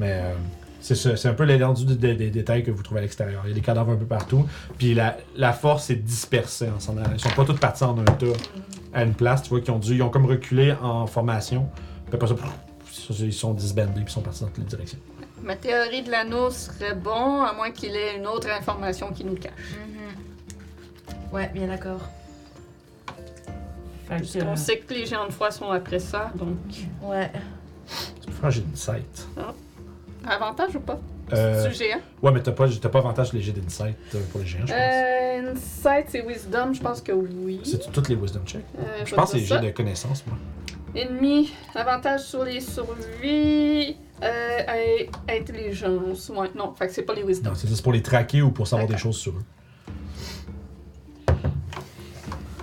Mais euh, c'est ça. C'est un peu l'étendue des, des- des détails que vous trouvez à l'extérieur. Il y a des cadavres un peu partout. Puis la, la force est dispersée. En s'en allant. Ils sont pas tous partis en un tas à une place. Tu vois qu'ils ont dû. Ils ont comme reculé en formation. Puis après ça, pff, ils sont disbandés. Puis ils sont partis dans toutes les directions.
Ma théorie de l'anneau serait bon, à moins qu'il ait une autre information qui nous cache.
Ouais, bien d'accord.
Fait que,
On sait que les géants de froid sont après ça, donc.
Ouais.
Tu peux faire j'ai d'insight.
Avantage ou pas? hein?
Euh,
C'est géant.
ouais, mais t'as pas, t'as pas avantage léger d'insight euh, pour les géants, je pense.
Euh, insight et wisdom, je pense que oui.
C'est toutes les wisdom checks.
Euh,
je pense que
vais
c'est
dire
j'ai de connaissances, moi.
Ennemi, avantage sur les survies, euh, et intelligence. Ouais, non, fait que c'est pas les wisdom.
Non, c'est juste pour les traquer ou pour savoir des choses sur eux.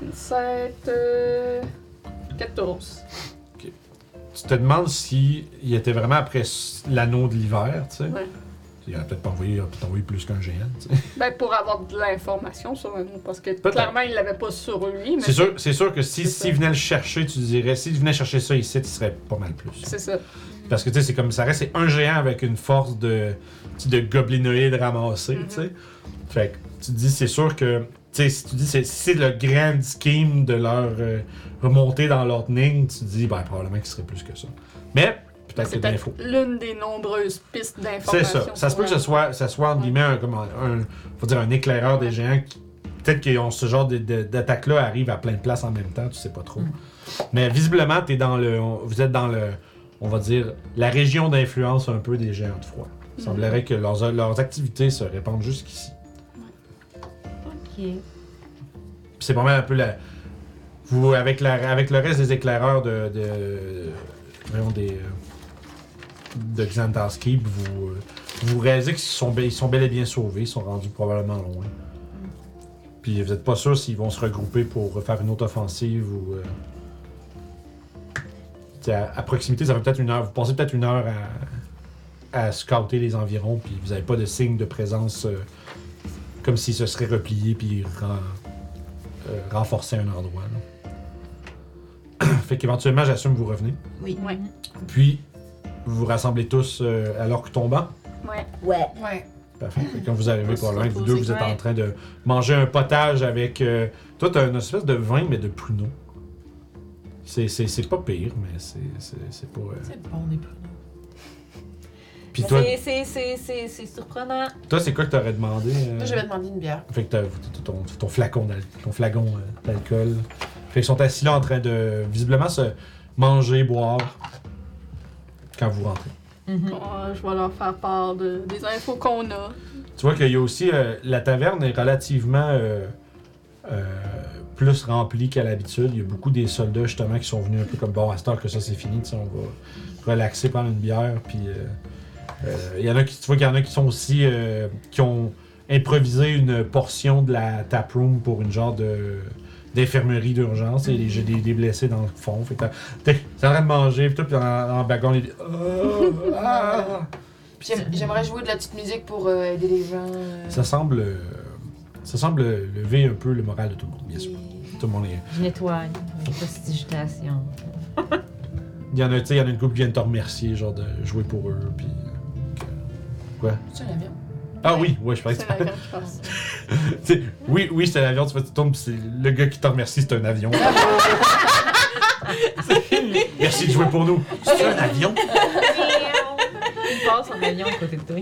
Insight, euh, 14.
Tu te demandes si il était vraiment après s- l'anneau de l'hiver, tu sais.
Ouais.
Il aurait peut-être pas envoyé, euh. il aurait peut-être envoyé plus qu'un géant, tu sais.
Ben, pour avoir de l'information sur un autre, parce que clairement, il l'avait pas sur lui, mais.
C'est sûr, c'est sûr que si,
C'est ça.
s'il venait le chercher, tu dirais, s'il venait chercher ça ici, il serait pas mal plus.
C'est ça.
Parce que tu sais, c'est comme ça reste, c'est un géant avec une force de, tu sais, de gobelinoïde ramassé, tu sais. Fait que tu te dis, c'est sûr que, tu sais, si tu dis, c'est, si c'est le grand scheme de leur euh, remontée dans leur ligne, tu te dis, ben, probablement qu'il serait plus que ça. Mais, peut-être que
C'est
de l'info.
peut-être l'une des nombreuses pistes d'information.
C'est ça. Ça se peut que ce soit, ça soit entre guillemets, un, comme un, un- faut dire, un éclaireur des géants. qui- Peut-être que ont ce genre de- de- d'attaque-là arrive à plein de places en même temps, tu sais pas trop. Mais visiblement, t'es dans le, on- vous êtes dans le, on va dire, la région d'influence un peu des géants de froid. Il semblerait que leurs, leurs activités se répandent jusqu'ici.
Ok.
Puis c'est vraiment un peu la. Vous, avec, la, avec le reste des éclaireurs de. de voyons, des. euh, de Xantarski, vous, euh, vous réalisez qu'ils sont, be- ils sont bel et bien sauvés, ils sont rendus probablement loin. Puis vous n'êtes pas sûr s'ils vont se regrouper pour faire une autre offensive ou. euh, t'sais, À, à proximité, ça fait peut-être une heure. Vous passez peut-être une heure à, à scouter les environs, puis vous n'avez pas de signe de présence euh, comme s'ils se seraient repliés puis ren- euh, renforcer un endroit. là. fait qu'éventuellement, j'assume vous revenez.
Oui.
Ouais.
Puis, vous vous rassemblez tous euh, à l'orque tombant.
Ouais.
Ouais.
Parfait. Fait que quand vous arrivez
On
pas
se
loin, vous
repose,
deux, vous êtes en train de manger un potage avec. euh, toi, t'as une espèce de vin, mais de pruneau. C'est, c'est, c'est pas pire, mais c'est, c'est, c'est pas. euh,
C'est bon, des pruneaux.
Puis toi,
c'est- c'est- c'est- c'est c'est surprenant.
toi, c'est quoi que t'aurais demandé euh,
Moi, j'avais demandé une bière.
Fait que t'as t'as ton, ton flacon d'al- ton flagon euh, d'alcool. Fait qu'ils sont assis là en train de visiblement se manger, boire quand vous rentrez.
Mm-hmm.
Euh, je vais leur faire part de- des infos qu'on a.
Tu vois qu'il y a aussi euh, la taverne est relativement euh, euh, plus remplie qu'à l'habitude. Il y a beaucoup des soldats justement qui sont venus un peu comme bon à cette heure que ça c'est fini, tu sais, on va relaxer, prendre une bière, puis euh, euh, il y en a qui tu vois qu'il y en a qui sont aussi euh, qui ont improvisé une portion de la taproom pour une genre de d'infirmerie d'urgence et les- j'ai des, des blessés dans le fond. Fait que t'as- t'es t'es en train de manger, puis tout, puis en, en wagon, il dit Oh, ah!
Puis j'aime- j'aimerais jouer de la petite musique pour euh, aider les gens. euh,
Ça semble, euh, ça semble lever un peu le moral de tout le monde, bien sûr. Tout le monde est.
Je nettoie. Prestigitation.
Il y en a, tu sais, il y en a une couple qui viennent te remercier, genre de jouer pour eux, puis. euh, que- Quoi?
C'est un avion.
Ah oui, ouais, je parlais.
C'est la grande chose.
Tu sais, oui, oui, c'est un avion, tu fais, tu tombes, puis c'est le gars qui te remercie, c'est un avion. Merci de jouer pour nous. C'est un avion?
Il passe en avion à côté de toi.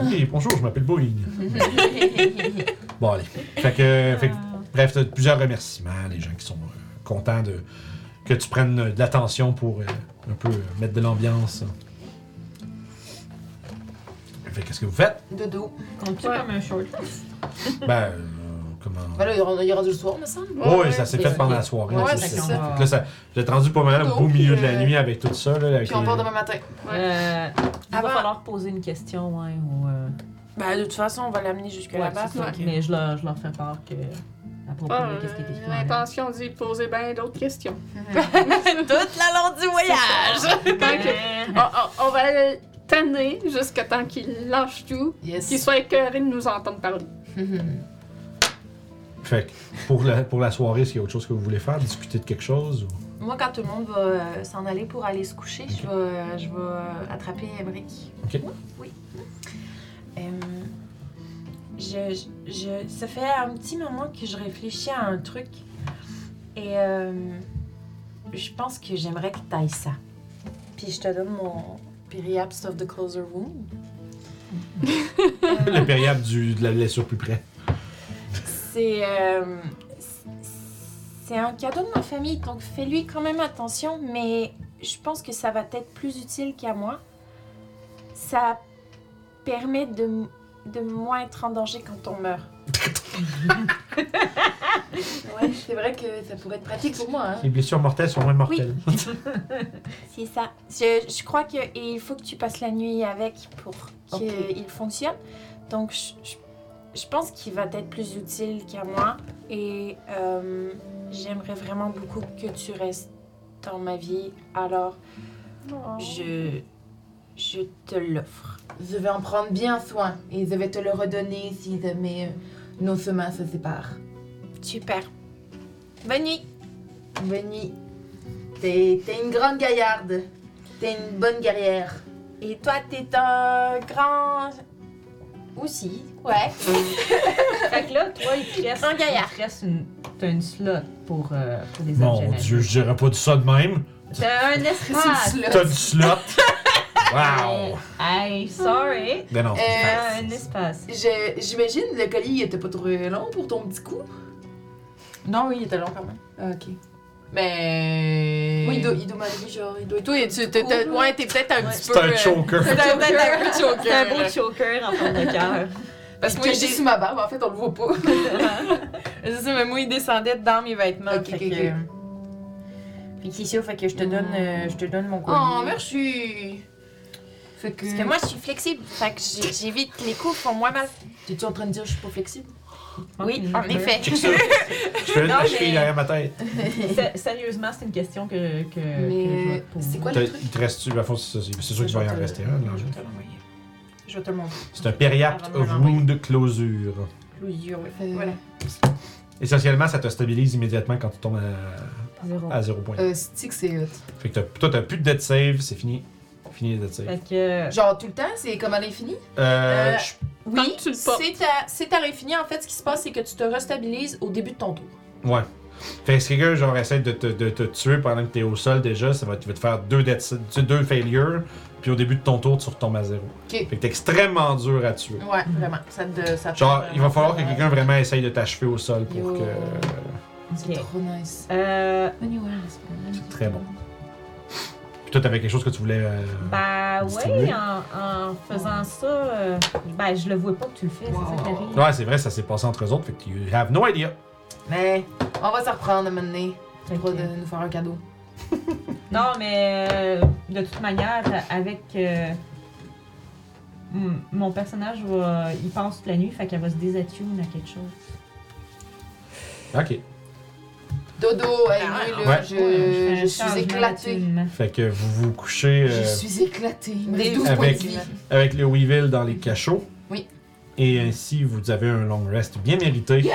Oui, bonjour, je m'appelle Boeing. bon, allez. Fait que, fait que- bref, t'as plusieurs remerciements, les gens qui sont euh, contents de, que tu prennes euh, de l'attention pour euh, un peu euh, mettre de l'ambiance. Fait que, qu'est-ce que vous faites?
Dodo.
Compte-tu comme un short?
Ben, euh, comment. Oh,
Ben là, il est rendu- il est rendu le soir, me semble.
Oui, ça s'est fait pendant la soirée.
Ouais,
là,
c'est
ça.
ça.
Fait que Là, ça, vous êtes rendu pas mal au beau
Donc,
milieu de la
euh,
nuit avec tout ça. Là, avec
Puis on
les-
part demain matin.
Euh, il
Avant-
va falloir poser une question, ouais, ou... euh,
Ben, de toute façon, on va l'amener jusque
ouais,
là-bas.
c'est ça.
donc, euh,
Mais je leur, je leur fais part que... À propos
Ah,
de qu'est-ce qui est écrit
euh,
dans la lettre.
L'intention d'y poser bien d'autres questions.
Toute la longue du voyage!
Tant que- on, on- on va le tanner jusqu'à temps qu'il lâche tout,
Yes.
qu'il soit écœuré de nous entendre parler.
Mhm.
Fait que pour la, pour la soirée, est-ce qu'il y a autre chose que vous voulez faire? Discuter de quelque chose? ou-
Moi, quand tout le monde va euh, s'en aller pour aller se coucher, je vais, euh, je vais euh, attraper Emmerich.
Ok.
Oui.
Euh, je, je- je- ça fait un petit moment que je réfléchis à un truc. Et euh, je pense que j'aimerais que tu ailles ça. Puis je te donne mon
Periaps of the Closer Room.
Le période du, de la blessure plus près.
C'est. euh, c- c'est un cadeau de ma famille, donc fais-lui quand même attention, mais je pense que ça va être plus utile qu'à moi. Ça permet de, m- de moins être en danger quand on meurt.
Ouais, c'est vrai que ça pourrait être pratique pour moi. Hein.
Les blessures mortelles sont moins mortelles.
C'est ça. Je, je crois que et il faut que tu passes la nuit avec pour qu'il fonctionne. Donc je, je- je pense qu'il va être plus utile qu'à moi. Et euh, j'aimerais vraiment beaucoup que tu restes dans ma vie. Alors je, je te l'offre.
Je vais en prendre bien soin et je vais te le redonner si jamais euh, nos chemins se séparent.
Super. Bonne nuit.
Bonne nuit. T'es t'es une grande gaillarde. T'es une bonne guerrière.
Et toi, t'es un grand...
Aussi, ouais.
Fait que là, toi, il te reste...
Un gaillard.
Il te reste une... T'as une slot pour, euh, pour les objets.
Mon
magiques.
Dieu, je dirais pas de ça de même.
T'as un espace!
T'as du slot. Wow!
Hey, sorry!
Ben non, c'est
T'as Ah, un
facile.
espace.
Je- J'imagine le collier il était pas trop long pour ton petit coup.
Non, oui, il était long quand même.
Ok. Mais. Oui, il doit, il doit m'arriver, genre, il doit être.
Toi, tu, t'es, t'es- ouais, t'es peut-être un petit
c'est
peu.
un
euh,
choker.
T'es peut-être un peu
C'est un
choker.
beau
là.
choker en forme de cœur.
Parce que
Il
moi,
est
j'ai.
caché sous ma barbe, en fait, on le voit pas.
C'est ça, mais moi, il descendait dans mes vêtements.
Ok,
fait
ok,
que-
ok.
Fait que c'est sûr, fait que je te donne, euh, je te donne mon collier.
Oh, merci!
Fait que.
Parce que moi, je suis flexible. Fait que j'ai- j'évite les coups, font moins mal.
T'es-tu en train de dire que je suis pas flexible?
Oui,
En effet.
Check ça. Je fais une
Non,
la cheville
mais-
derrière ma tête.
Sé- Sérieusement, c'est une question que, que, Euh, que je vais
Mais.
te poser.
C'est quoi
T'as-
le truc?
Il te reste-tu? Ben, faut- C'est c'est sûr qu'il va y en rester un. là.
Je vais te l'envoyer. Je vais te le montrer.
C'est un périapte
Avant de me
of
l'envoyer.
wound closure.
Closure, oui.
Euh,
Voilà.
Essentiellement, ça te stabilise immédiatement quand tu tombes à,
Ah.
Zéro.
à 0 point.
Euh, stick, c'est hot.
Fait que t'as- toi, t'as plus de dead save, c'est fini. Fini les dead save.
Fait que...
Genre, tout le temps, c'est comme à l'infini?
Euh,
euh,
je-
Oui,
que tu le portes.
c'est à, c'est à l'infini. En fait, ce qui se passe, c'est que tu te restabilises au début de ton tour.
Ouais. Fait que si quelqu'un genre essaie de te, de te tuer pendant que t'es au sol déjà, ça va, tu vas te faire deux, dead sa- tu- deux failures, puis au début de ton tour, tu retombes à zéro.
Ok.
Fait que t'es extrêmement dur à tuer.
Ouais, Mm-hmm. vraiment. Ça te. Ça te-
Genre, il va falloir que
Ouais.
quelqu'un vraiment essaye de t'achever au sol pour
Yo.
que.
C'est trop nice.
Euh,
C'est très bon. Puis toi, t'avais quelque chose que tu voulais. euh,
bah
Distribuer.
ouais, en, en faisant ça, euh, ben je le vois pas que tu le fais, c'est ça qui arrive.
Ouais, c'est vrai, ça s'est passé entre eux autres, fait que you have no idea.
Mais on va se reprendre à un moment donné.
Fait que-
Pour de nous faire un cadeau.
Non, mais euh, de toute manière, avec euh, m- mon personnage, va- il pense toute la nuit, fait qu'elle va se désattune à quelque chose.
Ok.
Dodo, hey, moi, là,
Ouais.
Ah, Euh, je, je
Un
suis
changement
éclatée.
d'attunement.
Fait que vous vous couchez euh,
Je suis éclatée. Il me reste
Des-
12 points de
avec-
vie.
avec le Weevil dans les cachots.
Oui.
Et ainsi, vous avez un long rest bien mérité.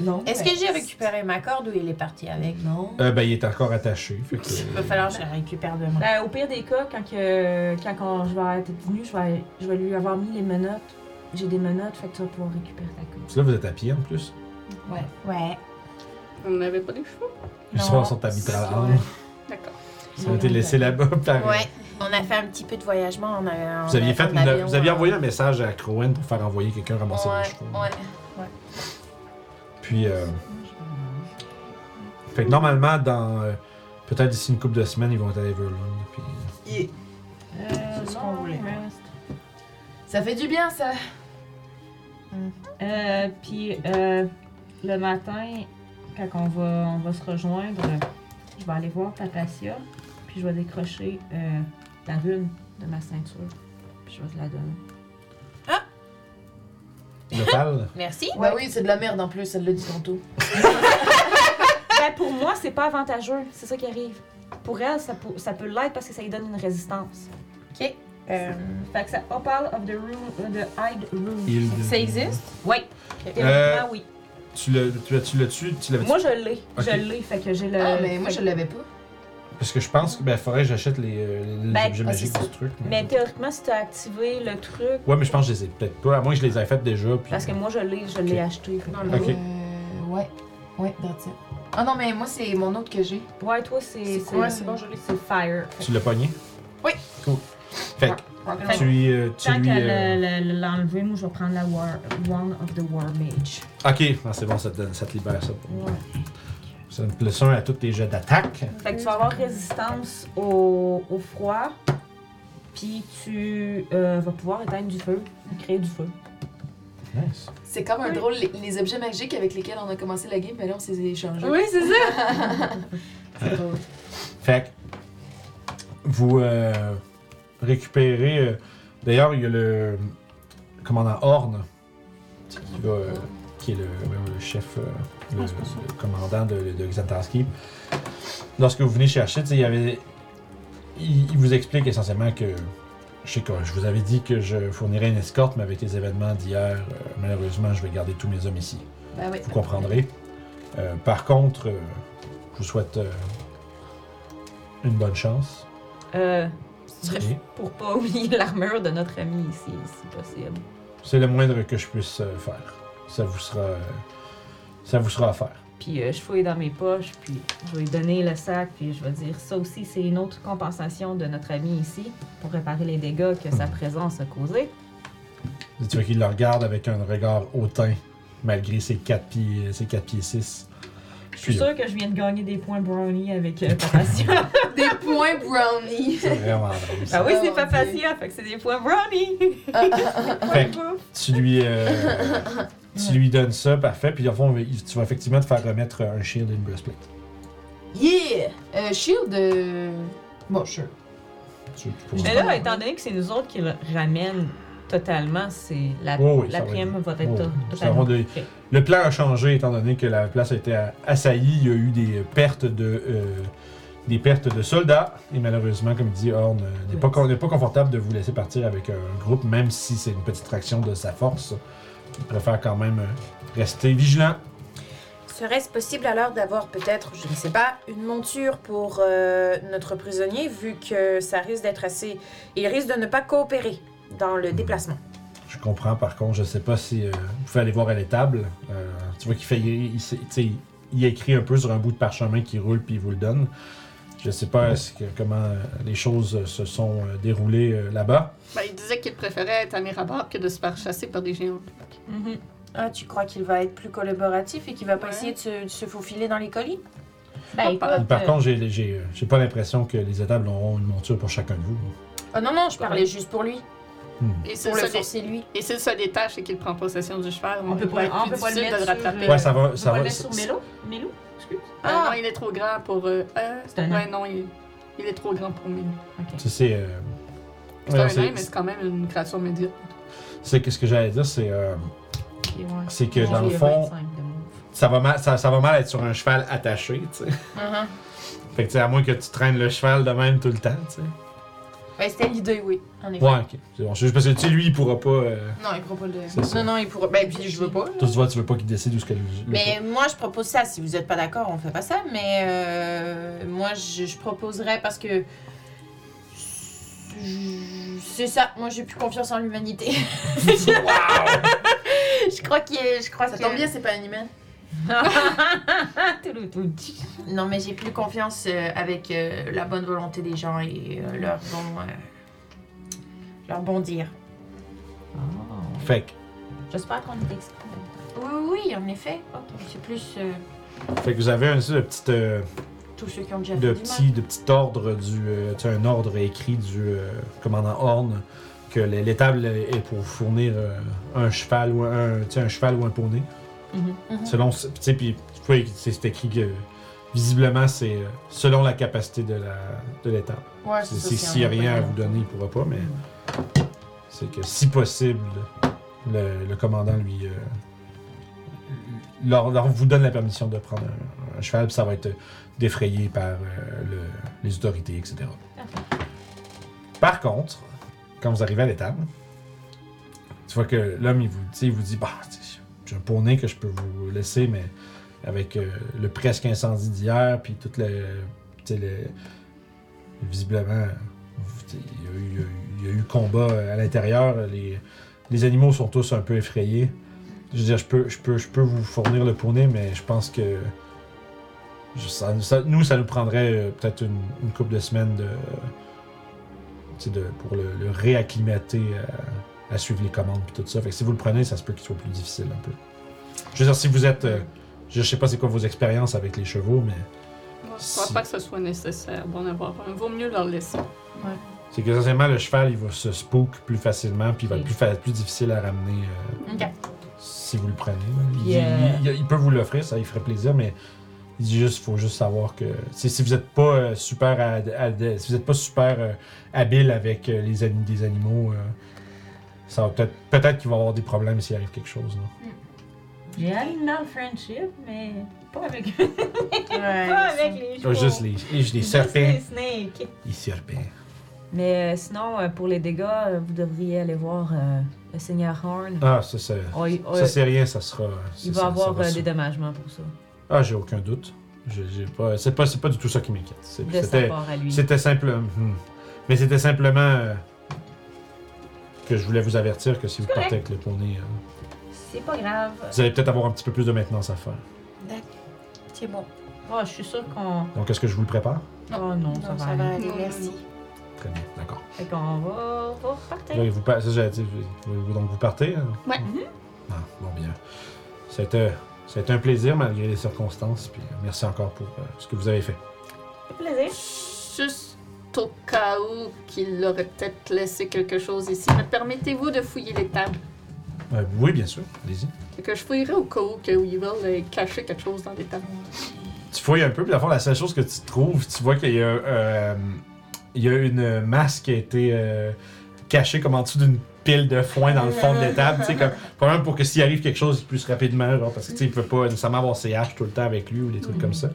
Non.
Est-ce que j'ai récupéré ma corde ou il est parti avec?
Non.
Euh, ben, il est encore attaché. Fait que... euh,
Il va falloir que je la récupère demain.
Ben, au pire des cas, quand, que, quand qu'on- je vais être venue, je vais, je vais lui avoir mis les menottes. J'ai des menottes, fait que tu vas pouvoir récupérer ta coupe.
Puis Là, vous êtes à pied en plus.
Ouais.
On n'avait pas des chevaux?
Ils
Non,
sont sont habités à
c'est-
l'âme.
D'accord.
Ils ont été laissés là-bas par.
Ouais, on a fait un petit peu de voyagement. On a, on
Vous aviez,
a
fait
en euh,
une-
avion,
vous aviez
euh,
envoyé un message à Crowen pour faire envoyer quelqu'un ramasser les chevaux.
Ouais, ouais.
Puis. euh, Fait que normalement, dans. euh, Peut-être d'ici une couple de semaines, ils vont être à Everland. Puis... euh,
Euh,
C'est ce qu'on voulait.
Ça fait du bien, ça.
Euh, puis euh, le matin, quand on va, on va se rejoindre, je vais aller voir Papacia, puis je vais décrocher euh, la rune de ma ceinture, puis je vais te la donner.
Le pal.
Merci.
Ouais, oui, c'est de la merde en plus, elle l'a dit tantôt.
Ben, pour moi, c'est pas avantageux, c'est ça qui arrive. Pour elle, ça, peut- ça peut l'être parce que ça lui donne une résistance.
Ok. Euh,
Fait que ça Opal of the Rune, the Hide Rune.
Il...
ça existe?
Oui. Théoriquement, oui.
Tu l'as tu l'as- tu l'as tu Euh, tu l'avais
Moi, je l'ai.
Ok.
Je l'ai, fait que j'ai le.
Ah, mais moi,
fait
je
que-
l'avais pas.
Parce que je pense que ben, faudrait que j'achète les, euh, les- les
Ben,
objets
ah,
magiques
c'est
du truc. mais-
Mais théoriquement, si t'as activé le truc,
Ouais, mais je pense que je les ai peut-être pas, à moins que je les ai faites déjà. Puis...
parce que moi, je l'ai, je l'ai acheté. fait que-
Ok.
Euh, ouais. Ouais, that's it. Ah non, mais moi, c'est mon autre que j'ai.
Ouais, toi, c'est.
C'est quoi?
bon, je l'ai. C'est Fire.
Tu l'as pogné?
Oui.
Cool. Fait que
Rock'n'roll.
tu lui. euh, tu
Tant
lui,
qu'elle
euh,
l'enlever, moi, je vais prendre la War, One of the War Mage.
Ok, ah, c'est bon, ça te, donne- ça te libère ça. Pour moi. C'est une plus 1 à tous tes jets d'attaque.
Fait que tu vas avoir résistance au, au froid, puis tu euh, vas pouvoir éteindre du feu, créer du feu.
Nice.
C'est comme un drôle, les, les objets magiques avec lesquels on a commencé la game, mais là, on s'est échangés.
Oui, c'est ça.
C'est drôle.
Fait que vous euh, récupérez. euh, D'ailleurs, il y a le commandant Horn qui, va, euh, qui est le, voyons, le chef, euh, le, le commandant de, de Xantarski. Lorsque vous venez chercher, tu sais, il, y avait, il, il vous explique essentiellement que. Je sais quoi, je vous avais dit que je fournirais une escorte, mais avec les événements d'hier, euh, malheureusement, je vais garder tous mes hommes ici
Ben oui.
vous comprendrez. Euh, par contre, euh, je vous souhaite euh, une bonne chance.
Euh,
Et
pour pas oublier l'armure de notre ami ici, si possible.
C'est le moindre que je puisse euh, faire. Ça vous sera, euh, ça vous sera à faire.
Puis euh, je fouille dans mes poches, puis je vais lui donner le sac, puis je vais dire ça aussi, c'est une autre compensation de notre ami ici pour réparer les dégâts que sa présence a causés.
Et Tu vois qu'il le regarde avec un regard hautain, malgré ses 4 pieds, ses quatre pieds 6.
Je suis
euh,
sûre que je viens de gagner des points brownie avec euh, Papacia.
Des points brownie.
C'est vraiment drôle. ça.
ah oui,
Oh
c'est
mon
Papacia, fait que c'est des points brownie.
Fait que tu lui, euh, tu lui donnes ça, parfait. Puis au fond, il- tu vas effectivement te faire remettre un shield et une breastplate.
Yeah! Euh, shield. euh, Bon, sure.
Tu- tu pourras-
Mais là, étant donné que c'est nous autres qui le ramènent totalement, c'est la,
Oh oui,
la
ça va
prime va être
Oh oui.
to-
Ça va
totalement.
de-
Ok.
Le plan a changé étant donné que la place a été a- assaillie. Il y a eu des pertes de, euh, des pertes de soldats. Et malheureusement, comme dit Horn, euh, n'est pas, con- n'est pas confortable de vous laisser partir avec un groupe, même si c'est une petite fraction de sa force. Il préfère quand même euh, rester vigilant.
Serait-ce possible alors d'avoir peut-être, je ne sais pas, une monture pour euh, notre prisonnier, vu que ça risque d'être assez... Il risque de ne pas coopérer dans le déplacement.
Je comprends, par contre, je sais pas si euh, vous pouvez aller voir à l'étable. Euh, tu vois qu'il fait, il, il s'est- tu sais, il écrit un peu sur un bout de parchemin qui roule puis il vous le donne. Je sais pas est-ce que- comment euh, les choses euh, se sont euh, déroulées euh, là-bas.
Ben, il disait qu'il préférait être à Mirabar que de se faire chasser par des géants.
Mhm.
Ah, tu crois qu'il va être plus collaboratif et qu'il va pas
Ouais.
essayer de se, de se faufiler dans les colis?
Ben, écoute,
Par
euh,
contre, j'ai- j'ai euh, j'ai pas l'impression que les étables auront une monture pour chacun de vous.
Ah non, non, je parlais juste pour lui.
Et c'est
Pour
ça
le
des-
forcer, lui.
et s'il se détache et qu'il prend possession du cheval,
On
il
peut
va
pas-
être
on
plus
peut pas le
difficile de
mettre sur,
rattraper.
euh,
Ouais, ça va.
on
Ça
va
va,
le mettre sur Melo. Melo, excuse.
Ah, non, il est trop grand pour. euh, euh,
C'est un
ouais, non, il, il est trop grand pour Milo.
Tu sais, c'est. euh,
C'est
ouais,
un nain,
c'est-
mais c'est quand même une créature médiocre.
C'est que ce que j'allais dire, c'est euh,
Ok, ouais.
c'est que
Bon,
dans le
j'ai
fond,
25 de move.
ça va, mal, ça, ça va mal être sur un cheval attaché, tu sais. Fait que, tu sais, à moins que tu traînes le cheval de même tout le temps, tu sais.
Ben, c'était l'idée, oui. En effet.
Ouais, ok. C'est bon. C'est juste parce que, tu sais, lui, il pourra pas. euh,
Non, il prend pas le.
c'est ça.
Non, non, il pourrait.
bah,
Ben, puis je veux pas.
Toi, tu vois, tu veux pas qu'il décide où ce que le. le-
Mais moi, je propose ça. Si vous n'êtes pas d'accord, on fait pas ça. Mais euh, moi, je, je proposerais parce que. je- C'est ça. Moi, j'ai plus confiance en l'humanité. je crois qu'il est. Je crois
Ça
que-
tombe bien, c'est pas un humain. Non, mais j'ai plus confiance euh, avec euh, la bonne volonté des gens et euh, leur bon. euh, leur bon dire.
Ah.
Fait que,
J'espère qu'on est exprès.
Oui, oui, oui, en effet. C'est plus euh,
fait que vous avez un espèce de petit, euh,
tous ceux qui ont déjà fait
de
du
petit, de petit ordre du. euh, tu sais, un ordre écrit du euh, commandant Horn que l'é- l'étable est pour vous fournir euh, un cheval ou un, tu sais, un cheval ou un poney. Selon. ce- Tu sais, puis tu vois, c'est c'est écrit que. Visiblement, c'est euh, selon la capacité de la- de l'étable.
mal. Ouais,
C'est-
c'est ça,
c'est
si
s'il n'y
on
a
a
rien
pas
à
de-
vous donner, il pourra pas, mais c'est que si possible, le, le commandant lui. euh, leur, leur- vous donne la permission de prendre un, un cheval, puis ça va être euh, défrayé par euh, le- les autorités, etc. Par contre, quand vous arrivez à l'étable, tu vois que l'homme, il vous, tu sais, il vous dit Bah, tu sais, j'ai un poney que je peux vous laisser, mais avec euh, le presque incendie d'hier, puis tout le. tu sais, le- visiblement, il y, a eu- il y a eu- il y a eu combat à l'intérieur. Les, les animaux sont tous un peu effrayés. Je veux dire, je peux, je peux, je peux vous fournir le poney, mais je pense que je- ça- ça- nous, ça nous prendrait euh, peut-être une, une couple de semaines de, euh, tu sais, de- pour le, le réacclimater euh, à, à suivre les commandes et tout ça. Fait que si vous le prenez, ça se peut qu'il soit plus difficile un peu. Je veux dire, si vous êtes. euh, je sais pas c'est quoi vos expériences avec les chevaux, mais
Moi, Je crois pas que ce soit nécessaire d'en avoir un. Vaut mieux leur laisser.
C'est que essentiellement, le cheval, il va se spook plus facilement, puis il va être plus, fa- plus difficile à ramener euh,
Ok.
si vous le prenez. là. Il,
Puis, euh,
il- il- il peut vous l'offrir, ça il ferait plaisir, mais il dit juste, faut juste savoir que si si vous n'êtes pas euh, super, à- à- si vous êtes pas super euh, habile avec euh, les ani- des animaux, euh, ça va peut-être, peut-être qu'il va avoir des problèmes s'il arrive quelque chose. là.
J'ai un friendship, mais pas avec
Ouais.
pas avec les chevaux.
Juste les, les- les
Oh. Juste
serpents,
les snakes.
les serpents.
Mais euh, sinon, euh, pour les dégâts, euh, vous devriez aller voir euh, le Seigneur Horn.
Ah, ça, ça,
Oh, il- oh,
ça c'est rien, ça sera. ça-
il va
ça- ça
avoir
va
euh,
se-
des dommagements pour ça.
Ah, j'ai aucun doute. J'ai- j'ai pas- C'est pas, c'est pas du tout ça qui m'inquiète. C'est-
De sa
C'était,
part à lui.
c'était simple. hmm. Mais c'était simplement euh, que je voulais vous avertir que si vous partez avec le poney, euh,
C'est pas grave.
vous allez peut-être avoir un petit peu plus de maintenance à faire.
C'est bon.
Oh, je suis sûre qu'on.
Donc, est-ce que je vous le prépare
Oh non, ça
Non,
va.
ça
aller.
va aller,
Non,
merci.
non,
Très bien, d'accord.
Fait qu'on va, oh, va partir.
Là, vous, par- ça, j'allais dire, vous- vous- donc, vous partez hein?
Ouais.
Mm-hmm.
Ah, bon, bien. C'était, c'était un plaisir malgré les circonstances. Puis, euh, merci encore pour euh, ce que vous avez fait.
Juste au cas où qu'il aurait peut-être laissé quelque chose ici, mais permettez-vous de fouiller les tables.
Euh, oui, bien sûr. Allez-y.
Fait que je fouillerai au cas où que Weevil ait caché quelque chose dans les tables.
tu fouilles un peu, puis à la fois, la seule chose que tu trouves, tu vois qu'il y a, euh, il y a une masse qui a été euh, cachée comme en dessous d'une pile de foin dans le fond de l'étable, tu sais, comme, probablement pour que s'il arrive quelque chose, il puisse rapidement, genre, parce que, tu sais, il peut pas nécessairement avoir ses haches tout le temps avec lui ou des trucs comme ça.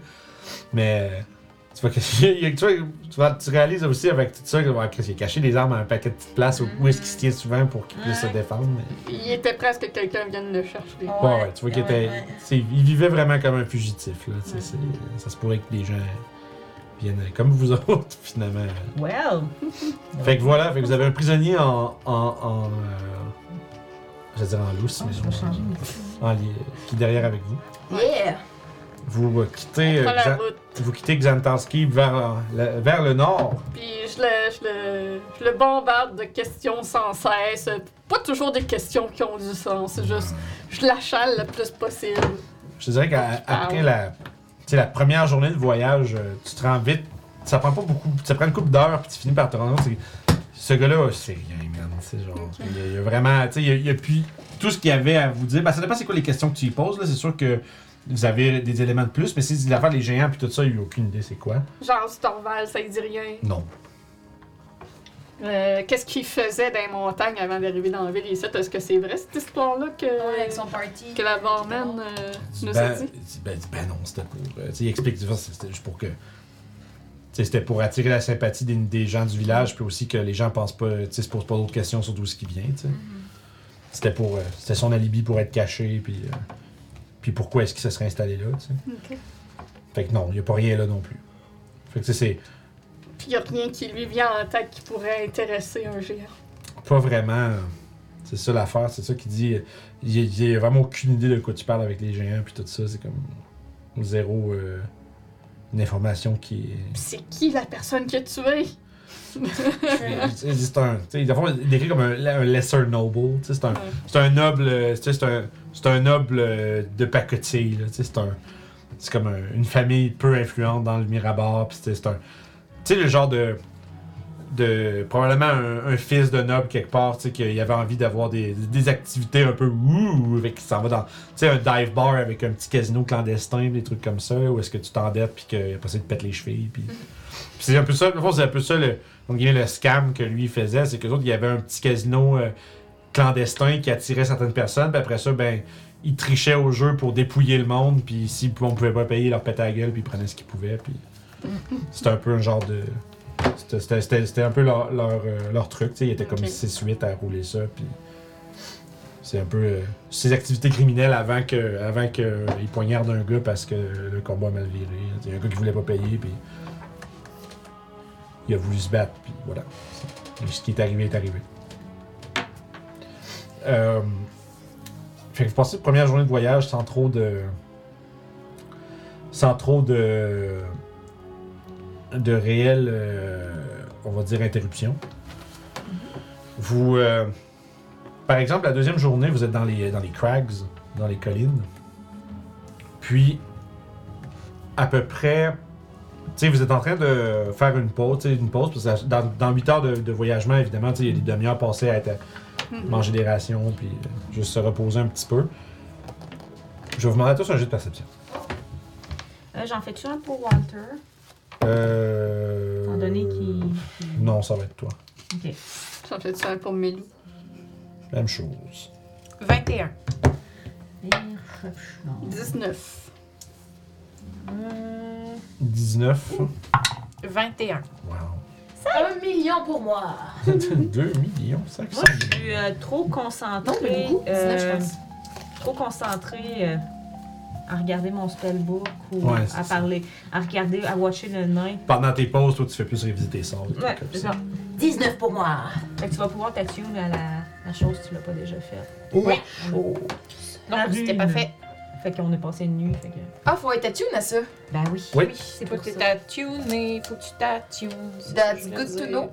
Mais, euh, tu vois que, il y a- tu, vois, tu vois, tu réalises aussi avec tout ça que, ouais, Chris, il a caché des armes à un paquet de petites places où, où est-ce qu'il se tient souvent pour qu'il puisse se défendre. mais-
Il était presque que quelqu'un vienne le chercher.
Oh.
Ouais, ouais, tu vois qu'il était. c'est- Il vivait vraiment comme un fugitif. Là, tu sais, c'est- Ça se pourrait que des gens viennent comme vous autres, finalement.
Well,
Fait que voilà, fait que vous avez un prisonnier en. en, en euh, je vais dire en lousse, mais en- en li- qui est derrière avec vous.
Yeah!
Vous euh, quittez,
On
euh,
prend la
Xan-
route,
vous quittez Xantarski vers, euh, la- vers le nord.
puis je le, je, le, je le bombarde de questions sans cesse. Pas toujours des questions qui ont du sens, juste je l'achale le plus possible.
Je te dirais qu'après la, tu sais, la première journée de voyage, euh, tu te rends vite. Ça prend pas beaucoup. Ça prend une couple d'heures, puis tu finis par te rendre compte. c'est- Ce gars-là, c'est rien, man. C'est genre. Il y a- il y a, vraiment. Tu sais, il y a- il y a plus tout ce qu'il y avait à vous dire. Ben, ça dépend c'est quoi les questions que tu y poses. là. C'est sûr que vous avez des éléments de plus, mais si c'est l'affaire des géants, puis tout ça, il n'y a aucune idée c'est quoi.
Genre Storval, ça ne dit rien.
Non.
Euh, Qu'est-ce qu'il faisait dans les montagnes avant d'arriver dans la ville ici? Est-ce que c'est vrai cette histoire-là que,
Ouais, avec son party.
que la barman euh, nous a
ben,
dit?
ben, ben non, c'était pour. euh, tu sais, il explique du c'était juste pour que. tu sais, C'était pour attirer la sympathie des, des gens du village, puis aussi que les gens pensent pas, tu sais, se posent pas d'autres questions sur d'où ce qui vient. tu sais.
Mm-hmm.
C'était pour, euh, c'était son alibi pour être caché, puis, euh, puis pourquoi est-ce qu'il se serait installé là. tu sais.
Ok.
Fait que non, il n'y a pas rien là non plus. Fait que tu sais, c'est
Puis il a rien qui lui vient en tête qui pourrait intéresser un géant.
pas vraiment. euh, C'est ça l'affaire, c'est ça qu'il dit. Il, il, il a vraiment aucune idée de quoi tu parles avec les géants, puis tout ça. C'est comme zéro. euh, une information qui est.
C'est qui la personne que tu es?
Il- il- C'est un. tu sais, dans le fond, il décrit comme un, un lesser noble. tu sais, C'est un, c'est un noble. euh, tu sais, C'est un, c'est un noble euh, de pacotille. là, tu sais, C'est un. C'est comme un- une famille peu influente dans le Mirabar. puis C'est c'est un. Tu sais, le genre de. de probablement un, un fils de noble quelque part, tu sais, qu'il avait envie d'avoir des, des activités un peu ouh, avec qui s'en va dans. Tu sais, un dive bar avec un petit casino clandestin, des trucs comme ça, où est-ce que tu t'endettes, puis que après ça, il te pète les chevilles, puis. Puis c'est un peu ça, dans le fond, c'est un peu ça le, donc, il y a le scam que lui faisait, c'est que autres, il y avait un petit casino euh, clandestin qui attirait certaines personnes, puis après ça, ben, ils trichaient au jeu pour dépouiller le monde, puis si on pouvait pas payer, ils leur pétaient la gueule, puis ils prenaient ce qu'ils pouvaient, puis c'était un peu un genre de... c'était- C'était c'était- c'était un peu leur, leur, euh, leur truc, tu sais, ils étaient comme
Ok.
6-8 à rouler ça, puis c'est un peu euh, ces activités criminelles avant que avant que euh, ils poignardent un gars parce que le combat a mal viré. Il y a un gars qui voulait pas payer, puis il a voulu se battre, puis voilà. Et ce qui est arrivé est arrivé. Euh, fait que vous passez une première journée de voyage sans trop de. sans trop de. de réelles, euh, on va dire, interruptions. Vous. euh, par exemple, la deuxième journée, vous êtes dans les, dans les crags, dans les collines. Puis, à peu près. Tu sais, vous êtes en train de faire une pause, tu sais, une pause, parce que ça- dans, dans 8 heures de, de voyagement, évidemment, tu sais, il y a des demi-heures passées à être à manger des rations, puis euh, juste se reposer un petit peu. Je vais vous demander à tous un jeu de perception.
Euh, J'en fais-tu un pour Walter?
Euh...
Étant donné qu'il. qu'il-
Non, ça va être toi.
Ok.
J'en fais ça pour Mélou.
Même chose.
21.
Non.
19.
19.
21.
Wow.
Un million pour moi!
2 millions, 500
Moi, je suis euh, trop concentrée.
Non, mais beaucoup.
euh,
19, je
trop concentrée euh, à regarder mon spellbook ou
Ouais, c'est
à
ça.
parler, à regarder, à watcher le nain.
Pendant tes pauses, toi, tu fais plus révisiter tes sorts. des trucs
Ouais,
comme
c'est
ça.
ça.
19 pour moi!
Fait que tu vas pouvoir t'attuner à la, la chose si tu l'as pas déjà faite.
Ouais.
Non, c'était pas fait.
Fait qu'on est passé une nuit. Fait que...
Ah, faut être attune à ça!
Ben oui.
Oui.
c'est
Faut
pour
que tu
ça.
t'attunes, faut que tu t'attunes. c'est ce que
That's
je voulais
good to
dire.
know!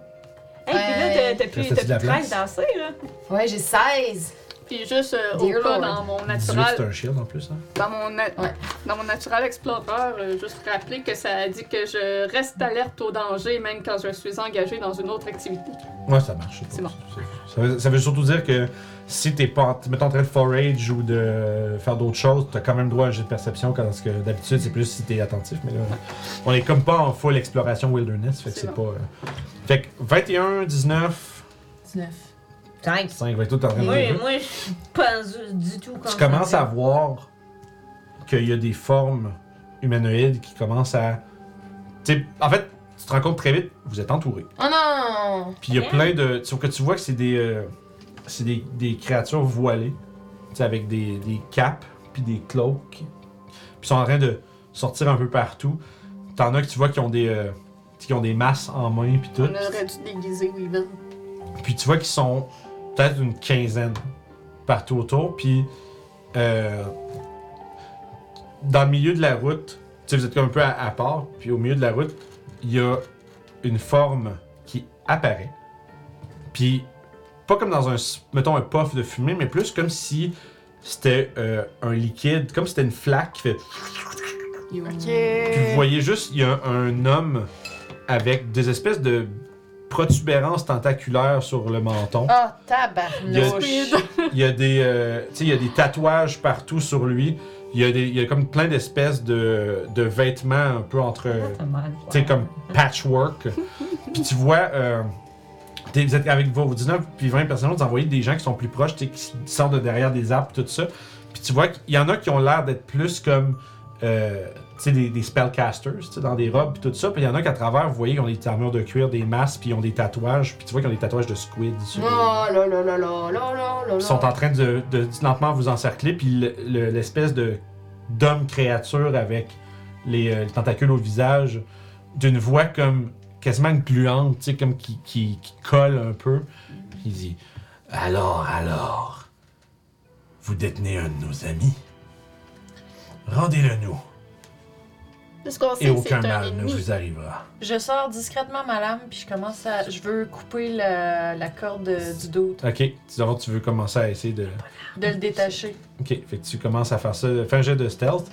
Hey, puis là, t'as- t'as
Reste-tu
plus, t'as
de la
plus
place?
13 dansés, là.
Ouais, j'ai 16!
Puis juste euh,
Dear
au cas
Lord.
dans mon
18, c'est
natural,
un shield en plus. Hein?
dans mon, na-
Ouais.
dans mon natural explorer, euh, juste rappeler que ça a dit que je reste alerte au danger même quand je suis engagée dans une autre activité.
Ouais, ça marche.
C'est
pas-
bon.
Ça veut, ça veut surtout dire que si t'es pas en, mettons, en train de forage ou de faire d'autres choses, t'as quand même droit à un jeu de perception, parce que d'habitude, c'est plus si t'es attentif. Mais là, on est comme pas en full exploration wilderness, fait que
C'est
c'est pas. euh, Fait que 21, 19,
19.
5.
5, 20, tout en train de
Moi,
jouer.
moi je suis pas du, du tout
Tu
concentrée.
commences à voir qu'il y a des formes humanoïdes qui commencent à. tu sais, en fait, tu te rends compte très vite, vous êtes entouré.
Oh non!
Puis il y a
Bien.
plein de. Sauf que tu vois que c'est des. euh, c'est des, des créatures voilées. Tu sais, avec des, des capes, puis des cloaks. Puis ils sont en train de sortir un peu partout. T'en as que tu vois qui ont des. euh, tu sais, qui ont des masses en main, puis tout.
On aurait dû déguiser Weaver.
Puis tu vois qu'ils sont peut-être une quinzaine partout autour. Puis euh, dans le milieu de la route, tu sais, vous êtes comme un peu à, à part. Puis au milieu de la route, il y a une forme qui apparaît. Puis pas comme dans un, s- mettons, un puff de fumée, mais plus comme si c'était euh, un liquide, comme si c'était une flaque qui fait. Puis vous voyez juste, il y a un homme avec des espèces de protubérances tentaculaires sur le menton.
Ah,
Il y a-
tabarnouche.
Il y a des, euh, tu sais, il y a des tatouages partout sur lui. Il y a, des, il y a comme plein d'espèces de, de vêtements un peu entre,
Ah,
Ça m'a mal.
euh, tu sais, comme patchwork. puis tu vois, euh, t'es- vous êtes avec vos 19 puis 20 personnes, vous envoyez des gens qui sont plus proches, tu sais, qui s- sortent de derrière des arbres, tout ça. Puis tu vois qu'il y en a qui ont l'air d'être plus comme, euh, tu sais, des, des spellcasters, tu sais, dans des robes, puis tout ça. Puis il y en a qu'à travers, vous voyez, ils ont des armures de cuir, des masques, puis ils ont des tatouages. Puis tu vois qu'ils ont des tatouages de squid
Oh
sur
là là là là là là là là!
ils sont en train de, de lentement vous encercler, puis le- le- l'espèce de d'homme créature avec les, euh, les tentacules au visage, d'une voix
Mm.
comme quasiment gluante, tu sais, comme qui, qui, qui colle un peu. Il dit
Alors, alors, vous détenez un de nos amis. Rendez-le nous,
Parce qu'on
et
sait que c'est
aucun
un
mal ne
ennemi.
vous arrivera.
Je sors discrètement ma lame, puis je commence à. Je veux couper la, la corde euh, du dos,
Ok, d'abord tu veux commencer à essayer de.
de le détacher.
Ok, fait que tu commences à faire ça. Fais un jet de stealth.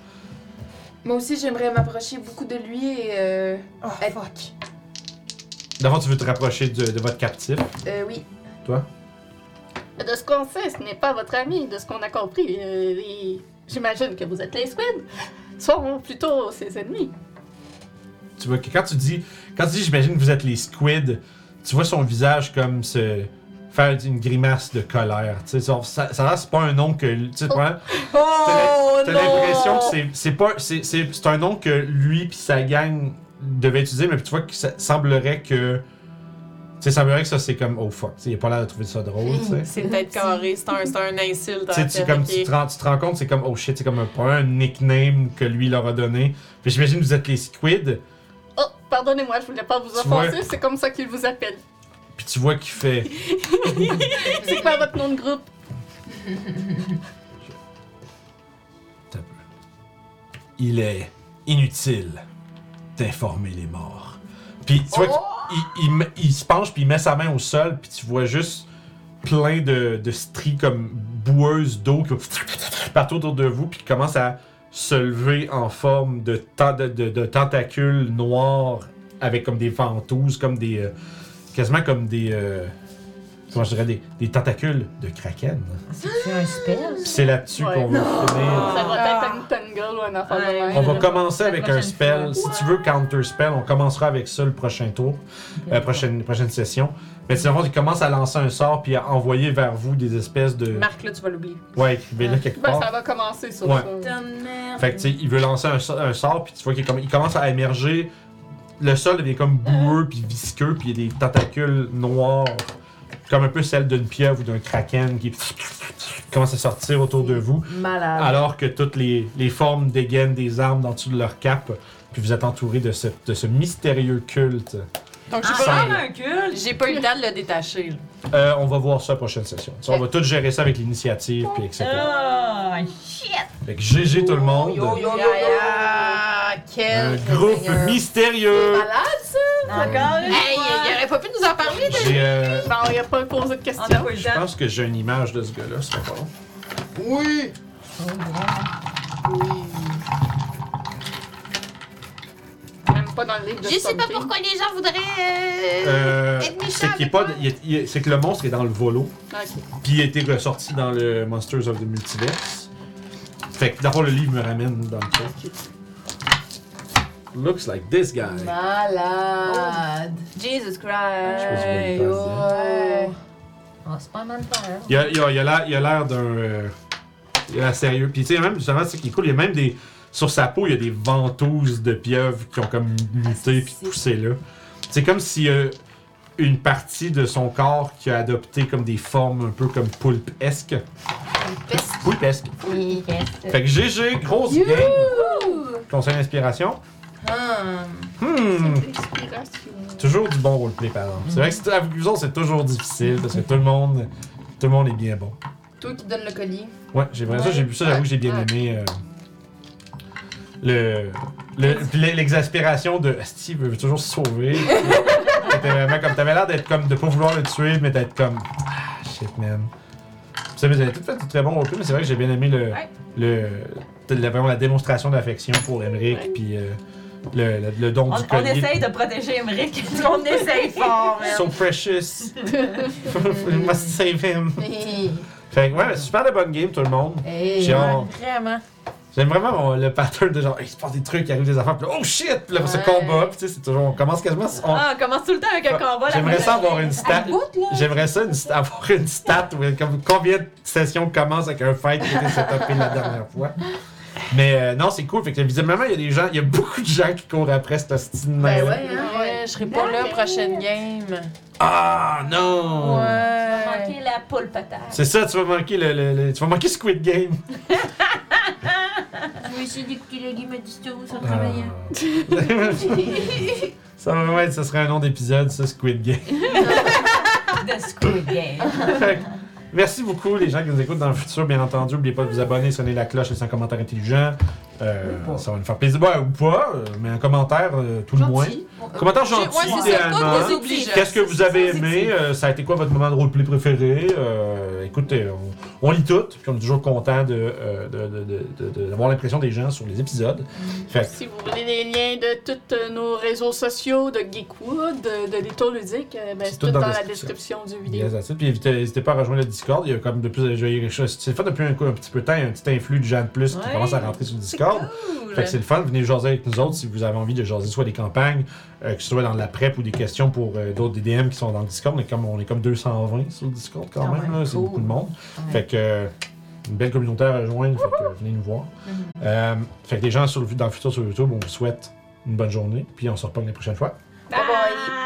Moi aussi, j'aimerais m'approcher beaucoup de lui et. Euh,
Oh,
être-
D'abord, tu veux te rapprocher du- de votre captif.
euh, oui.
Mais De ce qu'on sait, ce n'est pas votre ami, de ce qu'on a compris. euh, et J'imagine que vous êtes les Squid. Sont plutôt ses ennemis.
Tu vois que quand tu dis, quand tu dis, j'imagine que vous êtes les squids, tu vois son visage comme se faire une grimace de colère. Tu sais, genre, ça, ça a l'air, c'est pas un nom que, tu sais, probablement-
Oh
T'as l'impression que c'est- c'est pas c'est- c'est c'est un nom que lui puis sa gang devaient utiliser mais tu vois que ça semblerait que tu sais, semblerait que ça c'est comme oh fuck, tu sais, il a pas l'air de trouver ça drôle, tu sais.
C'est peut-être carré, c'est un, c'est un insulte.
Tu sais,
à
tu-
faire,
comme
ok.
tu, te rends, tu te rends compte, c'est comme oh shit, c'est comme un, pas un nickname que lui leur a donné. Puis j'imagine que vous êtes les squids,
Oh, pardonnez-moi, je voulais pas vous
Tu
offenser,
vois-
c'est comme ça qu'ils vous appellent.
puis tu vois qu'il fait
C'est quoi votre nom de groupe?
T'as peu. Il est inutile d'informer les morts. Puis tu vois qu'il il, me- il se penche, puis il met sa main au sol, puis tu vois juste plein de, de stries comme boueuses d'eau qui vont partout autour de vous, puis qui commencent à se lever en forme de, ta- de, de- de tentacules noirs avec comme des ventouses, comme des. euh, quasiment comme des. euh, comment je dirais, des, des tentacules de kraken.
C'est un spell?
C'est là-dessus
Ouais.
qu'on va finir.
Ça va être une tangle ou un enfant de
Ah. Ouais.
même. Ben,
On va
Euh,
commencer
la
avec
prochaine
un spell. Si tu veux counter spell, on commencera avec ça le prochain tour, la prochaine, prochaine session. Mais sinon, il commence à lancer un sort puis à envoyer vers vous des espèces de.
Marc, là, tu vas l'oublier.
Ouais, écrivez-le quelque
Ben, ça
part.
va commencer sur
Ouais.
ça.
Fait que tu sais, il veut lancer un, so- un sort puis tu vois qu'il com- il commence à émerger. Le sol devient comme boueux puis visqueux puis il y a des tentacules noirs, comme un peu celles d'une pieuvre ou d'un kraken qui commence à sortir autour de vous.
Malade.
Alors que toutes les, les formes dégainent des armes dans dessous de leur cape, puis vous êtes entouré de ce, de ce mystérieux culte.
Donc,
Ah,
j'ai
ça-
pas,
un culte!
j'ai pas eu le temps de le détacher. là.
Euh, on va voir ça à la prochaine session. Ça, On va tout gérer ça avec l'initiative, puis etc.
Oh, shit!
Fait que GG tout le monde.
Ah,
Un
quel.
groupe mystérieux.
Encore une
Hey,
fois!
il aurait pas pu nous en parler de
J'ai, euh,
Bon, il n'y a pas posé de
On a
questions.
pas eu le
je
temps.
pense que j'ai une image de ce gars-là, c'est pas bon.
Même pas dans le livre de
Je sais pas
Stormfield.
pourquoi les gens voudraient. euh,
Euh,
Être méchant
c'est qu'il est
avec
pas,
moi.
il est- il est- c'est que le monstre est dans le volo.
Ok.
Puis il a été ressorti dans le Monsters of the Multiverse. Fait que d'abord, le livre me ramène dans le chat. Looks like this guy.
Malade.
Oh.
Jesus
Je sais pas si vous voyez
Christ!
pas
Oh, ouais.
On se prend même pas, hein?
Il a, il a, il a l'air- il a l'air d'un. euh, il a l'air sérieux. Puis tu sais, même, justement, ce qui est cool, il y a même des. Sur sa peau, il y a des ventouses de pieuvres qui ont comme muté
Ah,
puis poussé là. C'est comme si euh, une partie de son corps qui a adopté comme des formes un peu comme poulpesque. Poulpesque.
Oui, yes.
Fait que GG, grosse game. Conseil d'inspiration.
Hum.
Hmm. Toujours du bon roleplay, par exemple. C'est vrai que c'est- avec vous autres, c'est toujours difficile parce que tout le monde, tout le monde est bien bon.
Toi qui donne le collier.
Ouais, j'ai vraiment ça, j'ai vu ça, j'avoue que j'ai bien aimé euh, le, le- puis l'e- l'exaspération de Steve veut toujours se sauver. C'était vraiment comme t'avais l'air d'être comme de pas vouloir le tuer, mais d'être comme ah shit man. Vous savez, vous avez tout fait du très bon roleplay, mais c'est vrai que j'ai bien aimé le,
Ouais.
le, la- vraiment la démonstration d'affection pour Emmerich, puis euh, le, le, le don
On,
du
on
collier.
essaye de protéger Emmerich.
On essaye fort, man.
So precious. We must save him.
Hey.
Fait que ouais, super de bonne game tout le monde. J'ai hâte.
Vraiment.
J'aime vraiment euh, le pattern de genre, il se passe des trucs, il arrive des affaires, puis là, oh shit, puis là, ce
Ouais.
combat, puis tu sais, c'est toujours, on commence quasiment. on-
Ah, on commence tout le temps avec un combat. la
J'aimerais ça
prochaine
avoir
game.
une stat. J'aimerais ça une- avoir une stat où, comme, combien de sessions commencent avec un fight qui était setupé la dernière fois. Mais euh, non, c'est cool. Fait que visiblement, il y a des gens, il y a beaucoup de gens qui courent après cette hostie de
Ben
merde.
ouais, hein.
Ouais, je serai pas là prochaine game.
Ah non!
Ouais.
Manquer la poule, peut-être.
C'est ça, tu vas manquer le, le- le- tu vas manquer Squid Game.
Je vais essayer d'écouter le game à distance sans
Ah. ça va vraiment être, ça serait un nom d'épisode, ça, Squid Game.
De Squid Game.
Fait
Merci beaucoup, les gens qui nous écoutent dans le futur. Bien entendu, n'oubliez pas de vous abonner, sonner la cloche, laisser un commentaire intelligent. Euh, ça va nous faire plaisir. Ouais, ou pas, euh, mais un commentaire, euh, tout le moins. Commentaire gentil,
Ouais, c'est ça.
idéalement.
Pas vous obligeant.
Qu'est-ce que vous avez aimé? Euh, ça a été quoi votre moment de roleplay préféré? Euh, écoutez, on, on lit tout, puis on est toujours content de, euh, de, de, de- de- d'avoir l'impression des gens sur les épisodes. Fait que,
Si vous voulez les liens de tous euh, nos réseaux sociaux, de Geekwood, de, de Détour Ludique, euh, ben, c'est tout dans, la description du vidéo.
yes, that's it. Puis évitez- n'hésitez pas à rejoindre le Discord. Il y a comme de plus, je- je- je- c'est fait depuis un, coup- un petit peu de temps, il y a un petit influx de gens de plus qui
Ouais.
commence à rentrer sur le Discord.
Cool.
Fait que c'est le fun, venez jaser avec nous autres si vous avez envie de jaser soit des campagnes, euh, que ce soit dans la prep ou des questions pour euh, d'autres DDM qui sont dans le Discord. On est comme, on est comme 220 sur le Discord
Ah
quand, même, là, c'est beaucoup de monde. Fait que euh, une belle communauté à rejoindre, fait que, euh, venez nous voir.
Mm-hmm.
Euh, fait que les gens sur le, dans le futur sur YouTube, on vous souhaite une bonne journée, puis on se reparle la prochaine fois.
Bye bye.